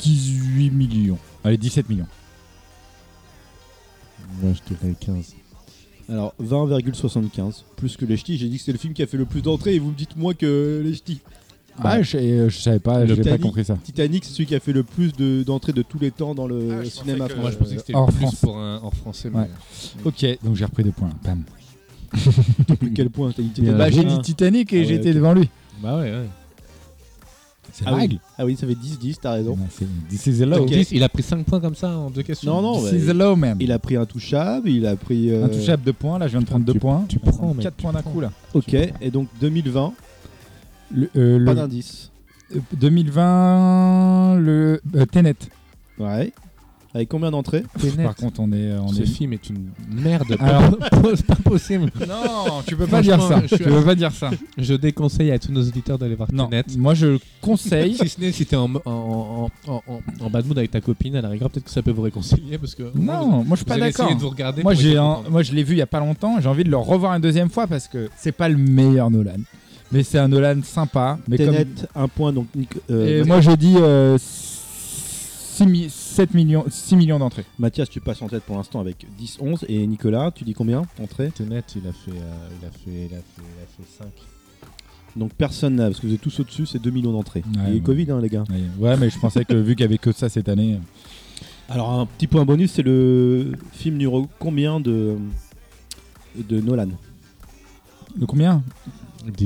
Speaker 1: 18 millions. Allez, 17 millions.
Speaker 4: Moi, je dirais 15.
Speaker 2: Alors 20,75, plus que les ch'tis. J'ai dit que c'est le film qui a fait le plus d'entrées et vous me dites moins que les ch'tis.
Speaker 1: Ah, je, euh, je savais pas, j'ai pas
Speaker 2: Titanic.
Speaker 1: compris ça.
Speaker 2: Titanic, c'est celui qui a fait le plus de- d'entrées de, tous les temps dans le
Speaker 6: Ah, je
Speaker 2: cinéma
Speaker 6: pensais
Speaker 2: français.
Speaker 6: que- Moi, je
Speaker 4: pensais que
Speaker 1: le hors plus France.
Speaker 4: pour un hors français.
Speaker 1: mais- Ouais. Ok, donc j'ai repris deux points. Bam.
Speaker 2: Depuis quel point t'as dit
Speaker 4: Bien.
Speaker 1: Bah,
Speaker 2: Titanic
Speaker 1: j'ai dit Titanic et
Speaker 2: Ah ouais,
Speaker 1: j'étais
Speaker 2: ok.
Speaker 1: devant lui.
Speaker 4: Bah ouais, ouais.
Speaker 1: C'est
Speaker 2: ah,
Speaker 1: la
Speaker 2: oui.
Speaker 1: règle.
Speaker 2: ah oui, ça fait 10-10, t'as raison.
Speaker 1: Ouais, c'est- This is the law.
Speaker 2: Ok.
Speaker 4: Ah, il a pris 5 points comme ça en deux questions.
Speaker 2: Non, non,
Speaker 1: This
Speaker 2: ouais.
Speaker 1: is the law, man.
Speaker 2: Il a pris Intouchable, il a pris. euh,
Speaker 1: Intouchable, deux points. Là, je viens de prendre deux points.
Speaker 4: tu prends, mec,
Speaker 1: 4
Speaker 4: tu
Speaker 1: points d'un
Speaker 4: prends.
Speaker 1: coup, là.
Speaker 2: Ok, et donc 2020,
Speaker 1: Le, euh,
Speaker 2: pas
Speaker 1: le-
Speaker 2: d'indice.
Speaker 1: euh, 2020, le euh, Tenet.
Speaker 2: Ouais. Avec combien d'entrées
Speaker 1: Pff, Par contre, on est. euh, On
Speaker 4: Ce
Speaker 1: est...
Speaker 4: film est une merde.
Speaker 1: Alors-
Speaker 4: C'est pas possible.
Speaker 1: Non, tu peux
Speaker 4: pas dire ça.
Speaker 1: Tu
Speaker 4: Tu
Speaker 1: peux
Speaker 4: peux
Speaker 1: pas dire ça.
Speaker 4: Je déconseille à tous nos auditeurs d'aller voir
Speaker 1: Non,
Speaker 4: Tenet.
Speaker 1: moi je conseille.
Speaker 4: Si ce n'est si t'es en, en, en, en, en, en bad mood avec ta copine, à la rigueur, peut-être que ça peut vous réconcilier parce que. au moins, vous-
Speaker 1: non, moi je suis
Speaker 4: vous
Speaker 1: pas
Speaker 4: avez
Speaker 1: d'accord.
Speaker 4: essayé de vous regarder
Speaker 1: Moi
Speaker 4: pour
Speaker 1: j'ai
Speaker 4: essayer de
Speaker 1: un-
Speaker 4: comprendre.
Speaker 1: moi je l'ai vu il y a pas longtemps. J'ai envie de le revoir une deuxième fois parce que c'est pas le meilleur Nolan, mais c'est un Nolan sympa. Mais comme-
Speaker 2: Tenet, un point, donc Nic- euh,
Speaker 1: Et moi j'ai dit 6, millions, 6 millions d'entrées.
Speaker 2: Mathias, tu passes en tête pour l'instant avec 10-11. Et Nicolas, tu dis combien Entrée
Speaker 4: Tenet, il a fait, euh, il a fait, il a fait, il a fait 5.
Speaker 2: Donc personne n'a, parce que vous êtes tous au-dessus, c'est 2 millions d'entrées.
Speaker 1: Ouais,
Speaker 2: Il y a
Speaker 1: ouais.
Speaker 2: Covid, hein, les gars.
Speaker 1: Ouais, Ouais, mais je pensais que vu qu'il y avait que ça cette année.
Speaker 2: Alors, un petit point bonus, c'est le film numéro combien de, de Nolan
Speaker 1: Le combien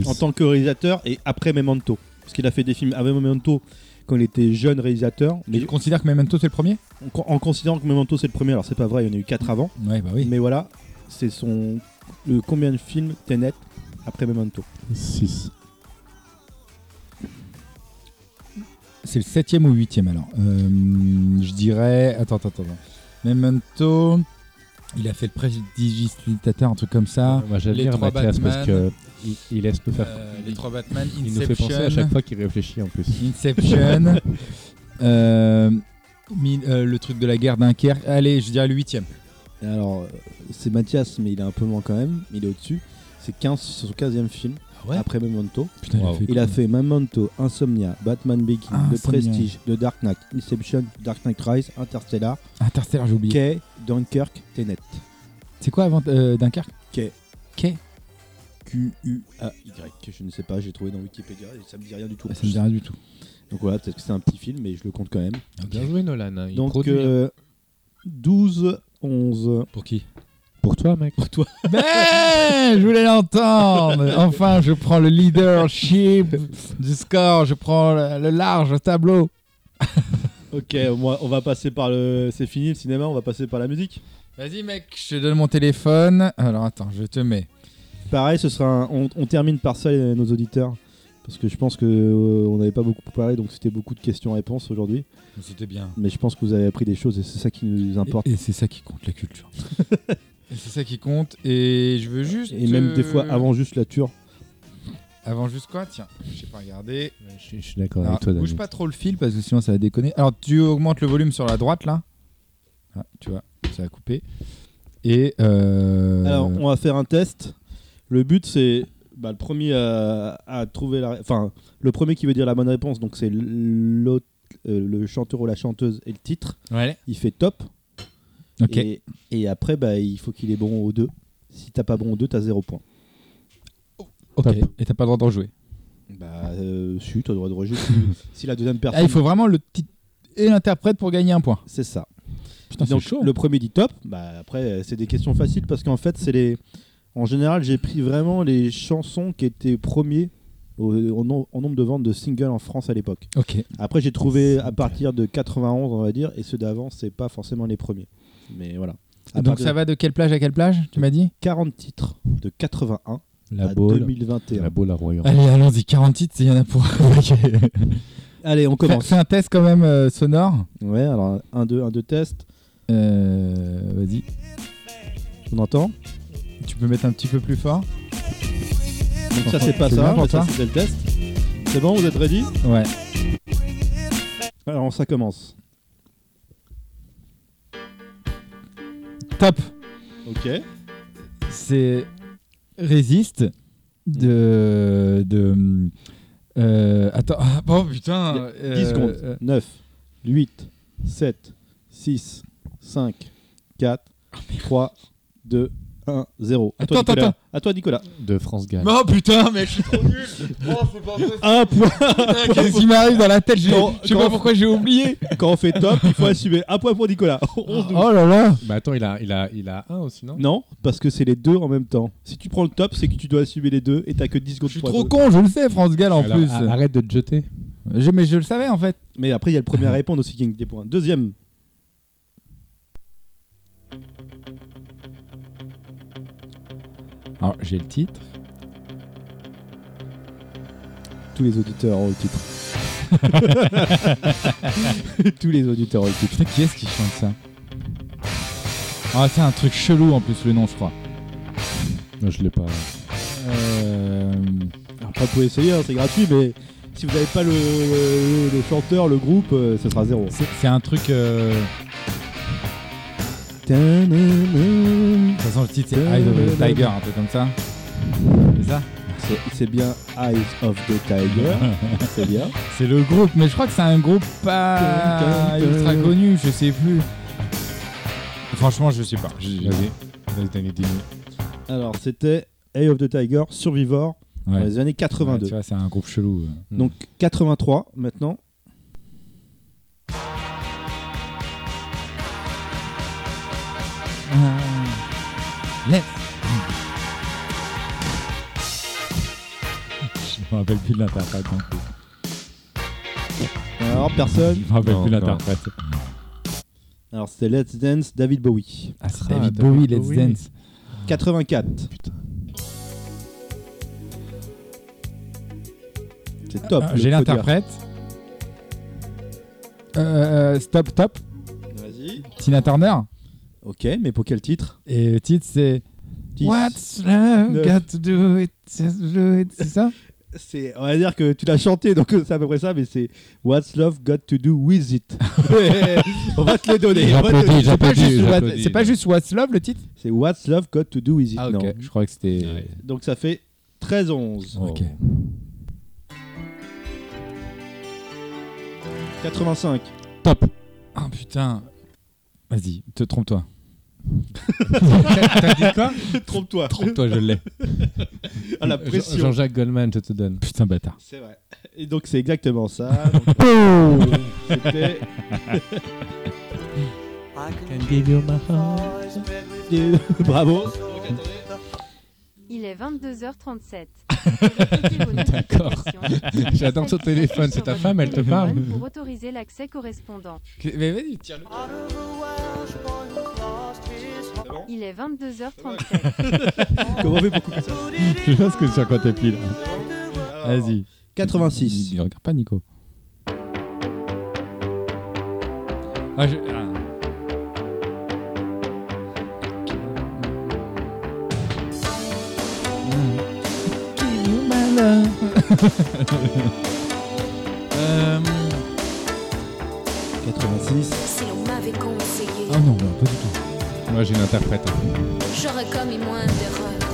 Speaker 2: En tant que réalisateur et après Memento. Parce qu'il a fait des films avec Memento quand il était jeune réalisateur. Mais
Speaker 1: Tu considères que Memento c'est le premier
Speaker 2: en, en considérant que Memento c'est le premier, alors c'est pas vrai, il y en a eu 4 avant.
Speaker 1: Ouais, bah oui.
Speaker 2: Mais voilà, c'est son. Le combien de films Tenet après Memento
Speaker 4: 6.
Speaker 1: C'est le septième ou huitième alors. Euh, je dirais. Attends, attends, attends. Memento. Il a fait le prestidigitateur, un truc comme ça.
Speaker 4: Ah, Moi j'aime
Speaker 1: Ah, les
Speaker 4: bien
Speaker 1: trois
Speaker 4: Mathias parce que
Speaker 1: Batman.
Speaker 4: il, il laisse nous faire.
Speaker 1: Euh,
Speaker 4: il,
Speaker 1: les trois Batman,
Speaker 4: il nous fait penser à
Speaker 1: Inception,
Speaker 4: chaque fois qu'il réfléchit en plus.
Speaker 1: Inception, euh, mine- euh, le truc de la guerre Dunkerque. Allez, je dirais le huitième.
Speaker 2: Alors, euh, c'est Mathias, mais il est un peu loin quand même, il est au-dessus. C'est 15, c'est son 15e film,
Speaker 5: ouais
Speaker 2: après Memento.
Speaker 1: Putain,
Speaker 4: Wow.
Speaker 1: Ah il
Speaker 2: Il
Speaker 1: a
Speaker 2: a
Speaker 1: fait.
Speaker 2: fait Memento, Insomnia, Batman Begins,
Speaker 1: Ah,
Speaker 2: The
Speaker 1: Insomnia.
Speaker 2: Prestige, The Dark Knight, Inception, Dark Knight Rise, Interstellar,
Speaker 1: quoi Interstellar, j'ai oublié.
Speaker 2: Kay, Dunkirk, Tenet.
Speaker 1: C'est quoi avant euh, Dunkerque
Speaker 2: Quai.
Speaker 1: Quai.
Speaker 2: Q-U-A-Y. Je ne sais pas, j'ai trouvé dans Wikipédia et ça me dit rien du tout.
Speaker 1: Ah, Ça me dit rien du tout.
Speaker 2: Donc voilà, peut-être que c'est un petit film, mais je le compte quand même.
Speaker 4: Bien joué, Nolan. hein, il
Speaker 2: Donc
Speaker 4: produit, hein.
Speaker 2: euh, 12, 11.
Speaker 5: Pour qui
Speaker 4: Pour toi, mec.
Speaker 5: Pour toi.
Speaker 1: Ben, je voulais l'entendre. Enfin, je prends le leadership du score. Je prends le, le large tableau.
Speaker 2: Ok, on va passer par le. C'est fini le cinéma, on va passer par la musique.
Speaker 1: Vas-y, mec, je te donne mon téléphone. Alors, attends, je te mets.
Speaker 2: Pareil, ce sera un- on, on termine par ça, euh, nos auditeurs. Parce que je pense que euh, on n'avait pas beaucoup parlé, donc c'était beaucoup de questions-réponses aujourd'hui.
Speaker 1: C'était bien.
Speaker 2: Mais je pense que vous avez appris des choses et c'est ça qui nous importe.
Speaker 1: Et, et c'est ça qui compte, la culture. Et c'est ça qui compte. Et je veux juste.
Speaker 2: Et même des
Speaker 1: euh,
Speaker 2: fois avant juste la ture.
Speaker 1: Avant juste quoi Tiens, je sais pas regarder.
Speaker 4: Je suis- je suis d'accord
Speaker 1: Alors,
Speaker 4: avec toi,
Speaker 1: bouge
Speaker 4: Daniel.
Speaker 1: pas trop le fil parce que sinon ça va déconner. Alors tu augmentes le volume sur la droite là. Ah, tu vois, ça a coupé. Et euh,
Speaker 2: Alors, on va faire un test. Le but, c'est bah, le premier à, à trouver la. Enfin, le premier qui veut dire la bonne réponse, donc c'est l'autre, euh, le chanteur ou la chanteuse et le titre.
Speaker 1: ouais.
Speaker 2: Il fait top.
Speaker 1: Ok.
Speaker 2: Et, et après, bah, il faut qu'il est bon aux deux. Si t'as pas bon aux deux, t'as zéro point.
Speaker 1: Ok.
Speaker 4: Top.
Speaker 1: Et t'as pas le droit d'en jouer.
Speaker 2: Bah, euh, si, t'as le droit de rejeter. si, si la deuxième
Speaker 1: Ah,
Speaker 2: personne.
Speaker 1: il faut vraiment le titre et l'interprète pour gagner un point.
Speaker 2: C'est ça.
Speaker 1: Putain,
Speaker 2: Donc, le premier dit top. Bah, après, euh, c'est des questions faciles parce qu'en fait, c'est les. En général, j'ai pris vraiment les chansons qui étaient premiers au, au nom- en nombre de ventes de singles en France à l'époque.
Speaker 1: Ok.
Speaker 2: Après, j'ai trouvé à partir de 91, on va dire, et ceux d'avant, c'est pas forcément les premiers. Mais voilà. À
Speaker 1: Donc
Speaker 2: partir
Speaker 1: ça
Speaker 2: de
Speaker 1: va de quelle plage à quelle plage Tu m'as dit
Speaker 2: 40 titres de 81
Speaker 4: La
Speaker 2: à
Speaker 4: boule.
Speaker 2: 2021.
Speaker 4: La boule à Royan.
Speaker 1: Allez, allons-y. 40 titres, il y en a pour. Ok.
Speaker 2: Allez, on
Speaker 1: Fais
Speaker 2: commence.
Speaker 1: fais un test quand même euh, sonore.
Speaker 2: Ouais, alors un, deux, un, deux tests.
Speaker 1: Euh, Vas-y.
Speaker 2: On entend.
Speaker 1: Tu peux mettre un petit peu plus fort.
Speaker 2: Donc ça, c'est pas
Speaker 1: C'est
Speaker 2: ça.
Speaker 1: bien pour
Speaker 2: mais ça,
Speaker 1: toi
Speaker 2: c'était le test. C'est bon, vous êtes ready
Speaker 1: Ouais.
Speaker 2: Alors, ça commence.
Speaker 1: Top.
Speaker 2: Ok.
Speaker 1: c'est résiste de de euh, attends ah, bon putain euh,
Speaker 2: 10 secondes.
Speaker 1: euh,
Speaker 2: 9, 8, 7, 6, 5, 4, 3, 2, 1, 0. À toi,
Speaker 1: Oh, Attends,
Speaker 2: Nicolas.
Speaker 1: attends.
Speaker 2: À toi, Nicolas.
Speaker 4: De France Gall.
Speaker 1: oh putain mais je-
Speaker 2: Un point.
Speaker 1: putain, qu'est-ce qui m'arrive dans la tête j'ai-
Speaker 2: Quand-
Speaker 1: je sais
Speaker 2: quand-
Speaker 1: pas pourquoi j'ai oublié
Speaker 2: Quand on fait top, il faut assumer. Un point pour Nicolas. 11
Speaker 1: oh là là
Speaker 4: Bah attends, il a, il, a, il a un aussi, non
Speaker 2: Non, parce que c'est les deux en même temps. Si tu prends le top, c'est que tu dois assumer les deux et t'as que 10 secondes
Speaker 1: je suis
Speaker 2: pour
Speaker 1: trop
Speaker 2: répondre.
Speaker 1: con je le sais France Gall en
Speaker 4: Alors,
Speaker 1: plus
Speaker 4: a- Arrête de te jeter.
Speaker 1: Je- mais je le savais en fait
Speaker 2: Mais après, il y a le premier à répondre aussi qui gagne des points. Deuxième.
Speaker 4: Alors, j'ai le titre.
Speaker 2: Tous les auditeurs ont le titre. Tous les auditeurs ont le titre.
Speaker 1: putain qui est-ce qui chante ça ah c'est un truc chelou en plus le nom je crois
Speaker 4: Non, je l'ai pas.
Speaker 1: Euh,
Speaker 2: Alors, Après, vous pouvez essayer, hein, c'est gratuit, mais si vous n'avez pas le, le- le chanteur, le groupe, euh, ça sera zéro.
Speaker 1: c'est c'est un truc euh, de toute façon le titre c'est Eyes of the Tiger un peu comme ça c'est ça
Speaker 2: C'est- C'est bien Eyes of the Tiger. c'est bien.
Speaker 1: C'est le groupe, mais je crois que c'est un groupe pas ultra connu, je sais plus. Franchement, je sais pas.
Speaker 4: Vas-y, vas-y, Daniel, dis-nous.
Speaker 2: Alors, c'était Eye of the Tiger, Survivor, dans les années 82.
Speaker 1: tu vois, c'est un groupe chelou. euh.
Speaker 4: Mm.
Speaker 2: Donc 83 maintenant.
Speaker 1: Ah. Je me rappelle plus de l'interprète. non plus.
Speaker 2: Alors personne.
Speaker 1: Je me rappelle
Speaker 4: Non,
Speaker 1: plus de
Speaker 4: non.
Speaker 1: l'interprète.
Speaker 2: Alors c'était Let's Dance David Bowie.
Speaker 1: Ah, c'est
Speaker 4: David
Speaker 1: David Bowie,
Speaker 4: Bowie,
Speaker 1: Let's
Speaker 4: oui.
Speaker 1: Dance.
Speaker 2: 84.
Speaker 4: Putain.
Speaker 2: C'est top.
Speaker 1: Ah, J'ai
Speaker 2: le faut dire.
Speaker 1: l'interprète. Euh, stop, top,
Speaker 2: Vas-y.
Speaker 1: Tina Turner.
Speaker 2: Ok, mais pour quel titre
Speaker 1: Et le titre, c'est
Speaker 2: Dix.
Speaker 1: What's love
Speaker 2: Neuf.
Speaker 1: got to do it, just do it, c'est ça
Speaker 2: c'est, on va dire que tu l'as chanté, donc c'est à peu près ça, mais c'est What's Love Got to Do with It. on va te le donner. on va te le donner.
Speaker 4: J'applaudis,
Speaker 1: C'est pas
Speaker 4: j'applaudis,
Speaker 1: juste What-
Speaker 4: j'applaudis.
Speaker 1: C'est pas juste What's Love le titre
Speaker 2: C'est What's Love Got to Do with It.
Speaker 1: Ah
Speaker 2: non.
Speaker 1: ok, je crois que c'était.
Speaker 4: Ouais.
Speaker 2: Donc ça fait 13-11.
Speaker 4: euh,
Speaker 1: Ok.
Speaker 4: oh.
Speaker 2: 85.
Speaker 4: Top.
Speaker 1: Ah putain. Vas-y, te trompe-toi.
Speaker 2: Trompe-toi.
Speaker 1: Trompe-toi, je l'ai.
Speaker 2: À la
Speaker 4: Jean-
Speaker 2: pression.
Speaker 4: Jean-Jacques Goldman, je te donne.
Speaker 1: Putain, bâtard.
Speaker 2: C'est vrai. Et donc c'est exactement ça. Donc, C'était. Bravo.
Speaker 8: Il est 22h37.
Speaker 4: D'accord. J'attends ton téléphone, c'est ta femme, elle te parle.
Speaker 8: Pour autoriser l'accès correspondant.
Speaker 1: Mais vas-y, tire-le.
Speaker 8: Il est 22h37.
Speaker 2: Comment on fait pour couper ça
Speaker 4: Je pense que sur quand t'es pile.
Speaker 1: Vas-y.
Speaker 2: 86.
Speaker 1: Il regarde pas, Nico. Ah, je. ah. Euh,
Speaker 2: 86.
Speaker 9: Si l'on m'avait conseillé,
Speaker 1: Ah non, bah, pas du tout.
Speaker 4: Moi, j'ai une interprète.
Speaker 9: j'aurais commis moins d'erreurs.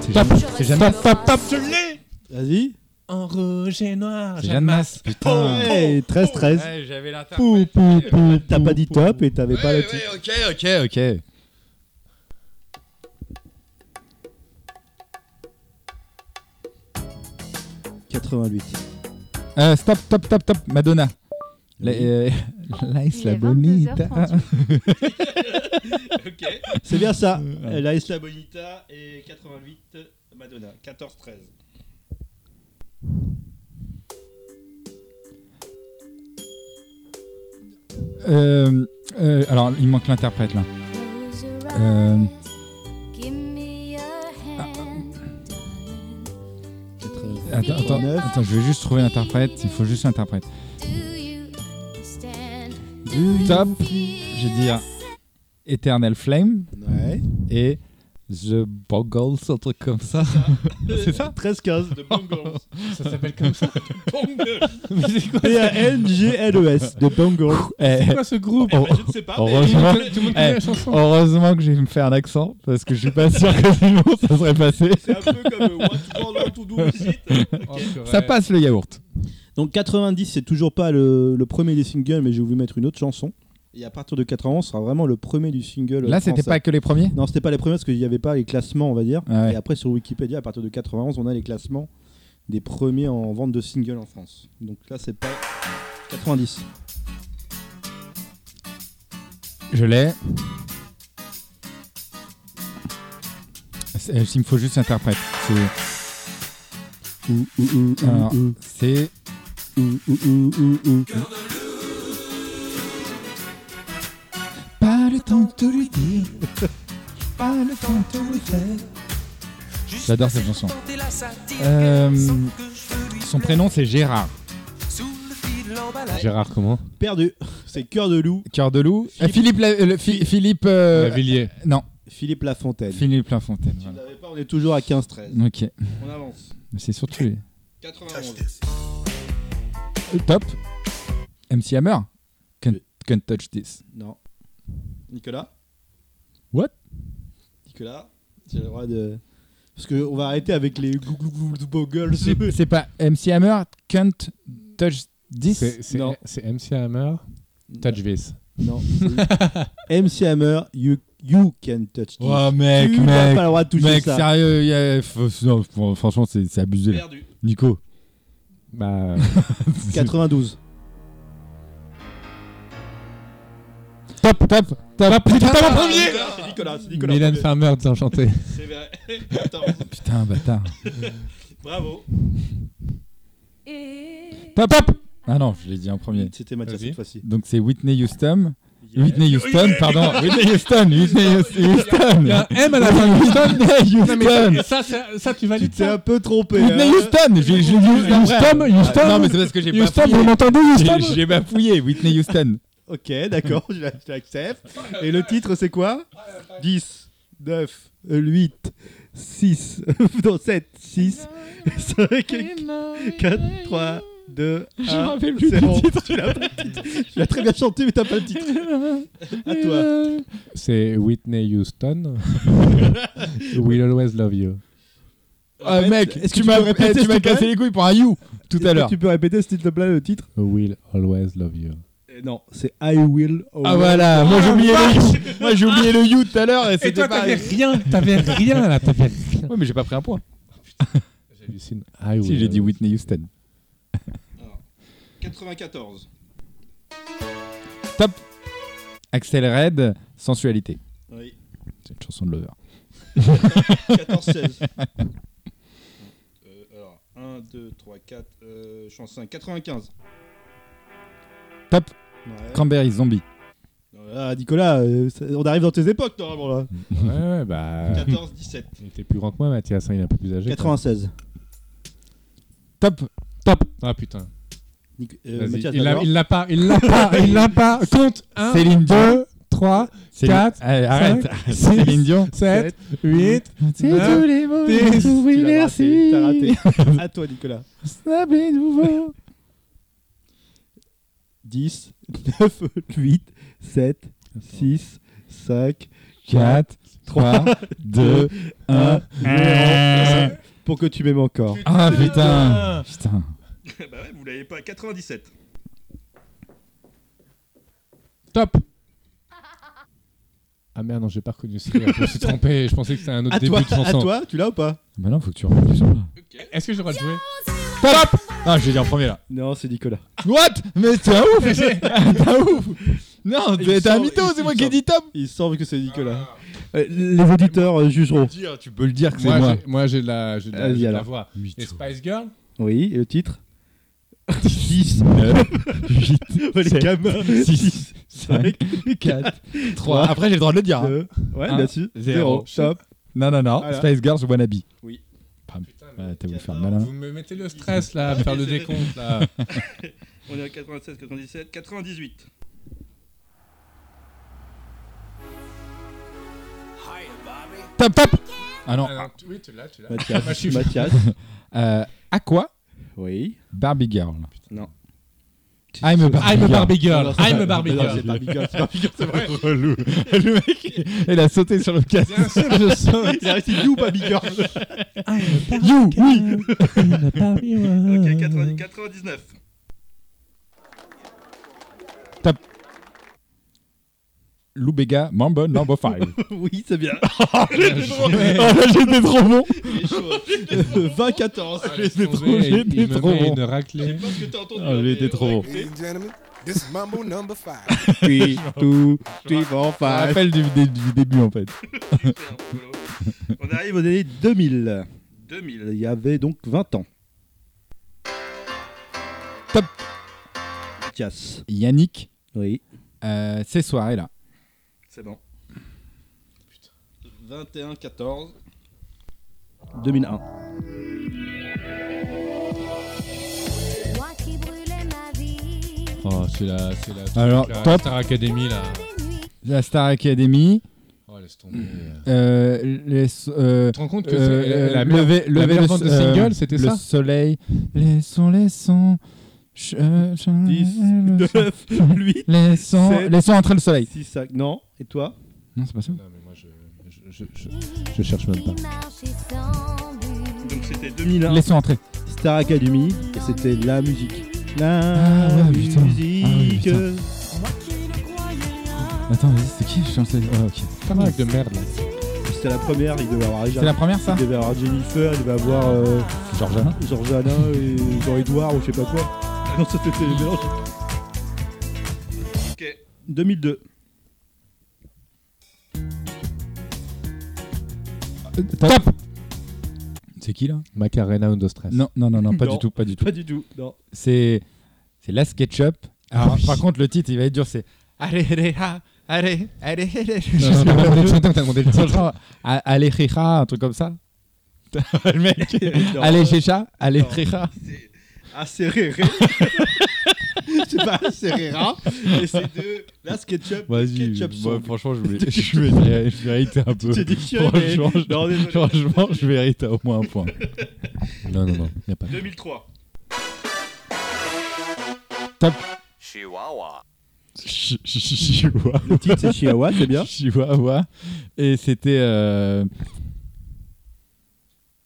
Speaker 4: C'est
Speaker 1: Top.
Speaker 4: Jeanne-
Speaker 9: J'aurais
Speaker 4: C'est Euh. Jeanne
Speaker 9: sûrement
Speaker 4: Masse. Top, top,
Speaker 9: pas-
Speaker 5: Je l'ai
Speaker 2: Vas-y.
Speaker 5: En rouge et noir.
Speaker 1: C'est Jeanne Masse.
Speaker 2: Oh,
Speaker 1: Putain.
Speaker 2: Hey, 13-13.
Speaker 1: Ouais, j'avais l'inter.
Speaker 2: Pou, pou, pou, T'as pas dit top et t'avais pas le titre.
Speaker 1: ok, ok, ok. Euh, stop, stop, stop, stop, Madonna. La, euh, L'Aïs
Speaker 8: Il
Speaker 1: la
Speaker 8: est
Speaker 1: bonita.
Speaker 8: 22h38.
Speaker 2: C'est bien ça.
Speaker 1: Ouais.
Speaker 2: Euh, La Isla Bonita.
Speaker 6: Bonita et 88 Madonna, 14-13.
Speaker 1: Euh, euh, alors, il manque l'interprète là. Euh,
Speaker 9: Ah, Give me a hand.
Speaker 1: attends, attends, attends, je vais juste trouver l'interprète. Il faut juste l'interprète.
Speaker 9: Do you stand?
Speaker 1: Top, je vais
Speaker 4: ah.
Speaker 1: dire Eternal Flame
Speaker 2: Ouais.
Speaker 1: et The Boggles, un truc comme ça. C'est ça
Speaker 2: 13-15.
Speaker 6: The Bongos.
Speaker 4: Ça s'appelle comme ça.
Speaker 6: Bongos
Speaker 2: P-A-N-G-L-E-S. E De Bangor.
Speaker 1: Eh,
Speaker 4: Quoi, ce groupe
Speaker 6: Eh ben, Je ne sais pas. mais-
Speaker 1: Heureusement.
Speaker 4: Tout le monde connaît
Speaker 1: Eh,
Speaker 4: la chanson.
Speaker 1: heureusement que j'ai me faire un accent parce que je suis pas sûr que sinon ça serait passé.
Speaker 6: C'est un peu comme euh, What Wonder to Do With It.
Speaker 1: Ça passe le yaourt.
Speaker 2: Donc 90, c'est toujours pas le, le premier des singles, mais j'ai voulu mettre une autre chanson. Et à partir de 91, ce sera vraiment le premier du single.
Speaker 1: Là, c'était
Speaker 2: français.
Speaker 1: pas que les premiers
Speaker 2: Non, c'était pas les premiers parce qu'il n'y avait pas les classements, on va dire.
Speaker 1: Ah ouais.
Speaker 2: Et après, sur Wikipédia, à partir de 91, on a les classements des premiers en vente de singles en France. Donc là, c'est pas 90.
Speaker 1: Je l'ai. C'est- euh, Il me faut juste interprète. C'est-
Speaker 2: Ouh, ouh, ouh, ouh,
Speaker 1: alors,
Speaker 2: ouh,
Speaker 1: C'est.
Speaker 2: ouh, ouh, ouh, ouh, ouh.
Speaker 1: Pas le temps de te lui dire. Pas le temps de te lui faire. J'adore cette chanson. Euh, son prénom, c'est Gérard.
Speaker 4: Gérard, comment
Speaker 2: Perdu. C'est Cœur de Loup,
Speaker 1: Cœur de loup. Euh, Philippe. La- euh, le- Phi- Philippe. euh,
Speaker 4: Lavillier.
Speaker 1: non,
Speaker 2: Philippe Lafontaine.
Speaker 1: Philippe Lafontaine.
Speaker 2: Si vous
Speaker 1: voilà.
Speaker 2: l'avez pas, on est toujours à 15-13.
Speaker 1: Ok.
Speaker 2: On avance.
Speaker 1: Mais C'est surtout les.
Speaker 6: 91.
Speaker 1: Euh, Top. MC Hammer. Can't, can't touch this.
Speaker 2: Non. Nicolas
Speaker 1: What
Speaker 2: Nicolas J'ai le droit de. Parce qu'on va arrêter avec les gouglougougl boggles.
Speaker 1: C'est c'est pas MC Hammer. Can't touch this.
Speaker 4: C'est c'est-
Speaker 2: Non.
Speaker 4: c'est MC Hammer. Touch this.
Speaker 2: Non. c'est- MC Hammer, you, you can touch this.
Speaker 1: Oh mec,
Speaker 2: tu n'as
Speaker 1: mec,
Speaker 2: pas le droit de toucher
Speaker 1: mec,
Speaker 2: ça.
Speaker 1: sérieux, y a- f- non, fr- franchement, c'est c'est abusé. Là.
Speaker 6: Perdu.
Speaker 1: Nico,
Speaker 4: Bah,
Speaker 2: 92.
Speaker 4: top, top, top. Putain,
Speaker 1: putain,
Speaker 6: Ah, C'est Nicolas, c'est Nicolas.
Speaker 4: Mylène Farmer, enchanté.
Speaker 6: C'est vrai. 14.
Speaker 1: putain, bâtard.
Speaker 6: Bravo.
Speaker 1: Top, top. Ah non, je l'ai dit en premier.
Speaker 2: C'était Mathias
Speaker 4: Vas-y.
Speaker 2: cette fois-ci.
Speaker 1: Donc c'est Whitney Houston. Whitney Houston, pardon. Whitney Houston, Whitney Houston.
Speaker 4: Il y a un M à la fin.
Speaker 1: Whitney
Speaker 4: Non, mais
Speaker 1: Houston.
Speaker 4: ça, euh, ça, ça, tu
Speaker 2: Tu
Speaker 4: valides
Speaker 2: t'es
Speaker 4: ça
Speaker 2: un peu trompé.
Speaker 1: Whitney
Speaker 2: hein.
Speaker 1: Houston. Je l'ai- je l'ai dit
Speaker 4: Houston,
Speaker 1: après.
Speaker 4: Houston.
Speaker 1: Ah, Non, mais c'est parce que j'ai
Speaker 4: Houston,
Speaker 1: bafouillé.
Speaker 4: vous m'entendez, Houston
Speaker 1: J'ai- J'ai bafouillé, Whitney Houston.
Speaker 2: Ok, d'accord, je la- je l'accepte. Et le titre, c'est quoi 10. 9, 8, 6, non 7, 6, 5, 4, 3, 2, 1.
Speaker 7: Je me rappelle plus du titre.
Speaker 2: Tu l'as pas le titre. Tu l'as très bien chanté, mais t'as pas le titre. À toi.
Speaker 4: C'est Whitney Houston. We'll always love you.
Speaker 1: Ah, mec,
Speaker 2: est-ce que
Speaker 1: tu
Speaker 2: tu
Speaker 1: m'as
Speaker 2: peux répéter,
Speaker 1: eh, tu
Speaker 2: s'il
Speaker 1: m'as
Speaker 2: te plaît
Speaker 1: cassé les couilles pour un you tout à l'heure.
Speaker 2: Tu peux répéter, s'il te plaît, le titre
Speaker 4: We'll always love you.
Speaker 2: Eh Non, c'est I Will
Speaker 1: Ah
Speaker 2: Always.
Speaker 1: voilà, moi j'ai oublié le you. Moi j'ai oublié le you tout à l'heure et
Speaker 7: Et
Speaker 1: c'était
Speaker 7: toi,
Speaker 1: pas.
Speaker 7: t'avais rien, t'avais rien là, t'avais rien.
Speaker 1: Oui, mais j'ai pas pris un point.
Speaker 4: J'hallucine. I
Speaker 1: Si
Speaker 4: will
Speaker 1: j'ai dit
Speaker 4: always-
Speaker 1: Whitney Houston.
Speaker 6: 94.
Speaker 1: Top. Axel Red, sensualité.
Speaker 6: Oui.
Speaker 1: C'est une chanson de Lover.
Speaker 6: 14, 16. euh, alors, 1, 2, 3, 4. Euh, je suis en 5. 95.
Speaker 1: Top.
Speaker 6: Ouais.
Speaker 1: Cranberry Zombie.
Speaker 2: Ah, Nicolas, euh, ça- on arrive dans tes époques, normalement, là.
Speaker 4: Ouais, ouais, bah.
Speaker 6: 14, 17.
Speaker 4: Il était plus grand que moi, Mathias. hein, il est un peu plus âgé.
Speaker 2: 96.
Speaker 1: Top. Top.
Speaker 4: Ah putain.
Speaker 2: Nic- euh,
Speaker 4: Vas-y.
Speaker 2: Mathias,
Speaker 4: Il l'a-
Speaker 2: d'abord.
Speaker 4: il l'a pas, il l'a pas, il l'a pas. Compte 1,
Speaker 1: Céline Dion.
Speaker 4: 2, 3,
Speaker 1: Céline-
Speaker 4: Quatre,
Speaker 1: Allez, arrête.
Speaker 4: cinq,
Speaker 1: Céline
Speaker 4: six,
Speaker 1: Dion.
Speaker 4: 7, 8.
Speaker 1: C'est
Speaker 4: neuf,
Speaker 1: tous les mots.
Speaker 4: dix.
Speaker 1: oui,
Speaker 2: Tu l'as
Speaker 1: merci.
Speaker 2: raté, T'as raté. à toi, Nicolas.
Speaker 1: Snappé nouveau.
Speaker 2: 10, 9, 8, 7, 6, 5,
Speaker 1: 4, 3, 2, 1.
Speaker 2: pour que tu m'aimes encore.
Speaker 1: Ah putain. Putain.
Speaker 6: bah ouais, vous l'avez pas. 97.
Speaker 4: Top. Ah merde, non, j'ai pas reconnu ça. Je me suis trompé. Je pensais que c'était un autre
Speaker 2: À
Speaker 4: début
Speaker 2: toi,
Speaker 4: de
Speaker 2: à
Speaker 4: chanson.
Speaker 2: toi, tu l'as ou pas
Speaker 1: Bah non, faut que tu remontes sur là.
Speaker 4: Est-ce que j'ai le droit de jouer
Speaker 1: Top Non, je l'ai dit en premier là.
Speaker 2: Non, c'est Nicolas.
Speaker 1: What Mais t'es un ouf T'es un ouf Non,
Speaker 2: Il
Speaker 1: t'es t'es un
Speaker 2: sort,
Speaker 1: mytho,
Speaker 2: il-
Speaker 1: c'est
Speaker 2: il
Speaker 1: moi qui ai
Speaker 2: sort.
Speaker 1: dit top
Speaker 2: Il semble que c'est Nicolas. Euh, les auditeurs euh, jugeront.
Speaker 1: Tu peux le dire que
Speaker 4: Moi, j'ai- moi, j'ai de la, j'ai de la,
Speaker 2: Vas-y,
Speaker 4: j'ai de la
Speaker 2: alors.
Speaker 4: voix. Et Spice Girl
Speaker 2: Oui, et le titre 10,
Speaker 1: 8,
Speaker 2: les
Speaker 1: sept,
Speaker 2: gamins.
Speaker 1: 6, 5, 4, 3. Après, j'ai le droit de le dire. hein.
Speaker 2: 2, ouais,
Speaker 1: Un,
Speaker 2: bien sûr.
Speaker 1: zéro.
Speaker 2: 0, top.
Speaker 1: Non, non, non.
Speaker 2: Voilà.
Speaker 1: Space Girls, Wannabe.
Speaker 6: Oui.
Speaker 1: Pam.
Speaker 6: Putain,
Speaker 1: Ouais, Ah, T'as voulu faire le malin.
Speaker 4: Vous me mettez le stress là, à me Ah, faire le décompte
Speaker 6: Ah,
Speaker 4: là.
Speaker 6: On est à 96, 97, 98.
Speaker 1: Top, top Ah non.
Speaker 4: Ah, non, tu- oui, tu l'as, tu l'as. Moi, je
Speaker 2: Mathias.
Speaker 4: suis-
Speaker 2: Mathias.
Speaker 1: Euh, Aqua,
Speaker 2: Oui.
Speaker 1: Barbie Girl.
Speaker 6: Non.
Speaker 1: I'm a ah, Barbie
Speaker 4: I'm a
Speaker 1: Girl.
Speaker 4: Barbie
Speaker 2: Non,
Speaker 4: Girl.
Speaker 2: c'est
Speaker 4: I'm
Speaker 2: pas-
Speaker 4: a Barbie
Speaker 2: non,
Speaker 4: Girl.
Speaker 2: C'est Barbie Girl. c'est Barbie Girl.
Speaker 1: Le mec, il- il a sauté sur le casque. Ah,
Speaker 4: Bien sûr, je saute.
Speaker 2: Il a réussi You, Barbie Girl.
Speaker 1: You, oui
Speaker 6: Ok, 90 99.
Speaker 1: Lou Bega, Mambo Number Oh, 5.
Speaker 2: Oui, c'est bien.
Speaker 1: Ah, j'étais trop bon
Speaker 2: 20, 14.
Speaker 4: Ah, laisse
Speaker 1: J'étais
Speaker 4: tomber,
Speaker 1: trop-
Speaker 4: il-
Speaker 1: j'étais
Speaker 4: il me
Speaker 1: trop
Speaker 4: met
Speaker 1: bon.
Speaker 4: une raclée.
Speaker 6: Parce que t'as entendu.
Speaker 4: Oh,
Speaker 1: Ah, j'ai été trop bon.
Speaker 3: Ladies and gentlemen, this is Mumble number five.
Speaker 2: 3, 2, 3,
Speaker 1: Je me
Speaker 2: 5.
Speaker 1: rappelle du, du- du début en fait.
Speaker 6: On arrive
Speaker 2: aux années 2000.
Speaker 6: 2000.
Speaker 2: Il y avait donc 20 ans.
Speaker 1: Top.
Speaker 2: Mathias.
Speaker 1: Yannick,
Speaker 2: Oui.
Speaker 1: euh, ces soirées-là.
Speaker 6: C'est bon. 21, 14.
Speaker 2: 2001.
Speaker 9: Moi qui brûlais ma vie.
Speaker 4: Oh, c'est la, c'est la,
Speaker 1: Alors,
Speaker 4: la
Speaker 1: top.
Speaker 4: Star Academy là.
Speaker 9: Les nuits
Speaker 1: La Star Academy.
Speaker 4: Oh, laisse tomber. Tu
Speaker 1: euh, les, so- euh,
Speaker 4: te rends compte que c'est
Speaker 1: euh,
Speaker 4: la meilleure-
Speaker 1: lever,
Speaker 4: la
Speaker 1: lever
Speaker 4: meilleure
Speaker 1: le,
Speaker 4: vente de
Speaker 1: euh,
Speaker 4: single, c'était
Speaker 1: le
Speaker 4: ça
Speaker 1: soleil. Laissons, laissons. ch- euh, ch-
Speaker 2: 10,
Speaker 1: euh,
Speaker 2: 9, 8,
Speaker 1: Laissons,
Speaker 2: sept.
Speaker 1: laissons entrer le soleil.
Speaker 2: 6, 5. Non. Et toi
Speaker 1: Non, c'est pas ça.
Speaker 4: Non, mais moi, je, je, je, je, je cherche même pas.
Speaker 9: qui marchaient sans but.
Speaker 6: Donc c'était 2000.
Speaker 2: 2001.
Speaker 1: Laissons entrer.
Speaker 2: Star Academy. Et c'était la musique. La
Speaker 1: Ah ouais, putain. Ah ouais,
Speaker 2: musique.
Speaker 1: putain. Attends, vas-y, c'est qui Je suis en train de- Ouais, ok.
Speaker 4: Pas mal de merde là.
Speaker 2: c'était la première. Il devait avoir
Speaker 1: C'est la première ça
Speaker 2: Il devait avoir Jennifer. Il devait avoir euh,
Speaker 1: Georges Alain.
Speaker 2: Georges Alain et Jean-Edouard ou je sais pas quoi. Non, ça c'était les mélanges.
Speaker 6: Ok.
Speaker 2: 2002.
Speaker 4: Euh,
Speaker 1: Top C'est qui là
Speaker 4: Macarena Undo Stress.
Speaker 1: Non, non, non, non, pas
Speaker 2: Non.
Speaker 1: du tout, pas du tout.
Speaker 2: Pas du tout. Non.
Speaker 1: C'est c'est la SketchUp. Alors,
Speaker 4: Ah oui.
Speaker 1: Par contre, le titre, il va être dur, c'est Arereha, Are- Arereha. Je
Speaker 4: Non, non,
Speaker 1: sais pas.
Speaker 4: t'as demandé le chanteur, t'as demandé le
Speaker 1: Dans le
Speaker 4: titre.
Speaker 1: genre, A- Alejeja, un truc comme ça. le mec,
Speaker 2: Non. Ah,
Speaker 1: Alejeja, Alejeja.
Speaker 6: C'est Acerere. c'est pas
Speaker 2: hein.
Speaker 6: Acerera. Et c'est de la SketchUp.
Speaker 1: Vas-y,
Speaker 6: Ketchup
Speaker 1: moi,
Speaker 6: Song.
Speaker 1: franchement, je, voulais, je, mérite, je méritais un peu.
Speaker 6: J'ai dit que-
Speaker 1: Franchement, je,
Speaker 6: Non, désolé.
Speaker 1: franchement, je mérite au moins un point. Non, non, non, y a pas.
Speaker 6: 2003.
Speaker 3: Chihuahua.
Speaker 1: Chi- chi- chi- Chihuahua.
Speaker 2: Le titre, c'est Chihuahua, c'est bien.
Speaker 1: Chihuahua. Et c'était. euh,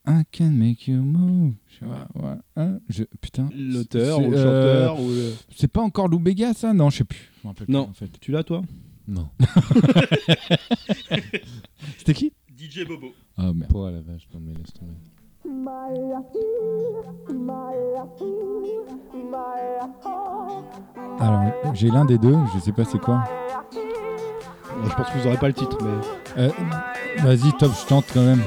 Speaker 1: I can make you move. Chihuahua. Hein, je- Putain.
Speaker 2: L'auteur
Speaker 1: C'est,
Speaker 2: ou le
Speaker 1: euh,
Speaker 2: chanteur ou le-
Speaker 1: C'est pas encore Loubega ça Non, je sais plus. Je me rappelle plus,
Speaker 2: Non.
Speaker 1: en fait.
Speaker 2: Tu l'as, toi
Speaker 1: Non. c'était qui
Speaker 6: DJ Bobo.
Speaker 1: Oh merde. Pour la vache, non mais laisse tomber. Alors, j'ai l'un des deux, je sais pas c'est quoi.
Speaker 2: Je pense que vous aurez pas le titre, mais.
Speaker 1: Euh, Vas-y, top, je tente quand même.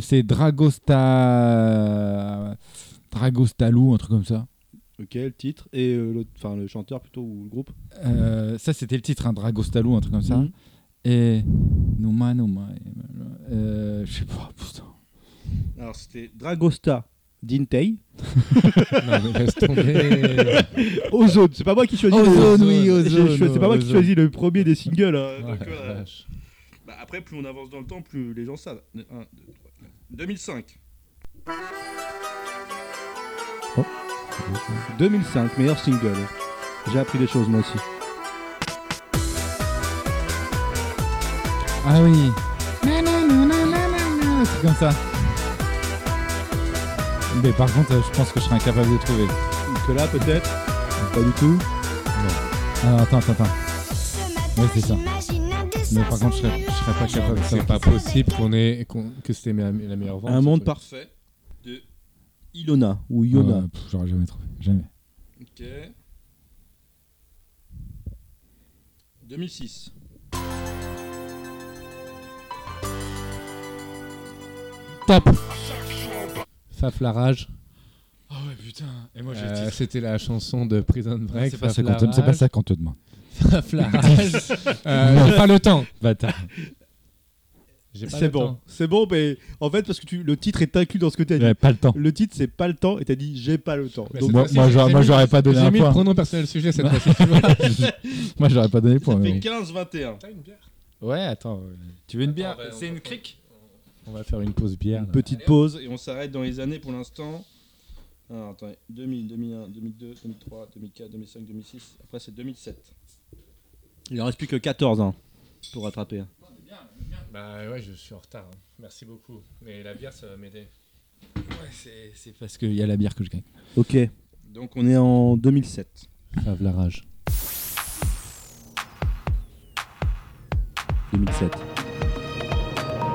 Speaker 1: C'est Dragosta. Dragostalou, un truc comme ça.
Speaker 2: Ok, le titre et euh, l'autre- enfin, le chanteur plutôt ou le groupe.
Speaker 1: Euh, ça, c'était le titre, hein, Dragostalou, un truc comme ça.
Speaker 2: Mhm.
Speaker 1: Et. Nouma, Nouma. Euh, je sais pas, putain.
Speaker 6: Alors c'était
Speaker 2: Dragosta Dintei.
Speaker 4: Non, mais laisse tomber.
Speaker 2: Ozone, c'est pas moi qui choisis. le-
Speaker 1: Ozone, oui,
Speaker 2: J'ai-
Speaker 1: Ozone,
Speaker 2: C'est pas moi qui
Speaker 1: Ozone.
Speaker 2: choisis le premier des singles. hein.
Speaker 6: Euh, donc, voilà. Bah, après, plus on avance dans le temps, plus les gens savent. 1, 2, 3, 2005.
Speaker 2: 2005, meilleur single. J'ai appris des choses moi aussi.
Speaker 1: Ah oui. Nananananana, C'est comme ça. Mais par contre, euh, je pense que je serais incapable de trouver.
Speaker 2: Nicolas peut-être Pas du tout.
Speaker 1: Alors, Ah, attends, attends, attends. Ouais, c'est ça.
Speaker 9: Mais par contre, je serais, je serais pas capable.
Speaker 1: de
Speaker 9: C'est
Speaker 1: savoir.
Speaker 9: pas possible qu'on ait.
Speaker 4: ait, qu'on- que c'était la la meilleure vente.
Speaker 2: Un monde
Speaker 4: ce truc.
Speaker 2: parfait de Ilona ou Yona.
Speaker 1: Ouais, Euh, pff, J'aurais jamais trouvé. Jamais.
Speaker 6: Ok. 2006.
Speaker 4: Faf la rage.
Speaker 10: Ah ouais, putain. Et moi,
Speaker 4: Euh, c'était la chanson de Prison Break.
Speaker 1: C'est pas,
Speaker 4: Faf
Speaker 1: ça
Speaker 4: la
Speaker 1: qu'on te- c'est pas
Speaker 4: rage.
Speaker 1: ça qu'on te demande.
Speaker 4: Faf la rage. Euh, J'ai pas le temps.
Speaker 1: Bâtard.
Speaker 4: J'ai pas
Speaker 2: C'est
Speaker 4: le
Speaker 2: bon,
Speaker 4: temps.
Speaker 2: c'est bon, mais en fait parce que tu, le titre est inclus dans ce que t'as dit.
Speaker 1: J'avais pas le temps.
Speaker 2: Le titre c'est pas le temps et t'as dit j'ai pas le temps.
Speaker 4: Mais
Speaker 2: Donc,
Speaker 4: c'est
Speaker 1: Moi,
Speaker 4: possible,
Speaker 1: moi,
Speaker 4: j'ai
Speaker 1: j'aurais- moi,
Speaker 4: mis-
Speaker 1: j'aurais pas donné
Speaker 4: J'ai
Speaker 1: un
Speaker 4: mis le
Speaker 1: point.
Speaker 4: pronom personnel sujet cette fois-ci. tu vois.
Speaker 1: Moi, j'aurais pas donné point.
Speaker 6: Ça
Speaker 1: mais
Speaker 6: fait
Speaker 1: bon.
Speaker 6: 15-21.
Speaker 4: Ouais, attends. euh,
Speaker 1: Tu veux une bière
Speaker 6: Attends, on va-
Speaker 1: C'est
Speaker 6: Ah on va
Speaker 1: une
Speaker 6: faire-
Speaker 1: crique
Speaker 4: On va faire une pause bière.
Speaker 2: une
Speaker 4: là.
Speaker 2: petite pause.
Speaker 6: Pause et on s'arrête dans les années pour l'instant. Alors attendez, 2000, 2001, 2002, 2003, 2004, 2005, 2006. Après c'est 2007.
Speaker 2: Il en reste plus que 14 hein, pour rattraper. hein.
Speaker 4: Bah ouais, je suis en retard. hein. Merci beaucoup. Mais la bière, ça va m'aider.
Speaker 1: C'est parce qu'il y a la bière que je gagne.
Speaker 2: Ok,
Speaker 6: Donc on
Speaker 2: on est en 2007.
Speaker 4: Faf la rage.
Speaker 2: 2007.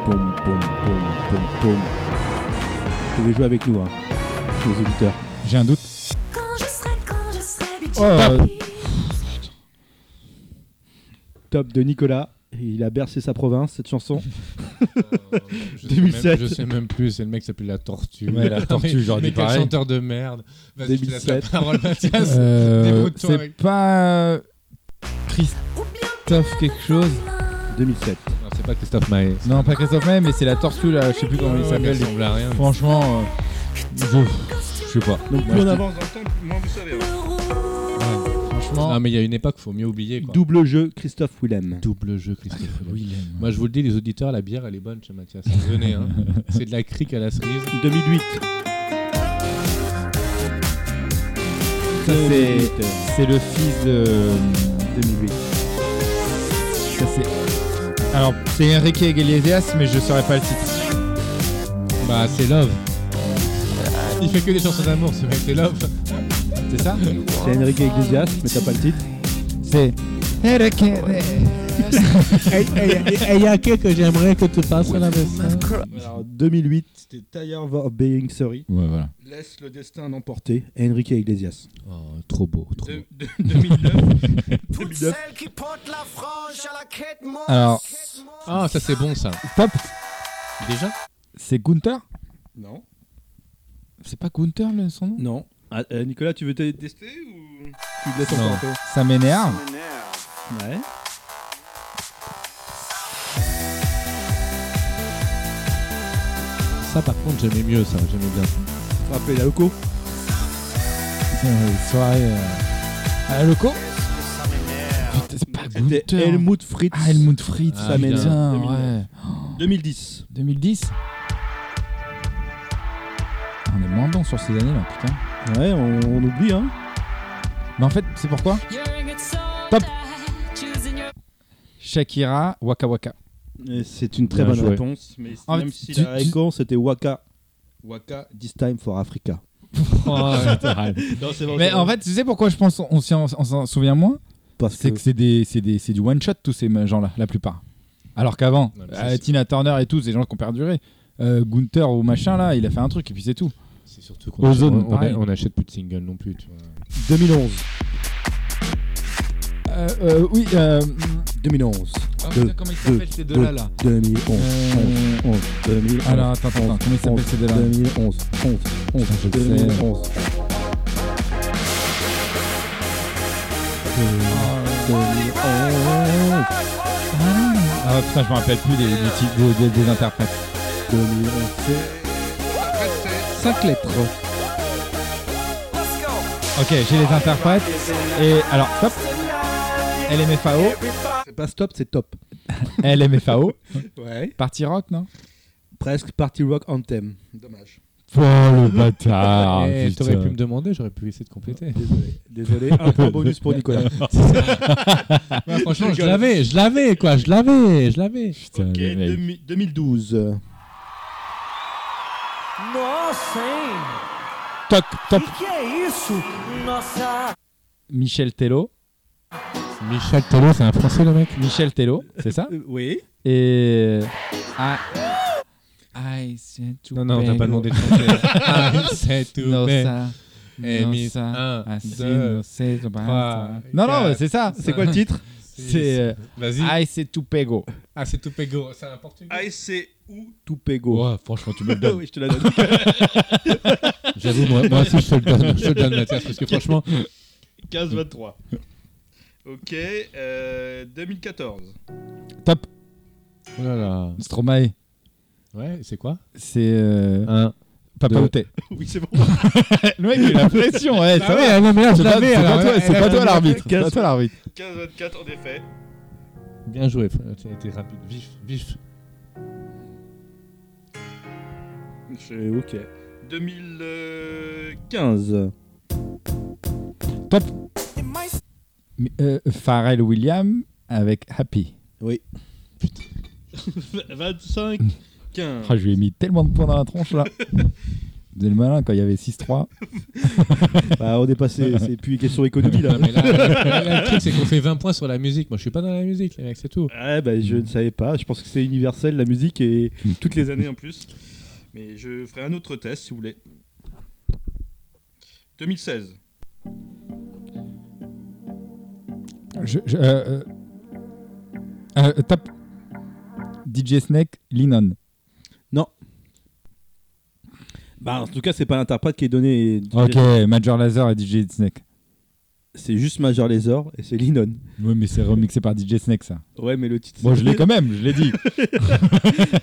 Speaker 2: Poum, poum, poum, poum, poum. Vous pouvez jouer avec nous, hein, les auditeurs.
Speaker 1: J'ai un doute.
Speaker 9: Oh, euh,
Speaker 2: Top de Nicolas. Il a bercé sa province, cette chanson.
Speaker 4: Euh, je sais
Speaker 2: 2007.
Speaker 4: même- je sais même plus, c'est le mec qui s'appelle La Tortue.
Speaker 1: Ouais, La Tortue,
Speaker 4: Mais-
Speaker 1: j'aurais dit
Speaker 4: Mais quel
Speaker 1: pareil.
Speaker 4: chanteur de merde. Vas-y, je te laisse la
Speaker 2: 2007.
Speaker 4: parole, Mathias.
Speaker 1: Euh,
Speaker 4: Débrouille-toi
Speaker 1: c'est
Speaker 4: avec.
Speaker 1: pas. euh, Christophe quelque chose
Speaker 9: Oh.
Speaker 2: 2007.
Speaker 6: Ah,
Speaker 4: Non, c'est pas Christophe Maé.
Speaker 1: Non, pas Christophe May, mais c'est la tortue là, je sais plus comment il
Speaker 4: Ouais, mais
Speaker 1: s'appelle.
Speaker 4: elle ressemble à rien.
Speaker 1: Franchement, euh, je, je sais pas.
Speaker 2: Donc,
Speaker 6: bah,
Speaker 1: Moi,
Speaker 2: plus on
Speaker 1: je-
Speaker 2: avance.
Speaker 6: avance dans le temps, plus- moins vous savez. hein.
Speaker 1: franchement,
Speaker 4: Non, mais il y a une époque, faut mieux oublier. Quoi. Ah,
Speaker 2: Double jeu, Christophe Willem.
Speaker 4: Double jeu, Christophe.
Speaker 1: oui, il aime.
Speaker 4: Moi, je vous le dis, les auditeurs, la bière, elle est bonne chez Mathias. Venez, hein. C'est de la crique à la cerise.
Speaker 2: 2008.
Speaker 1: Ça, c'est- c'est le fils de. euh,
Speaker 2: 2008.
Speaker 1: Ça, c'est. Alors, c'est Enrique Iglesias, mais je saurais pas le titre.
Speaker 4: Bah, c'est Love. Il fait que des chansons d'amour, ce mec, c'est Love.
Speaker 1: C'est ça
Speaker 2: C'est Enrique Iglesias, mais t'as pas le titre.
Speaker 1: C'est. Enrique.
Speaker 4: Et il y a que que j'aimerais que tu passes à la vaisselle.
Speaker 2: Alors, 2008, c'était Tired of Being Sorry.
Speaker 1: Ouais, voilà.
Speaker 6: Laisse le destin l'emporter.
Speaker 2: Porté, Enrique Iglesias.
Speaker 4: Oh, trop beau, trop beau.
Speaker 6: De- de- 2009.
Speaker 1: Alors,
Speaker 4: Ah, ça, c'est bon, ça.
Speaker 1: top,
Speaker 4: Déjà
Speaker 1: c'est Gunther
Speaker 6: non.
Speaker 1: C'est pas Gunther le- son nom
Speaker 2: Non. Ah, euh, Nicolas, tu veux te tu
Speaker 6: Testé ou
Speaker 2: te laisses encore un peu
Speaker 1: Ça m'énerve.
Speaker 2: Ouais.
Speaker 4: Ça, par contre, j'aimais mieux, ça. J'aimais bien.
Speaker 2: Frappé la loco.
Speaker 1: euh, soirée euh, à la loco. Putain, c'est pas
Speaker 2: C'était
Speaker 1: Gunther.
Speaker 2: Helmut Fritz.
Speaker 1: Ah, Helmut Fritz,
Speaker 4: Ah,
Speaker 1: ça
Speaker 4: putain.
Speaker 1: m'énerve.
Speaker 2: 2009.
Speaker 1: Ouais.
Speaker 2: 2010.
Speaker 1: 2010 On est moins bon sur ces années-là, putain.
Speaker 2: Ouais, on, on oublie, hein.
Speaker 1: Mais en fait, c'est pourquoi Top Shakira, Waka Waka.
Speaker 2: Et C'est une très
Speaker 4: Bien
Speaker 2: bonne
Speaker 4: joué.
Speaker 2: réponse. Mais
Speaker 1: En
Speaker 2: même
Speaker 1: fait,
Speaker 2: si
Speaker 1: tu-
Speaker 2: la
Speaker 1: tu-
Speaker 2: réponse c'était Waka. Waka, this time for Africa.
Speaker 4: Oh,
Speaker 2: Non, c'est
Speaker 1: Mais en fait, tu sais pourquoi je pense qu'on on s'y- on s'en souvient moins
Speaker 2: parce
Speaker 1: C'est
Speaker 2: que
Speaker 1: que c'est des- c'est des- c'est du one-shot, tous ces gens-là, la plupart. Alors qu'avant,
Speaker 4: Non, mais
Speaker 1: euh,
Speaker 4: c'est-
Speaker 1: Tina Turner et tous, ces gens qui ont perduré. Euh, Gunther ou machin, là, il a fait un truc et puis c'est tout.
Speaker 4: C'est surtout
Speaker 1: qu'on- Ozone,
Speaker 4: on,
Speaker 1: pareil.
Speaker 4: on achète plus de singles non plus. Tu vois.
Speaker 2: 2011.
Speaker 1: Euh, euh, oui, euh,
Speaker 2: 2011.
Speaker 1: oh,
Speaker 2: putain,
Speaker 1: comment ils
Speaker 2: s'appellent,
Speaker 1: ces
Speaker 2: deux- 2011.
Speaker 1: Euh,
Speaker 2: 11, 2011.
Speaker 1: Alors, attends, attends, attends, comment ils s'appellent ces deux-là
Speaker 2: 2011. 11. 11.
Speaker 1: je le sais.
Speaker 2: 2011.
Speaker 1: Ah putain, je me rappelle plus des, des titres des, des interprètes.
Speaker 2: 2011.
Speaker 1: Ok, j'ai les interprètes. Et alors, stop. LMFAO.
Speaker 2: C'est pas stop, c'est top.
Speaker 1: LMFAO.
Speaker 2: Ouais.
Speaker 1: Party rock, non
Speaker 2: Presque party rock anthem. Dommage.
Speaker 1: Oh le bâtard
Speaker 4: Eh, T'aurais pu me demander, j'aurais pu essayer de compléter.
Speaker 2: Désolé. Désolé. Un point bonus pour Nicolas.
Speaker 4: Ouais, franchement, je l'avais, je l'avais, quoi, je l'avais, je l'avais.
Speaker 1: Putain,
Speaker 2: Ok,
Speaker 1: le mec.
Speaker 2: 2000
Speaker 1: Euh,
Speaker 2: 2012.
Speaker 1: Toc, top. Michel Tello.
Speaker 4: Michel Tello, c'est un français le mec
Speaker 1: Michel Tello, c'est ça
Speaker 2: Euh, oui.
Speaker 1: Et. Ah. I said to
Speaker 4: Non, non, t'as
Speaker 1: Ben-
Speaker 4: pas demandé de chanter. c'est tout.
Speaker 1: No,
Speaker 4: mais-
Speaker 1: ça.
Speaker 4: Eh,
Speaker 1: No,
Speaker 4: Miss,
Speaker 1: ça.
Speaker 4: un,
Speaker 1: I said
Speaker 4: deux,
Speaker 1: no, c'est-
Speaker 4: trois,
Speaker 1: Non, non,
Speaker 4: quatre,
Speaker 1: c'est ça.
Speaker 2: C'est quoi le titre
Speaker 1: C'est. euh,
Speaker 4: Vas-y.
Speaker 1: I said to Pego.
Speaker 4: Ah, c'est Tupego, c'est un portugais.
Speaker 2: I C ou Tupego.
Speaker 4: Ouais, franchement, tu me le
Speaker 2: oui, je te la donne.
Speaker 4: J'avoue, moi, moi aussi, je te le donne, je te le donne, Mathias, parce que franchement,
Speaker 6: 15-23. ok, euh, 2014.
Speaker 1: Top.
Speaker 4: oh là là.
Speaker 1: Stromae.
Speaker 4: Ouais, c'est quoi
Speaker 1: C'est. euh,
Speaker 4: Un.
Speaker 1: Papa
Speaker 4: deux.
Speaker 1: Outé.
Speaker 6: Oui, c'est bon.
Speaker 1: Le mec, il a la pression. Ouais, ça
Speaker 4: Ah
Speaker 1: va.
Speaker 4: ouais, non, mais là, je
Speaker 1: C'est pas,
Speaker 4: l'avais.
Speaker 1: c'est
Speaker 4: alors,
Speaker 1: pas toi,
Speaker 4: ouais,
Speaker 1: c'est
Speaker 4: ouais,
Speaker 1: pas
Speaker 4: ouais,
Speaker 1: toi
Speaker 4: ouais.
Speaker 1: l'arbitre. C'est pas toi l'arbitre.
Speaker 6: 15-24 en effet.
Speaker 4: Bien joué, frère, tu as été rapide, vif, vif.
Speaker 2: Je- ok. Euh,
Speaker 6: 2015.
Speaker 2: 15.
Speaker 1: Mais, euh, Pharrell Williams avec Happy.
Speaker 6: 25. 15.
Speaker 1: Ah, je lui ai mis tellement de points dans la tronche là. Vous êtes le malin quand il y avait 6-3.
Speaker 2: Bah, on est passé. C'est plus une question économie là.
Speaker 4: Non, mais là, là, là, le truc, c'est qu'on fait 20 points sur la musique. Moi, je suis pas dans la musique, les mecs, c'est tout.
Speaker 2: Ouais, bah,
Speaker 1: Hmm.
Speaker 2: je ne savais pas. Je pense que c'est universel la musique et
Speaker 6: toutes les années en plus. Mais je ferai un autre test si vous voulez. 2016.
Speaker 1: Je, je- euh, euh, euh, top. DJ Snake, Linon.
Speaker 2: Bah, en tout cas, c'est pas l'interprète qui est donné.
Speaker 1: Ok, Major Laser et DJ Snake.
Speaker 2: C'est juste Major Lazer et c'est Linon.
Speaker 1: Oui, mais c'est remixé par DJ Snake ça.
Speaker 2: Ouais, mais le titre.
Speaker 1: Bon, je l'ai quand même, je l'ai dit.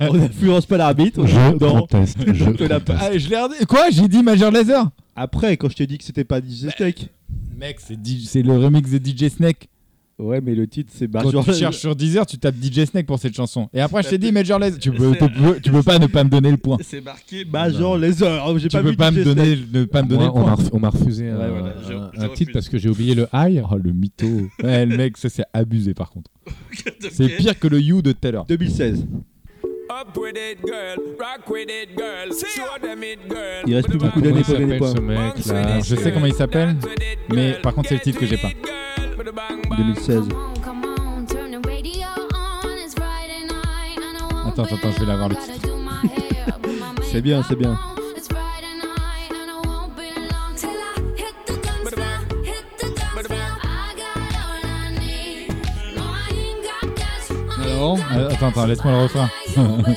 Speaker 2: on n'influence pas l'arbitre. on joue dedans.
Speaker 4: conteste, je
Speaker 2: te la passe.
Speaker 1: Ah, je l'ai redit- Quoi J'ai dit Major Laser
Speaker 2: Après, quand je t'ai dit que c'était pas DJ
Speaker 4: Bah.
Speaker 2: Snake.
Speaker 1: Mec, c'est DJ c'est le remix de DJ Snake.
Speaker 2: Ouais, mais le titre c'est
Speaker 1: Quand
Speaker 2: Major
Speaker 1: tu cherches sur Deezer, tu tapes DJ Snake pour cette chanson. Et après, je t'ai dit Major Lazer. Tu peux,
Speaker 6: C'est-
Speaker 1: tu peux, tu peux pas ne pas me donner le point.
Speaker 6: C'est marqué
Speaker 2: Major Lazer. Oh, j'ai
Speaker 1: Tu
Speaker 2: pas
Speaker 1: peux
Speaker 2: vu
Speaker 1: pas
Speaker 2: DJ
Speaker 1: me
Speaker 2: Snake.
Speaker 1: donner, ne pas me donner
Speaker 4: Moi,
Speaker 1: le
Speaker 4: on
Speaker 1: point.
Speaker 4: m'a ref- on m'a refusé un,
Speaker 6: Ouais, voilà, je-
Speaker 4: un-
Speaker 6: je
Speaker 4: un
Speaker 6: refuse.
Speaker 4: titre parce que j'ai oublié le high. Oh, le mytho.
Speaker 1: Ouais, le mec, ça c'est abusé par contre. C'est pire que le You de Taylor.
Speaker 2: 2016.
Speaker 9: Up with it, girl. Rock with it, girl. Show them it, girl.
Speaker 2: Il reste plus beaucoup
Speaker 4: bah,
Speaker 2: d'années
Speaker 4: Comment il
Speaker 2: pour gagner
Speaker 4: s'appelle
Speaker 2: des points.
Speaker 4: ce mec là
Speaker 1: Je sais comment il s'appelle, mais par contre c'est le titre que j'ai pas.
Speaker 2: 2016.
Speaker 1: Attends, attends, attends, je vais l'avoir le titre.
Speaker 2: C'est bien, c'est bien.
Speaker 1: Alors euh, Attends, attends, laisse-moi le refrain.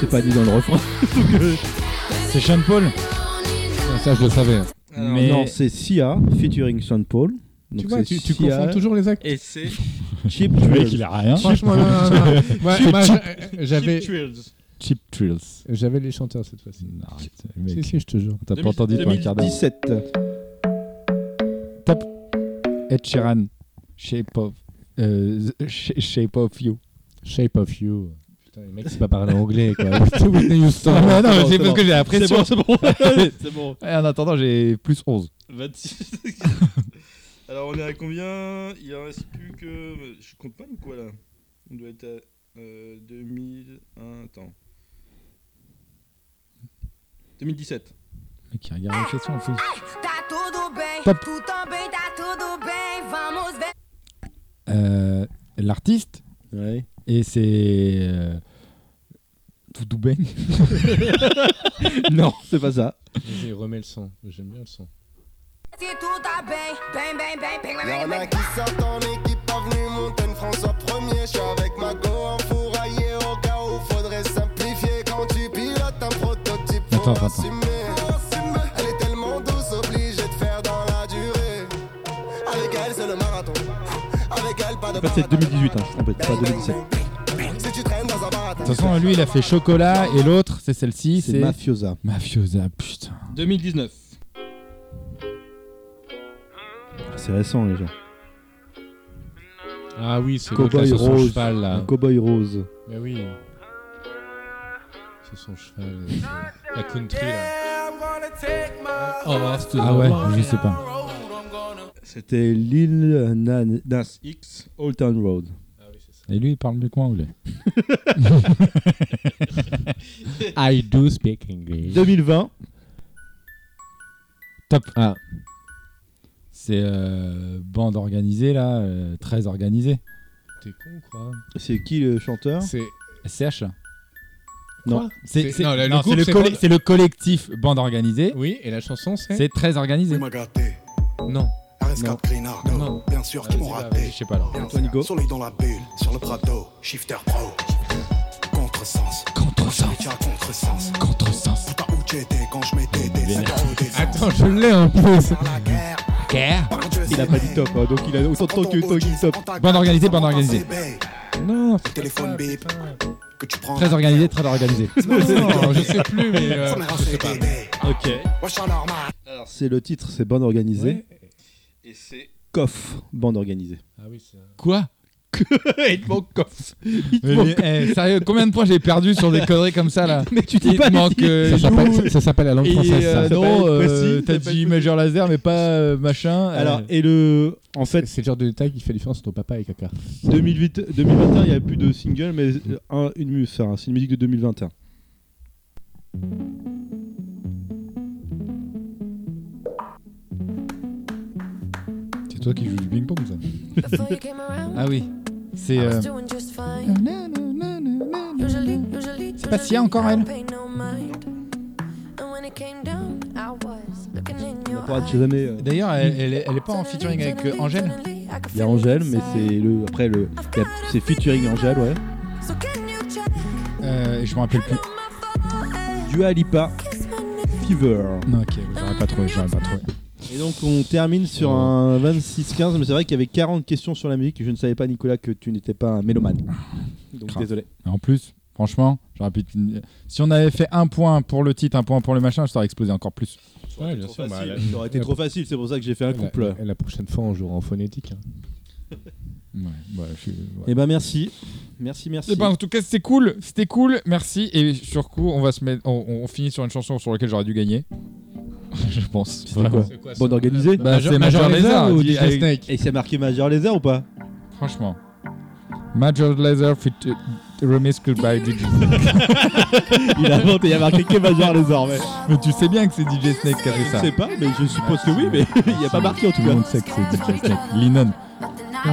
Speaker 2: C'est pas dit dans le refrain.
Speaker 1: c'est Sean Paul
Speaker 4: Ça, je le savais.
Speaker 1: Mais-
Speaker 2: Non, c'est Sia featuring Sean Paul. Donc
Speaker 4: tu vois,
Speaker 2: c'est
Speaker 4: tu, tu
Speaker 2: Sia,
Speaker 4: confonds toujours les actes.
Speaker 6: Et c'est
Speaker 2: Chip
Speaker 1: Le mec
Speaker 2: Thrill.
Speaker 1: il a rien.
Speaker 4: Franchement, non, non, non. Moi, moi, j'a- j'avais.
Speaker 6: Cheap Thrills.
Speaker 1: Cheap Thrills.
Speaker 4: J'avais les chanteurs cette fois-ci.
Speaker 1: Non, arrête,
Speaker 4: Si,
Speaker 1: mec.
Speaker 4: si, je te jure.
Speaker 1: T'as pas entendu toi, un quart d'heure.
Speaker 2: 17.
Speaker 1: Ed Sheeran, Shape of, euh, Sh- shape of You.
Speaker 4: Shape of You. Putain, les mecs, c'est pas parler anglais, quoi. Whitney Houston.
Speaker 1: Ah, non, mais c'est
Speaker 6: c'est
Speaker 1: parce
Speaker 6: bon.
Speaker 1: que j'ai la pression.
Speaker 6: c'est bon. c'est bon.
Speaker 1: Et Eh, en attendant, j'ai plus 11.
Speaker 6: 26. Alors on est à combien Il en reste plus que. Je compte pas ou quoi là On doit être à euh, 2001. Attends. 2017.
Speaker 1: Mec, il regarde la question, en fait.
Speaker 11: Tá tudo bem,
Speaker 1: Top.
Speaker 11: tu também tá tudo bem. Vamos ver.
Speaker 1: Euh, L'artiste,
Speaker 2: Ouais.
Speaker 1: et c'est. Euh, Doudou Ben. non.
Speaker 2: C'est pas ça.
Speaker 4: Vas-y, remets le son. J'aime bien le son.
Speaker 11: Se tu tá bem, bem, bem, bem, bem, bem, bem,
Speaker 3: Y'en a
Speaker 11: bem.
Speaker 3: qui sortent en équipe avenue Montaigne François 1er Je suis avec ma go en fourraillé au cas où faudrait simplifier Quand tu pilotes un prototype faut
Speaker 1: Attends, attends, attends.
Speaker 3: assumer Elle est tellement douce obligée de faire dans la durée Avec elle c'est le marathon Avec elle pas de
Speaker 2: En fait, c'est
Speaker 3: paradis.
Speaker 2: 2018, hein, je suis trompé, c'est pas 2017.
Speaker 3: Si tu traînes dans un bar à ta-
Speaker 1: De toute façon, lui, il a fait chocolat, et l'autre, c'est celle-ci,
Speaker 2: C'est
Speaker 1: c'est.
Speaker 2: Mafiosa.
Speaker 1: Mafiosa, putain.
Speaker 6: 2019.
Speaker 2: C'est récent, les gens.
Speaker 4: Ah oui, c'est le
Speaker 2: Cowboy Rose.
Speaker 4: cheval, là.
Speaker 2: Un Cowboy Rose.
Speaker 4: Mais oui. C'est son cheval. euh, La country, là. Oh, reste
Speaker 1: Ah ouais, je sais pas.
Speaker 2: C'était Lil Nas X Old Town Road.
Speaker 1: Et lui, il parle mieux que moi, anglais.
Speaker 4: I do speak English.
Speaker 2: 2020.
Speaker 1: Top. Ah. C'est euh, bande organisée, là, euh, très organisée.
Speaker 4: T'es con, quoi.
Speaker 2: C'est qui le chanteur
Speaker 4: C'est.
Speaker 1: SCH
Speaker 2: Non.
Speaker 1: C'est
Speaker 4: C'est-
Speaker 1: c'est-
Speaker 4: non, le- le
Speaker 1: non,
Speaker 4: groupe,
Speaker 1: c'est le,
Speaker 4: c'est
Speaker 1: colle-
Speaker 4: bande-
Speaker 1: c'est le collectif bande organisée.
Speaker 4: Oui, et la chanson, c'est.
Speaker 1: C'est très organisé.
Speaker 12: m'a gâté,
Speaker 4: Non.
Speaker 12: RS4 Greenard,
Speaker 4: Non.
Speaker 12: bien sûr
Speaker 4: Ah,
Speaker 12: qu'ils m'ont
Speaker 4: vas-y, bah,
Speaker 12: raté.
Speaker 1: Je sais pas, alors.
Speaker 12: Bien
Speaker 2: Antoine
Speaker 12: sûr,
Speaker 2: Hugo.
Speaker 12: Solide dans la bulle, sur le Prado, shifter pro. Contresens,
Speaker 1: Contresens,
Speaker 12: métier à contresens.
Speaker 1: contresens.
Speaker 12: Tout à où tu étais quand je mettais des
Speaker 1: Vénère.
Speaker 12: cinq au dessin.
Speaker 4: Attends, je l'ai un peu. ça.
Speaker 12: Dans la guerre, par Dieu,
Speaker 2: Il a
Speaker 12: c'est
Speaker 2: pas dit
Speaker 12: né.
Speaker 2: top, hein, donc il a autant de temps que autant qu'il top.
Speaker 1: Bande organisée, bande organisée.
Speaker 4: Non.
Speaker 12: Téléphone bip, que tu prends.
Speaker 1: Très organisé, très organisé.
Speaker 4: Non, je sais plus, mais. euh,
Speaker 12: Ça m'a
Speaker 4: je sais pas.
Speaker 12: rassé des
Speaker 2: Ok.
Speaker 12: Wesh, en normal.
Speaker 6: Alors,
Speaker 2: C'est le titre, c'est Bande Organisée.
Speaker 4: Ouais.
Speaker 6: et c'est.
Speaker 2: Coff, Bande Organisée.
Speaker 4: Ah oui, c'est. un-
Speaker 1: Quoi
Speaker 6: il te manque quoi
Speaker 1: Mais, eh, Sérieux, combien de points j'ai perdu sur des conneries comme ça là
Speaker 2: Mais tu
Speaker 1: Il te manque euh,
Speaker 4: Ça s'appelle-
Speaker 1: Lou
Speaker 4: ça s'appelle la langue
Speaker 1: et
Speaker 4: française,
Speaker 1: euh,
Speaker 4: ça.
Speaker 1: non,
Speaker 2: s'appelle
Speaker 1: euh,
Speaker 2: Quassi,
Speaker 1: t'as
Speaker 2: ça
Speaker 1: dit
Speaker 2: s'appelle-
Speaker 1: Major Laser mais pas euh, machin. euh,
Speaker 2: Ah Alors, et le. En fait,
Speaker 4: C'est le genre de détail qui fait la différence entre papa et caca.
Speaker 2: 2008, 2021, il n'y a plus de single, mais euh, un, une, mu- enfin, c'est une musique de 2021.
Speaker 1: c'est toi qui joues du ping pong ça.
Speaker 11: Before you came around,
Speaker 1: Ah oui, c'est.
Speaker 11: I
Speaker 1: euh,
Speaker 11: was doing just fine. Usually, usually,
Speaker 1: C'est pas si
Speaker 11: usually,
Speaker 1: encore,
Speaker 11: I
Speaker 1: elle.
Speaker 11: pay no mind. And when it came down, I was looking in
Speaker 2: On
Speaker 11: your
Speaker 2: pourra
Speaker 11: eyes.
Speaker 2: jamais. euh,
Speaker 1: D'ailleurs, elle, elle est- elle est pas en featuring avec euh, Angèle.
Speaker 2: Il y a Angèle, mais c'est le. Après, le. il y a- C'est featuring Angèle, ouais.
Speaker 1: Euh, et je me rappelle plus.
Speaker 2: Dua Lipa, Fever.
Speaker 1: Non, ok, j'aurais pas trouvé, j'aurais pas trouvé.
Speaker 2: Et donc on termine sur un 26-15, mais c'est vrai qu'il y avait 40 questions sur la musique. Je ne savais pas, Nicolas, que tu n'étais pas un mélomane. Donc
Speaker 1: Grave.
Speaker 2: désolé.
Speaker 1: Et En plus, franchement, j'aurais pu. Si on avait fait un point pour le titre, un point pour le machin, je t'aurais explosé encore plus.
Speaker 4: Ouais, bien
Speaker 6: trop
Speaker 4: sûr. bah,
Speaker 6: facile.
Speaker 4: la-
Speaker 2: Ça aurait été trop facile, c'est pour ça que j'ai fait un
Speaker 4: la-
Speaker 2: couple.
Speaker 4: la- La prochaine fois, on jouera en phonétique. hein.
Speaker 1: Ouais, ouais, je suis- ouais.
Speaker 2: Eh ben merci. Merci, merci.
Speaker 1: Eh ben, en tout cas, c'était cool, c'était cool, merci. Et sur coup, on va se mettre, on, on- on finit sur une chanson sur laquelle j'aurais dû gagner. je pense.
Speaker 2: C'était quoi
Speaker 4: C'est quoi, ça
Speaker 2: Bande organisée
Speaker 1: Bah, c'est Major Lazer,
Speaker 4: ou
Speaker 1: dit
Speaker 4: DJ
Speaker 1: avec-
Speaker 4: Snake
Speaker 2: Et c'est marqué Major Laser ou pas
Speaker 1: Franchement. Major Laser fit euh, remix by DJ.
Speaker 2: Il a inventé, il y a marqué que Major Laser. Mais...
Speaker 1: Mais tu sais bien que c'est DJ Snake qui a fait
Speaker 2: Je
Speaker 1: ça.
Speaker 2: sais pas, mais je suppose que oui, mais il n'y a pas marqué en tout
Speaker 1: Tout le
Speaker 2: cas.
Speaker 1: monde sait que c'est DJ Snake. Linon.
Speaker 4: Et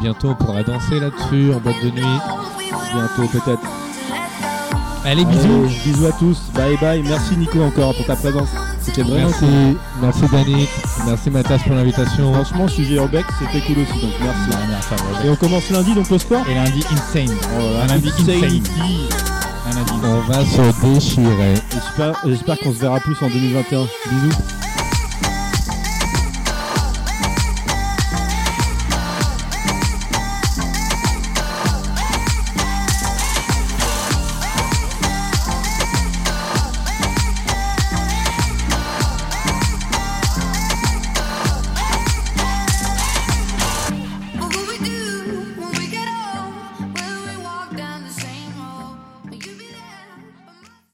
Speaker 4: bientôt, on pourra danser là-dessus en boîte de nuit.
Speaker 2: Bientôt peut-être.
Speaker 1: Allez,
Speaker 2: Bisous.
Speaker 1: bisous.
Speaker 2: Bisous à tous. Bye bye. Merci Nico encore pour ta présence. C'était vraiment
Speaker 4: Merci, merci Danny, merci Mathias pour l'invitation.
Speaker 2: Franchement, sujet en bec, c'était cool aussi, donc merci. Et on commence lundi, donc au sport
Speaker 1: Et lundi, insane. Oh, un lundi,
Speaker 2: Insanity.
Speaker 1: insane. Un lundi,
Speaker 4: On va se déchirer.
Speaker 2: J'espère- J'espère qu'on se verra plus en 2021. Bisous.